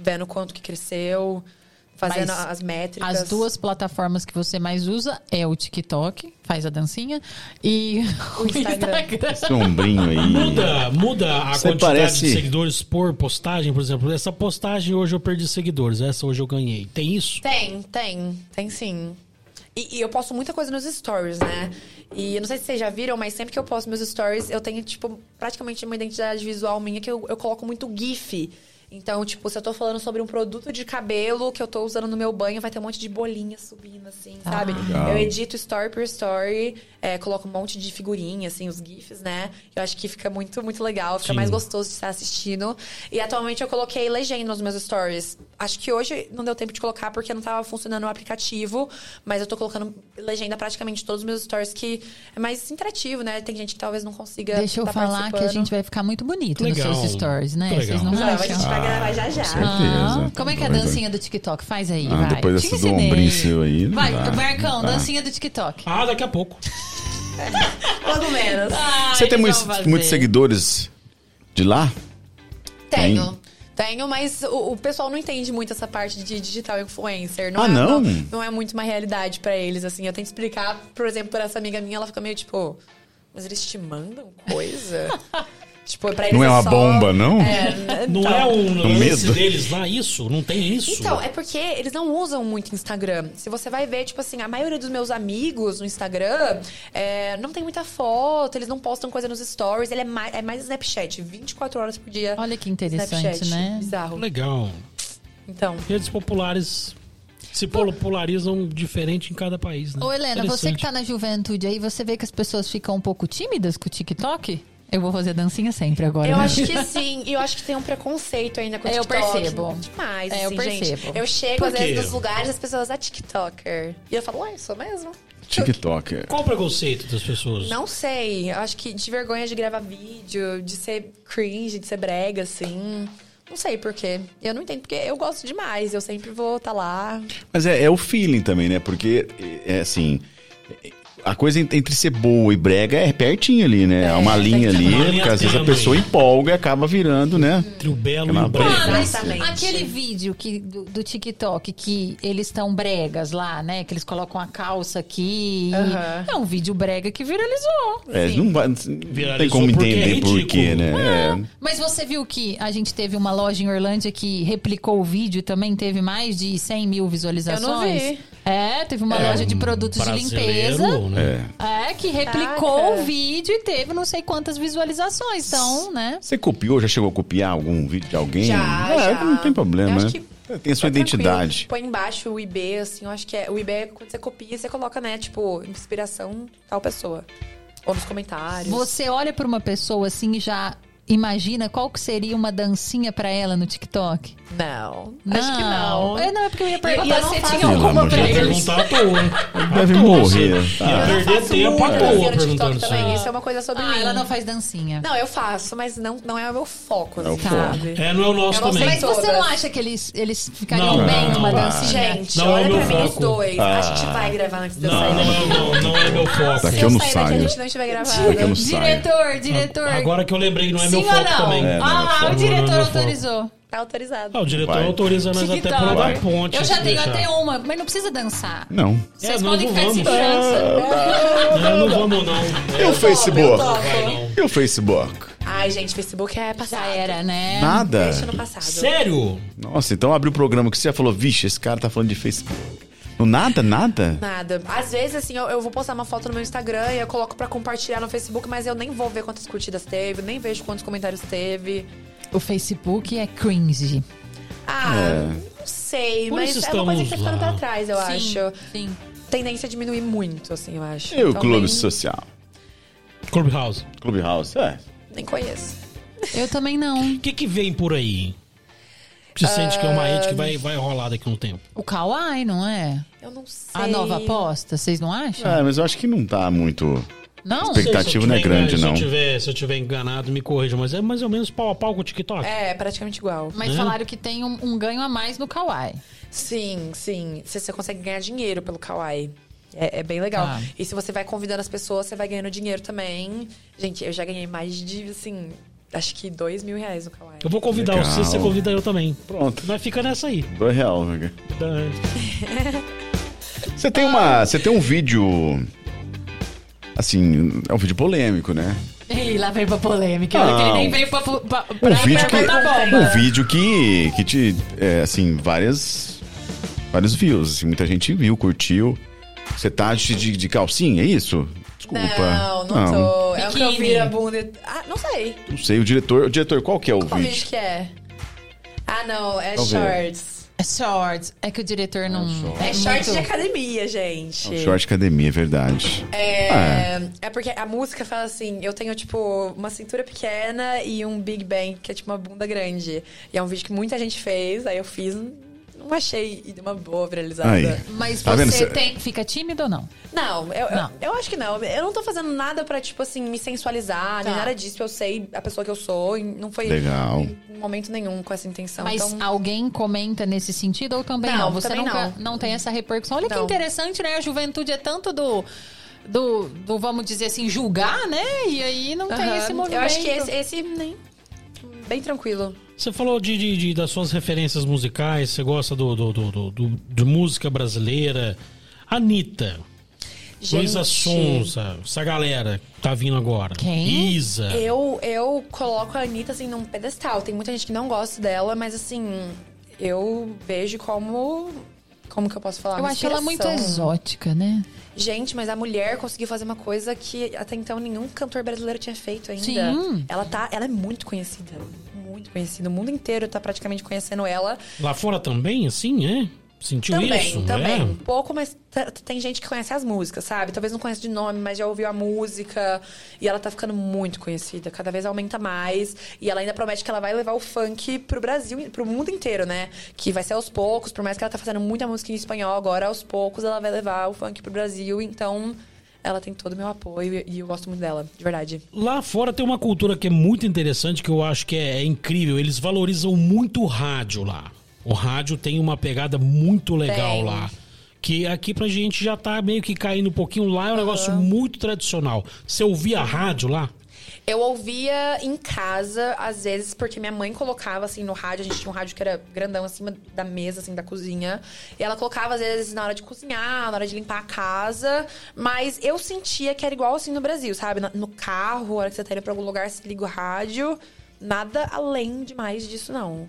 [SPEAKER 4] Vendo quanto que cresceu, fazendo
[SPEAKER 3] Mas
[SPEAKER 4] as métricas.
[SPEAKER 3] As duas plataformas que você mais usa é o TikTok, faz a dancinha, e o
[SPEAKER 4] Instagram.
[SPEAKER 1] Esse um ombrinho aí.
[SPEAKER 2] Muda, muda a
[SPEAKER 1] Você
[SPEAKER 2] quantidade
[SPEAKER 1] parece-
[SPEAKER 2] de seguidores por postagem, por exemplo. Essa postagem hoje eu perdi seguidores, essa hoje eu ganhei. Tem isso?
[SPEAKER 4] Tem, tem, tem sim. E, e eu posto muita coisa nos stories, né? E eu não sei se vocês já viram, mas sempre que eu posto meus stories, eu tenho, tipo, praticamente uma identidade visual minha que eu, eu coloco muito GIF. Então, tipo, se eu tô falando sobre um produto de cabelo que eu tô usando no meu banho, vai ter um monte de bolinha subindo, assim, sabe?
[SPEAKER 1] Legal.
[SPEAKER 4] Eu edito story por story, é, coloco um monte de figurinha, assim, os GIFs, né? Eu acho que fica muito, muito legal, fica
[SPEAKER 2] Sim.
[SPEAKER 4] mais gostoso de estar assistindo. E atualmente eu coloquei legenda nos meus stories. Acho que hoje não deu tempo de colocar porque não tava funcionando o aplicativo, mas eu tô colocando legenda praticamente em todos os meus stories que é mais interativo, né? Tem gente que talvez não consiga.
[SPEAKER 3] Deixa eu
[SPEAKER 4] tá
[SPEAKER 3] falar que a
[SPEAKER 4] participando.
[SPEAKER 3] gente vai ficar muito bonito
[SPEAKER 2] Legal.
[SPEAKER 3] nos seus stories, né?
[SPEAKER 2] Legal.
[SPEAKER 3] Vocês não
[SPEAKER 4] Não, a gente
[SPEAKER 3] acham?
[SPEAKER 4] vai gravar já já.
[SPEAKER 1] certeza.
[SPEAKER 3] Ah, como é que é a
[SPEAKER 1] Vai, vai.
[SPEAKER 3] dancinha do TikTok? Faz aí,
[SPEAKER 1] Ah,
[SPEAKER 3] vai.
[SPEAKER 1] depois dessa
[SPEAKER 3] Te
[SPEAKER 1] do
[SPEAKER 3] ensinei.
[SPEAKER 1] ombrinho seu aí, não
[SPEAKER 3] Vai,
[SPEAKER 1] dá, Ah.
[SPEAKER 3] Marcão,
[SPEAKER 1] não dá.
[SPEAKER 3] dancinha do TikTok.
[SPEAKER 2] Ah, daqui a pouco.
[SPEAKER 4] Quando menos.
[SPEAKER 3] Ah,
[SPEAKER 1] Você tem
[SPEAKER 3] eles
[SPEAKER 1] muitos,
[SPEAKER 3] vão fazer.
[SPEAKER 1] muitos seguidores de lá?
[SPEAKER 4] Tenho. Tenho, mas o, o pessoal não entende muito essa parte de digital influencer. Não
[SPEAKER 1] Ah,
[SPEAKER 4] é,
[SPEAKER 1] não?
[SPEAKER 4] Não é muito uma realidade pra eles, assim. Eu tento explicar, por exemplo, pra essa amiga minha, ela fica meio tipo... Mas eles te mandam coisa? tipo, pra eles
[SPEAKER 1] Não é uma
[SPEAKER 4] só-
[SPEAKER 1] bomba, não?
[SPEAKER 4] É, né?
[SPEAKER 2] Não
[SPEAKER 4] Então,
[SPEAKER 2] é um
[SPEAKER 1] Um
[SPEAKER 2] lance
[SPEAKER 1] medo.
[SPEAKER 2] deles lá, isso? Não tem isso?
[SPEAKER 4] Então, é porque eles não usam muito Instagram. Se você vai ver, tipo assim, a maioria dos meus amigos no Instagram é, não tem muita foto, eles não postam coisa nos stories. Ele é mais, é mais Snapchat, 24 horas por dia.
[SPEAKER 3] Olha que interessante,
[SPEAKER 4] Snapchat.
[SPEAKER 3] né?
[SPEAKER 4] Bizarro.
[SPEAKER 2] Legal.
[SPEAKER 4] Então,
[SPEAKER 2] Redes populares se popularizam diferente em cada país, né?
[SPEAKER 3] Ô, Helena, você que
[SPEAKER 2] Interessante.
[SPEAKER 3] tá na juventude aí, você vê que as pessoas ficam um pouco tímidas com o TikTok? Eu vou fazer dancinha sempre agora.
[SPEAKER 4] Eu
[SPEAKER 3] né?
[SPEAKER 4] acho que sim. E eu acho que tem um preconceito ainda com o
[SPEAKER 3] É, Eu
[SPEAKER 4] TikTok.
[SPEAKER 3] percebo.
[SPEAKER 4] Demais,
[SPEAKER 3] É, eu
[SPEAKER 4] assim,
[SPEAKER 3] percebo.
[SPEAKER 4] gente. Eu chego,
[SPEAKER 2] Por
[SPEAKER 4] às
[SPEAKER 2] quê?
[SPEAKER 4] vezes, nos lugares, as pessoas, a TikToker. E eu falo, ué, sou mesmo?
[SPEAKER 1] TikToker.
[SPEAKER 2] Qual o preconceito das pessoas?
[SPEAKER 4] Não sei. Eu acho que de vergonha de gravar vídeo, de ser cringe, de ser brega, assim... Não sei por quê. Eu não entendo, porque eu gosto demais. Eu sempre vou estar lá.
[SPEAKER 1] Mas é, é o feeling também, né? Porque, é, é assim, é, a coisa en- entre ser boa e brega é pertinho ali, né? É, uma linha
[SPEAKER 4] tem
[SPEAKER 1] ali,
[SPEAKER 4] que ter
[SPEAKER 2] uma
[SPEAKER 1] porque
[SPEAKER 2] linha
[SPEAKER 1] às vezes a
[SPEAKER 2] tênue.
[SPEAKER 1] pessoa empolga e acaba virando, né?
[SPEAKER 2] Entre o belo e
[SPEAKER 1] Aquela
[SPEAKER 2] o branco.
[SPEAKER 1] briga.
[SPEAKER 3] mas
[SPEAKER 4] Exatamente.
[SPEAKER 3] aquele vídeo que, do, do TikTok que eles estão bregas lá, né? Que eles colocam a calça aqui.
[SPEAKER 4] Aham.
[SPEAKER 3] É um vídeo brega que viralizou.
[SPEAKER 1] É, não, vai, não tem
[SPEAKER 2] Viralizou
[SPEAKER 1] como
[SPEAKER 2] porque é
[SPEAKER 1] entender por
[SPEAKER 2] ridículo.
[SPEAKER 1] quê, né? É.
[SPEAKER 3] Mas você viu que a gente teve uma loja em Orlândia que replicou o vídeo e também teve mais de 100 mil visualizações?
[SPEAKER 4] Eu não vi.
[SPEAKER 3] É, teve uma loja de produtos de
[SPEAKER 2] um Brasileiro,
[SPEAKER 3] limpeza.
[SPEAKER 2] Né?
[SPEAKER 3] É, que replicou
[SPEAKER 4] Caraca.
[SPEAKER 3] o vídeo e teve não sei quantas visualizações. Então, né?
[SPEAKER 1] Você copiou, já chegou a copiar algum vídeo de alguém?
[SPEAKER 4] Já,
[SPEAKER 1] é,
[SPEAKER 4] já.
[SPEAKER 1] não tem
[SPEAKER 4] Eu
[SPEAKER 1] problema,
[SPEAKER 4] acho
[SPEAKER 1] né?
[SPEAKER 4] que
[SPEAKER 1] Tem a sua
[SPEAKER 4] tá tranquilo.
[SPEAKER 1] identidade.
[SPEAKER 4] Põe embaixo o IB, assim, eu acho que é. O IB é quando você copia, você coloca, né, tipo, inspiração tal pessoa. Ou nos comentários.
[SPEAKER 3] Você olha pra uma pessoa assim e já imagina qual que seria uma dancinha pra ela no TikTok?
[SPEAKER 4] Não. Acho que não.
[SPEAKER 3] É, não, é porque eu ia
[SPEAKER 4] E- e
[SPEAKER 3] perguntar
[SPEAKER 4] eu
[SPEAKER 3] se
[SPEAKER 4] não
[SPEAKER 3] você
[SPEAKER 4] faço
[SPEAKER 3] tinha
[SPEAKER 1] isso.
[SPEAKER 3] alguma
[SPEAKER 1] Pelo amor
[SPEAKER 3] pra
[SPEAKER 2] Ia
[SPEAKER 1] de
[SPEAKER 3] ele.
[SPEAKER 2] perguntar à toa, hein?
[SPEAKER 1] Deve
[SPEAKER 2] À toa,
[SPEAKER 1] morrer,
[SPEAKER 2] você-
[SPEAKER 1] tá.
[SPEAKER 2] Ia
[SPEAKER 4] Eu não
[SPEAKER 2] perder
[SPEAKER 4] faço
[SPEAKER 2] tempo à toa
[SPEAKER 4] muita dancinha no
[SPEAKER 2] perguntando
[SPEAKER 4] TikTok
[SPEAKER 2] isso.
[SPEAKER 4] também. Isso é uma coisa sobre
[SPEAKER 3] Ah,
[SPEAKER 4] mim.
[SPEAKER 3] ela não faz dancinha.
[SPEAKER 4] Não, eu faço, mas não, não é o meu foco,
[SPEAKER 1] É o
[SPEAKER 4] assim,
[SPEAKER 1] foco.
[SPEAKER 4] sabe?
[SPEAKER 2] É, não é o nosso
[SPEAKER 4] Eu não sei
[SPEAKER 2] também.
[SPEAKER 3] Mas você não
[SPEAKER 4] todas.
[SPEAKER 3] acha que eles, eles ficariam
[SPEAKER 2] Não,
[SPEAKER 3] bem
[SPEAKER 2] não,
[SPEAKER 3] numa
[SPEAKER 2] não.
[SPEAKER 3] dancinha?
[SPEAKER 4] Gente,
[SPEAKER 2] Não é o
[SPEAKER 4] olha
[SPEAKER 2] meu
[SPEAKER 4] pra mim os
[SPEAKER 2] foco.
[SPEAKER 4] dois. A gente vai gravar antes de eu
[SPEAKER 2] Não,
[SPEAKER 4] sair
[SPEAKER 2] não,
[SPEAKER 4] daqui.
[SPEAKER 2] não, não é meu foco.
[SPEAKER 1] Daqui
[SPEAKER 4] Se
[SPEAKER 1] Ah. eu
[SPEAKER 4] eu
[SPEAKER 1] não
[SPEAKER 4] sair daqui, a
[SPEAKER 1] saio.
[SPEAKER 4] gente não estiver
[SPEAKER 1] Daqui eu não
[SPEAKER 4] gravando.
[SPEAKER 1] saio.
[SPEAKER 3] Diretor, diretor.
[SPEAKER 2] Agora que eu lembrei, não é meu
[SPEAKER 3] Sim
[SPEAKER 2] foco
[SPEAKER 3] ou não?
[SPEAKER 2] também.
[SPEAKER 1] É, não é
[SPEAKER 3] ah,
[SPEAKER 1] foco.
[SPEAKER 3] o
[SPEAKER 2] Não é
[SPEAKER 3] diretor
[SPEAKER 2] meu foco.
[SPEAKER 3] autorizou.
[SPEAKER 4] Tá autorizado.
[SPEAKER 2] Ah, o diretor
[SPEAKER 1] Vai.
[SPEAKER 2] autoriza nós até
[SPEAKER 3] TikTok.
[SPEAKER 2] pular da
[SPEAKER 1] Vai.
[SPEAKER 2] ponte. assim,
[SPEAKER 3] Eu já
[SPEAKER 2] se
[SPEAKER 3] tenho
[SPEAKER 2] deixar.
[SPEAKER 3] até uma, mas não precisa dançar.
[SPEAKER 1] É, Não.
[SPEAKER 3] Vocês
[SPEAKER 2] não,
[SPEAKER 3] podem
[SPEAKER 2] não
[SPEAKER 3] ficar sem
[SPEAKER 2] vamos.
[SPEAKER 3] chance.
[SPEAKER 2] Não, não vamos não.
[SPEAKER 1] E o Facebook?
[SPEAKER 4] topo.
[SPEAKER 2] Vai não.
[SPEAKER 1] E o Facebook?
[SPEAKER 4] Ai, gente, Facebook é
[SPEAKER 3] Já
[SPEAKER 4] passado.
[SPEAKER 3] era, né?
[SPEAKER 1] Nada.
[SPEAKER 4] Deixa no passado.
[SPEAKER 2] Sério?
[SPEAKER 1] Nossa, então abriu o programa que você já falou, vixe, esse cara tá falando de Facebook. Não, nada, nada?
[SPEAKER 4] Nada. Às vezes, assim, eu, eu vou postar uma foto no meu Instagram e eu coloco pra compartilhar no Facebook, mas eu nem vou ver quantas curtidas teve, nem vejo quantos comentários teve.
[SPEAKER 3] O Facebook é cringe.
[SPEAKER 4] Ah,
[SPEAKER 1] É.
[SPEAKER 4] não sei,
[SPEAKER 2] Por
[SPEAKER 4] mas
[SPEAKER 2] isso
[SPEAKER 4] é uma coisa que tá
[SPEAKER 2] estamos
[SPEAKER 4] ficando
[SPEAKER 2] lá.
[SPEAKER 4] pra trás, eu acho.
[SPEAKER 3] Sim.
[SPEAKER 4] Tendência a diminuir muito, assim, eu acho.
[SPEAKER 1] E o
[SPEAKER 4] Então,
[SPEAKER 1] clube
[SPEAKER 4] nem-
[SPEAKER 1] social?
[SPEAKER 2] Clubhouse.
[SPEAKER 1] Clubhouse, é.
[SPEAKER 4] Nem conheço.
[SPEAKER 3] Eu também não.
[SPEAKER 2] O que que vem por aí? Você sente que é uma rede que vai, vai rolar daqui a um tempo?
[SPEAKER 3] O Kawaii, não é?
[SPEAKER 4] Eu não sei.
[SPEAKER 3] A nova aposta, vocês não acham?
[SPEAKER 1] Ah, mas eu acho que não tá muito.
[SPEAKER 3] Não?
[SPEAKER 1] Expectativa. Aplicativo não é
[SPEAKER 2] Se eu tiver-
[SPEAKER 1] grande, não.
[SPEAKER 2] Se eu, tiver, se eu tiver enganado, me corrija, mas é mais ou menos pau a pau com o TikTok.
[SPEAKER 4] É, praticamente igual.
[SPEAKER 3] Mas
[SPEAKER 1] Né?
[SPEAKER 3] falaram que tem um, um ganho a mais no Kawaii.
[SPEAKER 4] Sim, sim. Você, você consegue ganhar dinheiro pelo Kawaii. É, é bem legal.
[SPEAKER 3] Tá.
[SPEAKER 4] E se você vai convidando as pessoas, você vai ganhando dinheiro também. Gente, eu já ganhei mais de, assim, acho que dois mil reais no Kawaii.
[SPEAKER 2] Eu vou convidar
[SPEAKER 1] Legal.
[SPEAKER 2] você, você convida eu também.
[SPEAKER 1] Pronto.
[SPEAKER 2] Mas fica nessa aí.
[SPEAKER 1] Dois real.
[SPEAKER 2] Da-
[SPEAKER 1] Você tem uma. Você tem um vídeo. Assim, é um vídeo polêmico, né?
[SPEAKER 3] Ih, lá veio pra polêmica.
[SPEAKER 1] Não.
[SPEAKER 3] Ele nem veio pra, pra, pra,
[SPEAKER 1] Um vídeo Ah. que.
[SPEAKER 3] pra- pra- pra-
[SPEAKER 1] Um vídeo que. que te. é, assim, várias. Vários views. assim, muita gente viu, curtiu. Você tá de, de- de calcinha, é isso? Desculpa.
[SPEAKER 4] Não, não, tô. É o que eu
[SPEAKER 3] Biquíni.
[SPEAKER 4] viro a bunda. e- Ah, não sei.
[SPEAKER 1] Não sei, o diretor. O diretor, qual que é o
[SPEAKER 4] Qual
[SPEAKER 1] Um vídeo?
[SPEAKER 4] vídeo que é? Ah, não. É
[SPEAKER 1] Vamos ver.
[SPEAKER 4] shorts.
[SPEAKER 3] É shorts. É que o diretor não.
[SPEAKER 1] shorts.
[SPEAKER 4] É shorts de
[SPEAKER 3] muito-
[SPEAKER 4] academia,
[SPEAKER 1] É o
[SPEAKER 4] gente.
[SPEAKER 1] Short Academia, é verdade. Ah.
[SPEAKER 4] É, é porque a música fala assim: eu tenho, tipo, uma cintura pequena e um Big Bang, que é tipo uma bunda grande. E é um vídeo que muita gente fez, aí eu fiz, não achei uma boa viralizada.
[SPEAKER 1] Aí.
[SPEAKER 3] Mas
[SPEAKER 1] Tá vendo?
[SPEAKER 3] você
[SPEAKER 1] Cê-
[SPEAKER 3] tem, fica tímido ou não?
[SPEAKER 4] Não, eu, eu-
[SPEAKER 3] Não.
[SPEAKER 4] Eu, acho que não. Eu não tô fazendo nada pra, tipo assim, me
[SPEAKER 3] Tá.
[SPEAKER 4] sensualizar, nem nada disso. Eu sei a pessoa que eu sou e não foi
[SPEAKER 1] Legal.
[SPEAKER 4] em momento nenhum com essa intenção.
[SPEAKER 3] Mas
[SPEAKER 4] então,
[SPEAKER 3] alguém comenta nesse sentido ou também não?
[SPEAKER 4] Não,
[SPEAKER 3] Você
[SPEAKER 4] também
[SPEAKER 3] nunca,
[SPEAKER 4] não.
[SPEAKER 3] tem essa repercussão. Olha que
[SPEAKER 4] Não.
[SPEAKER 3] interessante, né? A juventude é tanto do, do, do, vamos dizer assim, julgar, né? E aí não tem
[SPEAKER 4] aham.
[SPEAKER 3] esse movimento.
[SPEAKER 4] Eu acho que esse, é esse nem. Bem tranquilo.
[SPEAKER 2] Você falou de, de- de- das suas referências musicais, você gosta do, do, do- do- do- de música brasileira. Anitta, Luísa Sonza, essa galera que tá vindo agora.
[SPEAKER 3] Quem?
[SPEAKER 2] Isa.
[SPEAKER 4] Eu, eu coloco a Anitta, assim, num pedestal. Tem muita gente que não gosta dela, mas, assim, eu vejo como... Como que eu posso falar?
[SPEAKER 3] Eu
[SPEAKER 4] Uma
[SPEAKER 3] acho ela muito
[SPEAKER 4] inspiração.
[SPEAKER 3] exótica, né?
[SPEAKER 4] Gente, mas a mulher conseguiu fazer uma coisa que até então nenhum cantor brasileiro tinha feito ainda.
[SPEAKER 3] Sim.
[SPEAKER 4] Ela tá, ela é muito conhecida, muito conhecida. O mundo inteiro tá praticamente conhecendo ela.
[SPEAKER 2] Lá fora também, assim, é? Sentiu
[SPEAKER 4] também,
[SPEAKER 2] isso?
[SPEAKER 4] também. Um
[SPEAKER 2] É?
[SPEAKER 4] pouco, mas t- tem gente que conhece as músicas, sabe? Talvez não conheça de nome, mas já ouviu a música. E ela tá ficando muito conhecida, cada vez aumenta mais. E ela ainda promete que ela vai levar o funk pro Brasil, pro mundo inteiro, né? Que vai ser aos poucos, por mais que ela tá fazendo muita música em espanhol agora, aos poucos ela vai levar o funk pro Brasil. Então, ela tem todo o meu apoio e- e eu gosto muito dela, de verdade.
[SPEAKER 2] Lá fora tem uma cultura que é muito interessante, que eu acho que é, é incrível. Eles valorizam muito o rádio lá. O rádio tem uma pegada muito legal
[SPEAKER 4] Tem.
[SPEAKER 2] lá. Que aqui pra gente já tá meio que caindo um pouquinho. Lá é um negócio muito tradicional. Você ouvia rádio lá?
[SPEAKER 4] Eu ouvia em casa, às vezes, porque minha mãe colocava, assim, no rádio. A gente tinha um rádio que era grandão, acima da mesa, assim, da cozinha. E ela colocava, às vezes, na hora de cozinhar, na hora de limpar a casa. Mas eu sentia que era igual, assim, no Brasil, sabe? Na- No carro, a hora que você tá indo pra algum lugar, você liga o rádio. Nada além demais disso, não.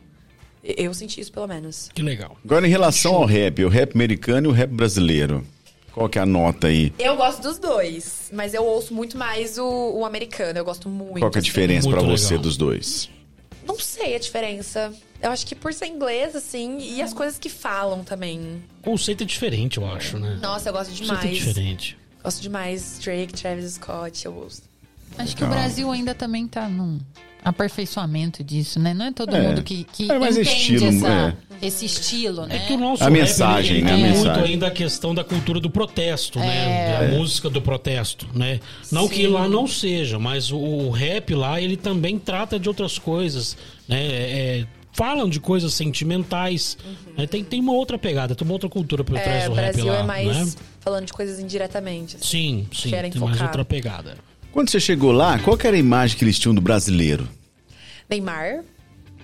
[SPEAKER 4] E- Eu senti isso, pelo menos.
[SPEAKER 2] Que legal.
[SPEAKER 1] Agora, em relação ao rap, o rap americano e o rap brasileiro. Qual que é a nota aí?
[SPEAKER 4] Eu gosto dos dois, mas eu ouço muito mais o, o americano. Eu gosto muito.
[SPEAKER 1] Qual que é a
[SPEAKER 4] assim.
[SPEAKER 1] diferença
[SPEAKER 2] Muito
[SPEAKER 1] pra você
[SPEAKER 2] legal.
[SPEAKER 1] dos dois?
[SPEAKER 4] Não sei a diferença. Eu acho que por ser inglês, assim, e as coisas que falam também.
[SPEAKER 2] O conceito é diferente, eu acho, né?
[SPEAKER 4] Nossa, eu gosto
[SPEAKER 2] O conceito é
[SPEAKER 4] demais.
[SPEAKER 2] diferente.
[SPEAKER 4] gosto demais. Drake, Travis Scott, eu ouço.
[SPEAKER 3] Acho que o
[SPEAKER 1] Legal.
[SPEAKER 3] Brasil ainda também tá num aperfeiçoamento disso, né? Não é todo
[SPEAKER 1] É.
[SPEAKER 3] mundo que, que
[SPEAKER 1] É, mas
[SPEAKER 3] entende
[SPEAKER 1] estilo,
[SPEAKER 3] essa- esse estilo, né?
[SPEAKER 2] É que o nosso
[SPEAKER 1] A
[SPEAKER 2] rap,
[SPEAKER 1] mensagem,
[SPEAKER 2] ele
[SPEAKER 1] né? A
[SPEAKER 2] tem muito
[SPEAKER 1] mensagem.
[SPEAKER 2] ainda a questão da cultura do protesto, né?
[SPEAKER 4] É.
[SPEAKER 2] Da música do protesto, né? Não que lá não seja, mas o, o rap lá, ele também trata de outras coisas, né? É, é, falam de coisas sentimentais. né? Tem, tem uma outra pegada, tem uma outra cultura por trás
[SPEAKER 4] Uhum. É, o
[SPEAKER 2] do um rap
[SPEAKER 4] Brasil
[SPEAKER 2] lá,
[SPEAKER 4] é mais
[SPEAKER 2] né?
[SPEAKER 4] falando de coisas indiretamente. assim.
[SPEAKER 2] Sim, sim,
[SPEAKER 4] Querem
[SPEAKER 2] tem mais
[SPEAKER 4] focar.
[SPEAKER 2] outra pegada.
[SPEAKER 1] Quando você chegou lá, qual que era a imagem que eles tinham do brasileiro?
[SPEAKER 4] Neymar,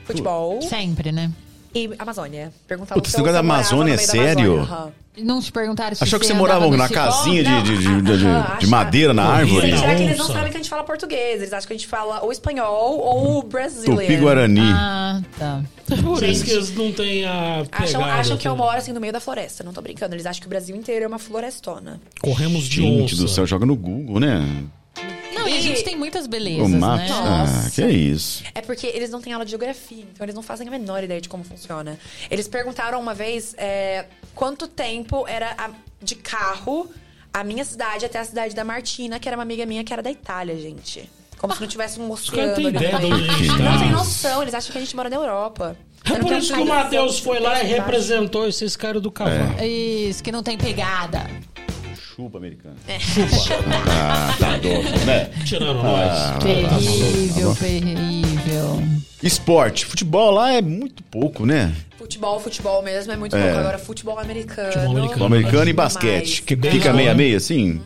[SPEAKER 4] futebol
[SPEAKER 3] Sempre, né?
[SPEAKER 4] e Amazônia. Perguntaram
[SPEAKER 1] Puta,
[SPEAKER 4] se
[SPEAKER 1] esse
[SPEAKER 4] eu
[SPEAKER 1] negócio da
[SPEAKER 4] morava
[SPEAKER 1] Amazônia é
[SPEAKER 4] no meio da
[SPEAKER 1] sério?
[SPEAKER 4] Amazônia, aham.
[SPEAKER 3] Não te perguntaram se
[SPEAKER 1] Achou que você
[SPEAKER 3] andava
[SPEAKER 1] morava
[SPEAKER 3] no
[SPEAKER 1] na
[SPEAKER 3] cipó?
[SPEAKER 1] casinha de,
[SPEAKER 4] Não,
[SPEAKER 1] de, de-
[SPEAKER 4] ah,
[SPEAKER 1] de- de
[SPEAKER 4] ah, acha-
[SPEAKER 1] madeira na
[SPEAKER 2] Não,
[SPEAKER 1] árvore?
[SPEAKER 2] isso.
[SPEAKER 4] Será que eles não
[SPEAKER 2] Onça.
[SPEAKER 4] sabem que a gente fala português? Eles acham que a gente fala ou espanhol ou
[SPEAKER 2] Hum.
[SPEAKER 4] brasileiro.
[SPEAKER 1] Tupi-Guarani.
[SPEAKER 3] Ah, tá.
[SPEAKER 2] Por isso que eles não têm a pegada.
[SPEAKER 4] Acham, acham que eu
[SPEAKER 2] né?
[SPEAKER 4] moro assim no meio da floresta, não tô brincando. Eles acham que o Brasil inteiro é uma florestona.
[SPEAKER 2] Corremos de
[SPEAKER 1] Gente
[SPEAKER 2] onça.
[SPEAKER 1] do céu, joga no Google, né?
[SPEAKER 3] Não, e a
[SPEAKER 4] E-
[SPEAKER 3] gente tem muitas
[SPEAKER 1] O
[SPEAKER 3] belezas,
[SPEAKER 1] mapa.
[SPEAKER 3] né?
[SPEAKER 1] Ah, que é isso.
[SPEAKER 4] É porque eles não têm aula de geografia, então eles não fazem a menor ideia de como funciona. Eles perguntaram uma vez é, quanto tempo era a- de carro a minha cidade até a cidade da Martina, que era uma amiga minha que era da Itália, gente. Como se não tivesse um
[SPEAKER 2] caras
[SPEAKER 4] oceano
[SPEAKER 2] têm
[SPEAKER 4] ali no
[SPEAKER 2] ideia de onde a
[SPEAKER 4] meio.
[SPEAKER 2] gente tá.
[SPEAKER 4] Não tem noção, eles acham que a gente mora na Europa.
[SPEAKER 2] É
[SPEAKER 4] Eu não
[SPEAKER 2] por
[SPEAKER 4] tenho
[SPEAKER 2] isso que o
[SPEAKER 4] noção.
[SPEAKER 2] Matheus foi lá
[SPEAKER 4] Tá
[SPEAKER 2] e representou esses caras do cavalo.
[SPEAKER 3] É.
[SPEAKER 1] é.
[SPEAKER 3] Isso, que não tem
[SPEAKER 1] Ah,
[SPEAKER 3] pegada.
[SPEAKER 1] Chupa americano. Ah, tá doido, né? Ah,
[SPEAKER 2] Tirando nós.
[SPEAKER 1] tá,
[SPEAKER 3] terrível, terrível.
[SPEAKER 1] Esporte. Futebol lá é muito pouco, né?
[SPEAKER 4] Futebol, futebol mesmo, é muito pouco. Agora, futebol americano.
[SPEAKER 2] Futebol americano.
[SPEAKER 1] O americano e
[SPEAKER 4] Demais.
[SPEAKER 1] basquete. Que
[SPEAKER 2] Bem
[SPEAKER 1] fica
[SPEAKER 2] legal, né?
[SPEAKER 1] meia-meia, assim?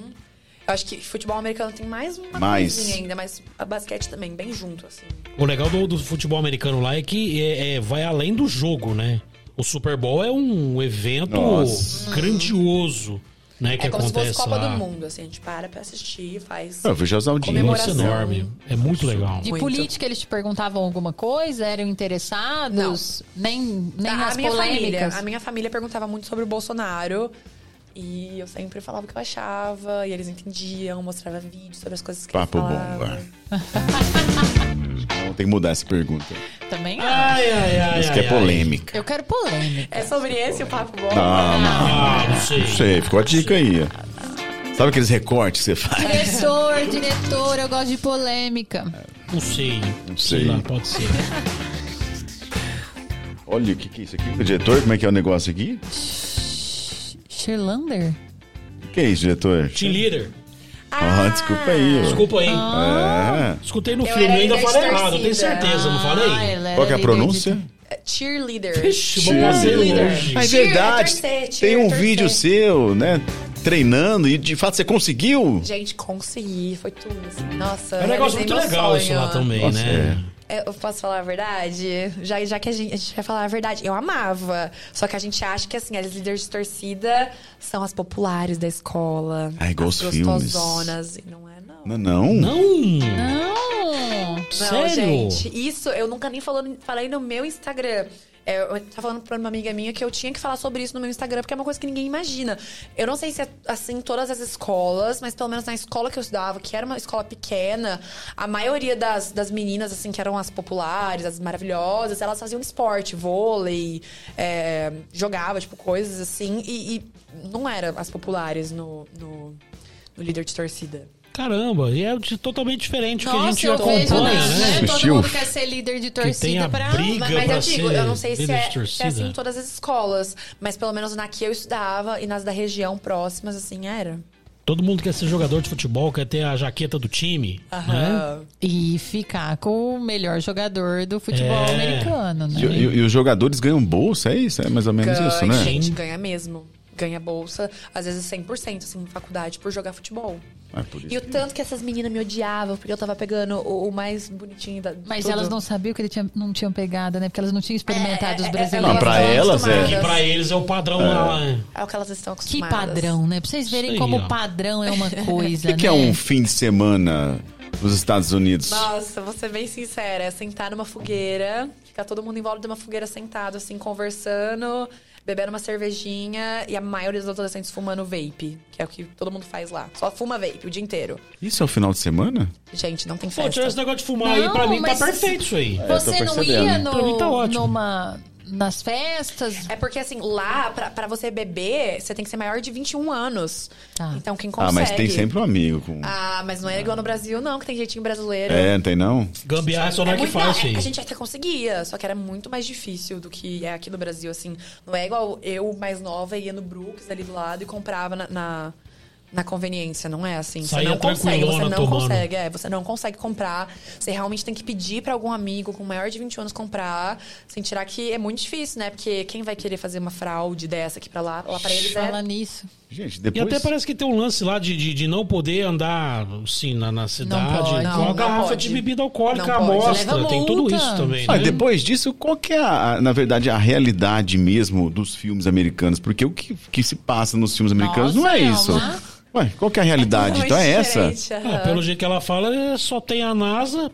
[SPEAKER 4] Eu acho que futebol americano tem mais uma
[SPEAKER 1] Mais.
[SPEAKER 4] coisinha ainda, mas a basquete também, bem junto, assim.
[SPEAKER 2] O legal do, do futebol americano lá é que é, é, vai além do jogo, né? O Super Bowl é um evento
[SPEAKER 1] Nossa.
[SPEAKER 2] grandioso, né? Que
[SPEAKER 4] é como se
[SPEAKER 2] acontece
[SPEAKER 4] fosse Copa
[SPEAKER 2] lá.
[SPEAKER 4] do Mundo, assim, a gente para pra assistir, faz.
[SPEAKER 1] Eu vejo as audiências.
[SPEAKER 2] Nossa,
[SPEAKER 4] Comemoração.
[SPEAKER 2] enorme. É muito legal.
[SPEAKER 3] De
[SPEAKER 4] Muito.
[SPEAKER 3] política, eles te perguntavam alguma coisa? Eram interessados? Nem, nem
[SPEAKER 4] a,
[SPEAKER 3] nas
[SPEAKER 4] minha família,
[SPEAKER 3] polêmicas?
[SPEAKER 4] a minha família perguntava muito sobre o Bolsonaro. E eu sempre falava o que eu achava, e eles entendiam, mostrava vídeos sobre as coisas que
[SPEAKER 1] Papo
[SPEAKER 4] eu
[SPEAKER 1] bomba.
[SPEAKER 4] falava.
[SPEAKER 1] Tem que mudar essa pergunta.
[SPEAKER 3] Também acho.
[SPEAKER 4] Ah.
[SPEAKER 2] Ai, ai, ai.
[SPEAKER 1] Isso que
[SPEAKER 2] ai,
[SPEAKER 1] é
[SPEAKER 2] ai.
[SPEAKER 1] polêmica.
[SPEAKER 3] Eu quero polêmica.
[SPEAKER 4] É sobre esse o papo bomba?
[SPEAKER 1] Não, não
[SPEAKER 2] Ah, não sei.
[SPEAKER 1] sei. Ficou a dica aí. Sabe aqueles recortes que você faz?
[SPEAKER 3] Diretor, diretor, eu gosto de polêmica.
[SPEAKER 2] Não sei.
[SPEAKER 1] Não sei.
[SPEAKER 2] lá, pode ser.
[SPEAKER 1] Olha, o que, que é isso aqui? Diretor, como é que é o negócio aqui?
[SPEAKER 3] Sherlander?
[SPEAKER 1] O que é isso, diretor?
[SPEAKER 2] Team Leader.
[SPEAKER 1] Ah, desculpa aí. ó.
[SPEAKER 2] Desculpa aí.
[SPEAKER 1] É.
[SPEAKER 2] Escutei no
[SPEAKER 4] Ah. Eu
[SPEAKER 2] filme,
[SPEAKER 4] era Ah,
[SPEAKER 2] eu ainda
[SPEAKER 4] líder
[SPEAKER 2] falei
[SPEAKER 4] de
[SPEAKER 2] errado. Eu tenho
[SPEAKER 4] torcida.
[SPEAKER 2] certeza, não
[SPEAKER 3] Ah,
[SPEAKER 2] falei?
[SPEAKER 1] Qual que é a pronúncia?
[SPEAKER 4] É Cheerleader.
[SPEAKER 2] Ixi, vou fazer
[SPEAKER 4] Cheerleader.
[SPEAKER 2] hoje.
[SPEAKER 1] Ah, é
[SPEAKER 4] Cheer,
[SPEAKER 1] verdade.
[SPEAKER 4] torcer, cheer,
[SPEAKER 1] Tem um
[SPEAKER 4] torcer.
[SPEAKER 1] vídeo seu, né? Treinando e de fato você conseguiu.
[SPEAKER 4] Gente, consegui. Foi tudo. assim. Nossa,
[SPEAKER 2] É um negócio
[SPEAKER 4] realizei
[SPEAKER 2] muito
[SPEAKER 4] meu
[SPEAKER 2] legal isso
[SPEAKER 4] sonho.
[SPEAKER 2] lá também,
[SPEAKER 1] Nossa,
[SPEAKER 2] né?
[SPEAKER 4] É, Eu posso falar a verdade? Já, já que a gente, a gente vai falar a verdade. Eu amava. Só que a gente acha que, assim, as líderes de torcida são as populares da escola.
[SPEAKER 1] Ah, igual os
[SPEAKER 4] as
[SPEAKER 1] filmes.
[SPEAKER 4] gostosonas. E não é, não.
[SPEAKER 1] Não, não.
[SPEAKER 2] Não,
[SPEAKER 3] Não!
[SPEAKER 4] Não,
[SPEAKER 2] sério?
[SPEAKER 4] gente, isso eu nunca nem falou, falei no meu Instagram. É, eu tava falando pra uma amiga minha que eu tinha que falar sobre isso no meu Instagram, porque é uma coisa que ninguém imagina. Eu não sei se é assim em todas as escolas, mas pelo menos na escola que eu estudava, que era uma escola pequena, a maioria das, das meninas, assim, que eram as populares, as maravilhosas, elas faziam esporte, vôlei, é, jogava, tipo, coisas assim, e, e não eram as populares no, no, no líder de torcida.
[SPEAKER 2] Caramba, e é de- totalmente diferente do que a
[SPEAKER 3] Nossa,
[SPEAKER 2] gente
[SPEAKER 3] eu vejo
[SPEAKER 2] acompanha,
[SPEAKER 3] nas-
[SPEAKER 2] né?
[SPEAKER 3] né? Todo
[SPEAKER 1] Assistiu?
[SPEAKER 3] mundo quer ser líder de
[SPEAKER 2] Que tem
[SPEAKER 3] torcida
[SPEAKER 2] a
[SPEAKER 3] pra.
[SPEAKER 2] briga.
[SPEAKER 4] Ah, Mas, mas
[SPEAKER 2] pra
[SPEAKER 4] eu digo,
[SPEAKER 2] ser
[SPEAKER 4] eu não sei se
[SPEAKER 2] líder
[SPEAKER 4] é,
[SPEAKER 2] de
[SPEAKER 4] se é assim
[SPEAKER 2] torcida?
[SPEAKER 4] em todas as escolas, mas pelo menos na que eu estudava e nas da região próximas, assim, era.
[SPEAKER 2] Todo mundo quer ser jogador de futebol, quer ter a jaqueta do time, né?
[SPEAKER 4] Aham.
[SPEAKER 1] É?
[SPEAKER 3] E ficar com o melhor jogador do futebol
[SPEAKER 2] É.
[SPEAKER 3] americano, né?
[SPEAKER 1] E, e- e os jogadores ganham bolsa, é isso? É mais ou menos isso,
[SPEAKER 4] Ganha,
[SPEAKER 1] né?
[SPEAKER 4] gente, ganha mesmo. Ganha bolsa, às vezes 100%, assim, em faculdade, por jogar futebol.
[SPEAKER 1] Ah, por isso.
[SPEAKER 4] E o tanto que essas meninas me odiavam, porque eu tava pegando o, o mais bonitinho da de
[SPEAKER 3] Mas
[SPEAKER 4] tudo.
[SPEAKER 3] elas não sabiam que ele tinha, não tinham pegado, né? Porque elas não tinham experimentado
[SPEAKER 4] É, é,
[SPEAKER 3] os
[SPEAKER 4] é,
[SPEAKER 3] brasileiros.
[SPEAKER 1] Não, pra
[SPEAKER 4] estão
[SPEAKER 1] elas, é.
[SPEAKER 4] acostumadas.
[SPEAKER 2] E pra eles é o padrão lá. né?
[SPEAKER 4] É o que elas estão
[SPEAKER 3] Que
[SPEAKER 4] acostumadas.
[SPEAKER 3] padrão, né? Pra vocês verem
[SPEAKER 2] Isso aí,
[SPEAKER 3] como
[SPEAKER 2] ó.
[SPEAKER 3] padrão é uma coisa,
[SPEAKER 1] O que, que é
[SPEAKER 3] né?
[SPEAKER 1] um fim de semana nos Estados Unidos?
[SPEAKER 4] Nossa, vou ser bem sincera. É sentar numa fogueira, ficar todo mundo em volta de uma fogueira sentado, assim, conversando, bebendo uma cervejinha e a maioria dos adolescentes fumando vape, que é o que todo mundo faz lá. Só fuma vape o dia inteiro.
[SPEAKER 1] Isso é o final de semana?
[SPEAKER 4] Gente, não tem
[SPEAKER 2] Pô,
[SPEAKER 4] festa.
[SPEAKER 2] tirar esse negócio de fumar aí,
[SPEAKER 3] Não,
[SPEAKER 2] pra mim tá
[SPEAKER 3] mas-
[SPEAKER 2] perfeito isso aí.
[SPEAKER 1] É,
[SPEAKER 3] Você
[SPEAKER 1] tô
[SPEAKER 3] não
[SPEAKER 1] percebendo.
[SPEAKER 3] ia
[SPEAKER 2] Pra
[SPEAKER 3] no,
[SPEAKER 2] mim tá ótimo.
[SPEAKER 3] numa, nas festas?
[SPEAKER 4] É porque, assim, lá, pra, pra você beber, você tem que ser maior de 21 anos.
[SPEAKER 3] Tá.
[SPEAKER 4] Então, quem consegue...
[SPEAKER 1] Ah, mas tem sempre um amigo com.
[SPEAKER 4] Ah, mas não é igual no Brasil, não, que tem jeitinho brasileiro.
[SPEAKER 1] É, não tem não?
[SPEAKER 2] Gambiarra é só nós que
[SPEAKER 4] muito-
[SPEAKER 2] faz,
[SPEAKER 4] não, é-
[SPEAKER 2] filho.
[SPEAKER 4] A gente até conseguia, só que era muito mais difícil do que é aqui no Brasil, assim. Não é igual eu, mais nova, ia no Brooks ali do lado e comprava na, na, na conveniência. Não é assim. Você
[SPEAKER 2] Saía
[SPEAKER 4] não consegue,
[SPEAKER 2] tranquilona
[SPEAKER 4] você não
[SPEAKER 2] tomando.
[SPEAKER 4] consegue. É, você não consegue comprar. Você realmente tem que pedir pra algum amigo com maior de 20 anos comprar. Sem tirar que é muito difícil, né? Porque quem vai querer fazer uma fraude dessa aqui pra lá? Lá pra
[SPEAKER 2] tá
[SPEAKER 4] eles
[SPEAKER 3] Fala
[SPEAKER 4] é...
[SPEAKER 3] nisso.
[SPEAKER 1] Gente,
[SPEAKER 2] E
[SPEAKER 1] depois.
[SPEAKER 2] até parece que tem um lance lá de, de, de não poder andar, assim, na, na cidade.
[SPEAKER 3] pode.
[SPEAKER 2] com
[SPEAKER 3] Não,
[SPEAKER 2] a
[SPEAKER 4] não
[SPEAKER 2] garrafa
[SPEAKER 4] pode.
[SPEAKER 2] de bebida alcoólica
[SPEAKER 4] Não
[SPEAKER 2] à
[SPEAKER 4] pode.
[SPEAKER 2] mostra.
[SPEAKER 3] Leva
[SPEAKER 2] Tem tudo
[SPEAKER 3] multa.
[SPEAKER 2] isso também,
[SPEAKER 1] Ah,
[SPEAKER 2] né?
[SPEAKER 1] depois disso, qual que é, a, na verdade, a realidade mesmo dos filmes americanos? Porque o que, que se passa nos filmes americanos não é
[SPEAKER 3] Nossa,
[SPEAKER 1] isso.
[SPEAKER 3] Elma.
[SPEAKER 1] Ué, qual que é a realidade? então é essa?
[SPEAKER 2] Ah, pelo jeito que ela fala, é, só tem a NASA.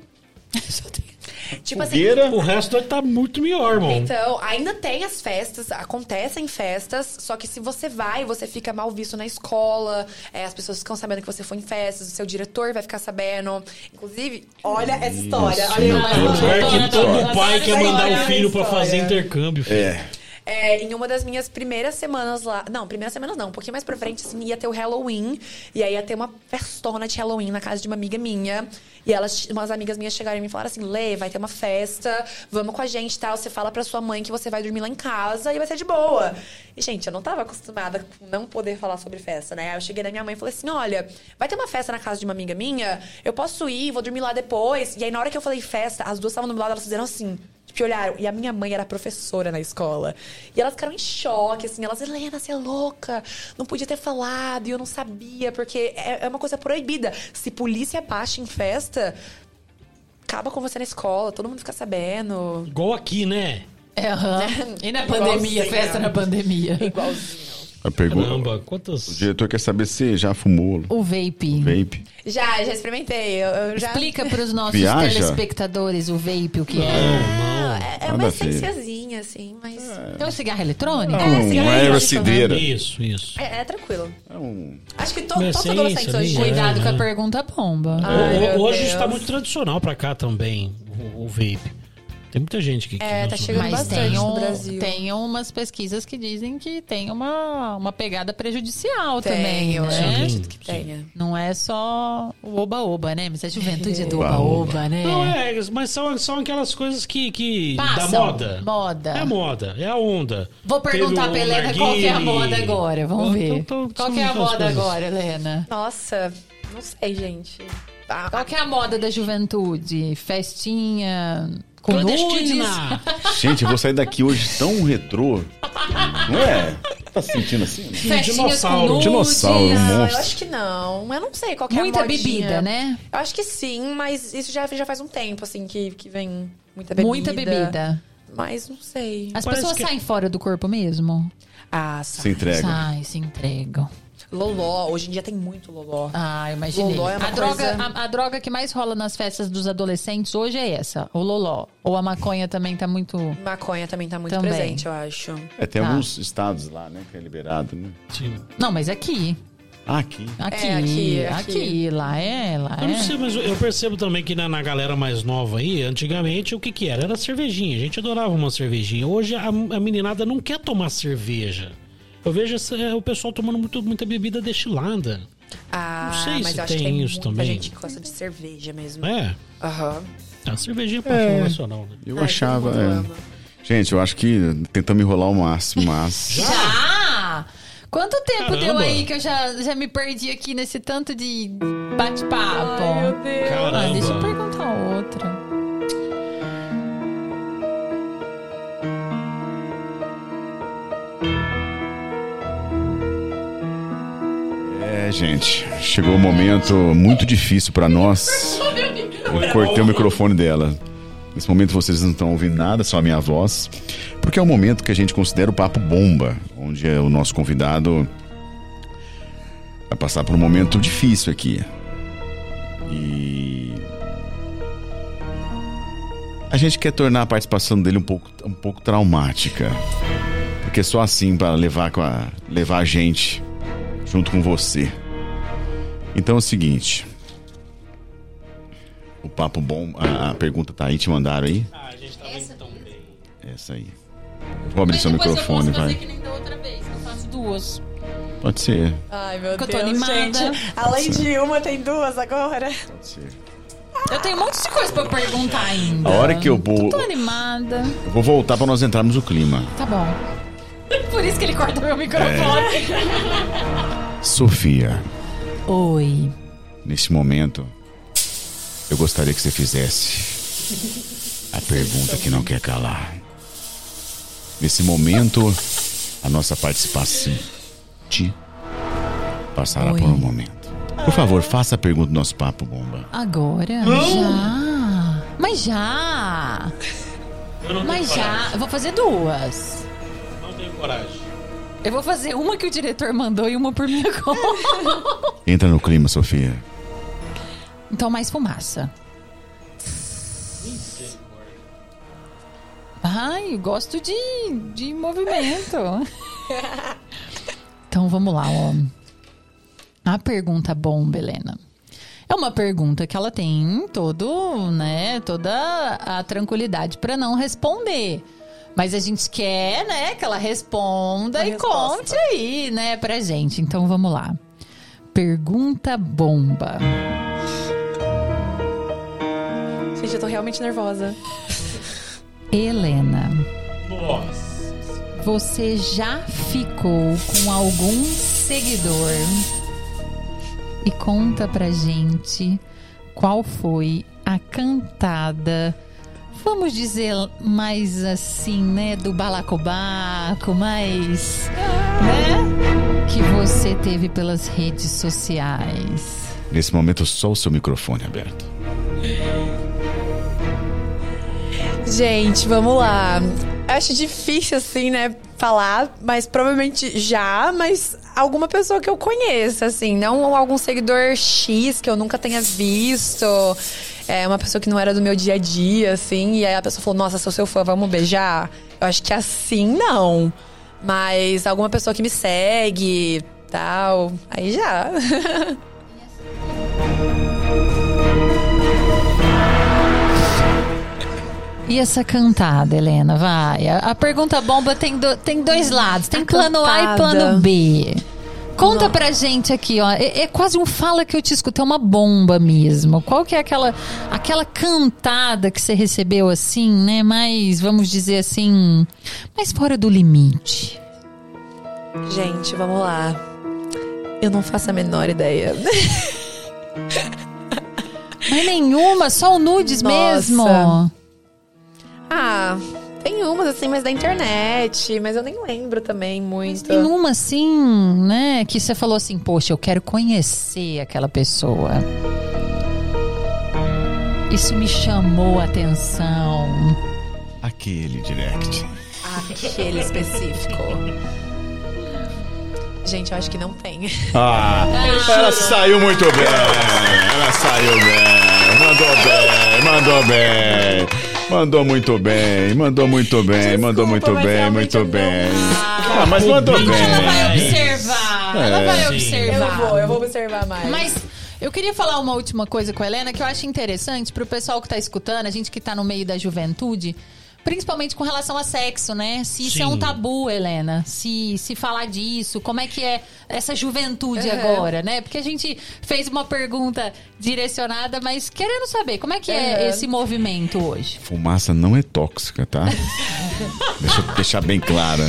[SPEAKER 4] Tipo assim,
[SPEAKER 1] Fogueira.
[SPEAKER 2] O resto tá muito melhor, irmão.
[SPEAKER 4] Então, ainda tem as festas, acontecem festas, só que se você vai, você fica mal visto na escola, é, as pessoas ficam sabendo que você foi em festas, o seu diretor vai ficar sabendo. Inclusive, olha essa história.
[SPEAKER 1] Nossa,
[SPEAKER 4] olha
[SPEAKER 1] meu
[SPEAKER 4] essa
[SPEAKER 1] Deus.
[SPEAKER 4] história.
[SPEAKER 2] Lugar um que todo pai quer mandar
[SPEAKER 4] Olha
[SPEAKER 2] o
[SPEAKER 4] essa
[SPEAKER 2] filho pra
[SPEAKER 4] história.
[SPEAKER 2] fazer intercâmbio, filho.
[SPEAKER 1] É.
[SPEAKER 4] É, em uma das minhas primeiras semanas lá. Não, primeiras semanas não, um pouquinho mais pra frente, assim, ia ter o Halloween. E aí ia ter uma festona de Halloween na casa de uma amiga minha. E elas, umas amigas minhas chegaram e me falaram assim: Lê, vai ter uma festa, vamos com a gente e tal. Você fala pra sua mãe que você vai dormir lá em casa e vai ser de boa. E, gente, eu não tava acostumada com não poder falar sobre festa, né? Aí eu cheguei na minha mãe e falei assim: olha, vai ter uma festa na casa de uma amiga minha, eu posso ir, vou dormir lá depois. E aí, na hora que eu falei festa, as duas estavam do meu lado, elas fizeram assim. Tipo, olharam. E a minha mãe era professora na escola. E elas ficaram em choque, assim. Elas, Helena, você é louca. Não podia ter falado. E eu não sabia, porque é, é uma coisa proibida. Se polícia baixa em festa, acaba com você na escola. Todo mundo fica sabendo.
[SPEAKER 2] Igual aqui, né?
[SPEAKER 3] É, aham. E na
[SPEAKER 4] Igualzinho.
[SPEAKER 3] pandemia, festa na pandemia.
[SPEAKER 4] Igualzinho.
[SPEAKER 1] A pergunta.
[SPEAKER 2] Caramba,
[SPEAKER 1] O
[SPEAKER 2] quantas.
[SPEAKER 1] diretor quer saber se já fumou
[SPEAKER 3] O vape.
[SPEAKER 1] vape.
[SPEAKER 4] Já, já experimentei. Eu, eu já...
[SPEAKER 3] Explica pros nossos
[SPEAKER 1] Viaja?
[SPEAKER 3] telespectadores o vape, o que
[SPEAKER 2] Não,
[SPEAKER 3] é.
[SPEAKER 2] não.
[SPEAKER 4] É, é
[SPEAKER 1] Nada
[SPEAKER 4] uma
[SPEAKER 1] a ver.
[SPEAKER 4] essênciazinha, assim, mas... É,
[SPEAKER 3] É um cigarro eletrônico?
[SPEAKER 1] É um-
[SPEAKER 4] cigarrinho,
[SPEAKER 1] uma
[SPEAKER 4] acho que
[SPEAKER 1] aerocidera.
[SPEAKER 2] Isso, isso.
[SPEAKER 4] é tranquilo.
[SPEAKER 1] É um.
[SPEAKER 4] Acho que to,
[SPEAKER 2] Uma
[SPEAKER 4] todos os adolescentes
[SPEAKER 2] essência,
[SPEAKER 4] hoje.
[SPEAKER 2] né?
[SPEAKER 4] Cuidado.
[SPEAKER 3] Cuidado com a
[SPEAKER 2] É.
[SPEAKER 3] pergunta bomba.
[SPEAKER 4] Ai,
[SPEAKER 2] Ho-
[SPEAKER 4] meu
[SPEAKER 2] Hoje
[SPEAKER 4] Deus.
[SPEAKER 2] está muito tradicional pra cá também, o, o vape. Tem muita gente aqui. que
[SPEAKER 4] É,
[SPEAKER 2] não
[SPEAKER 4] tá
[SPEAKER 2] sou-
[SPEAKER 4] chegando
[SPEAKER 3] Mas
[SPEAKER 4] bastante
[SPEAKER 3] tem,
[SPEAKER 4] no
[SPEAKER 3] um-
[SPEAKER 4] Brasil.
[SPEAKER 3] tem umas pesquisas que dizem que tem uma, uma pegada prejudicial também,
[SPEAKER 4] eu
[SPEAKER 3] né?
[SPEAKER 2] Sim,
[SPEAKER 4] acredito que
[SPEAKER 2] sim.
[SPEAKER 4] tenha.
[SPEAKER 3] Não é só o oba-oba, né? Mas é a juventude do oba-oba, né?
[SPEAKER 2] Não, é, mas são, são aquelas coisas que. que da
[SPEAKER 3] Passam.
[SPEAKER 2] moda.
[SPEAKER 3] Moda.
[SPEAKER 2] É a moda, é a onda.
[SPEAKER 3] Vou perguntar pra
[SPEAKER 2] Teve o
[SPEAKER 3] Helena qual que é a
[SPEAKER 2] narguile.
[SPEAKER 3] moda agora. Vamos ver.
[SPEAKER 2] Então, então,
[SPEAKER 3] qual que é a
[SPEAKER 2] são essas
[SPEAKER 3] moda
[SPEAKER 2] coisas.
[SPEAKER 3] agora, Helena?
[SPEAKER 4] Nossa, não sei, gente. Ah,
[SPEAKER 3] Qual que é a moda da juventude? Festinha com nudes?
[SPEAKER 2] Clandestina!
[SPEAKER 1] Gente, eu vou sair daqui hoje tão retrô. Não é? Tá sentindo assim? né?
[SPEAKER 3] Festinhas com
[SPEAKER 2] Dinossauro.
[SPEAKER 3] nudes?
[SPEAKER 1] Dinossauro, um
[SPEAKER 4] não, eu
[SPEAKER 1] monstro.
[SPEAKER 4] acho que não. Eu não sei qual que é a
[SPEAKER 3] Muita
[SPEAKER 4] modinha.
[SPEAKER 3] bebida, né?
[SPEAKER 4] Eu acho que sim, mas isso já, já faz um tempo, assim, que, que vem muita bebida.
[SPEAKER 3] Muita bebida. Ah.
[SPEAKER 4] Mas não sei.
[SPEAKER 3] As
[SPEAKER 2] Parece
[SPEAKER 3] pessoas
[SPEAKER 2] que-
[SPEAKER 3] saem fora do corpo mesmo?
[SPEAKER 4] Ah,
[SPEAKER 1] Se
[SPEAKER 4] sabe.
[SPEAKER 1] entrega.
[SPEAKER 3] Sai, se entregam.
[SPEAKER 4] Loló. Hoje em dia tem muito loló.
[SPEAKER 3] Ah, eu imaginei.
[SPEAKER 4] Loló é uma
[SPEAKER 3] a, droga,
[SPEAKER 4] coisa-
[SPEAKER 3] a, a droga que mais rola nas festas dos adolescentes hoje é essa, o loló. Ou a maconha também tá muito...
[SPEAKER 4] Maconha também tá muito
[SPEAKER 3] Também.
[SPEAKER 4] presente, eu acho.
[SPEAKER 1] É, tem
[SPEAKER 3] Tá.
[SPEAKER 1] alguns estados lá, né, que é liberado, né?
[SPEAKER 2] Sim.
[SPEAKER 3] Não, mas aqui.
[SPEAKER 1] Ah, aqui.
[SPEAKER 3] Aqui,
[SPEAKER 4] É,
[SPEAKER 3] aqui,
[SPEAKER 4] aqui,
[SPEAKER 3] lá é, lá
[SPEAKER 2] Eu não
[SPEAKER 3] é.
[SPEAKER 2] sei, mas eu percebo também que na, na galera mais nova aí, antigamente, o que que era? Era cervejinha. A gente adorava uma cervejinha. Hoje a, a meninada não quer tomar cerveja. Eu vejo essa- é, o pessoal tomando muito- muita bebida destilada.
[SPEAKER 4] Ah,
[SPEAKER 2] Não sei
[SPEAKER 4] mas
[SPEAKER 2] se
[SPEAKER 4] eu acho que
[SPEAKER 2] tem
[SPEAKER 4] tem
[SPEAKER 2] isso
[SPEAKER 4] muita
[SPEAKER 2] também.
[SPEAKER 4] gente que gosta de cerveja mesmo.
[SPEAKER 2] É,
[SPEAKER 4] Aham.
[SPEAKER 2] a cervejinha é paixão nacional, né?
[SPEAKER 1] Eu
[SPEAKER 4] Ai,
[SPEAKER 1] achava.
[SPEAKER 4] todo mundo
[SPEAKER 1] é.
[SPEAKER 4] ama.
[SPEAKER 1] Gente, eu acho que tentamos enrolar o máximo, mas.
[SPEAKER 3] Já! Tá. Quanto tempo
[SPEAKER 2] Caramba.
[SPEAKER 3] deu aí que eu já, já me perdi aqui nesse tanto de bate-papo? Ah, deixa eu
[SPEAKER 2] Caramba.
[SPEAKER 3] perguntar outra.
[SPEAKER 1] É, gente, chegou um momento muito difícil pra nós. Eu cortei o microfone dela. Nesse momento vocês não estão ouvindo nada, só a minha voz. Porque é o momento que a gente considera o papo bomba, onde é o nosso convidado vai passar por um momento difícil aqui. E a gente quer tornar a participação dele um pouco, um pouco traumática. Porque só assim para levar com a levar a gente junto com você. Então é o seguinte. O papo bom, a, a pergunta tá aí, te mandaram aí?
[SPEAKER 2] Ah, a gente tá vendo tão bem.
[SPEAKER 1] Essa aí. Vou abrir seu microfone, vai.
[SPEAKER 3] nem da outra vez, eu faço duas.
[SPEAKER 1] Pode ser,
[SPEAKER 4] Ai, meu
[SPEAKER 3] Porque eu
[SPEAKER 4] Deus,
[SPEAKER 3] tô animada.
[SPEAKER 4] gente. Além de uma, tem duas agora.
[SPEAKER 1] pode ser.
[SPEAKER 3] Eu tenho um monte de coisa pra perguntar ainda.
[SPEAKER 1] A hora que eu vou,
[SPEAKER 3] Tô animada.
[SPEAKER 1] eu vou voltar pra nós entrarmos no clima.
[SPEAKER 3] Tá bom. Por isso que ele corta meu microfone.
[SPEAKER 1] Sofia,
[SPEAKER 3] Oi.
[SPEAKER 1] nesse momento, eu gostaria que você fizesse a pergunta que não quer calar. Nesse momento, a nossa participante passará
[SPEAKER 3] Oi.
[SPEAKER 1] por um momento. Por favor, faça a pergunta do nosso papo bomba.
[SPEAKER 3] Agora? Já. Mas já.
[SPEAKER 2] Eu não
[SPEAKER 3] Mas
[SPEAKER 2] tenho
[SPEAKER 3] já. Eu vou fazer duas.
[SPEAKER 2] coragem, Não tenho coragem.
[SPEAKER 3] Eu vou fazer uma que o diretor mandou e uma por minha conta.
[SPEAKER 1] Entra no clima, Sofia.
[SPEAKER 3] Então, mais fumaça. Ai, eu gosto de, de movimento. então, vamos lá. Ó. A pergunta bomba, Helena. É uma pergunta que ela tem todo, né, toda a tranquilidade para não responder. Mas a gente quer, né, que ela responda
[SPEAKER 4] Uma
[SPEAKER 3] e
[SPEAKER 4] resposta.
[SPEAKER 3] conte aí, né, pra gente. Então, vamos lá. Pergunta bomba.
[SPEAKER 4] Gente, eu tô realmente nervosa.
[SPEAKER 3] Helena,
[SPEAKER 2] Nossa.
[SPEAKER 3] você já ficou com algum seguidor? E conta pra gente qual foi a cantada, vamos dizer mais assim, né, do balacobaco, mais, né, que você teve pelas redes sociais.
[SPEAKER 1] Nesse momento, só o seu microfone aberto.
[SPEAKER 4] Gente, vamos lá. Eu acho difícil, assim, né, falar, mas provavelmente já, mas alguma pessoa que eu conheça, assim, não algum seguidor X que eu nunca tenha visto. É uma pessoa que não era do meu dia a dia, assim, e aí a pessoa falou, nossa, sou seu fã, vamos beijar. Eu acho que assim não. Mas alguma pessoa que me segue, tal, aí já.
[SPEAKER 3] E sabia essa cantada, Helena, vai. A, a pergunta bomba tem, do- tem dois lados, tem
[SPEAKER 4] A
[SPEAKER 3] plano A e
[SPEAKER 4] cantada.
[SPEAKER 3] plano B. Conta pra gente aqui, ó. É, é quase um fala que eu te escutei, é uma bomba mesmo. Qual que é aquela, aquela cantada que você recebeu assim, né? Mas, vamos dizer assim, mais fora do limite.
[SPEAKER 4] Gente, vamos lá. Eu não faço a menor ideia.
[SPEAKER 3] Não é nenhuma, só o nudes
[SPEAKER 4] Nossa.
[SPEAKER 3] mesmo.
[SPEAKER 4] ah, tem umas assim, mas da internet. Mas eu nem lembro também
[SPEAKER 3] Mas
[SPEAKER 4] muito.
[SPEAKER 3] tem uma assim, né? Que você falou assim, poxa, eu quero conhecer aquela pessoa. Isso me chamou a atenção.
[SPEAKER 1] Aquele direct.
[SPEAKER 4] Aquele específico. Gente, eu acho que não tem.
[SPEAKER 1] Ah, ela saiu muito bem. Ela saiu bem. Mandou bem, mandou bem. Mandou muito bem, mandou muito bem, mandou muito
[SPEAKER 4] mas
[SPEAKER 1] bem,
[SPEAKER 4] realmente
[SPEAKER 1] muito
[SPEAKER 4] eu não-
[SPEAKER 1] bem. Ah, mas mandou bem.
[SPEAKER 2] Ela vai
[SPEAKER 3] observar. Ela vai observar.
[SPEAKER 4] eu vou observar mais.
[SPEAKER 3] Mas eu queria falar uma última coisa com a Helena que eu acho interessante pro pessoal que tá escutando, a gente que tá no meio da juventude, principalmente com relação a sexo, né? Se isso é um
[SPEAKER 2] Sim.
[SPEAKER 3] tabu, Helena, se se falar disso, como é que é essa juventude
[SPEAKER 4] Uhum.
[SPEAKER 3] agora, né? Porque a gente fez uma pergunta direcionada, mas querendo saber, como é que é
[SPEAKER 4] Uhum.
[SPEAKER 3] esse movimento hoje?
[SPEAKER 1] Fumaça não é tóxica, tá? Deixa eu deixar bem clara.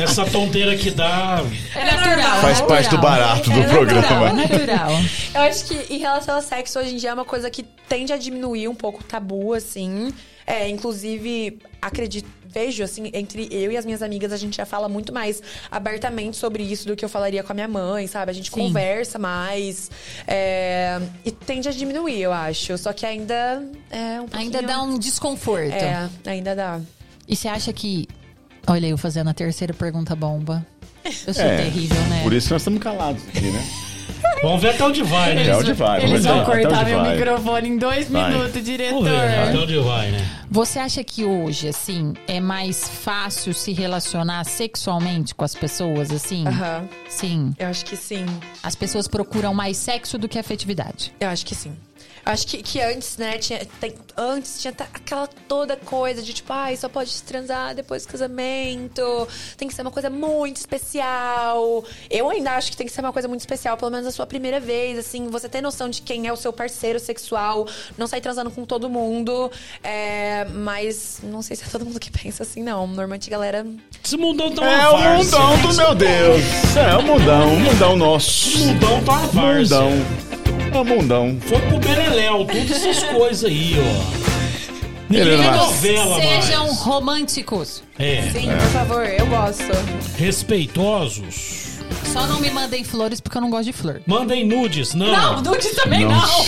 [SPEAKER 2] Essa tonteira que dá.
[SPEAKER 3] É natural.
[SPEAKER 1] Faz
[SPEAKER 3] é
[SPEAKER 1] parte do né?
[SPEAKER 3] natural.
[SPEAKER 1] barato do
[SPEAKER 4] É
[SPEAKER 3] É
[SPEAKER 1] programa.
[SPEAKER 3] natural.
[SPEAKER 4] Eu acho que em relação ao sexo, hoje em dia é uma coisa que tende a diminuir um pouco o tabu, assim. É, inclusive, acredito, vejo, assim, entre eu e as minhas amigas, a gente já fala muito mais abertamente sobre isso do que eu falaria com a minha mãe, sabe? A gente conversa mais. é, e tende a diminuir, eu acho. Só que ainda é um pouquinho...
[SPEAKER 3] Ainda dá um desconforto.
[SPEAKER 4] É, ainda dá.
[SPEAKER 3] E você acha que. Olha, eu fazendo a terceira pergunta bomba. Eu sou
[SPEAKER 1] É,
[SPEAKER 3] terrível, né?
[SPEAKER 1] Por isso nós estamos calados aqui, né?
[SPEAKER 2] Vamos ver até onde vai, né?
[SPEAKER 1] Até onde é vai,
[SPEAKER 6] Eles
[SPEAKER 1] vamos ver
[SPEAKER 6] vão
[SPEAKER 1] até
[SPEAKER 6] cortar
[SPEAKER 1] onde
[SPEAKER 6] meu
[SPEAKER 1] vai.
[SPEAKER 6] microfone em dois
[SPEAKER 1] Vai.
[SPEAKER 6] minutos, diretor.
[SPEAKER 2] Vamos ver até onde vai, né?
[SPEAKER 3] Você acha que hoje, assim, é mais fácil se relacionar sexualmente com as pessoas, assim?
[SPEAKER 4] Aham.
[SPEAKER 3] Sim.
[SPEAKER 4] Eu acho que sim.
[SPEAKER 3] As pessoas procuram mais sexo do que afetividade.
[SPEAKER 4] Eu acho que sim. Eu acho que, que antes, né, tinha, tem- antes tinha ta- aquela toda coisa de tipo, ai, só pode se transar depois do casamento, tem que ser uma coisa muito especial. Eu ainda acho que tem que ser uma coisa muito especial, pelo menos a sua primeira vez, assim, você ter noção de quem é o seu parceiro sexual, não sair transando com todo mundo. É, mas não sei se é todo mundo que pensa assim, não. Normalmente, a galera.
[SPEAKER 2] Esse mundão tá uma
[SPEAKER 1] É o
[SPEAKER 2] farsa.
[SPEAKER 1] mundão do meu Deus. É o mundão, o mundão nosso.
[SPEAKER 2] Mundão tá uma farsa.
[SPEAKER 1] Mundão. É o mundão.
[SPEAKER 2] Foi pro Beleléu, todas essas coisas aí, ó. Ninguém
[SPEAKER 1] Helena
[SPEAKER 2] é
[SPEAKER 1] Marques.
[SPEAKER 2] novela,
[SPEAKER 3] Sejam
[SPEAKER 2] mais.
[SPEAKER 3] românticos.
[SPEAKER 2] É,
[SPEAKER 4] Sim, por favor, eu gosto.
[SPEAKER 2] respeitosos.
[SPEAKER 3] Só não me mandem flores porque eu não gosto de flor.
[SPEAKER 2] Mandem nudes, não.
[SPEAKER 6] Não, nude também não.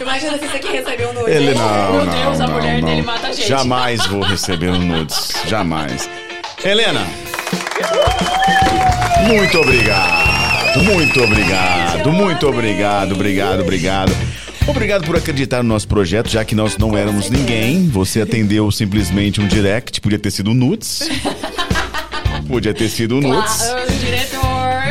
[SPEAKER 4] Imagina se isso aqui recebeu um nude.
[SPEAKER 1] Ele não.
[SPEAKER 6] Meu
[SPEAKER 1] não,
[SPEAKER 6] Deus, a
[SPEAKER 1] não,
[SPEAKER 6] mulher
[SPEAKER 1] não.
[SPEAKER 6] dele mata a gente.
[SPEAKER 1] Jamais vou receber um nudes. Jamais. Helena. Muito obrigado. Muito obrigado. Muito obrigado. Obrigado, obrigado. Obrigado por acreditar no nosso projeto, já que nós não éramos ninguém. Você atendeu simplesmente um direct, podia ter sido um nudes. Podia ter sido um nudes.
[SPEAKER 6] diretor.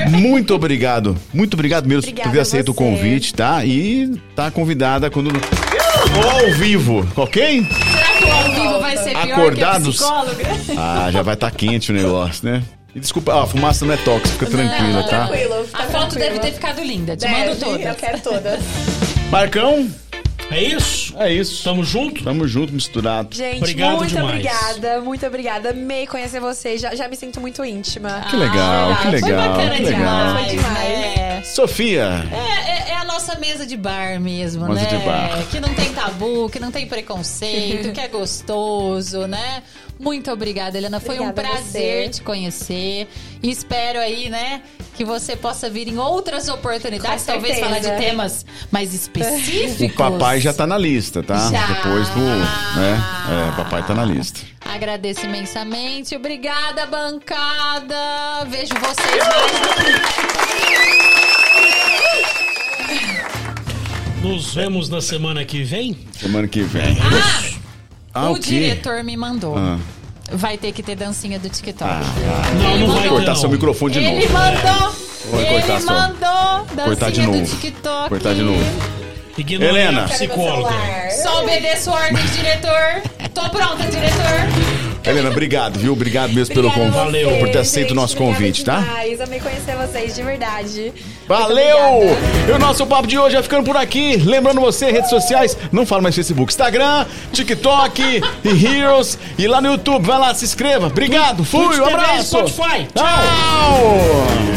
[SPEAKER 1] Muito obrigado. Muito obrigado mesmo por
[SPEAKER 4] Obrigada
[SPEAKER 1] ter
[SPEAKER 4] a
[SPEAKER 1] aceito o
[SPEAKER 4] você.
[SPEAKER 1] convite, tá? E tá convidada quando. Ao vivo, ok?
[SPEAKER 6] Será que o ao vivo vai ser pior
[SPEAKER 1] Acordados?
[SPEAKER 6] que a psicóloga?
[SPEAKER 1] Ah, já vai estar quente o negócio, né? E desculpa, ah, a fumaça não é tóxica, fica tranquila,
[SPEAKER 6] é
[SPEAKER 1] tá?
[SPEAKER 4] Tranquilo, fica
[SPEAKER 3] A foto
[SPEAKER 4] tranquila.
[SPEAKER 3] deve ter ficado linda. Te
[SPEAKER 4] Deve,
[SPEAKER 3] mando
[SPEAKER 4] Eu
[SPEAKER 3] todas.
[SPEAKER 4] quero todas.
[SPEAKER 1] Marcão,
[SPEAKER 2] É isso?
[SPEAKER 1] é isso.
[SPEAKER 2] Tamo junto?
[SPEAKER 1] Tamo junto, misturado.
[SPEAKER 4] Gente,
[SPEAKER 2] Obrigado
[SPEAKER 4] muito
[SPEAKER 2] demais.
[SPEAKER 4] obrigada, muito obrigada. Amei conhecer vocês, já, já me sinto muito íntima.
[SPEAKER 6] Ah,
[SPEAKER 1] Que
[SPEAKER 3] Ah,
[SPEAKER 1] legal, que legal, que legal.
[SPEAKER 4] Foi demais.
[SPEAKER 3] né?
[SPEAKER 1] Sofia,
[SPEAKER 3] É, é- é a nossa mesa de bar mesmo,
[SPEAKER 1] Mesa
[SPEAKER 3] né?
[SPEAKER 1] de bar.
[SPEAKER 3] Que não tem tabu, que não tem preconceito, que é gostoso, né? Muito obrigada, Helena. Foi um
[SPEAKER 4] Obrigada a
[SPEAKER 3] prazer
[SPEAKER 4] você.
[SPEAKER 3] te conhecer. E espero aí, né, que você possa vir em outras oportunidades,
[SPEAKER 4] Com
[SPEAKER 3] talvez falar de
[SPEAKER 4] certeza.
[SPEAKER 3] temas mais específicos.
[SPEAKER 1] o papai já tá na lista, tá?
[SPEAKER 3] Já.
[SPEAKER 1] Depois do. Né? É, papai tá na lista.
[SPEAKER 3] Agradeço imensamente. Obrigada, bancada. Vejo vocês mais.
[SPEAKER 1] Tá.
[SPEAKER 2] Nos vemos na semana que vem.
[SPEAKER 1] Semana que vem. Ah,
[SPEAKER 3] o
[SPEAKER 1] o quê?
[SPEAKER 3] diretor me mandou.
[SPEAKER 1] Ah.
[SPEAKER 3] Vai ter que ter dancinha do TikTok.
[SPEAKER 2] Não, não
[SPEAKER 3] Vou
[SPEAKER 2] vai ter,
[SPEAKER 1] Cortar
[SPEAKER 2] não.
[SPEAKER 1] seu microfone de
[SPEAKER 3] Ele
[SPEAKER 1] novo.
[SPEAKER 3] mandou!
[SPEAKER 1] Vou
[SPEAKER 3] ele
[SPEAKER 1] cortar só.
[SPEAKER 3] mandou!
[SPEAKER 1] Cortar de
[SPEAKER 3] dancinha do
[SPEAKER 1] novo.
[SPEAKER 3] TikTok.
[SPEAKER 1] Cortar de novo.
[SPEAKER 2] Ignorei
[SPEAKER 1] Helena.
[SPEAKER 2] a psicóloga.
[SPEAKER 3] Só obedeço ordens, diretor. Tô pronta, diretor.
[SPEAKER 1] Helena, obrigado, viu? Obrigado mesmo pelo
[SPEAKER 6] Obrigada
[SPEAKER 1] convite.
[SPEAKER 6] a
[SPEAKER 2] Valeu.
[SPEAKER 6] vocês,
[SPEAKER 1] Por ter aceito o
[SPEAKER 6] gente.
[SPEAKER 1] nosso
[SPEAKER 6] Obrigada
[SPEAKER 1] convite, tá?
[SPEAKER 6] Demais. Amei conhecer vocês, de verdade.
[SPEAKER 1] Valeu! E o nosso papo de hoje vai ficando por aqui. Lembrando você, redes sociais, não fala mais Facebook, Instagram, TikTok e Heroes. E lá no YouTube, vai lá, se inscreva. Obrigado, fui,
[SPEAKER 2] Twitch
[SPEAKER 1] um
[SPEAKER 2] TV,
[SPEAKER 1] abraço!
[SPEAKER 2] Spotify.
[SPEAKER 1] Tchau!